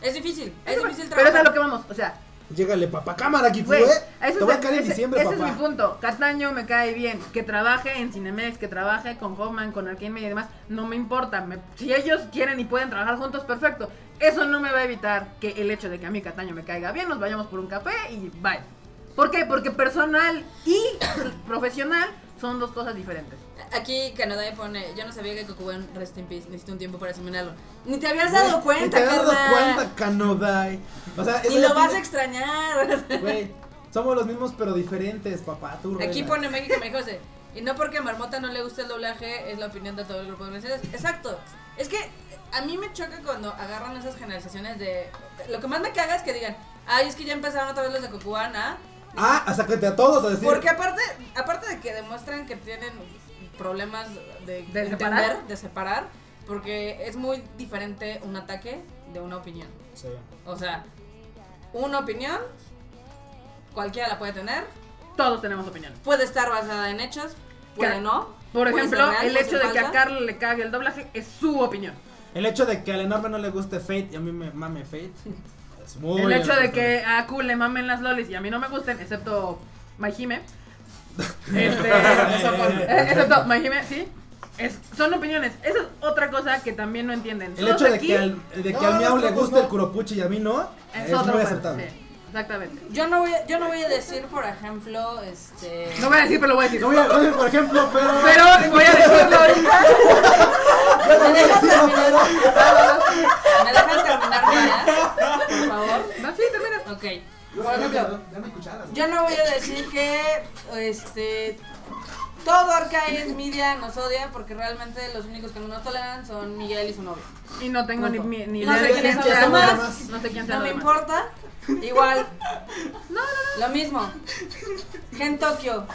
[SPEAKER 3] Es difícil, es difícil
[SPEAKER 2] pero
[SPEAKER 3] trabajar.
[SPEAKER 2] es a lo que vamos, o sea,
[SPEAKER 1] Llégale, papá, cámara, aquí fue.
[SPEAKER 2] Güey,
[SPEAKER 1] Te
[SPEAKER 2] ese
[SPEAKER 1] voy
[SPEAKER 2] es,
[SPEAKER 1] a caer en
[SPEAKER 2] ese-
[SPEAKER 1] diciembre,
[SPEAKER 2] ese es
[SPEAKER 1] papá.
[SPEAKER 2] mi punto. Cataño me cae bien. Que trabaje en Cinemex, que trabaje con Hoffman, con Arcane Media y demás, no me importa. Me- si ellos quieren y pueden trabajar juntos, perfecto. Eso no me va a evitar que el hecho de que a mí Cataño me caiga bien, nos vayamos por un café y bye. ¿Por qué? Porque personal y [clears throat] profesional son dos cosas diferentes.
[SPEAKER 3] Aquí Canadá pone, yo no sabía que Cocuban Rest in Peace necesita un tiempo para asesinarlo. Ni te habías dado
[SPEAKER 1] Güey,
[SPEAKER 3] cuenta,
[SPEAKER 1] Te has dado
[SPEAKER 3] carnal.
[SPEAKER 1] cuenta, Canodai. O sea, eso
[SPEAKER 3] Y
[SPEAKER 1] ya
[SPEAKER 3] lo vas a
[SPEAKER 1] tiene-
[SPEAKER 3] extrañar.
[SPEAKER 1] Güey, somos los mismos pero diferentes, papá, tú
[SPEAKER 3] Aquí
[SPEAKER 1] relax.
[SPEAKER 3] pone México me José. Y no porque a Marmota no le guste el doblaje, es la opinión de todo el grupo de venceres. Exacto. Es que a mí me choca cuando agarran esas generalizaciones de. Lo que más me caga es que digan, ay, es que ya empezaron otra vez los de Cocuana.
[SPEAKER 1] Ah, a sacarte a todos a decir.
[SPEAKER 3] Porque aparte, aparte de que demuestran que tienen problemas de,
[SPEAKER 2] ¿De
[SPEAKER 3] entender,
[SPEAKER 2] separar?
[SPEAKER 3] de separar, porque es muy diferente un ataque de una opinión.
[SPEAKER 1] Sí.
[SPEAKER 3] O sea, una opinión, cualquiera la puede tener,
[SPEAKER 2] Todos tenemos opiniones.
[SPEAKER 3] puede estar basada en hechos, puede
[SPEAKER 2] Ca-
[SPEAKER 3] no.
[SPEAKER 2] Por
[SPEAKER 3] puede
[SPEAKER 2] ejemplo,
[SPEAKER 3] ser real,
[SPEAKER 2] el
[SPEAKER 3] puede
[SPEAKER 2] hecho
[SPEAKER 3] ser
[SPEAKER 2] de que a
[SPEAKER 3] falsa.
[SPEAKER 2] Carla le cague el doblaje es su opinión.
[SPEAKER 1] El hecho de que al enorme no le guste Fate y a mí me mame Fate. Es muy
[SPEAKER 2] el hecho de que a Q le mamen las lolis y a mí no me gusten, excepto
[SPEAKER 1] [laughs]
[SPEAKER 2] Maijime. Este, eh, excepto Maijime, sí. Es- son opiniones. Esa es otra cosa que también no entienden.
[SPEAKER 1] El
[SPEAKER 2] Todos
[SPEAKER 1] hecho de
[SPEAKER 2] aquí
[SPEAKER 1] que al, de que
[SPEAKER 5] No,
[SPEAKER 1] al Miau le
[SPEAKER 5] nosotros
[SPEAKER 1] guste
[SPEAKER 5] no.
[SPEAKER 1] el curopuchi y a mí no, es,
[SPEAKER 2] es, otro
[SPEAKER 1] muy
[SPEAKER 2] pedo,
[SPEAKER 1] aceptable.
[SPEAKER 2] sí, exactamente.
[SPEAKER 3] Yo no voy a, yo no voy a decir, por ejemplo, este
[SPEAKER 2] No voy a decir, pero lo voy a decir.
[SPEAKER 1] No voy a no voy a- por ejemplo,
[SPEAKER 3] [laughs]
[SPEAKER 1] pero.
[SPEAKER 2] Pero voy a decirlo ahorita.
[SPEAKER 1] Yo [laughs] no voy a decir, pero-
[SPEAKER 3] ¿Me dejan terminar
[SPEAKER 2] [laughs]
[SPEAKER 3] mi idea? Por favor.
[SPEAKER 2] No, sí, termina.
[SPEAKER 3] Ok. Por ejemplo,
[SPEAKER 5] Dame cucharas.
[SPEAKER 3] yo no voy a decir que este Todo Arcaes Media nos odia porque realmente los únicos que no toleran son Miguel y su novio.
[SPEAKER 2] Y no tengo ni, ni, ni
[SPEAKER 3] No sé
[SPEAKER 2] idea de
[SPEAKER 3] quiénes son
[SPEAKER 2] sea
[SPEAKER 3] los
[SPEAKER 2] lo
[SPEAKER 3] demás.
[SPEAKER 2] demás. No sé quién sea
[SPEAKER 3] No
[SPEAKER 2] lo
[SPEAKER 3] me
[SPEAKER 2] demás.
[SPEAKER 3] importa. Igual. Lo mismo. Gen Tokio.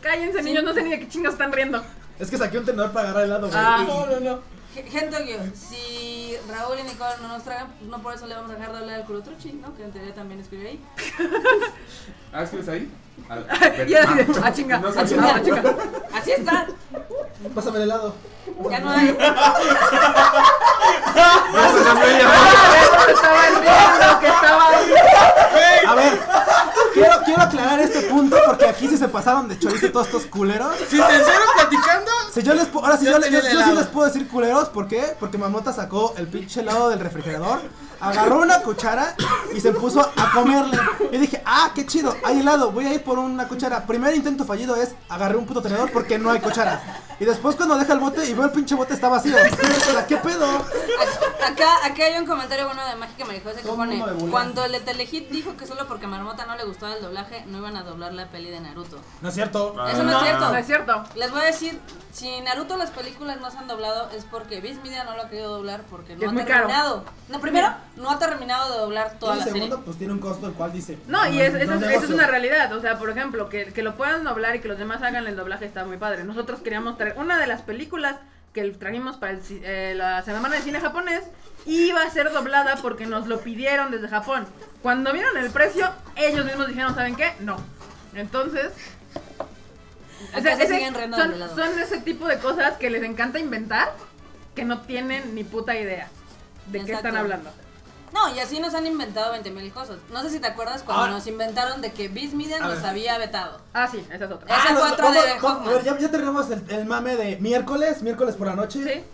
[SPEAKER 2] Cállense, niños, no sé ni de qué chingas están riendo.
[SPEAKER 1] Es que saqué un tenedor para agarrar helado, güey.
[SPEAKER 2] Ah.
[SPEAKER 5] No, no, no.
[SPEAKER 3] Gen- Gen Tokio. Si Raúl y Nicole no nos tragan, pues no por eso le vamos a dejar de hablar al Kurotruchi, ¿no? Que en teoría también escribe ahí.
[SPEAKER 4] ¿Ah, escribes ahí? A
[SPEAKER 2] [laughs]
[SPEAKER 4] ver,
[SPEAKER 2] Y así
[SPEAKER 4] vete.
[SPEAKER 2] de, ah, chinga,
[SPEAKER 4] No
[SPEAKER 2] ah,
[SPEAKER 4] sabía.
[SPEAKER 2] chinga, ah, chinga.
[SPEAKER 3] [laughs] Así está.
[SPEAKER 1] Pásame el helado.
[SPEAKER 3] Ya no hay.
[SPEAKER 2] [laughs] Eso estaba entiendo que estaba
[SPEAKER 1] A ver, quiero, quiero aclarar este punto porque aquí sí se pasaron de chorizo todos estos culeros.
[SPEAKER 5] Si te enseño platicando,
[SPEAKER 1] Si yo les pu- ahora sí,
[SPEAKER 5] Yo
[SPEAKER 1] yo, yo-
[SPEAKER 5] te vi el
[SPEAKER 1] yo sí
[SPEAKER 5] helado.
[SPEAKER 1] les puedo decir culeros, ¿por qué? Porque Mamota sacó el pinche helado del refrigerador, agarró una cuchara y se puso a comerle. Y dije, ah, qué chido, hay helado, voy a ir por una cuchara. Primer intento fallido es agarré un puto tenedor porque no hay cuchara. Y después cuando deja el bote y veo el pinche bote está vacío. O sea, ¿Qué pedo?
[SPEAKER 3] Acá, acá hay un comentario bueno de Mágica Marijosa que
[SPEAKER 1] Todo el mundo me
[SPEAKER 3] pone:
[SPEAKER 1] bulea.
[SPEAKER 3] Cuando el de Telehit dijo que solo porque Marmota no le gustaba el doblaje, no iban a doblar la peli de Naruto.
[SPEAKER 1] No es cierto.
[SPEAKER 4] Ah,
[SPEAKER 2] Ah.
[SPEAKER 3] Eso no es cierto.
[SPEAKER 2] No es cierto.
[SPEAKER 3] Les voy a decir, si Naruto las películas no se han doblado es porque Viz Media no lo ha querido doblar porque no
[SPEAKER 2] Es
[SPEAKER 3] ha
[SPEAKER 2] muy caro.
[SPEAKER 3] terminado. No, primero, no ha terminado de doblar toda
[SPEAKER 1] y
[SPEAKER 3] la serie.
[SPEAKER 1] segundo, pues tiene un costo el cual dice.
[SPEAKER 2] No, y es,
[SPEAKER 1] no
[SPEAKER 2] eso, es- eso es
[SPEAKER 1] negocio.
[SPEAKER 2] una realidad. O sea, por ejemplo, que, que lo puedan doblar y que los demás hagan el doblaje está muy padre. Nosotros queríamos traer una de las películas que trajimos para el ci- eh, la Semana de Cine Japonés iba a ser doblada porque nos lo pidieron desde Japón. Cuando vieron el precio, ellos mismos dijeron, ¿saben qué? No. Entonces, o sea,
[SPEAKER 3] Acá se
[SPEAKER 2] ese-
[SPEAKER 3] siguen riendo de
[SPEAKER 2] son,
[SPEAKER 3] mi lado.
[SPEAKER 2] son ese tipo de cosas que les encanta inventar que no tienen ni puta idea de qué
[SPEAKER 3] Exacto.
[SPEAKER 2] están hablando.
[SPEAKER 3] No, y así nos han inventado 20.000 cosas. No sé si te acuerdas cuando
[SPEAKER 1] Ahora-
[SPEAKER 3] nos inventaron de que Viz Media
[SPEAKER 1] Ah. A
[SPEAKER 3] nos
[SPEAKER 1] ver.
[SPEAKER 3] había vetado.
[SPEAKER 2] Ah, sí, esa es otra.
[SPEAKER 3] Esa
[SPEAKER 1] no,
[SPEAKER 3] fue
[SPEAKER 1] no,
[SPEAKER 3] otra
[SPEAKER 1] vamos-
[SPEAKER 3] de
[SPEAKER 1] vamos- a ver,
[SPEAKER 3] Hoffman.
[SPEAKER 1] ya, ya tenemos el, el mame de miércoles, miércoles por la noche.
[SPEAKER 2] Sí.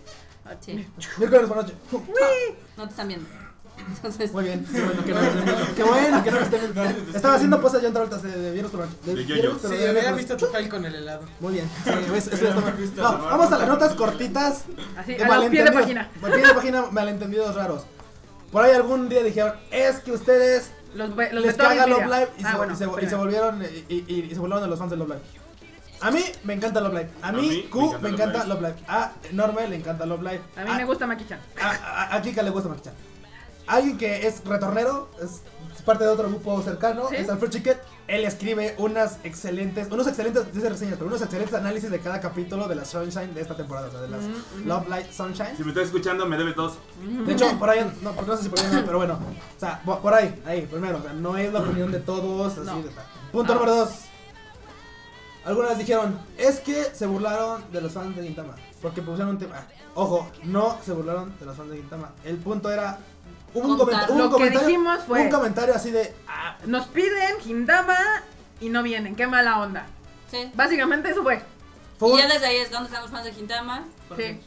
[SPEAKER 3] Sí,
[SPEAKER 1] Miércoles por la noche. [laughs]
[SPEAKER 3] no te están viendo. Entonces,
[SPEAKER 1] Muy bien. Qué bueno que no, Qué bueno que [laughs] no me estén viendo. Estaba haciendo poses yo ahorita de, de viernes por la noche.
[SPEAKER 4] De yo-yo.
[SPEAKER 1] viernes por la
[SPEAKER 5] si yo hubiera
[SPEAKER 1] noche.
[SPEAKER 5] visto tu fail con el helado.
[SPEAKER 1] Muy bien. Sí, ves, eso ya está mal.
[SPEAKER 6] visto
[SPEAKER 1] No,
[SPEAKER 6] la mano.
[SPEAKER 1] vamos a las notas cortitas.
[SPEAKER 2] Así,
[SPEAKER 1] de
[SPEAKER 2] a los pies de
[SPEAKER 1] malentendidos.
[SPEAKER 2] página.
[SPEAKER 1] Al pie de página, malentendidos raros. Por ahí algún día dijeron, es que ustedes
[SPEAKER 2] Los, ve- los
[SPEAKER 1] les
[SPEAKER 2] vetó a
[SPEAKER 1] caga
[SPEAKER 2] Luis
[SPEAKER 1] Love
[SPEAKER 2] Lidia.
[SPEAKER 1] Live y,
[SPEAKER 2] Ah,
[SPEAKER 1] se,
[SPEAKER 2] bueno,
[SPEAKER 1] y se- y se
[SPEAKER 2] espérame.
[SPEAKER 1] volvieron eh, y, y- y se volvieron de los fans de Love Live. A mí me encanta Love Live. A mí,
[SPEAKER 4] mí me
[SPEAKER 1] Q
[SPEAKER 4] encanta
[SPEAKER 1] me
[SPEAKER 4] Love
[SPEAKER 1] encanta
[SPEAKER 4] Live.
[SPEAKER 1] Love Live. A Norma le encanta Love Live.
[SPEAKER 2] A mí me gusta Maki-chan.
[SPEAKER 1] A, a, a Kika le gusta Maquichan. Alguien que es retornero, es parte de otro grupo cercano,
[SPEAKER 2] ¿Sí?
[SPEAKER 1] es Alfred Chiquet. Él escribe unas excelentes, unos excelentes, dice reseñas, pero unos excelentes análisis de cada capítulo de la Sunshine de esta temporada, o sea, de las Love Light Sunshine.
[SPEAKER 4] Si me estás escuchando, me debes dos.
[SPEAKER 1] De hecho, por ahí, no, pues no sé si por ahí no, pero bueno, o sea, bo- por ahí, ahí, primero, o sea, no es la opinión de todos, así
[SPEAKER 2] No.
[SPEAKER 1] de tal. Punto
[SPEAKER 2] Ah.
[SPEAKER 1] número dos. Algunas dijeron, es que se burlaron de los fans de Gintama, porque pusieron un tema. ah, Ojo, no se burlaron de los fans de Gintama. El punto era, hubo un,
[SPEAKER 3] Contar.
[SPEAKER 1] comenta- hubo
[SPEAKER 2] Lo
[SPEAKER 1] un
[SPEAKER 2] que
[SPEAKER 1] comentario,
[SPEAKER 2] dijimos fue-
[SPEAKER 1] un comentario así de, ah,
[SPEAKER 2] Nos piden Gindama y no vienen. Qué mala onda.
[SPEAKER 3] sí.
[SPEAKER 2] Básicamente eso fue.
[SPEAKER 1] fue
[SPEAKER 3] Y
[SPEAKER 1] un-
[SPEAKER 3] ya desde ahí es donde están los fans de Gintama. porque-
[SPEAKER 2] Sí.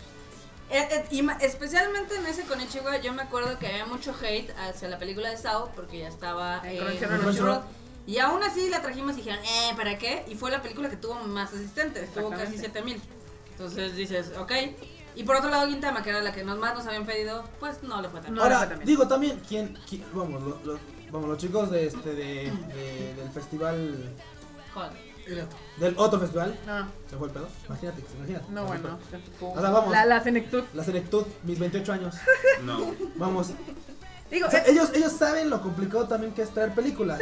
[SPEAKER 3] Eh, eh, y ma- especialmente en ese Konichiwa yo me acuerdo que había mucho hate hacia la película de Sao porque ya estaba
[SPEAKER 2] En
[SPEAKER 3] eh,
[SPEAKER 2] Crunchyroll.
[SPEAKER 3] en Crunchyroll. Y aún así la trajimos y dijeron, eh, ¿para qué? Y fue la película que tuvo más asistentes, tuvo casi
[SPEAKER 2] Exactamente.
[SPEAKER 3] 7000. Entonces dices, ok. Y por otro lado, Gintama, que era la que nos más nos habían pedido, pues no le fue tan
[SPEAKER 2] No.
[SPEAKER 3] mal.
[SPEAKER 1] Ahora,
[SPEAKER 2] ahora también.
[SPEAKER 1] digo también, ¿quién, quién- vamos, lo- lo- vamos, los chicos de este, de, de- del festival,
[SPEAKER 3] Joder.
[SPEAKER 1] del otro festival,
[SPEAKER 2] No,
[SPEAKER 1] se fue el pedo, imagínate, imagínate.
[SPEAKER 2] no, bueno.
[SPEAKER 1] O sea, vamos.
[SPEAKER 2] La, la senectud.
[SPEAKER 1] La senectud, mis 28 años.
[SPEAKER 4] No.
[SPEAKER 1] Vamos.
[SPEAKER 2] Digo,
[SPEAKER 1] O sea,
[SPEAKER 2] eh,
[SPEAKER 1] ellos, ellos saben lo complicado también que es traer películas.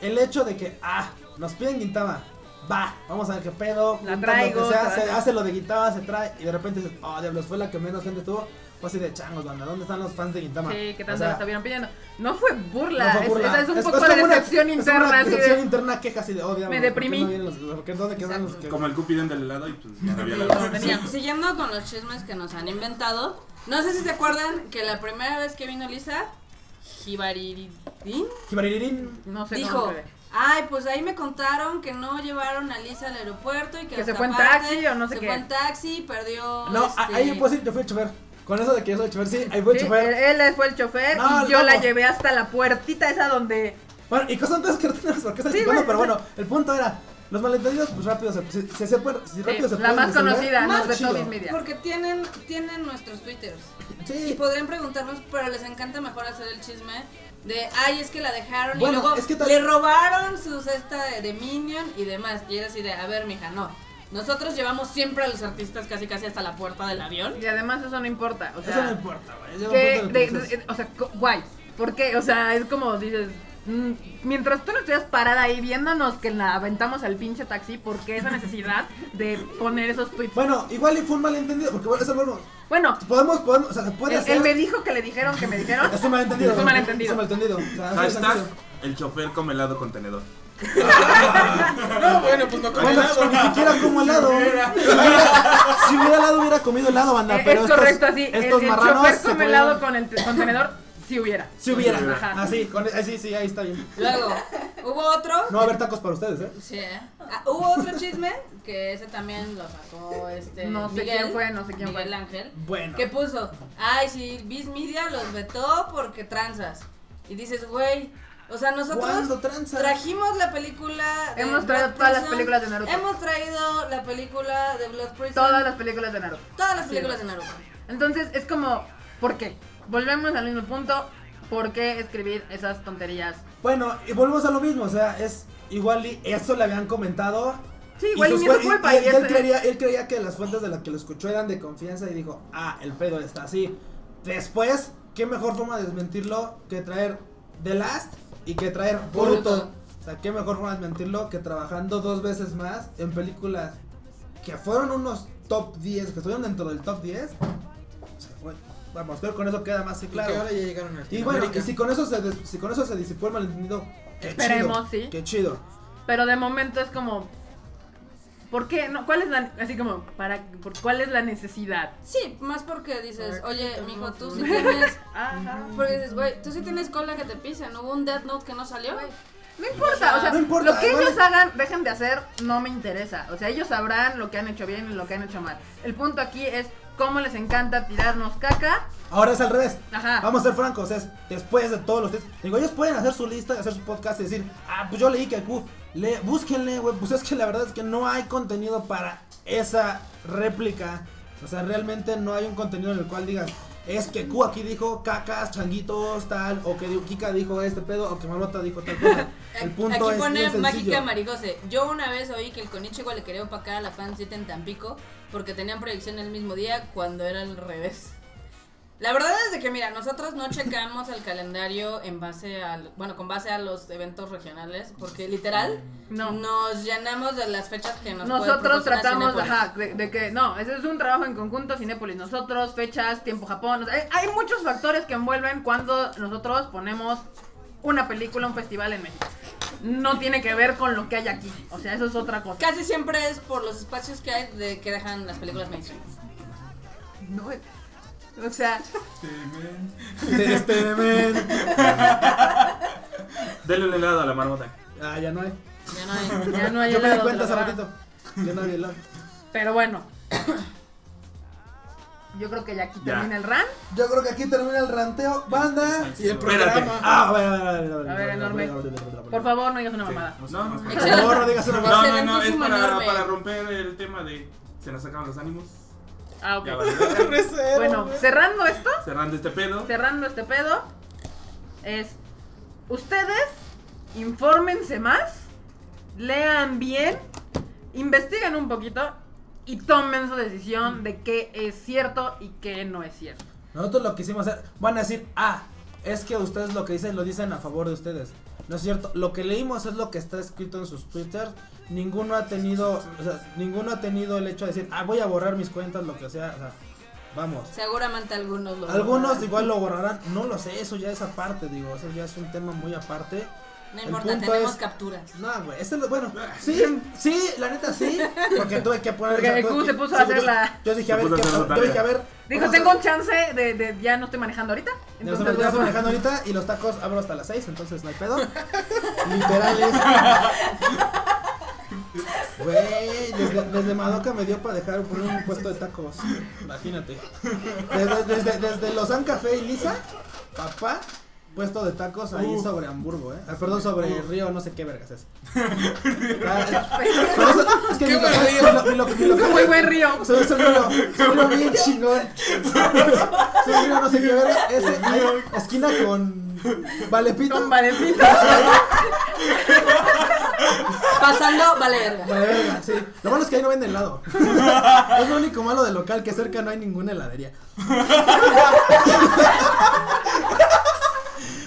[SPEAKER 1] El hecho de que, ah, nos piden Guintama. Va, vamos a ver qué pedo.
[SPEAKER 2] La
[SPEAKER 1] juntan
[SPEAKER 2] traigo,
[SPEAKER 1] Lo que sea,
[SPEAKER 2] se va a
[SPEAKER 1] se
[SPEAKER 2] hacer.
[SPEAKER 1] hace lo de Guintama, se trae. Y de repente dices, oh, diablos, fue la que menos gente tuvo. Fue así de changos, banda. ¿Dónde están los fans de Guintama?
[SPEAKER 2] sí, que
[SPEAKER 1] O
[SPEAKER 2] tanto
[SPEAKER 1] sea,
[SPEAKER 2] la estuvieron pidiendo. No fue burla.
[SPEAKER 1] no fue
[SPEAKER 2] es-
[SPEAKER 1] burla.
[SPEAKER 2] esa Es, un poco
[SPEAKER 1] como
[SPEAKER 2] de
[SPEAKER 1] una-
[SPEAKER 2] decepción
[SPEAKER 1] es una
[SPEAKER 2] interna. así de-
[SPEAKER 1] decepción interna, queja así de, oh, diablos,
[SPEAKER 2] Me
[SPEAKER 1] ¿por qué
[SPEAKER 2] deprimí.
[SPEAKER 1] no vienen los- por qué- ¿Dónde quedan los que.?
[SPEAKER 4] Como el cupidón del helado y pues ya no
[SPEAKER 3] [laughs]
[SPEAKER 4] había
[SPEAKER 2] Sí,
[SPEAKER 4] helado.
[SPEAKER 2] no tenía.
[SPEAKER 3] Siguiendo con los chismes que nos han inventado, no sé si se acuerdan que la primera vez que vino Lisa, Hibaridin.
[SPEAKER 1] Jibaririrín.
[SPEAKER 2] No sé cómo
[SPEAKER 3] Dijo,
[SPEAKER 2] se ve.
[SPEAKER 3] ay, pues ahí me contaron que no llevaron a Lisa al aeropuerto y que,
[SPEAKER 2] Que se
[SPEAKER 3] hasta
[SPEAKER 2] fue en
[SPEAKER 3] aparte
[SPEAKER 2] taxi o no sé
[SPEAKER 3] se
[SPEAKER 2] qué".
[SPEAKER 3] fue en taxi, perdió.
[SPEAKER 1] No, a-
[SPEAKER 3] este,
[SPEAKER 1] ahí puedo decir, yo fui el chofer. Con eso de que yo soy el chofer, sí, ahí fue el
[SPEAKER 2] Sí, eh,
[SPEAKER 1] chofer.
[SPEAKER 2] él él fue el chofer
[SPEAKER 1] No,
[SPEAKER 2] y yo la
[SPEAKER 1] loco.
[SPEAKER 2] llevé hasta la puertita esa donde
[SPEAKER 1] Bueno, y cosas cosas que no tenemos por qué estar
[SPEAKER 2] eh. Sí,
[SPEAKER 1] checando,
[SPEAKER 2] güey,
[SPEAKER 1] pero
[SPEAKER 2] o sea-
[SPEAKER 1] bueno, el punto era, los malentendidos, pues rápido se, se, se, se pueden- si rápido
[SPEAKER 2] eh,
[SPEAKER 1] se
[SPEAKER 2] la
[SPEAKER 1] pueden
[SPEAKER 2] más
[SPEAKER 1] resolver,
[SPEAKER 2] conocida,
[SPEAKER 1] más
[SPEAKER 2] nos de
[SPEAKER 1] chido.
[SPEAKER 2] Tobis Media.
[SPEAKER 3] Porque tienen, tienen nuestros twitters. Y
[SPEAKER 1] Sí,
[SPEAKER 3] podrían preguntarnos, pero les encanta mejor hacer el chisme de, ay, es que la dejaron
[SPEAKER 1] Bueno,
[SPEAKER 3] y luego
[SPEAKER 1] es que tal-
[SPEAKER 3] le robaron su cesta de, de Minion y demás. Y era así de, a ver, mija, no. Nosotros llevamos siempre a los artistas casi casi hasta la puerta del avión.
[SPEAKER 2] Y además eso no importa. O sea,
[SPEAKER 1] Eso no importa, güey. Eso no
[SPEAKER 2] que,
[SPEAKER 1] importa lo
[SPEAKER 2] de-
[SPEAKER 1] que dices.
[SPEAKER 2] de- o sea, co- guay. ¿Por qué? O sea, es como dices, mm, mientras tú no estuvieras parada ahí viéndonos que la aventamos al pinche taxi, ¿por qué esa necesidad de poner esos tweets?
[SPEAKER 1] Bueno, igual y fue un malentendido, porque bueno, eso volvemos.
[SPEAKER 2] Bueno,
[SPEAKER 1] Podemos, podemos, o sea, se puede
[SPEAKER 2] él,
[SPEAKER 1] hacer.
[SPEAKER 2] él me dijo que le dijeron que
[SPEAKER 1] [laughs]
[SPEAKER 2] me dijeron.
[SPEAKER 1] Es un malentendido.
[SPEAKER 2] Es un
[SPEAKER 1] ¿no?
[SPEAKER 2] malentendido.
[SPEAKER 1] Es un malentendido. O sea, no es
[SPEAKER 4] Hashtag
[SPEAKER 1] malentendido.
[SPEAKER 4] el chofer come helado con tenedor.
[SPEAKER 5] No, bueno, pues no come
[SPEAKER 1] Bueno,
[SPEAKER 5] nada,
[SPEAKER 1] pues, ni siquiera como helado. ¿eh? Si hubiera, si hubiera helado, hubiera comido helado, banda.
[SPEAKER 2] Eh,
[SPEAKER 1] pero
[SPEAKER 2] es
[SPEAKER 1] estos,
[SPEAKER 2] correcto, así. el-
[SPEAKER 1] Estos
[SPEAKER 2] el,
[SPEAKER 1] marranos.
[SPEAKER 2] chofer
[SPEAKER 1] se
[SPEAKER 2] come
[SPEAKER 1] comieron-
[SPEAKER 2] helado con el contenedor, si hubiera.
[SPEAKER 1] Si hubiera.
[SPEAKER 2] Ajá.
[SPEAKER 1] Así, con, eh, sí, sí, ahí está bien.
[SPEAKER 2] [laughs]
[SPEAKER 3] Luego, hubo otro.
[SPEAKER 1] No va a haber tacos para ustedes, ¿eh?
[SPEAKER 3] Sí. Ah, hubo otro chisme que ese también lo sacó este.
[SPEAKER 2] No sé
[SPEAKER 3] Miguel,
[SPEAKER 2] quién fue, no sé quién
[SPEAKER 3] Miguel
[SPEAKER 2] fue.
[SPEAKER 3] Ángel.
[SPEAKER 1] Bueno.
[SPEAKER 3] Que puso, ay, si Biz Media los vetó porque tranzas. Y dices, güey, o sea,
[SPEAKER 1] ¿Cuándo
[SPEAKER 3] nosotros
[SPEAKER 1] tranza?
[SPEAKER 3] trajimos la película. de
[SPEAKER 2] Hemos traído
[SPEAKER 3] Blood
[SPEAKER 2] todas las
[SPEAKER 3] Prison,
[SPEAKER 2] películas de Naruto.
[SPEAKER 3] Hemos traído la película de Blood Prison.
[SPEAKER 2] Todas las películas de Naruto.
[SPEAKER 3] todas las películas de Naruto.
[SPEAKER 2] Entonces es como, ¿por qué? Volvemos al mismo punto. ¿Por qué escribir esas tonterías?
[SPEAKER 1] Bueno, y volvemos a lo mismo, o sea, es igual y eso le habían comentado.
[SPEAKER 2] Sí, igual y
[SPEAKER 1] sus
[SPEAKER 2] ni es su
[SPEAKER 1] fue-
[SPEAKER 2] culpa,
[SPEAKER 1] y-
[SPEAKER 2] y ¿eh?
[SPEAKER 1] y él,
[SPEAKER 2] es-
[SPEAKER 1] creía, él creía que las fuentes de las que lo escuchó eran de confianza y dijo, ah, el pedo está así. Después, ¿qué mejor forma de desmentirlo que traer The Last y que traer
[SPEAKER 3] Boruto.
[SPEAKER 1] Boruto? O sea, ¿qué mejor forma de desmentirlo que trabajando dos veces más en películas que fueron unos top 10, que estuvieron dentro del top 10? O sea, bueno, vamos, creo que con eso queda más
[SPEAKER 5] Y que
[SPEAKER 1] claro.
[SPEAKER 5] ahora ya llegaron a
[SPEAKER 1] Y bueno,
[SPEAKER 5] Latinoamérica.
[SPEAKER 1] y si con eso se, des- si con eso se disipó el malentendido, qué chido,
[SPEAKER 2] Esperemos, sí.
[SPEAKER 1] Qué chido.
[SPEAKER 2] Pero de momento es como, ¿por qué? No, ¿Cuál es la, así como, para, por, ¿cuál es la necesidad?
[SPEAKER 3] Sí, más porque dices,
[SPEAKER 5] Porque
[SPEAKER 3] oye,
[SPEAKER 5] tú
[SPEAKER 3] mijo,
[SPEAKER 5] no
[SPEAKER 3] tú sí
[SPEAKER 5] fumas".
[SPEAKER 3] tienes.
[SPEAKER 2] Ajá.
[SPEAKER 3] Porque dices, güey, tú sí tienes cola que te pisen. Hubo un Death Note que no salió.
[SPEAKER 2] No importa, o sea,
[SPEAKER 1] No importa,
[SPEAKER 2] lo que
[SPEAKER 1] igual-
[SPEAKER 2] ellos hagan, dejen de hacer, no me interesa. O sea, ellos sabrán lo que han hecho bien y lo que han hecho mal. El punto aquí es cómo les encanta tirarnos caca.
[SPEAKER 1] Ahora es al revés.
[SPEAKER 2] Ajá.
[SPEAKER 1] Vamos a ser francos, es después de todos los test. Digo, ellos pueden hacer su lista y hacer su podcast y decir, ah, pues yo leí que Q, le, búsquenle, güey. Pues es que la verdad es que no hay contenido para esa réplica. O sea, realmente no hay un contenido en el cual digas, es que Q aquí dijo cacas, changuitos, tal, o que digo, Kika dijo este pedo, o que Marota dijo tal cosa. El punto
[SPEAKER 3] Aquí
[SPEAKER 1] es
[SPEAKER 3] pone
[SPEAKER 1] bien
[SPEAKER 3] Mágica
[SPEAKER 1] sencillo.
[SPEAKER 3] Marigose. Yo una vez oí que el Conichiwa le quería opacar a la Fan 7 en Tampico porque tenían proyección el mismo día cuando era al revés. La verdad es de que, mira, nosotros no checamos el calendario en base al. Bueno, con base a los eventos regionales porque literal
[SPEAKER 2] No.
[SPEAKER 3] nos llenamos de las fechas que nos puede
[SPEAKER 2] Nosotros
[SPEAKER 3] proporcionar
[SPEAKER 2] tratamos
[SPEAKER 3] Cinépolis.
[SPEAKER 2] ajá, de, de que, no, ese es un trabajo en conjunto, Cinépolis, nosotros, fechas, tiempo Japón, o sea, hay, hay muchos factores que envuelven cuando nosotros ponemos una película, un festival en México. No tiene que ver con lo que hay aquí, o sea, eso es otra cosa.
[SPEAKER 3] Casi siempre es por los espacios que hay de que dejan las películas mainstream.
[SPEAKER 2] No, eh, o sea,
[SPEAKER 1] [laughs] Este, men.
[SPEAKER 4] Dele un helado a la marmota.
[SPEAKER 1] Ah, ya no hay.
[SPEAKER 3] Ya
[SPEAKER 1] [laughs]
[SPEAKER 3] no hay.
[SPEAKER 2] ya no hay
[SPEAKER 1] Yo me di
[SPEAKER 2] helados,
[SPEAKER 1] cuenta
[SPEAKER 2] la
[SPEAKER 1] hace
[SPEAKER 2] verdad.
[SPEAKER 1] ratito. Yo no había helado.
[SPEAKER 2] Pero bueno, yo creo que ya aquí
[SPEAKER 4] Ya.
[SPEAKER 2] termina el run.
[SPEAKER 1] Yo creo que aquí termina el ranteo. Banda.
[SPEAKER 5] Y el
[SPEAKER 4] Espérate.
[SPEAKER 5] programa.
[SPEAKER 1] Ah, a ver, a ver, a ver,
[SPEAKER 2] A ver, enorme. Por
[SPEAKER 1] favor.
[SPEAKER 2] favor, no digas una mamada.
[SPEAKER 4] No, no,
[SPEAKER 1] Por favor, no digas una cosa.
[SPEAKER 4] no, no, no, es
[SPEAKER 3] Excelentísimo
[SPEAKER 4] para,
[SPEAKER 3] enorme.
[SPEAKER 4] para romper el tema de se nos acaban los ánimos.
[SPEAKER 2] Ah, ok.
[SPEAKER 4] Ya vale.
[SPEAKER 5] [laughs] Recero,
[SPEAKER 2] Bueno,
[SPEAKER 5] güey.
[SPEAKER 2] cerrando esto,
[SPEAKER 4] Cerrando este pedo.
[SPEAKER 2] cerrando este pedo es ustedes infórmense más, lean bien, investiguen un poquito y tomen su decisión de qué es cierto y qué no es cierto.
[SPEAKER 1] Nosotros lo quisimos hacer. Van a decir, ah, es que ustedes lo que dicen lo dicen a favor de ustedes. No es cierto. Lo que leímos es lo que está escrito en sus Twitter. Ninguno ha tenido, o sea, ninguno ha tenido el hecho de decir, ah, voy a borrar mis cuentas, lo que sea. O sea, vamos.
[SPEAKER 3] Seguramente algunos lo
[SPEAKER 1] Algunos
[SPEAKER 3] borrarán.
[SPEAKER 1] igual lo borrarán. No lo sé, eso ya es aparte, digo. Eso ya es un tema muy aparte.
[SPEAKER 3] No
[SPEAKER 1] El
[SPEAKER 3] importa,
[SPEAKER 1] punto
[SPEAKER 3] tenemos
[SPEAKER 1] es-
[SPEAKER 3] capturas.
[SPEAKER 1] No, güey, ese es lo bueno.
[SPEAKER 4] Ah,
[SPEAKER 1] Sí, sí, la neta sí. Porque tuve que poner.
[SPEAKER 2] Porque
[SPEAKER 1] o sea,
[SPEAKER 2] Goku
[SPEAKER 1] tuve que-
[SPEAKER 2] se puso a
[SPEAKER 1] sí,
[SPEAKER 2] hacer
[SPEAKER 1] yo-
[SPEAKER 2] la-
[SPEAKER 1] Yo dije, a ver,
[SPEAKER 4] Se puso a
[SPEAKER 1] ¿qué-
[SPEAKER 4] hacer la
[SPEAKER 1] yo
[SPEAKER 4] tarea.
[SPEAKER 1] dije, a ver.
[SPEAKER 2] Dijo,
[SPEAKER 1] vamos a-
[SPEAKER 2] tengo un chance de, de- ya no estoy manejando ahorita.
[SPEAKER 1] Ya
[SPEAKER 2] Entonces
[SPEAKER 1] estoy
[SPEAKER 2] voy a [laughs]
[SPEAKER 1] manejando ahorita y los tacos abro hasta las 6, entonces no hay pedo. Literal
[SPEAKER 2] [laughs]
[SPEAKER 1] es. Güey, desde, desde Madoka me dio para dejar poner un puesto de tacos. Imagínate. Desde, desde, desde Lozán Café y Lisa, papá, puesto de tacos ahí
[SPEAKER 6] Uf.
[SPEAKER 1] sobre Hamburgo, ¿eh? Ah, perdón, sobre Río, no sé qué vergas es. Ah,
[SPEAKER 2] Fue
[SPEAKER 1] pero eso- es que mi
[SPEAKER 5] Qué buen
[SPEAKER 1] local-
[SPEAKER 5] río.
[SPEAKER 1] mi lo- mi
[SPEAKER 2] [laughs]
[SPEAKER 1] local-
[SPEAKER 2] Muy buen río.
[SPEAKER 1] se ve sonido, sonido bien chingón. Sonido no sé qué ver. Ese, ahí, esquina con Valepito.
[SPEAKER 2] Con Valentín.
[SPEAKER 3] Pasando, vale verga.
[SPEAKER 1] La verga, sí. Lo bueno es que ahí no venden helado. es lo único malo del local, que cerca no hay ninguna heladería.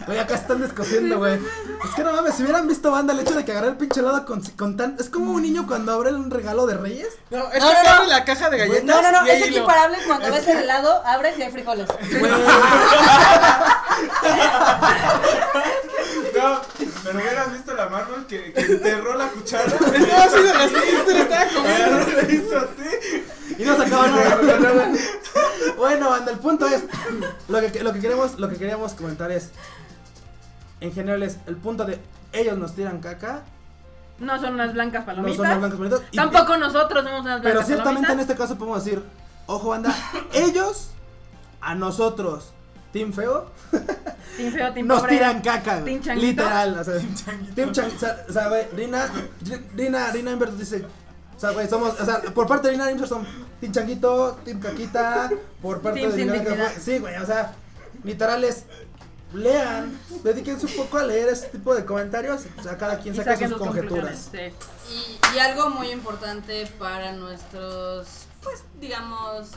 [SPEAKER 1] Güey, acá están descosiendo, güey. Es que no mames, si hubieran visto banda, el hecho de que agarrar el pinche helado con, con tan. Es como un niño cuando abre un regalo de Reyes.
[SPEAKER 5] No, es
[SPEAKER 3] No,
[SPEAKER 5] que
[SPEAKER 3] no,
[SPEAKER 5] abre
[SPEAKER 3] no.
[SPEAKER 5] la caja de
[SPEAKER 1] Pues
[SPEAKER 5] galletas.
[SPEAKER 3] No, no, no,
[SPEAKER 5] y ahí
[SPEAKER 3] es
[SPEAKER 5] lo-
[SPEAKER 3] equiparable cuando ves el helado, abres y hay frijoles.
[SPEAKER 1] Güey,
[SPEAKER 6] No, pero hubieras visto la mano que, que enterró la
[SPEAKER 3] [laughs]
[SPEAKER 6] cuchara.
[SPEAKER 5] [laughs] Estaba haciendo las se le estaba comiendo.
[SPEAKER 6] Agarró, le hizo así.
[SPEAKER 1] y no sacaba nada. [laughs] bueno, banda, el punto es. Lo que, lo que queremos, lo que queríamos comentar es. En general es el punto de ellos nos tiran caca.
[SPEAKER 2] No son unas blancas
[SPEAKER 1] No
[SPEAKER 2] palomitas.
[SPEAKER 1] son los blancos bonitos. y-
[SPEAKER 2] Tampoco nosotros somos unas blancas
[SPEAKER 1] Pero ciertamente en
[SPEAKER 2] palomitas.
[SPEAKER 1] este caso podemos decir, ojo banda, ellos a nosotros, Team Feo,
[SPEAKER 2] Team feo, team
[SPEAKER 1] nos
[SPEAKER 2] pobre.
[SPEAKER 1] tiran caca, güey.
[SPEAKER 2] Team Changuito.
[SPEAKER 1] literal, o sea, Team Changuito, o sea, güey, Rina, Ri- Rina, Rina Inverto dice, o sea, güey, somos, o sea, por parte de Rina Inverto son Team Changuito, Team Caquita, por parte
[SPEAKER 2] Team
[SPEAKER 1] de
[SPEAKER 2] sin
[SPEAKER 1] Rina, Inverso,
[SPEAKER 2] dignidad.
[SPEAKER 1] güey, sí, güey, o sea, literal es, lean, dedíquense un poco a leer este tipo de comentarios, o sea, cada quien
[SPEAKER 2] Y
[SPEAKER 1] saca
[SPEAKER 2] saquen
[SPEAKER 1] sus
[SPEAKER 2] conclusiones, Este,
[SPEAKER 1] conjeturas.
[SPEAKER 2] sí.
[SPEAKER 3] Y, y algo muy importante para nuestros, pues digamos,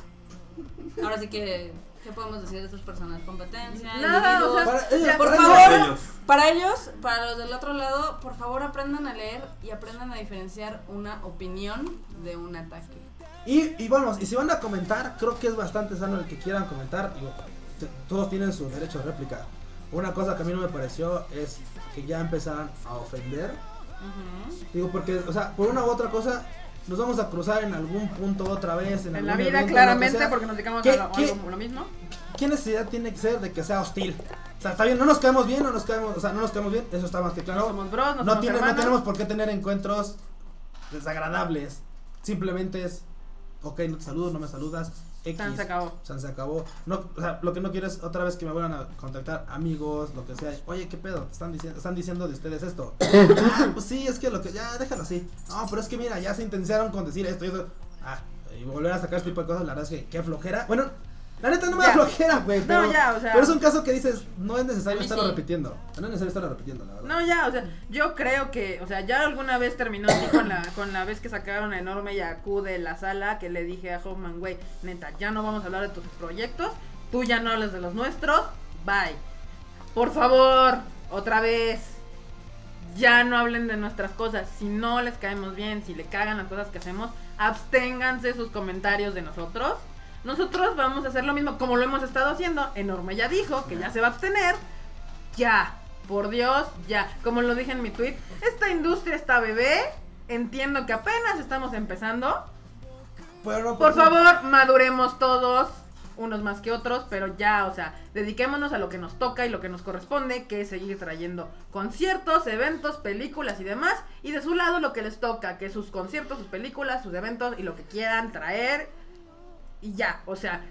[SPEAKER 3] ahora sí que, ¿qué podemos decir de estas personas? Competencia,
[SPEAKER 2] Nada, o sea,
[SPEAKER 3] individuos.
[SPEAKER 1] Para ellos,
[SPEAKER 2] ya,
[SPEAKER 3] por
[SPEAKER 1] para
[SPEAKER 3] favor.
[SPEAKER 1] ellos.
[SPEAKER 4] Ellos.
[SPEAKER 3] Para ellos, para los del otro lado, por favor aprendan a leer y aprendan a diferenciar una opinión de un ataque.
[SPEAKER 1] Y, y vamos, y si van a comentar, creo que es bastante sano el que quieran comentar. Digo, t- todos tienen su derecho de réplica. Una cosa que a mí no me pareció es que ya empezaran a ofender.
[SPEAKER 3] Ujú.
[SPEAKER 1] Digo, porque, o sea, por una u otra cosa, nos vamos a cruzar en algún punto otra vez. En,
[SPEAKER 2] En
[SPEAKER 1] algún
[SPEAKER 2] la
[SPEAKER 1] evento,
[SPEAKER 2] vida,
[SPEAKER 1] en lo que
[SPEAKER 2] claramente,
[SPEAKER 1] sea.
[SPEAKER 2] porque nos dedicamos
[SPEAKER 1] ¿Qué-
[SPEAKER 2] a lo,
[SPEAKER 1] qué-
[SPEAKER 2] algo- lo mismo.
[SPEAKER 1] ¿Qué necesidad tiene que ser de que sea hostil? O sea, está bien, no nos caemos bien, no nos caemos, o sea, no nos caemos bien, eso está más que
[SPEAKER 2] No
[SPEAKER 1] claro.
[SPEAKER 2] somos bros,
[SPEAKER 1] No,
[SPEAKER 2] no, somos
[SPEAKER 1] tiene- no
[SPEAKER 2] hermanos.
[SPEAKER 1] tenemos por qué tener encuentros desagradables. Simplemente es, ok, no te saludo, no me saludas. X,
[SPEAKER 2] Tan, se acabó.
[SPEAKER 1] O sea, se acabó. No, o sea, lo que no quiero es otra vez que me vuelvan a contactar amigos, lo que sea. Oye, ¿qué pedo? Están diciendo, están diciendo de ustedes esto. ah, pues sí, es que lo que. Ya, déjalo así. No, pero es que mira, ya se intensiaron con decir esto y eso. Ah, y volver a sacar este tipo de cosas, la verdad es que qué flojera. Bueno, la neta no me da
[SPEAKER 2] Ya.
[SPEAKER 1] flojera, güey.
[SPEAKER 2] No,
[SPEAKER 1] pero,
[SPEAKER 2] ya, o sea.
[SPEAKER 1] Pero es un caso que dices, no es necesario
[SPEAKER 3] A mí
[SPEAKER 1] estarlo
[SPEAKER 3] sí.
[SPEAKER 1] repitiendo. No es necesario estarlo repitiendo, la verdad.
[SPEAKER 2] No, ya, o sea, yo creo que, o sea, ya alguna vez terminó así con la, con la vez que sacaron a Enorme y a Q de la sala, que le dije a Hoffman, güey, neta, ya no vamos a hablar de tus proyectos, tú ya no hablas de los nuestros, bye. Por favor, otra vez, ya no hablen de nuestras cosas, si no les caemos bien, si le cagan las cosas que hacemos, absténganse sus comentarios de nosotros. Nosotros vamos a hacer lo mismo como lo hemos estado haciendo. Enorme ya dijo que ya se va a abstener. Ya, por Dios, ya. Como lo dije en mi tweet, esta industria está bebé. Entiendo que apenas estamos empezando.
[SPEAKER 1] Pero,
[SPEAKER 2] Por favor, maduremos todos, unos más que otros, pero ya, o sea, dediquémonos a lo que nos toca y lo que nos corresponde, que es seguir trayendo conciertos, eventos, películas y demás, y de su lado lo que les toca, que es sus conciertos, sus películas, sus eventos y lo que quieran traer, y ya, o sea,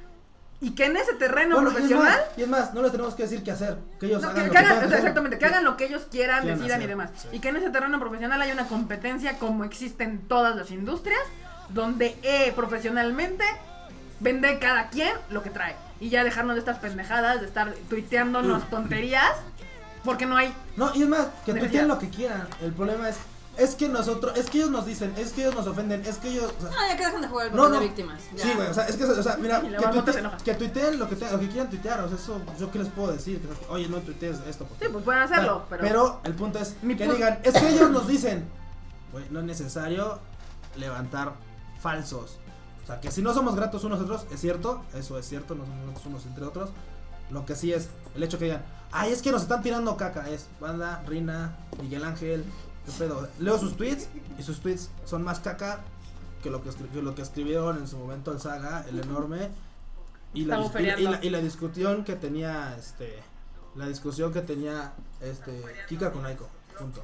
[SPEAKER 2] y que en ese terreno
[SPEAKER 1] Bueno, pues, y es,
[SPEAKER 2] profesional...
[SPEAKER 1] más, y es más, no les tenemos que decir qué hacer. Que ellos
[SPEAKER 2] No,
[SPEAKER 1] hagan
[SPEAKER 2] que,
[SPEAKER 1] lo
[SPEAKER 2] que hagan-
[SPEAKER 1] tengan
[SPEAKER 2] o sea,
[SPEAKER 1] hacer.
[SPEAKER 2] exactamente, que hagan lo que ellos quieran,
[SPEAKER 1] Quieran
[SPEAKER 2] decidan y
[SPEAKER 1] hacer,
[SPEAKER 2] demás.
[SPEAKER 1] sí.
[SPEAKER 2] Y que en ese terreno profesional hay una competencia como existe en todas las industrias, donde eh, profesionalmente vende cada quien lo que trae. Y ya dejarnos de estas pendejadas, de estar
[SPEAKER 1] Mm.
[SPEAKER 2] tuiteándonos tonterías, porque no hay...
[SPEAKER 1] No, y es más, que
[SPEAKER 2] Debería.
[SPEAKER 1] tuiteen lo que quieran. El problema es, es que nosotros, es que ellos nos dicen, es que ellos nos ofenden, es que ellos. o sea,
[SPEAKER 3] No, Ah, ya que dejan de jugar el
[SPEAKER 1] No,
[SPEAKER 3] papel
[SPEAKER 1] no.
[SPEAKER 3] de víctimas. ya.
[SPEAKER 1] sí, güey, o sea, es que, o sea, mira,
[SPEAKER 2] [laughs] Y luego
[SPEAKER 1] que,
[SPEAKER 2] al bote
[SPEAKER 1] tuite-
[SPEAKER 2] se enoja.
[SPEAKER 1] que tuiteen lo que, te- lo que quieran tuitear. O sea, eso, yo qué les puedo decir. Que, Oye, no tuitees esto. porque-
[SPEAKER 2] Sí, pues pueden hacerlo,
[SPEAKER 1] Bueno,
[SPEAKER 2] pero...
[SPEAKER 1] el punto es
[SPEAKER 2] Mi
[SPEAKER 1] que
[SPEAKER 2] pu-
[SPEAKER 1] digan, es que ellos nos dicen, güey, no es necesario levantar falsos. O sea, que si no somos gratos unos a otros, es cierto, eso es cierto, no somos gratos unos entre otros. Lo que sí es el hecho que digan, ay, es que nos están tirando caca. Es Banda, Rina, Miguel Ángel, qué pedo. Leo sus tweets y sus tweets son más caca que lo que, escri- que lo que escribieron en su momento el Saga, el enorme. Y la,
[SPEAKER 2] Estamos
[SPEAKER 1] discu- y la- y la-
[SPEAKER 2] peleando.
[SPEAKER 1] y la discusión que tenía este la discusión que tenía este Kika con Aiko. Punto.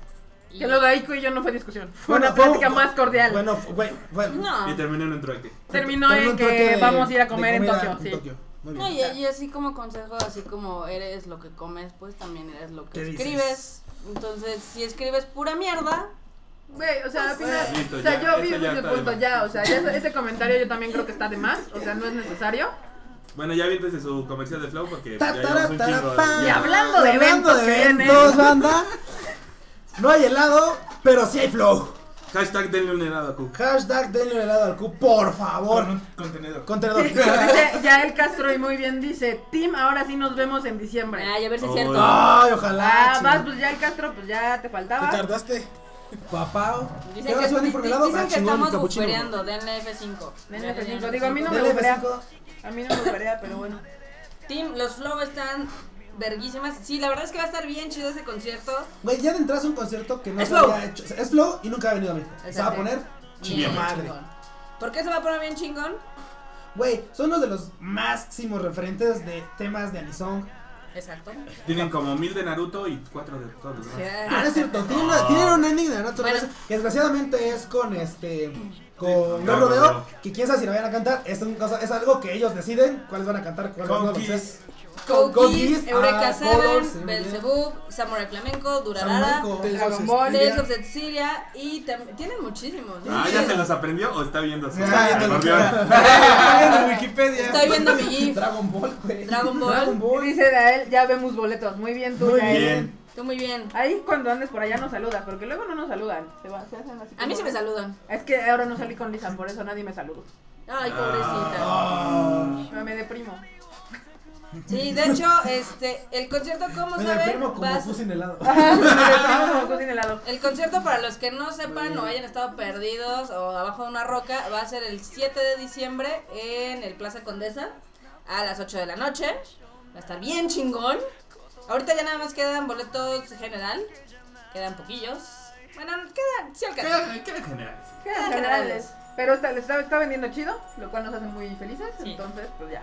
[SPEAKER 3] Y-
[SPEAKER 2] Que lo de Aiko y yo no fue discusión, fue
[SPEAKER 1] Bueno,
[SPEAKER 2] una plática
[SPEAKER 1] fue-
[SPEAKER 2] más cordial.
[SPEAKER 1] Bueno, fue- güey, fue-
[SPEAKER 3] No,
[SPEAKER 4] Y terminó en un trueque.
[SPEAKER 2] Terminó
[SPEAKER 1] fue un
[SPEAKER 2] en que
[SPEAKER 1] toque de-
[SPEAKER 2] vamos a ir a
[SPEAKER 1] de
[SPEAKER 2] comer en
[SPEAKER 1] comida
[SPEAKER 2] Tokio, sí.
[SPEAKER 1] Muy
[SPEAKER 3] no
[SPEAKER 1] bien.
[SPEAKER 3] y, y así como consejo, así como eres lo que comes, pues también eres lo
[SPEAKER 1] ¿Qué
[SPEAKER 3] que
[SPEAKER 1] dices?
[SPEAKER 3] escribes. Entonces, si escribes pura mierda,
[SPEAKER 2] Güey, o sea, al final,
[SPEAKER 4] Pues, Listo,
[SPEAKER 2] o sea,
[SPEAKER 4] ya,
[SPEAKER 2] yo vi
[SPEAKER 4] eso ya
[SPEAKER 2] ese
[SPEAKER 4] está de
[SPEAKER 2] punto
[SPEAKER 4] más.
[SPEAKER 2] ya, o sea, ya ese, ese comentario yo también creo que está de más, o sea, no es
[SPEAKER 4] [laughs]
[SPEAKER 2] necesario.
[SPEAKER 4] Bueno, ya viéntese su comercial de Flow porque ya
[SPEAKER 1] Ta,
[SPEAKER 4] llevamos
[SPEAKER 1] tara,
[SPEAKER 4] un
[SPEAKER 1] tara,
[SPEAKER 4] chingo.
[SPEAKER 1] pa.
[SPEAKER 2] Y
[SPEAKER 4] ya.
[SPEAKER 2] hablando de
[SPEAKER 1] Hablando
[SPEAKER 2] eventos
[SPEAKER 1] de
[SPEAKER 2] que vienen.
[SPEAKER 1] eventos, banda. No hay helado, pero sí hay flow.
[SPEAKER 4] Hashtag denle un helado a Cook.
[SPEAKER 1] Hashtag denle un helado al Q, por favor.
[SPEAKER 6] Con un contenedor.
[SPEAKER 1] Contenedor.
[SPEAKER 2] [laughs] Dice Yael Castro y muy bien dice, Tim, ahora sí nos vemos en diciembre.
[SPEAKER 3] Ay, a ver si es
[SPEAKER 4] Oh,
[SPEAKER 3] cierto.
[SPEAKER 1] Ay, ojalá.
[SPEAKER 2] Ah,
[SPEAKER 1] chingada.
[SPEAKER 2] vas, pues Yael Castro, pues ya te
[SPEAKER 5] Te
[SPEAKER 2] faltaba.
[SPEAKER 5] tardaste.
[SPEAKER 1] Ah. Papao.
[SPEAKER 3] Dicen
[SPEAKER 1] Pero
[SPEAKER 3] que,
[SPEAKER 1] es un
[SPEAKER 3] di-
[SPEAKER 1] informe
[SPEAKER 3] di-
[SPEAKER 1] helado,
[SPEAKER 3] dicen
[SPEAKER 1] ah,
[SPEAKER 3] que
[SPEAKER 1] chingón,
[SPEAKER 3] estamos
[SPEAKER 1] capuchino.
[SPEAKER 3] bufereando, denle F5.
[SPEAKER 2] Denle F5. Digo, a mí no me
[SPEAKER 1] Dele
[SPEAKER 2] gustaría.
[SPEAKER 1] F5.
[SPEAKER 2] A mí no me gustaría, pero
[SPEAKER 4] [laughs]
[SPEAKER 2] bueno.
[SPEAKER 3] Tim, los flow están verguísimas. Sí, la verdad es que va a estar bien chido ese concierto.
[SPEAKER 1] Güey, ya de entrada es un concierto que no
[SPEAKER 3] Es
[SPEAKER 1] se
[SPEAKER 3] Flow.
[SPEAKER 1] había hecho. Es flow y nunca ha venido a México. Se va a
[SPEAKER 3] Exacto.
[SPEAKER 1] poner
[SPEAKER 3] Bien
[SPEAKER 1] chingón madre.
[SPEAKER 3] chingón. ¿Por qué se va a poner bien chingón?
[SPEAKER 1] Güey, son uno de los máximos referentes de temas de Anisong.
[SPEAKER 3] Exacto.
[SPEAKER 4] Tienen como mil de Naruto y cuatro de todos los demás.
[SPEAKER 1] Ah, no es cierto. Tienen, una- tienen un ending de la naturaleza.
[SPEAKER 3] Bueno.
[SPEAKER 1] Que desgraciadamente es con este. Con
[SPEAKER 4] Sí,
[SPEAKER 1] No
[SPEAKER 4] no, no,
[SPEAKER 1] Rodeo.
[SPEAKER 4] no.
[SPEAKER 1] Que quién sabe si la vayan a cantar. Es, un- cosa- es algo que ellos deciden cuáles van a cantar. Cuáles
[SPEAKER 6] Con
[SPEAKER 1] no lo
[SPEAKER 6] Kiss.
[SPEAKER 1] sé. Cookies,
[SPEAKER 3] Cookies, Eureka
[SPEAKER 1] ah, Colors, sí, muy
[SPEAKER 3] 7, Belzebub, Samurai Flamenco, Durarara,
[SPEAKER 1] Samaico.
[SPEAKER 5] Del
[SPEAKER 2] Dragon
[SPEAKER 5] Ghost
[SPEAKER 2] Ball,
[SPEAKER 3] Tales
[SPEAKER 5] Spirit.
[SPEAKER 3] of Cecilia y tam- tienen muchísimos.
[SPEAKER 4] Ah, ¿ya se los aprendió o está viendo su
[SPEAKER 1] Está viendo Ah, lo que-
[SPEAKER 4] acordeón?
[SPEAKER 6] Está en Wikipedia.
[SPEAKER 3] Ah, Estoy viendo mi GIF.
[SPEAKER 1] Dragon Ball, güey.
[SPEAKER 3] Dragon Ball.
[SPEAKER 1] Dragon Ball.
[SPEAKER 2] Dice Yael, ya vemos boletos. Muy bien tú,
[SPEAKER 1] Muy
[SPEAKER 2] Yael.
[SPEAKER 4] Bien.
[SPEAKER 3] Tú muy bien.
[SPEAKER 2] Ahí cuando andes por allá nos saludas, porque luego no nos saludan. Se, va- se hacen así
[SPEAKER 3] A mí
[SPEAKER 2] como-
[SPEAKER 3] sí me saludan.
[SPEAKER 2] Es que ahora no salí con Lisa, por eso nadie me saluda.
[SPEAKER 3] Ay, pobrecita.
[SPEAKER 1] Ah.
[SPEAKER 2] Me, me
[SPEAKER 4] [laughs]
[SPEAKER 2] deprimo.
[SPEAKER 3] Sí, de hecho, este, el concierto, ¿cómo
[SPEAKER 1] Me
[SPEAKER 3] saben?
[SPEAKER 1] enfermo
[SPEAKER 3] Va
[SPEAKER 1] como
[SPEAKER 3] a-
[SPEAKER 1] puse en helado.
[SPEAKER 2] Ajá, me deprimo como cocina helado.
[SPEAKER 3] El concierto, para los que no sepan o hayan estado perdidos o abajo de una roca, va a ser el 7 de diciembre en el Plaza Condesa a las 8 de la noche. Va a estar bien chingón. Ahorita ya nada más quedan boletos general. Quedan poquillos. Bueno, quedan, sí alcanzan.
[SPEAKER 4] ¿Qué- qué generales?
[SPEAKER 2] ¿Qué hacen,
[SPEAKER 3] generales.
[SPEAKER 2] generales? Pero está, le está, está vendiendo chido, lo cual nos hace muy felices.
[SPEAKER 3] Sí.
[SPEAKER 2] Entonces, pues ya.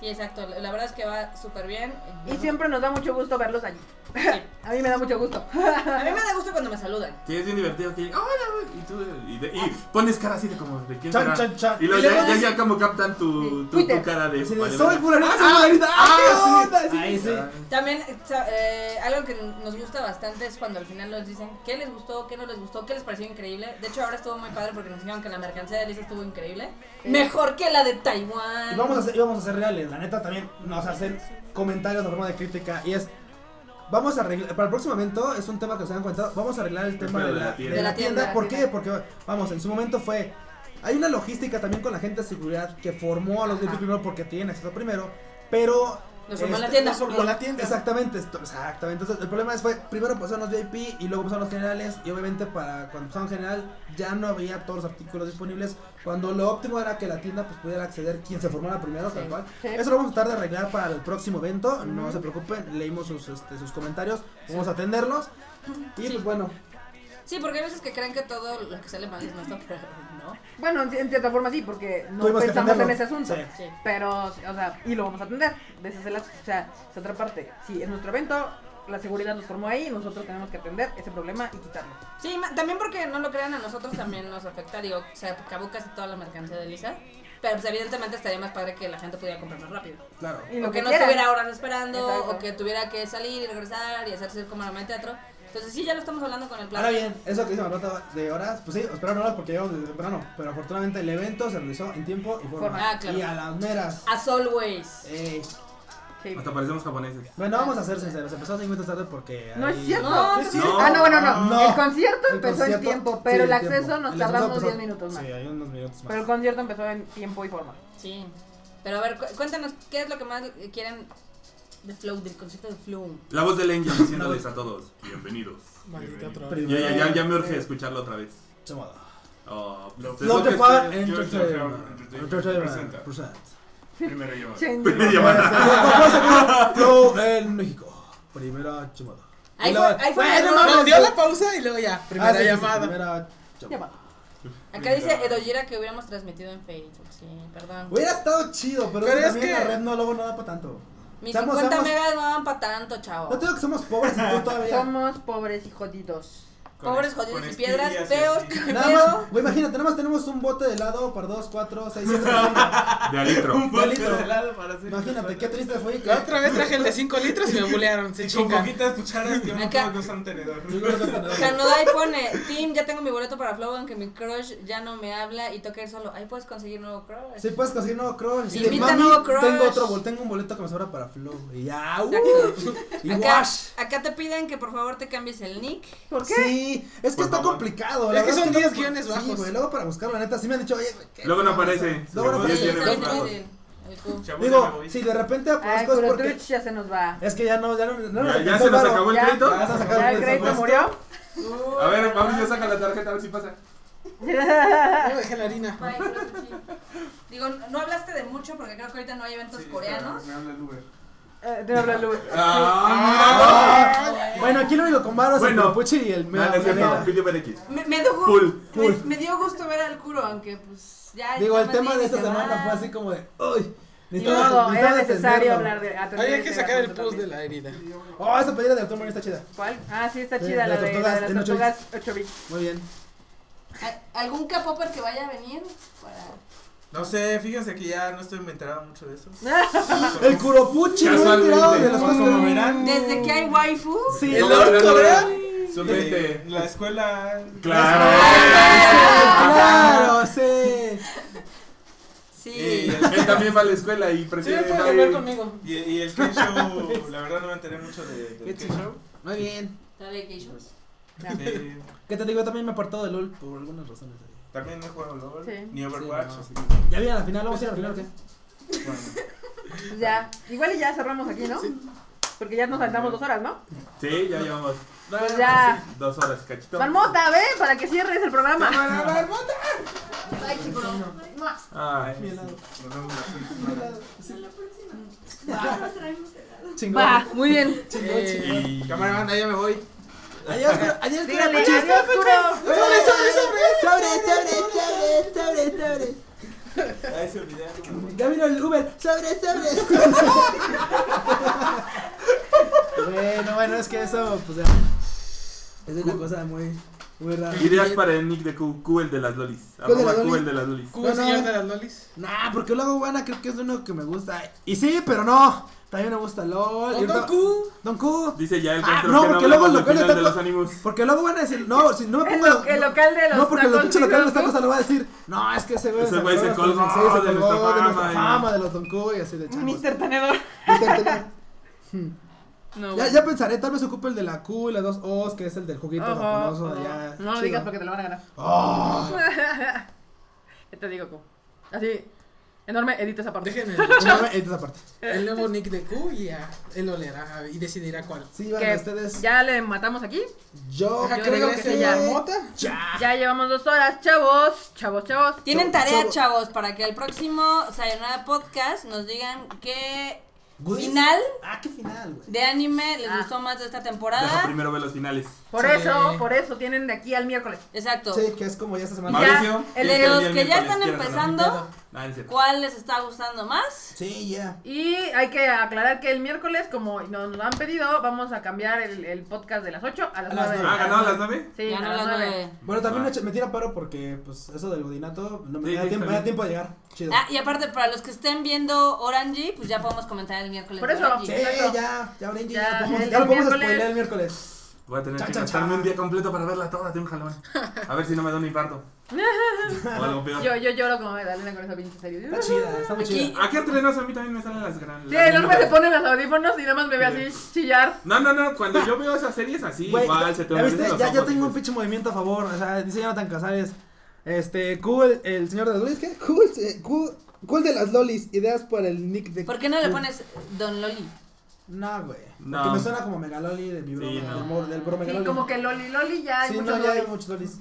[SPEAKER 3] Sí, exacto. La la verdad es que va súper bien.
[SPEAKER 2] Y siempre nos da mucho gusto verlos allí.
[SPEAKER 3] Sí.
[SPEAKER 2] [laughs] A mí me da mucho
[SPEAKER 3] [laughs]
[SPEAKER 2] gusto.
[SPEAKER 3] A mí me da gusto cuando me saludan.
[SPEAKER 4] Sí, es bien divertido que hola, güey", y tú y, de- y pones cara así de como de quién
[SPEAKER 1] Chan,
[SPEAKER 4] será.
[SPEAKER 1] chan, chan.
[SPEAKER 4] Y luego
[SPEAKER 1] Y
[SPEAKER 4] ya,
[SPEAKER 1] luego
[SPEAKER 4] ya,
[SPEAKER 1] dice-
[SPEAKER 4] ya como captan tu, tu,
[SPEAKER 2] Twitter.
[SPEAKER 4] tu cara de
[SPEAKER 1] Así de,
[SPEAKER 4] vale,
[SPEAKER 1] Soy
[SPEAKER 4] vale".
[SPEAKER 1] fulano, soy
[SPEAKER 4] Ah,
[SPEAKER 1] fulanita.
[SPEAKER 4] ah,
[SPEAKER 1] ¡Ah, qué
[SPEAKER 4] sí.
[SPEAKER 1] onda!
[SPEAKER 4] Ahí sí.
[SPEAKER 3] También eh, sa- eh, algo que nos gusta bastante es cuando al final nos dicen qué les gustó, qué no les gustó, qué les pareció increíble. De hecho ahora estuvo muy padre porque nos dijeron que la mercancía de Lisa estuvo increíble.
[SPEAKER 2] Sí.
[SPEAKER 3] Mejor que la de
[SPEAKER 1] Y
[SPEAKER 3] Taiwán.
[SPEAKER 1] vamos a ser, y vamos a ser reales, la neta también nos hacen comentarios de forma de crítica y es vamos a arreglar para el próximo evento es un tema que se han comentado, vamos a arreglar el tema de la, tienda. De la tienda, ¿por qué? Porque vamos, en su momento fue hay una logística también con la gente de seguridad que formó a los grupos primero porque tienen acceso primero, pero
[SPEAKER 3] Nos formó
[SPEAKER 1] este,
[SPEAKER 3] la tienda.
[SPEAKER 1] nos formó la tienda. Exactamente, esto- exactamente. Entonces, el problema es fue primero empezaron los VIP y luego empezaron los generales y obviamente para cuando empezaron general ya no había todos los artículos disponibles cuando lo óptimo era que la tienda pues pudiera acceder quien se formara primero, tal cual.
[SPEAKER 2] Sí.
[SPEAKER 1] Eso lo vamos a tratar de arreglar para el próximo evento, no se preocupen, leímos sus este, sus comentarios, vamos a atenderlos. Y pues bueno,
[SPEAKER 3] Sí, porque hay veces que creen que todo lo que sale mal es nuestro, pero no.
[SPEAKER 2] Bueno, en, en cierta forma sí, porque no
[SPEAKER 1] Tuvimos que
[SPEAKER 2] pensamos en
[SPEAKER 1] atenderlo.
[SPEAKER 2] ese asunto.
[SPEAKER 1] Sí.
[SPEAKER 3] Sí.
[SPEAKER 2] Pero, o sea, y lo vamos a atender. De esa es la- o sea, es otra parte. Si es nuestro evento, la seguridad nos formó ahí, nosotros tenemos que atender ese problema y quitarlo.
[SPEAKER 3] Sí, ma- también porque no lo crean a nosotros también nos afecta. Digo, se acabó casi toda la mercancía de Lisa. Pero pues, evidentemente estaría más padre que la gente pudiera comprar más rápido.
[SPEAKER 1] claro.
[SPEAKER 2] Y
[SPEAKER 3] o que, no
[SPEAKER 2] quieran.
[SPEAKER 3] estuviera horas esperando,
[SPEAKER 2] Exacto.
[SPEAKER 3] o que tuviera que salir y regresar y hacer como el teatro. Entonces sí, ya lo estamos hablando con el plan.
[SPEAKER 1] Ahora bien, eso que dice Marlota de horas, pues sí, esperaron horas porque llegamos desde temprano, pero afortunadamente el evento se realizó en tiempo y forma.
[SPEAKER 3] Ah, claro.
[SPEAKER 1] Y a las meras.
[SPEAKER 3] As always.
[SPEAKER 1] Ey.
[SPEAKER 2] Sí.
[SPEAKER 4] Hasta parecemos japoneses.
[SPEAKER 1] Bueno, vamos a ser sinceros, empezó cinco minutos tarde porque...
[SPEAKER 2] No
[SPEAKER 1] ahí-
[SPEAKER 2] es cierto.
[SPEAKER 3] No, no
[SPEAKER 1] es
[SPEAKER 4] cierto.
[SPEAKER 2] Ah, no, bueno, no.
[SPEAKER 1] No.
[SPEAKER 2] El concierto
[SPEAKER 1] El
[SPEAKER 2] empezó en
[SPEAKER 1] concierto-
[SPEAKER 2] tiempo,
[SPEAKER 1] sí,
[SPEAKER 2] pero el
[SPEAKER 1] tiempo.
[SPEAKER 2] acceso nos
[SPEAKER 1] El
[SPEAKER 2] tardamos
[SPEAKER 1] empezó-
[SPEAKER 2] 10 minutos más.
[SPEAKER 1] Sí, hay unos minutos más.
[SPEAKER 2] Pero el concierto empezó en tiempo y forma.
[SPEAKER 3] Sí. Pero a ver, cu- cuéntanos, ¿qué es lo que más eh, quieren de Flow, del concepto de Flow?
[SPEAKER 4] La voz del Angel diciéndoles a todos, bienvenidos.
[SPEAKER 5] Maldita
[SPEAKER 4] Bienvenidos.
[SPEAKER 5] troll.
[SPEAKER 4] Ya, ya, ya, ya me urge escucharlo otra vez.
[SPEAKER 1] Se moda.
[SPEAKER 4] Oh, pues, es
[SPEAKER 1] Lo que
[SPEAKER 4] es-
[SPEAKER 1] pagan
[SPEAKER 6] George
[SPEAKER 1] Entertainment.
[SPEAKER 6] Entertainment
[SPEAKER 1] Entertainment.
[SPEAKER 6] presenta.
[SPEAKER 1] Present.
[SPEAKER 5] [laughs]
[SPEAKER 6] Primero yo.
[SPEAKER 2] [laughs] Change.
[SPEAKER 4] Primera llamada.
[SPEAKER 1] Flow en México. Primera chumada.
[SPEAKER 3] Ahí
[SPEAKER 1] Y
[SPEAKER 3] fue-
[SPEAKER 1] luego-
[SPEAKER 3] ahí fue
[SPEAKER 1] Bueno,
[SPEAKER 3] la-
[SPEAKER 1] mames,
[SPEAKER 5] Nos
[SPEAKER 1] yo-
[SPEAKER 5] dio la pausa y luego ya,
[SPEAKER 1] Ah,
[SPEAKER 5] primera
[SPEAKER 1] sí, sí, sí,
[SPEAKER 5] llamada.
[SPEAKER 1] Primera
[SPEAKER 2] Llamada.
[SPEAKER 1] llamada.
[SPEAKER 3] Acá dice Edoyera que hubiéramos transmitido en Facebook. Sí, perdón.
[SPEAKER 1] Hubiera estado chido, pero,
[SPEAKER 5] Pero es
[SPEAKER 1] también la
[SPEAKER 5] que-
[SPEAKER 1] red no, luego no da para tanto.
[SPEAKER 3] Mis
[SPEAKER 1] Seamos-
[SPEAKER 3] 50
[SPEAKER 1] seamos-
[SPEAKER 3] megas no dan para tanto, chavo.
[SPEAKER 1] No te digo que somos pobres y tú todavía.
[SPEAKER 2] Somos pobres y jodidos.
[SPEAKER 6] Con
[SPEAKER 3] Pobres
[SPEAKER 6] es-
[SPEAKER 3] jodidos
[SPEAKER 6] con
[SPEAKER 3] y piedras,
[SPEAKER 6] espías
[SPEAKER 3] [laughs]
[SPEAKER 6] y
[SPEAKER 3] feos,
[SPEAKER 6] así.
[SPEAKER 1] Nada más, güey, imagínate, nada más tenemos un bote de helado para 2, 4, 6, 7 [laughs]
[SPEAKER 4] De alitro.
[SPEAKER 6] Un bote
[SPEAKER 1] Delito.
[SPEAKER 6] de helado para hacer.
[SPEAKER 1] Imagínate, qué triste fue que.
[SPEAKER 5] La otra vez traje el de 5 litros y me bulearon, se
[SPEAKER 6] Y con
[SPEAKER 5] chingan.
[SPEAKER 6] poquitas cucharas que uno
[SPEAKER 3] Acá.
[SPEAKER 6] puede usar un tenedor.
[SPEAKER 1] Yo creo que no tenemos.
[SPEAKER 3] Canodai pone, Tim, ya tengo mi boleto para Flow, aunque mi crush ya no me habla y toca ir solo. Ahí puedes conseguir nuevo crush.
[SPEAKER 1] Sí, pues, puedes conseguir nuevo crush.
[SPEAKER 3] Sí,
[SPEAKER 1] Y de,
[SPEAKER 3] invita
[SPEAKER 1] "Mami,
[SPEAKER 3] nuevo crush".
[SPEAKER 1] Tengo otro bol, tengo un boleto que me sobra para Flow. Y ya, uh,
[SPEAKER 3] Exacto.
[SPEAKER 1] Y
[SPEAKER 3] Acá,
[SPEAKER 1] wash.
[SPEAKER 3] acá te piden que por favor te cambies el nick.
[SPEAKER 2] ¿Por qué?
[SPEAKER 1] Sí, Sí, es que
[SPEAKER 4] Por
[SPEAKER 1] está
[SPEAKER 4] favor.
[SPEAKER 1] complicado.
[SPEAKER 5] Es que son 10 guiones
[SPEAKER 1] guiones
[SPEAKER 5] bajos.
[SPEAKER 1] güey, luego para buscar la neta, sí me han dicho, oye, güey, ¿qué?
[SPEAKER 4] Luego no aparece.
[SPEAKER 1] Luego no
[SPEAKER 4] Sí,
[SPEAKER 1] aparece.
[SPEAKER 4] tiene
[SPEAKER 3] Está
[SPEAKER 4] buen trabajo.
[SPEAKER 3] difícil, el Q.
[SPEAKER 1] Digo, si de repente
[SPEAKER 2] Ay,
[SPEAKER 1] aparezco es porque...
[SPEAKER 2] Kurotruch ya se nos va.
[SPEAKER 1] Es que ya no, ya no, no nos
[SPEAKER 4] Ya, ya
[SPEAKER 1] alcanzó
[SPEAKER 4] se nos
[SPEAKER 1] varo.
[SPEAKER 4] acabó el
[SPEAKER 2] Ya.
[SPEAKER 4] crédito.
[SPEAKER 1] Ya se nos acabó
[SPEAKER 2] Ya el
[SPEAKER 1] el
[SPEAKER 2] crédito
[SPEAKER 1] presupuesto.
[SPEAKER 2] murió.
[SPEAKER 4] A ver, vamos, ya saca la tarjeta, a ver si pasa.
[SPEAKER 5] No me dejé la harina.
[SPEAKER 3] Bye, Kurotuchi. Digo, no hablaste de mucho porque creo que ahorita no hay eventos coreanos.
[SPEAKER 6] Me habla el Uber.
[SPEAKER 2] [laughs] Eh, Te habla Luis.
[SPEAKER 4] Ah,
[SPEAKER 1] Bueno, aquí lo único con varo es el
[SPEAKER 4] Bueno.
[SPEAKER 1] Puchi y el
[SPEAKER 4] no, no es cierto,
[SPEAKER 1] Mega.
[SPEAKER 4] Video PRX.
[SPEAKER 3] Me, me dio, gu-
[SPEAKER 4] Cool,
[SPEAKER 3] me-
[SPEAKER 1] cool.
[SPEAKER 3] Me, dio gusto ver al Kuro, aunque pues ya.
[SPEAKER 1] Digo,
[SPEAKER 3] ya
[SPEAKER 1] el
[SPEAKER 3] más
[SPEAKER 1] tema
[SPEAKER 3] bien
[SPEAKER 1] de
[SPEAKER 3] se
[SPEAKER 1] esta semana
[SPEAKER 3] va.
[SPEAKER 1] fue así como de, uy,
[SPEAKER 2] Ni modo, era necesario hablar de este
[SPEAKER 5] Había que sacar el
[SPEAKER 2] post
[SPEAKER 5] post de la herida.
[SPEAKER 1] Oh, esa playera de Arthur Mario está chida.
[SPEAKER 2] ¿Cuál? Ah, sí, está
[SPEAKER 1] Sí,
[SPEAKER 2] chida
[SPEAKER 1] de
[SPEAKER 2] la
[SPEAKER 1] las
[SPEAKER 2] de, la
[SPEAKER 1] tortugas
[SPEAKER 2] de
[SPEAKER 1] en
[SPEAKER 2] las
[SPEAKER 1] ocho
[SPEAKER 2] tortugas 8 bits. [laughs]
[SPEAKER 1] Muy bien.
[SPEAKER 3] ¿Al- ¿Algún K-Popper que vaya a venir? Para...
[SPEAKER 6] No sé, fíjense que ya no estoy enterado mucho de eso.
[SPEAKER 1] El Kuropuchi no ha
[SPEAKER 4] Casualmente.
[SPEAKER 1] tirado de las
[SPEAKER 6] Como-
[SPEAKER 1] cosas que
[SPEAKER 6] como verán.
[SPEAKER 3] Desde que hay waifu.
[SPEAKER 1] Sí,
[SPEAKER 5] El
[SPEAKER 1] claro,
[SPEAKER 5] Lord Corea.
[SPEAKER 6] Desde
[SPEAKER 4] Sub-20.
[SPEAKER 6] Eh, La escuela.
[SPEAKER 4] Claro.
[SPEAKER 1] claro, sí.
[SPEAKER 6] Y
[SPEAKER 3] Sí.
[SPEAKER 6] el,
[SPEAKER 4] Él también va a la escuela y
[SPEAKER 5] Sí, me
[SPEAKER 4] prefiere.
[SPEAKER 5] pueden
[SPEAKER 4] va a
[SPEAKER 5] hablar
[SPEAKER 4] ir-
[SPEAKER 5] conmigo.
[SPEAKER 6] y, y el K-Show, la verdad no me enteré mucho de, del K-Show.
[SPEAKER 1] Muy bien.
[SPEAKER 3] Dale, Keisho.
[SPEAKER 6] Sí,
[SPEAKER 1] ¿Qué te digo? Yo también me apartado de LOL por algunas razones.
[SPEAKER 6] también no he jugado LOL,
[SPEAKER 2] Sí.
[SPEAKER 6] ni Overwatch.
[SPEAKER 1] Sí, no.
[SPEAKER 6] así que,
[SPEAKER 1] Ya viene la final, vamos a ir a la final, ¿o ¿qué?
[SPEAKER 6] bueno.
[SPEAKER 2] pues Ya, igual y ya cerramos aquí, ¿no? Porque ya nos saltamos dos horas, ¿no?
[SPEAKER 4] Sí, ya llevamos
[SPEAKER 2] Pues ya.
[SPEAKER 4] dos horas, cachito.
[SPEAKER 2] Marmota, ve, para que cierres el programa.
[SPEAKER 3] Bye, Kuro.
[SPEAKER 4] Ay,
[SPEAKER 6] Nos vemos la próxima semana.
[SPEAKER 1] Chingón.
[SPEAKER 2] Va, muy bien.
[SPEAKER 5] Eh,
[SPEAKER 4] y-
[SPEAKER 6] Cámara, ya me voy.
[SPEAKER 1] Adiós, Kuro- adiós,
[SPEAKER 2] Dígale,
[SPEAKER 1] Kuropuchi.
[SPEAKER 2] adiós,
[SPEAKER 1] Sobre,
[SPEAKER 2] Kuro.
[SPEAKER 1] sobre, sobre, sobre, sobre, sobre, sobre.
[SPEAKER 6] Ay, se olvidaron.
[SPEAKER 1] Ya vino el Uber. Sobre, [laughs] sobre. bueno, bueno, es que eso, pues ya. Es una cosa muy, muy rara.
[SPEAKER 4] Ideas para el nick de Q, Q el de las lolis.
[SPEAKER 1] de las
[SPEAKER 4] Arroba Q
[SPEAKER 1] lolis?
[SPEAKER 4] el de las lolis.
[SPEAKER 5] Cuba, señor de las lolis.
[SPEAKER 1] Nah, porque luego Guana creo que es uno que me gusta. Y sí, pero no. También me gusta LOL. y
[SPEAKER 5] Don
[SPEAKER 1] ahorita-
[SPEAKER 5] Goku.
[SPEAKER 1] Don Q.
[SPEAKER 4] Dice ya el
[SPEAKER 1] Ah,
[SPEAKER 4] control
[SPEAKER 1] no,
[SPEAKER 4] que no
[SPEAKER 1] porque luego
[SPEAKER 4] hablamos
[SPEAKER 1] lo
[SPEAKER 4] del
[SPEAKER 1] cuelga
[SPEAKER 4] final de
[SPEAKER 1] tanto-
[SPEAKER 4] los animus.
[SPEAKER 1] Porque luego van a decir, no, si no me
[SPEAKER 2] El,
[SPEAKER 1] pongo.
[SPEAKER 2] lo- el local de los
[SPEAKER 1] no, porque el
[SPEAKER 2] tacos,
[SPEAKER 1] pinche
[SPEAKER 2] ¿sí,
[SPEAKER 1] local de
[SPEAKER 2] no?
[SPEAKER 1] los tacos al van a decir, no, es que ese güey
[SPEAKER 4] Ese güey se
[SPEAKER 1] colgó de
[SPEAKER 4] colgó
[SPEAKER 1] los- sí, se
[SPEAKER 4] de nuestra
[SPEAKER 1] colgó de nuestra
[SPEAKER 4] fama, eh. y-
[SPEAKER 1] fama, de los Don Q y así de changos.
[SPEAKER 2] Mister Tenedor.
[SPEAKER 1] Mister Tenedor.
[SPEAKER 2] No,
[SPEAKER 1] Ya,
[SPEAKER 2] güey.
[SPEAKER 1] ya pensaré, tal vez ocupe el de la Q y las dos O's, que es el del juguito
[SPEAKER 2] Ojo,
[SPEAKER 1] japonoso de
[SPEAKER 2] ojo.
[SPEAKER 1] allá.
[SPEAKER 2] No lo
[SPEAKER 1] Chido.
[SPEAKER 2] digas porque te lo van a ganar. [laughs]
[SPEAKER 1] Oh,
[SPEAKER 2] ¿Qué te digo, Q? Así, enorme, edita esa parte.
[SPEAKER 5] Déjenme
[SPEAKER 1] [laughs] no, edita esa parte.
[SPEAKER 5] el nuevo nick de Q y ya. Él lo leerá y decidirá cuál.
[SPEAKER 1] Sí,
[SPEAKER 2] Que
[SPEAKER 1] bueno, ustedes.
[SPEAKER 2] Ya le matamos aquí.
[SPEAKER 1] Yo
[SPEAKER 5] Ajá,
[SPEAKER 2] Yo
[SPEAKER 5] creo
[SPEAKER 2] digo
[SPEAKER 5] que
[SPEAKER 2] que
[SPEAKER 5] se
[SPEAKER 2] sí, ya.
[SPEAKER 5] Marmota.
[SPEAKER 1] Ya.
[SPEAKER 2] Ya llevamos dos horas, chavos. Chavos, chavos.
[SPEAKER 3] Tienen tarea,
[SPEAKER 1] Chavo.
[SPEAKER 3] chavos, para que el próximo Sayonara Podcast nos digan qué
[SPEAKER 1] Goodies.
[SPEAKER 3] final
[SPEAKER 1] Ah, qué final, güey.
[SPEAKER 3] de anime les
[SPEAKER 2] Ah.
[SPEAKER 3] gustó más de esta
[SPEAKER 4] Deja
[SPEAKER 3] temporada.
[SPEAKER 4] primero ver los finales.
[SPEAKER 2] Por
[SPEAKER 5] Sí.
[SPEAKER 2] eso, por eso tienen de aquí al miércoles.
[SPEAKER 3] Exacto.
[SPEAKER 1] Sí, que es como ya esta semana.
[SPEAKER 2] Ya.
[SPEAKER 4] Mauricio.
[SPEAKER 2] el
[SPEAKER 4] y
[SPEAKER 2] de
[SPEAKER 4] este
[SPEAKER 3] los
[SPEAKER 4] día el
[SPEAKER 3] que ya
[SPEAKER 4] miércoles,
[SPEAKER 3] están
[SPEAKER 4] quieras o no.
[SPEAKER 3] empezando.
[SPEAKER 4] Nah, en serio.
[SPEAKER 3] ¿Cuál les está gustando más?
[SPEAKER 1] Sí, ya.
[SPEAKER 2] Y hay que aclarar que el miércoles, como nos lo han pedido, vamos a cambiar el, el podcast de las 8 a las
[SPEAKER 1] A las
[SPEAKER 2] 9.
[SPEAKER 1] nueve.
[SPEAKER 4] Ah, ganó a las 9.
[SPEAKER 2] Sí,
[SPEAKER 3] Ya
[SPEAKER 2] a
[SPEAKER 3] no
[SPEAKER 2] las
[SPEAKER 3] las
[SPEAKER 2] 9.
[SPEAKER 3] nueve.
[SPEAKER 1] Bueno, también
[SPEAKER 4] Ah.
[SPEAKER 1] me echa- me tira paro porque, pues, eso del godinato no me,
[SPEAKER 4] Sí,
[SPEAKER 1] da,
[SPEAKER 4] sí,
[SPEAKER 1] tiempo,
[SPEAKER 4] está
[SPEAKER 1] me da
[SPEAKER 4] bien.
[SPEAKER 1] tiempo de llegar. Chido.
[SPEAKER 3] Ah, y aparte, para los que estén viendo Orange, pues ya podemos comentar el miércoles.
[SPEAKER 2] Por
[SPEAKER 3] de
[SPEAKER 2] eso.
[SPEAKER 3] Orange.
[SPEAKER 1] sí,
[SPEAKER 2] exacto.
[SPEAKER 1] ya, ya, Orenji,
[SPEAKER 2] Ya,
[SPEAKER 1] ya, lo podemos-
[SPEAKER 2] el-
[SPEAKER 1] ya lo podemos
[SPEAKER 2] el miércoles.
[SPEAKER 1] spoilear el miércoles.
[SPEAKER 4] Voy a tener
[SPEAKER 1] Cha,
[SPEAKER 4] que
[SPEAKER 1] cha, cha.
[SPEAKER 4] gastarme un día completo para verla toda de un jalón. A ver si no me da un infarto. o algo peor.
[SPEAKER 2] Yo, yo lloro como Magdalena con esa pinche serie.
[SPEAKER 1] Está chida, está muy
[SPEAKER 3] Aquí-
[SPEAKER 1] chida.
[SPEAKER 4] ¿A qué entrenas? A mí también me salen las grandes.
[SPEAKER 2] Sí, el hombre se pone los audífonos y nada más me ve así chillar.
[SPEAKER 4] No, no, no. Cuando yo veo esas series así,
[SPEAKER 1] Güey,
[SPEAKER 4] igual se te
[SPEAKER 1] ¿ya
[SPEAKER 4] humedecen
[SPEAKER 1] viste?
[SPEAKER 4] los
[SPEAKER 1] Ya, ya
[SPEAKER 4] ojos,
[SPEAKER 1] tengo un
[SPEAKER 4] dices,
[SPEAKER 1] pinche movimiento a favor. O sea, dice Jonathan Casares. Este, Q, el, el señor de las lolis, ¿qué? Q, eh, Q, Q el de las lolis, ideas para el nick de...
[SPEAKER 3] ¿Por qué no le
[SPEAKER 1] Q.
[SPEAKER 3] pones Don Loli?
[SPEAKER 1] No, güey.
[SPEAKER 4] No.
[SPEAKER 1] Porque me suena como Megaloli de mi broma,
[SPEAKER 4] Sí, no.
[SPEAKER 1] del, mor- del bro
[SPEAKER 2] Sí,
[SPEAKER 1] Megaloli.
[SPEAKER 2] como que Loli Loli ya hay
[SPEAKER 1] Sí,
[SPEAKER 2] muchos
[SPEAKER 1] no, ya hay
[SPEAKER 2] Loli.
[SPEAKER 1] muchos lolis.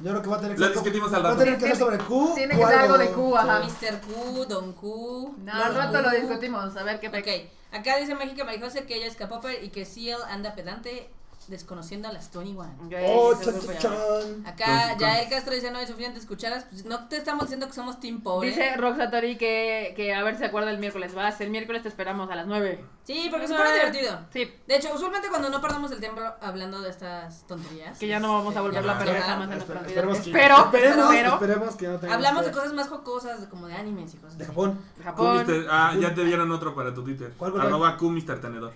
[SPEAKER 1] Yo creo que va a tener que...
[SPEAKER 4] Lo discutimos al
[SPEAKER 1] Va a
[SPEAKER 4] rato.
[SPEAKER 1] tener que ser sobre Q
[SPEAKER 2] Tiene
[SPEAKER 1] o
[SPEAKER 2] que ser algo de Q, ajá.
[SPEAKER 3] Mr. Q, Don Q.
[SPEAKER 2] No,
[SPEAKER 3] Lord
[SPEAKER 2] al rato lo
[SPEAKER 3] Q.
[SPEAKER 2] discutimos, a ver qué peca.
[SPEAKER 3] Ok, acá dice México Marijose que ella es K-Popper y que Seal anda pedante desconociendo a las Tony One.
[SPEAKER 1] Oh,
[SPEAKER 3] Ese
[SPEAKER 1] chan,
[SPEAKER 3] grupo
[SPEAKER 1] chan,
[SPEAKER 3] ya.
[SPEAKER 2] Ah,
[SPEAKER 1] chan.
[SPEAKER 3] Acá
[SPEAKER 4] Con-
[SPEAKER 3] Yael Castro dice no es suficiente escucharlas. Pues no te estamos diciendo que somos team pobre.
[SPEAKER 2] Dice Roxatori que, que a ver si se acuerda el miércoles. Vas, el miércoles te esperamos a las 9.
[SPEAKER 3] sí, porque se pone divertido.
[SPEAKER 2] Sí,
[SPEAKER 3] De hecho, usualmente cuando no perdamos el tiempo hablando de estas tonterías,
[SPEAKER 2] que ya no vamos a volverlo a
[SPEAKER 4] Ya,
[SPEAKER 2] perder
[SPEAKER 3] ya,
[SPEAKER 2] jamás en
[SPEAKER 1] Espe-
[SPEAKER 2] nuestra vida.
[SPEAKER 1] Esperemos que...
[SPEAKER 2] Espero,
[SPEAKER 1] [laughs] esperemos,
[SPEAKER 2] pero
[SPEAKER 1] esperemos que no tengamos
[SPEAKER 3] hablamos
[SPEAKER 1] que-
[SPEAKER 3] de cosas más jocosas, de- como de animes y cosas.
[SPEAKER 1] De
[SPEAKER 3] así.
[SPEAKER 1] Japón.
[SPEAKER 4] Q
[SPEAKER 2] Japón.
[SPEAKER 4] Mister- Ah, ya te dieron otro para tu Twitter.
[SPEAKER 1] ¿Cuál, cuál,
[SPEAKER 4] Arroba Q Mister Tenedor.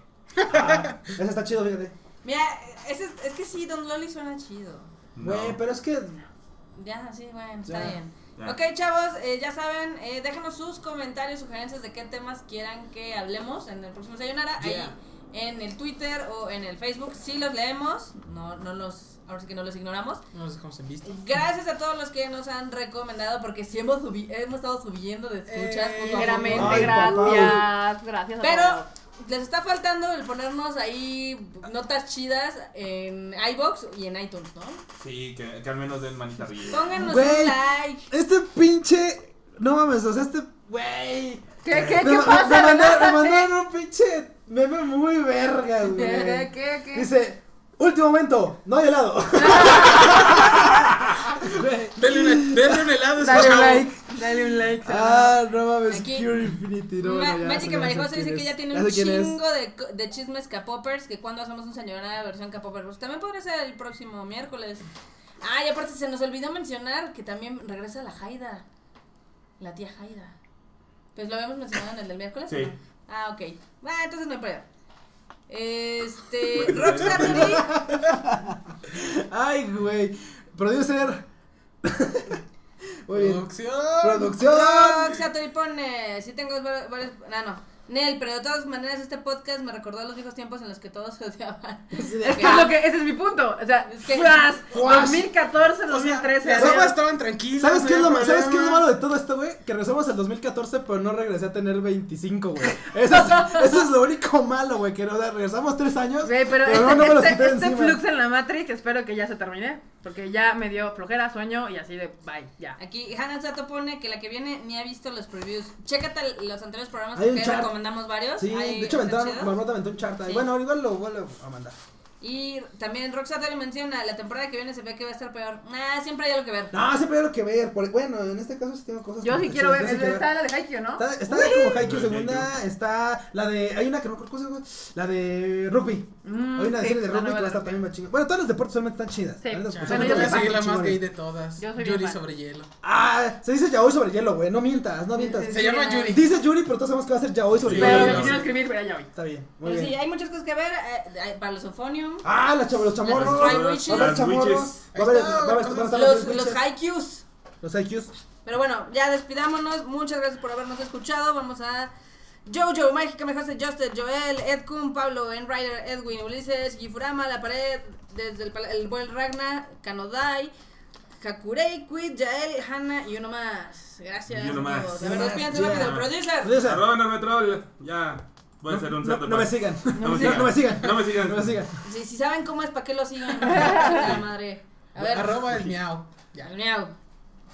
[SPEAKER 1] Ah, ese está chido, fíjate.
[SPEAKER 3] Mira, ese es, es que sí, Don Loli suena chido.
[SPEAKER 4] No.
[SPEAKER 1] Güey, pero es que...
[SPEAKER 3] Ya, sí, bueno, está
[SPEAKER 1] Ya,
[SPEAKER 3] bien.
[SPEAKER 4] ya.
[SPEAKER 3] Ok, chavos, eh, ya saben, eh, déjenos sus comentarios, sugerencias de qué temas quieran que hablemos en el próximo Sayonara.
[SPEAKER 1] Yeah.
[SPEAKER 3] Ahí en el Twitter o en el Facebook, sí los leemos, no, no los ahora sí que no los ignoramos.
[SPEAKER 5] No sé cómo se han visto.
[SPEAKER 3] Gracias a todos los que nos han recomendado, porque sí hemos, subi- hemos estado subiendo de escuchas.
[SPEAKER 5] Eh,
[SPEAKER 3] poco a poco.
[SPEAKER 2] Ligeramente,
[SPEAKER 1] Ay,
[SPEAKER 2] gracias. Gracias. a
[SPEAKER 3] Pero
[SPEAKER 2] todos.
[SPEAKER 3] les está faltando el ponernos ahí notas chidas en iBox y en iTunes, ¿no?
[SPEAKER 4] Sí, que, que al menos den manita arriba.
[SPEAKER 3] Pónganos
[SPEAKER 1] Güey.
[SPEAKER 3] un like.
[SPEAKER 1] [laughs] Este pinche. No mames, o sea, este. Güey.
[SPEAKER 2] ¿Qué, qué,
[SPEAKER 1] Me-
[SPEAKER 2] qué
[SPEAKER 1] me-
[SPEAKER 2] pasa?
[SPEAKER 1] Me mandaron, me
[SPEAKER 2] Relájate.
[SPEAKER 1] mandaron un pinche meme muy
[SPEAKER 3] [laughs]
[SPEAKER 1] verga, güey.
[SPEAKER 2] ¿Qué, qué, qué?
[SPEAKER 1] Dice, último momento, no hay
[SPEAKER 3] [laughs]
[SPEAKER 1] helado.
[SPEAKER 5] Denle, una- denle un helado. es
[SPEAKER 2] Dale un
[SPEAKER 5] chavo.
[SPEAKER 2] like. Dale un like.
[SPEAKER 1] ah, no mames,
[SPEAKER 3] Aquí.
[SPEAKER 1] Pure Infinity. No,
[SPEAKER 3] Ma-
[SPEAKER 1] bueno, ya
[SPEAKER 3] Magic
[SPEAKER 1] sé, ya sé
[SPEAKER 3] Marijosa
[SPEAKER 1] quién
[SPEAKER 3] dice que
[SPEAKER 1] es.
[SPEAKER 3] ya tiene
[SPEAKER 1] Ya
[SPEAKER 3] un
[SPEAKER 1] sé quién es.
[SPEAKER 3] chingo de, co- de chismes capopers que cuando hacemos un señora versión capopers, pues también podría ser el próximo miércoles. Ah, y aparte se nos olvidó mencionar que también regresa la Jaida, la tía Jaida. Pues lo habíamos mencionado en el del miércoles.
[SPEAKER 4] Sí.
[SPEAKER 3] ¿o no? Ah, ok. Ah, entonces no hay problema. Este, Rock Saturday,
[SPEAKER 1] Ay, güey. Producer. Muy bien.
[SPEAKER 5] Producción.
[SPEAKER 1] Producción.
[SPEAKER 3] Rock Saturday pone, si tengo var- varios, ah, no. Nel, pero de todas maneras este podcast me recordó a los viejos tiempos en los que todos [laughs] se odiaban.
[SPEAKER 2] Es que es lo que, ese es mi punto. O sea,
[SPEAKER 3] Es que-
[SPEAKER 2] flash,
[SPEAKER 1] Flash.
[SPEAKER 2] 2014,
[SPEAKER 5] O sea,
[SPEAKER 2] 2013.
[SPEAKER 5] las
[SPEAKER 2] adiós.
[SPEAKER 5] aguas estaban tranquilas.
[SPEAKER 1] ¿Sabes
[SPEAKER 5] no
[SPEAKER 1] qué, es lo,
[SPEAKER 5] había
[SPEAKER 1] ma- ¿Sabes qué es lo
[SPEAKER 5] problema.
[SPEAKER 1] malo de todo esto, güey? Que regresamos al 2014, pero no regresé a tener 25, güey. Eso es, eso es lo único malo, güey. Que no, o sea, regresamos 3 años.
[SPEAKER 2] Güey, pero
[SPEAKER 1] Pero
[SPEAKER 2] este,
[SPEAKER 1] no me los
[SPEAKER 2] este-
[SPEAKER 1] quité de
[SPEAKER 2] este
[SPEAKER 1] encima.
[SPEAKER 2] flux en la Matrix espero que ya se termine. Porque ya me dio flojera, sueño y así de bye, ya.
[SPEAKER 3] Aquí Hannah Sato pone que la que viene ni ha visto los previews. Chécate los anteriores programas
[SPEAKER 1] Hay un
[SPEAKER 3] porque
[SPEAKER 1] chat.
[SPEAKER 3] recomendamos varios.
[SPEAKER 1] Sí,
[SPEAKER 3] Ahí
[SPEAKER 1] de hecho,
[SPEAKER 3] están
[SPEAKER 1] aventaron,
[SPEAKER 3] chidos.
[SPEAKER 1] Marmota aventó un chart ahí.
[SPEAKER 3] Sí.
[SPEAKER 1] Bueno, igual lo vuelvo a mandar.
[SPEAKER 3] Y también Roxato le menciona, la temporada que viene se ve que va a estar peor. Nah, siempre hay algo que ver.
[SPEAKER 1] No, siempre hay algo que ver. por- Bueno, en este caso sí tengo cosas.
[SPEAKER 2] Yo
[SPEAKER 1] como
[SPEAKER 2] sí
[SPEAKER 1] que-
[SPEAKER 2] quiero ver,
[SPEAKER 1] yo sí quiero
[SPEAKER 2] está la de Haikyuu, ¿no?
[SPEAKER 1] Está, está como Haikyuu
[SPEAKER 4] Haikyuu.
[SPEAKER 1] segunda, está la de, hay una que no recuerdo cómo se llama, la de rugby.
[SPEAKER 2] Mm,
[SPEAKER 1] hay una
[SPEAKER 2] sí,
[SPEAKER 1] serie de rugby que
[SPEAKER 2] la
[SPEAKER 1] va a
[SPEAKER 2] nueva
[SPEAKER 1] estar
[SPEAKER 2] de rugby.
[SPEAKER 1] también más chingona. Bueno, todos los deportes solamente están chidas.
[SPEAKER 2] Sí.
[SPEAKER 1] La neta,
[SPEAKER 5] Chale,
[SPEAKER 1] pues,
[SPEAKER 2] Bueno,
[SPEAKER 1] solamente
[SPEAKER 2] yo
[SPEAKER 5] yo voy a
[SPEAKER 2] soy
[SPEAKER 5] seguir
[SPEAKER 1] están
[SPEAKER 5] la más
[SPEAKER 1] chingones.
[SPEAKER 5] gay de todas.
[SPEAKER 2] Yo soy bien
[SPEAKER 5] Yuri
[SPEAKER 2] fan.
[SPEAKER 5] sobre hielo.
[SPEAKER 1] Ah, se dice yaoi sobre hielo, güey, no mientas, no mientas.
[SPEAKER 5] Se llama Yuri.
[SPEAKER 1] Dice Yuri, pero todos sabemos que va a ser yaoi sobre
[SPEAKER 5] Sí,
[SPEAKER 2] Pero me
[SPEAKER 5] yo no
[SPEAKER 1] hielo.
[SPEAKER 5] sé.
[SPEAKER 2] quisieron escribir, pero ya hoy.
[SPEAKER 1] Está bien, muy
[SPEAKER 3] Pero sí,
[SPEAKER 1] bien.
[SPEAKER 3] hay muchas cosas que ver. eh, hay para los Ophonium,
[SPEAKER 1] Ah, los chav- los chamorros.
[SPEAKER 3] Las Dry Witches.
[SPEAKER 1] Va a haber
[SPEAKER 4] Las
[SPEAKER 1] chamorros,
[SPEAKER 4] Witches.
[SPEAKER 1] Va a haber,
[SPEAKER 5] Ahí está,
[SPEAKER 1] va a haber-
[SPEAKER 5] ¿cómo
[SPEAKER 1] van a estar
[SPEAKER 3] los,
[SPEAKER 1] las
[SPEAKER 3] los
[SPEAKER 1] Witches,
[SPEAKER 3] Haikyuus.
[SPEAKER 1] Los IQs.
[SPEAKER 3] Pero bueno, ya despidámonos. Muchas gracias por habernos escuchado. Vamos a Jojo, Mágica Mejose, Justin, Joel, Ed Kun, Pablo, Enrider, Edwin, Ulises, Gifurama, La Pared, desde el, pala- el Buen Ragna, Kanodai, Hakurei, Quid, Yael, Hanna y uno más. Gracias.
[SPEAKER 4] Y uno más.
[SPEAKER 3] amigos. A ver,
[SPEAKER 1] Uno más,
[SPEAKER 3] despídense
[SPEAKER 1] ya.
[SPEAKER 3] rápido, producer.
[SPEAKER 1] Producer.
[SPEAKER 4] Arroba Normetrol, ya. Voy a hacer
[SPEAKER 1] No,
[SPEAKER 4] un
[SPEAKER 1] no,
[SPEAKER 4] santo
[SPEAKER 1] no me
[SPEAKER 4] para-
[SPEAKER 1] sigan.
[SPEAKER 4] No me
[SPEAKER 1] No me sigan.
[SPEAKER 4] sigan. No me sigan.
[SPEAKER 1] No me sigan.
[SPEAKER 3] Si, si saben cómo es, ¿para qué lo siguen? La madre. A ver,
[SPEAKER 5] Arroba el miau. Ya.
[SPEAKER 3] el miau.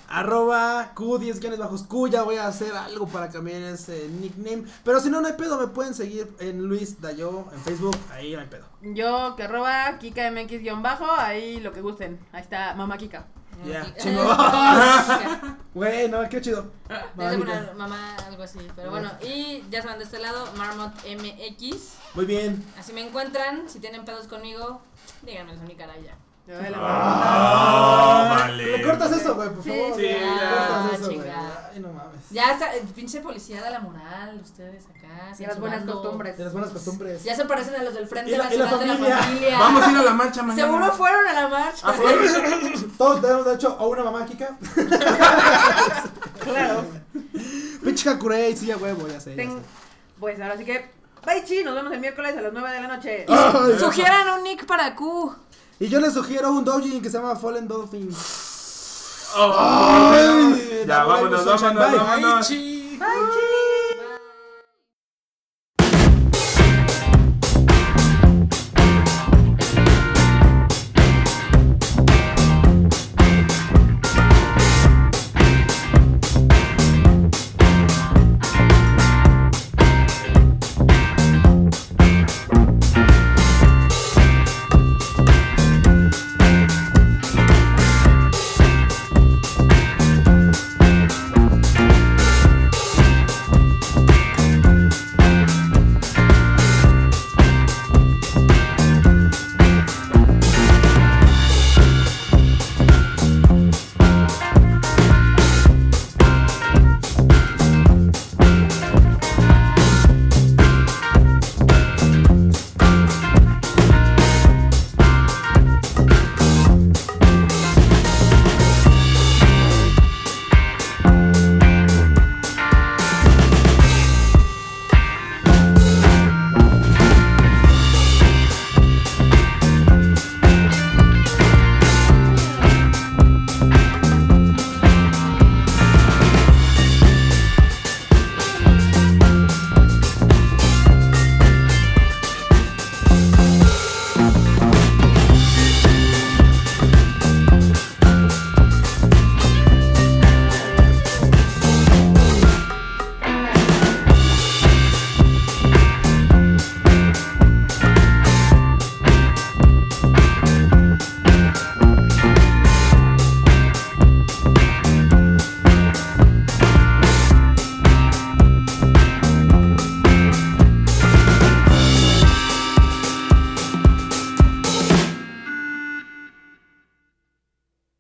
[SPEAKER 1] Arroba Q10 guiones bajos Q. Ya voy a hacer algo para cambiar ese nickname. Pero si no, no hay pedo. Me pueden seguir en Luis Dayo en Facebook. Ahí no hay pedo.
[SPEAKER 2] Yo que arroba Kika MX-bajo, ahí lo que gusten. Ahí está Mamá Kika.
[SPEAKER 1] Ya,
[SPEAKER 3] Aquí.
[SPEAKER 1] chingón.
[SPEAKER 3] [laughs]
[SPEAKER 4] [laughs]
[SPEAKER 3] Mágica.
[SPEAKER 1] Güey, no, qué chido.
[SPEAKER 3] Debe
[SPEAKER 1] Mágica.
[SPEAKER 3] poner mamá, algo así. Pero bueno, y ya saben de este lado, Marmot MX.
[SPEAKER 1] Muy bien.
[SPEAKER 3] Así me encuentran. Si tienen pedos conmigo, díganmelos a mi cara y ya.
[SPEAKER 2] Yo de la-
[SPEAKER 4] Ah, vale.
[SPEAKER 1] ¿Le cortas eso, güey? Por
[SPEAKER 2] Sí,
[SPEAKER 1] favor.
[SPEAKER 4] sí, ya.
[SPEAKER 1] cortas eso, güey.
[SPEAKER 3] Chingada.
[SPEAKER 1] Ay, no mames.
[SPEAKER 3] Ya está, el pinche policía da la moral, ustedes acá.
[SPEAKER 2] Y las buenas
[SPEAKER 3] censurando.
[SPEAKER 2] costumbres.
[SPEAKER 1] De las buenas costumbres.
[SPEAKER 3] Ya se parecen a los del Frente
[SPEAKER 1] Y la- y la
[SPEAKER 3] Nacional de la
[SPEAKER 1] familia.
[SPEAKER 3] Familia.
[SPEAKER 4] Vamos a ir a la marcha mañana.
[SPEAKER 3] Seguro fueron a la marcha.
[SPEAKER 4] Ah, ¿fueron?
[SPEAKER 1] [laughs] Todos tenemos derecho a una mamá Kika. claro. Pinche Hakurei, sí, ya huevo, ya sé. ya
[SPEAKER 2] Ten-
[SPEAKER 1] sé.
[SPEAKER 2] Pues ahora sí que. Bye, chi. Nos vemos el miércoles a las 9 de la noche.
[SPEAKER 1] Ay,
[SPEAKER 3] Sugieran un nick para Q.
[SPEAKER 1] Ah, Y yo les sugiero un doujin que se llama Fallen Dolphin.
[SPEAKER 4] Oh,
[SPEAKER 1] Ay,
[SPEAKER 4] ya,
[SPEAKER 1] Dago, Dago,
[SPEAKER 4] vámonos, vámonos,
[SPEAKER 1] Sunshine, bye.
[SPEAKER 4] vámonos.
[SPEAKER 5] Aichi.
[SPEAKER 2] Bye, chi.